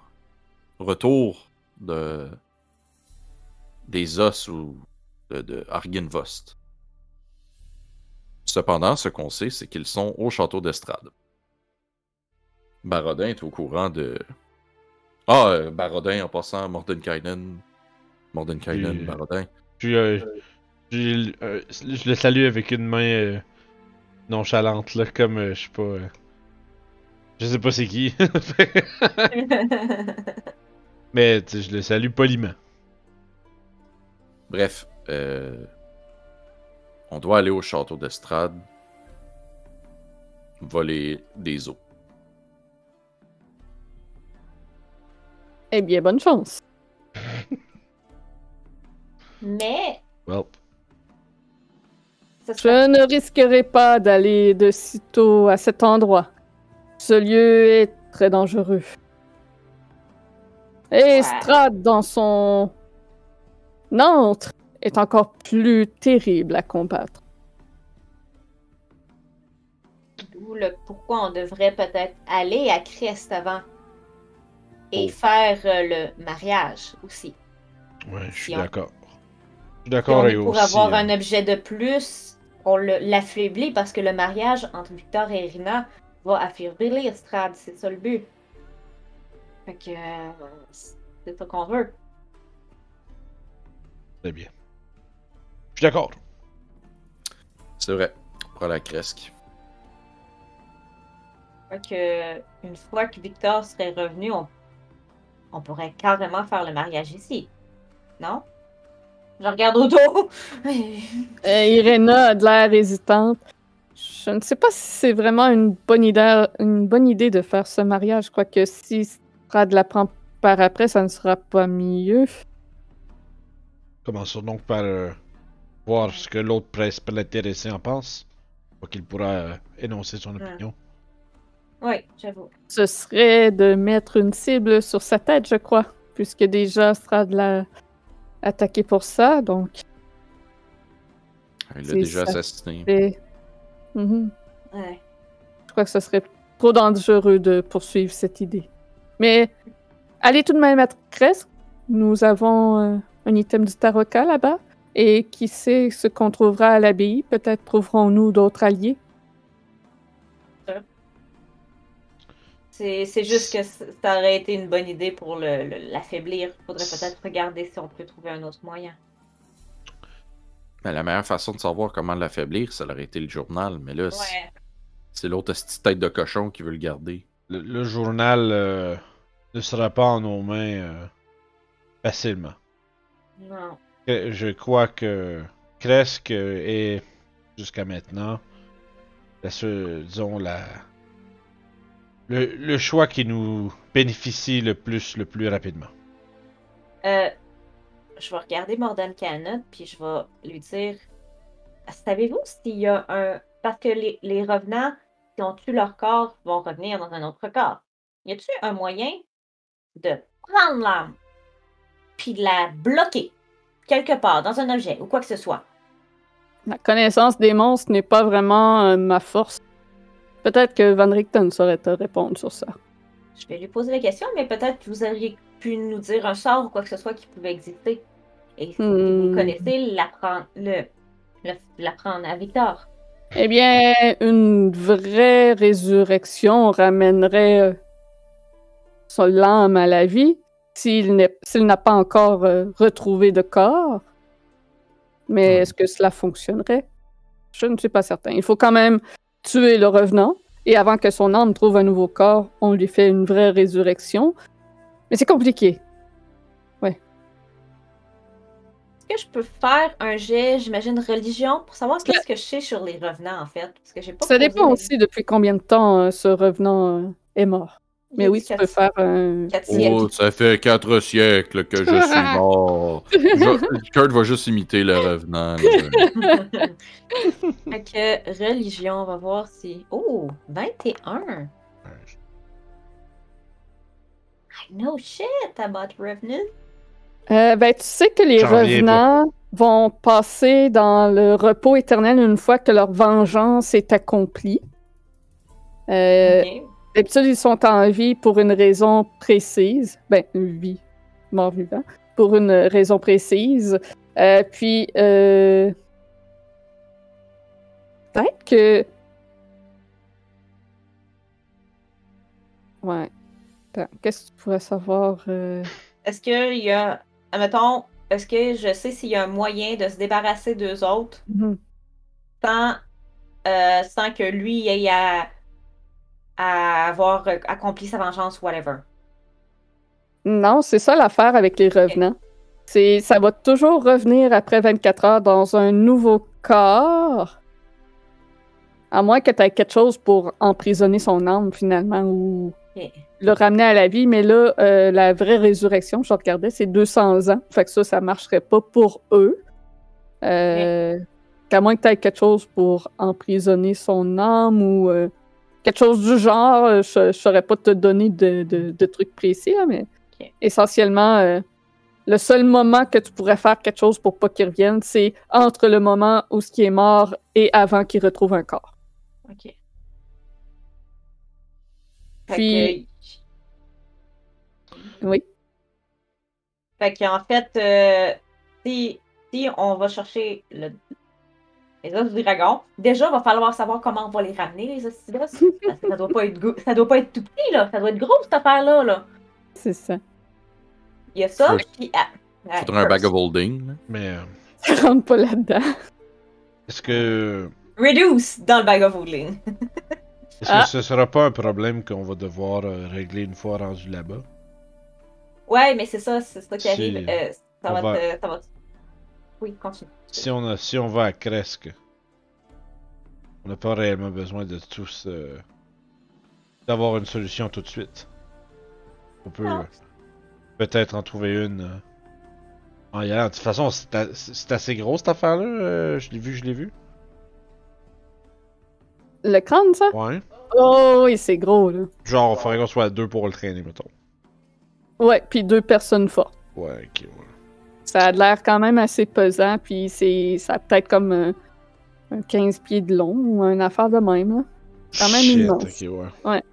[SPEAKER 5] retour de des os ou de, de Argenvost. Cependant, ce qu'on sait, c'est qu'ils sont au château d'Estrade. Barodin est au courant de. Ah, euh, Barodin en passant, Mordenkainen. Mordenkainen,
[SPEAKER 2] Puis-
[SPEAKER 5] Barodin.
[SPEAKER 2] Puis, euh, puis, euh, je le salue avec une main euh, nonchalante, là, comme euh, je sais pas. euh, je sais pas c'est qui. Mais tu sais, je le salue poliment.
[SPEAKER 5] Bref, euh, on doit aller au château d'Estrade, voler des eaux.
[SPEAKER 1] Eh bien, bonne chance.
[SPEAKER 4] Mais
[SPEAKER 2] Well,
[SPEAKER 4] ça serait
[SPEAKER 1] Je ne risquerai pas d'aller de sitôt à cet endroit. Ce lieu est très dangereux. Et
[SPEAKER 4] Ouais.
[SPEAKER 1] Strad, dans son antre, est encore plus terrible à combattre.
[SPEAKER 4] d'où le pourquoi on devrait peut-être aller à Crest avant. Et
[SPEAKER 2] Oh.
[SPEAKER 4] faire euh, le mariage aussi.
[SPEAKER 2] ouais, je suis
[SPEAKER 4] Si on-
[SPEAKER 2] d'accord. Je suis
[SPEAKER 4] Puis on
[SPEAKER 2] d'accord
[SPEAKER 4] est
[SPEAKER 2] et
[SPEAKER 4] pour
[SPEAKER 2] aussi.
[SPEAKER 4] avoir
[SPEAKER 2] euh,
[SPEAKER 4] un objet de plus, on le- l'affaiblit parce que le mariage entre Victor et Rina va affaiblir Strad, c'est ça le but. Fait que euh, c'est ça qu'on veut.
[SPEAKER 2] C'est bien. Je suis d'accord.
[SPEAKER 5] C'est vrai, on prend la cresque.
[SPEAKER 4] Fait que euh, une fois que Victor serait revenu, on, on pourrait carrément faire le mariage ici. Non? Je regarde autour.
[SPEAKER 1] Euh, Irena a de l'air hésitante. Je ne sais pas si c'est vraiment une bonne idée, une bonne idée de faire ce mariage. Je crois que si Strad l'apprend par après, ça ne sera pas mieux.
[SPEAKER 2] Commençons donc par euh, voir ce que l'autre presse intéressé en pense. Pas qu'il pourra euh, énoncer son
[SPEAKER 4] Ouais.
[SPEAKER 2] opinion.
[SPEAKER 4] oui, j'avoue.
[SPEAKER 1] Ce serait de mettre une cible sur sa tête, je crois, puisque déjà Strad l'a attaqué pour ça, donc
[SPEAKER 5] Il l'a
[SPEAKER 1] C'est
[SPEAKER 5] déjà
[SPEAKER 1] ça.
[SPEAKER 5] assassiné.
[SPEAKER 1] c'est- Mhm.
[SPEAKER 4] Ouais.
[SPEAKER 1] je crois que ce serait trop dangereux de poursuivre cette idée. Mais allez tout de même à Cresque. Nous avons euh, un item du Taroka là-bas, et qui sait ce qu'on trouvera à l'abbaye. Peut-être trouverons-nous d'autres alliés.
[SPEAKER 4] C'est c'est juste que c- ça aurait été une bonne idée pour le- le- l'affaiblir. Faudrait peut-être regarder si on peut trouver un autre moyen.
[SPEAKER 5] Mais la meilleure façon de savoir comment l'affaiblir, ça aurait été le journal. Mais là, c'est- c'est l'autre petite tête de cochon qui veut le garder.
[SPEAKER 2] Le, le journal euh, ne sera pas en nos mains euh, facilement.
[SPEAKER 4] Non.
[SPEAKER 2] Euh, Je crois que Kresk euh, est, jusqu'à maintenant, la seu- disons, la, le, le choix qui nous bénéficie le plus, le plus rapidement.
[SPEAKER 4] Euh, je vais regarder Mordan Canot, puis je vais lui dire Savez-vous s'il y a un. Parce que les, les revenants qui ont tué leur corps vont revenir dans un autre corps. Y a-t-il un moyen de prendre l'âme, puis de la bloquer quelque part, dans un objet ou quoi que ce soit
[SPEAKER 1] La connaissance des monstres n'est pas vraiment euh, ma force. Peut-être que Van Richten saurait te répondre sur ça.
[SPEAKER 4] Je vais lui poser la question, mais peut-être que vous auriez pu nous dire un sort ou quoi que ce soit qui pouvait exister. Et si vous
[SPEAKER 1] Hmm.
[SPEAKER 4] connaissez, l'apprendre le, le- l'apprendre à Victor.
[SPEAKER 1] Eh bien, une vraie résurrection ramènerait euh, son l'âme à la vie s'il n'est- s'il n'a pas encore euh, retrouvé de corps. Mais
[SPEAKER 7] Ouais.
[SPEAKER 1] est-ce que cela fonctionnerait? Je ne suis pas certain. Il faut quand même tuer le revenant. Et avant que son âme trouve un nouveau corps, on lui fait une vraie résurrection. Mais c'est compliqué.
[SPEAKER 4] Est-ce que je peux faire un jet, j'imagine, religion pour savoir qu'est-ce que je sais sur les revenants, en fait? Parce que j'ai pas
[SPEAKER 1] Ça
[SPEAKER 4] posé
[SPEAKER 1] dépend
[SPEAKER 4] la-
[SPEAKER 1] aussi depuis combien de temps euh, ce revenant euh, est mort. Mais
[SPEAKER 4] J'ai
[SPEAKER 1] oui,
[SPEAKER 4] dit
[SPEAKER 1] tu peux faire un...
[SPEAKER 4] quatre siècles.
[SPEAKER 7] Oh, ça fait quatre siècles que je suis mort. Je- Kurt va juste imiter le revenant. là.
[SPEAKER 4] fait que religion, on va voir si. Oh, 21. No shit about Revenant.
[SPEAKER 1] Euh, ben, tu sais que les
[SPEAKER 2] J'en reviens
[SPEAKER 1] revenants vont passer dans le repos éternel une fois que leur vengeance est accomplie. Euh,
[SPEAKER 4] Ok.
[SPEAKER 1] D'habitude, ils sont en vie pour une raison précise. Ben, une vie, mort-vivant, pour une raison précise. Euh, puis, euh, peut-être que... Ouais. Attends, Qu'est-ce que tu pourrais savoir? euh?
[SPEAKER 4] Est-ce qu'il y a. Admettons, est-ce que je sais s'il y a un moyen de se débarrasser d'eux autres sans, euh, sans que lui ait à, à avoir euh, accompli sa vengeance ou whatever?
[SPEAKER 1] Non, c'est ça l'affaire avec les revenants. C'est, ça va toujours revenir après 24 heures dans un nouveau corps. À moins que tu aies quelque chose pour emprisonner son âme, finalement, ou
[SPEAKER 4] Ok.
[SPEAKER 1] le ramener à la vie. Mais là, euh, la vraie résurrection, je regardais, c'est 200 ans. Fait que ça, ça marcherait pas pour eux. Euh, À moins que tu aies quelque chose pour emprisonner son âme ou euh, quelque chose du genre. euh, Je ne saurais pas te donner de, de- de trucs précis, là, mais
[SPEAKER 4] Ok.
[SPEAKER 1] essentiellement, euh, le seul moment que tu pourrais faire quelque chose pour pas qu'il revienne, c'est entre le moment où ce qui est mort et avant qu'il retrouve un corps.
[SPEAKER 4] Ok. Fait
[SPEAKER 1] Puis-
[SPEAKER 4] que-
[SPEAKER 1] Oui.
[SPEAKER 4] Fait qu'en fait, euh, si, si on va chercher le... les os du dragon, déjà, il va falloir savoir comment on va les ramener, les os du dragon, Parce que ça doit pas être go- ça doit pas être tout petit, là. Ça doit être gros, cette affaire-là, là.
[SPEAKER 1] C'est ça.
[SPEAKER 4] Il y a ça,
[SPEAKER 7] First.
[SPEAKER 4] puis... Ah, ah,
[SPEAKER 7] Faudrait un
[SPEAKER 4] first.
[SPEAKER 7] bag of holding. là.
[SPEAKER 2] Mais euh,
[SPEAKER 1] Ça rentre pas là-dedans.
[SPEAKER 2] est-ce que
[SPEAKER 4] Reduce dans le bag of holding.
[SPEAKER 2] est-ce
[SPEAKER 1] Ah.
[SPEAKER 2] que ce sera pas un problème qu'on va devoir euh, régler une fois rendu là-bas?
[SPEAKER 4] Ouais, mais c'est ça, c'est ça qui
[SPEAKER 2] C'est-
[SPEAKER 4] arrive. Euh, ça,
[SPEAKER 2] on
[SPEAKER 4] va
[SPEAKER 2] va-
[SPEAKER 4] te- ça va te- Oui, continue.
[SPEAKER 2] Si on, a- si on va à Cresque, on n'a pas réellement besoin de tous euh, d'avoir une solution tout de suite. On peut
[SPEAKER 4] Non.
[SPEAKER 2] euh, peut-être en trouver une euh, en y allant. De toute façon, c'est a- c'est assez gros cette affaire-là. euh, je l'ai vu, je l'ai vu.
[SPEAKER 1] Le crâne, ça?
[SPEAKER 2] Ouais.
[SPEAKER 1] Oh oui, c'est gros, là.
[SPEAKER 2] Genre, il faudrait qu'on soit à deux pour le traîner, mettons.
[SPEAKER 1] Ouais, puis deux personnes fortes.
[SPEAKER 2] Ouais, ok, ouais.
[SPEAKER 1] Ça a l'air quand même assez pesant, puis c'est, ça a peut-être comme euh, un 15 pieds de long ou une affaire de même, là. Quand même
[SPEAKER 2] Shit,
[SPEAKER 1] immense.
[SPEAKER 2] ok, ouais.
[SPEAKER 1] Ouais.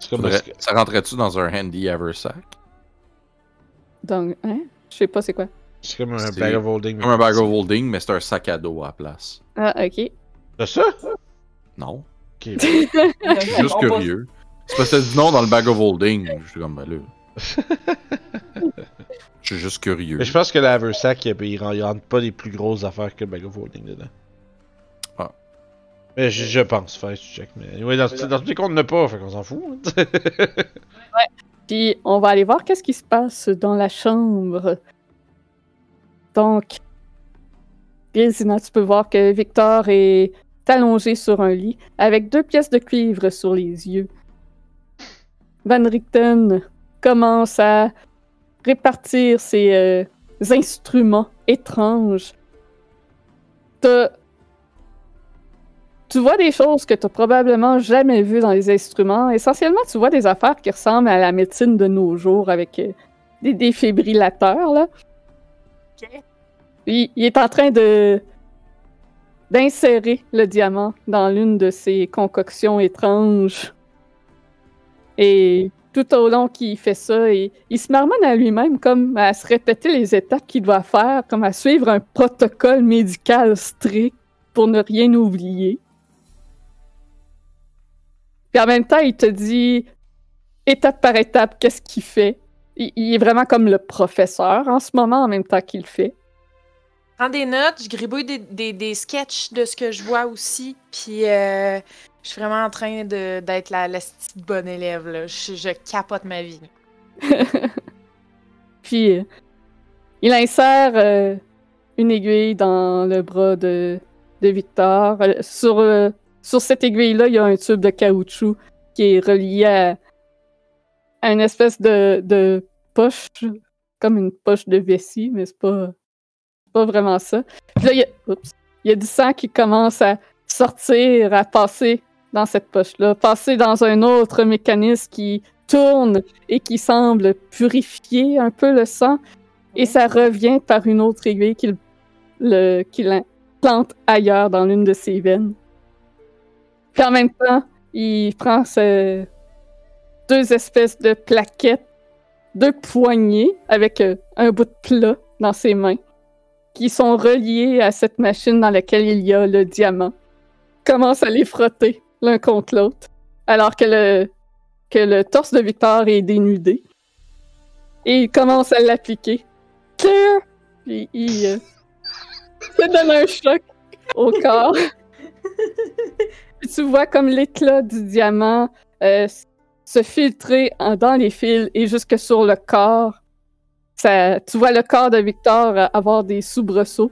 [SPEAKER 2] C'est comme
[SPEAKER 7] Faudrait-
[SPEAKER 2] parce que-
[SPEAKER 7] Ça rentrait-tu dans un handy haversack?
[SPEAKER 1] Donc, hein? Je sais pas c'est quoi.
[SPEAKER 2] c'est comme un
[SPEAKER 7] C'est-
[SPEAKER 2] bag of holding. mais
[SPEAKER 7] Comme un bag
[SPEAKER 2] petit.
[SPEAKER 7] of holding, mais c'est un sac à dos à la place.
[SPEAKER 1] Ah, ok.
[SPEAKER 2] T'as ça?
[SPEAKER 7] Non.
[SPEAKER 2] Ok.
[SPEAKER 7] Je suis juste
[SPEAKER 4] On passe-
[SPEAKER 7] curieux. C'est parce que t'as dit non dans le bag of holding. Je suis comme, ben là. Je suis juste curieux.
[SPEAKER 2] Mais je pense que le Haversack, il, il, il rentre pas les plus grosses affaires que Bag of Holding dedans.
[SPEAKER 7] Ah.
[SPEAKER 2] Mais je, je pense, faire tu check. Mais anyway, dans, dans tous les cas, on n'a pas, fait qu'on s'en fout. hein.
[SPEAKER 1] Puis on va aller voir qu'est-ce qui se passe dans la chambre. Donc, Grisina, tu peux voir que Victor est allongé sur un lit avec deux pièces de cuivre sur les yeux. Van Richten commence à répartir ses euh, instruments étranges. T'as- Tu vois des choses que tu probablement jamais vues dans les instruments. Essentiellement, tu vois des affaires qui ressemblent à la médecine de nos jours avec euh, des défibrillateurs. Là.
[SPEAKER 6] Ok.
[SPEAKER 1] Il, il est en train de d'insérer le diamant dans l'une de ces concoctions étranges. Et tout au long qu'il fait ça, il, il se marmonne à lui-même comme à se répéter les étapes qu'il doit faire, comme à suivre un protocole médical strict pour ne rien oublier. Puis en même temps, il te dit étape par étape qu'est-ce qu'il fait. Il, il est vraiment comme le professeur en ce moment en même temps qu'il le fait.
[SPEAKER 6] prends des notes, je gribouille des, des, des sketchs de ce que je vois aussi, puis euh, je suis vraiment en train de- d'être la, la petite bonne élève, là. Je, je capote ma vie.
[SPEAKER 1] Puis euh, il insère euh, une aiguille dans le bras de, de Victor. Euh, Sur, euh, sur cette aiguille-là, il y a un tube de caoutchouc qui est relié à, à une espèce de, de poche, comme une poche de vessie, mais c'est pas, c'est pas vraiment ça. Puis là, il y, a, oups, il y a du sang qui commence à sortir, à passer dans cette poche-là, passer dans un autre mécanisme qui tourne et qui semble purifier un peu le sang. Et ça revient par une autre aiguille qu'il le- qu'il in- plante ailleurs dans l'une de ses veines. Puis en même temps, il prend ce- deux espèces de plaquettes, deux poignées avec euh, un bout de plat dans ses mains, qui sont reliées à cette machine dans laquelle il y a le diamant. Commence à les frotter l'un contre l'autre, alors que le, que le torse de Victor est dénudé. Et il commence à l'appliquer. Clear! Puis il euh, ça donne un choc au corps. Puis tu vois comme l'éclat du diamant euh, s- se filtrer en- dans les fils et jusque sur le corps. Ça, tu vois le corps de Victor euh, avoir des soubresauts.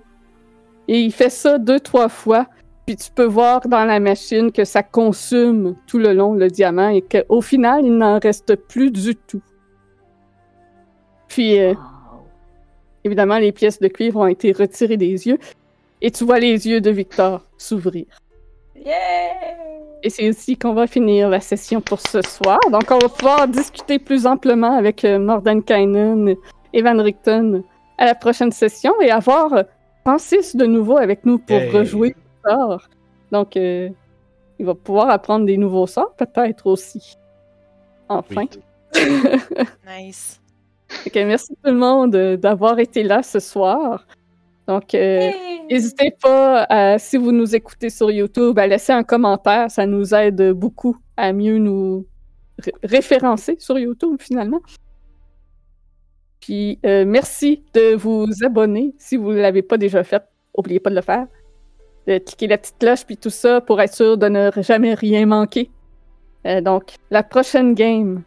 [SPEAKER 1] Et il fait ça deux, trois fois. Puis tu peux voir dans la machine que ça consume tout le long le diamant et qu'au final, il n'en reste plus du tout. Puis, euh, évidemment, les pièces de cuivre ont été retirées des yeux et tu vois les yeux de Victor s'ouvrir.
[SPEAKER 4] Yeah!
[SPEAKER 1] Et c'est ici qu'on va finir la session pour ce soir. Donc, on va pouvoir discuter plus amplement avec euh, Mordenkainen et Van Richten à la prochaine session et avoir euh, Francis de nouveau avec nous pour
[SPEAKER 2] Hey.
[SPEAKER 1] rejouer les sorts. Donc, euh, il va pouvoir apprendre des nouveaux sorts, peut-être aussi. Enfin.
[SPEAKER 6] Nice.
[SPEAKER 1] Ok, merci tout le monde euh, d'avoir été là ce soir. Donc, euh, N'hésitez pas, à, si vous nous écoutez sur YouTube, à laisser un commentaire. Ça nous aide beaucoup à mieux nous ré- référencer sur YouTube, finalement. Puis, euh, merci de vous abonner si vous ne l'avez pas déjà fait. N'oubliez pas de le faire. De cliquer la petite cloche, puis tout ça, pour être sûr de ne jamais rien manquer. Euh, donc, la prochaine game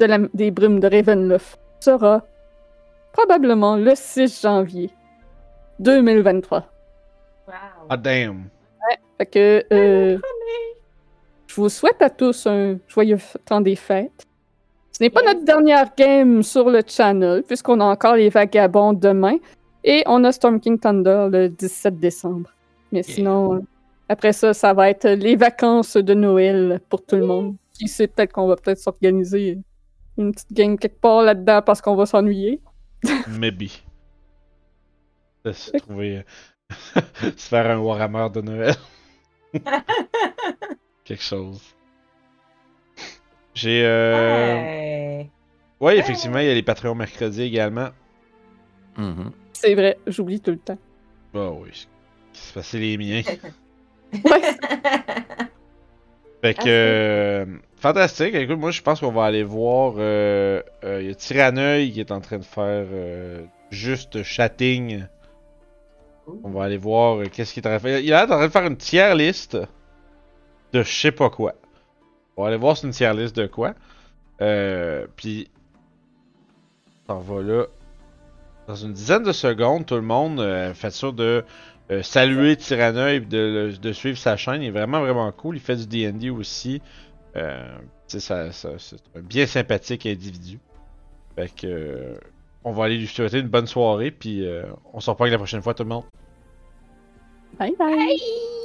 [SPEAKER 1] de la- des brumes de Ravenloft sera probablement le 6 janvier 2023.
[SPEAKER 4] Wow.
[SPEAKER 2] Ah, damn.
[SPEAKER 1] Fait que euh, je vous souhaite à tous un joyeux f- temps des fêtes. Ce n'est pas
[SPEAKER 4] Yes.
[SPEAKER 1] notre dernière game sur le channel, puisqu'on a encore les vagabonds demain. Et on a Storm King Thunder le 17 décembre. Mais sinon, euh, après ça, ça va être les vacances de Noël pour tout le monde. Qui sait, peut-être qu'on va peut-être s'organiser une petite game quelque part là-dedans parce qu'on va s'ennuyer.
[SPEAKER 2] Maybe. De se trouver. euh, se faire un Warhammer de Noël. Quelque chose. J'ai. Euh...
[SPEAKER 4] Hey.
[SPEAKER 2] Ouais, effectivement, il y a les Patreons mercredi également.
[SPEAKER 7] Mhm.
[SPEAKER 1] C'est vrai, j'oublie tout le temps.
[SPEAKER 2] Bah oui. Qui se passait les miens. Fait que.
[SPEAKER 4] Ah, c'est-
[SPEAKER 2] euh, fantastique. Écoute, moi, je pense qu'on va aller voir. euh, euh, Il y a Tyranneuil qui est en train de faire euh, juste chatting. On va aller voir euh, qu'est-ce qu'il est en train de faire. Il a l'air d'être en train de faire une tier liste de je sais pas quoi. On va aller voir c'est une tier liste de quoi. Euh, Puis. T'en vas là. Dans une dizaine de secondes, tout le monde, euh, faites sûr de euh, saluer Tyranna et de, le- de suivre sa chaîne. Il est vraiment, vraiment cool. Il fait du DD aussi. Euh, tu sais, ça- ça- c'est un bien sympathique individu. Fait que. euh, on va aller lui souhaiter une bonne soirée, puis euh, on se reprend la prochaine fois, tout le monde.
[SPEAKER 1] Bye bye!
[SPEAKER 4] Hey.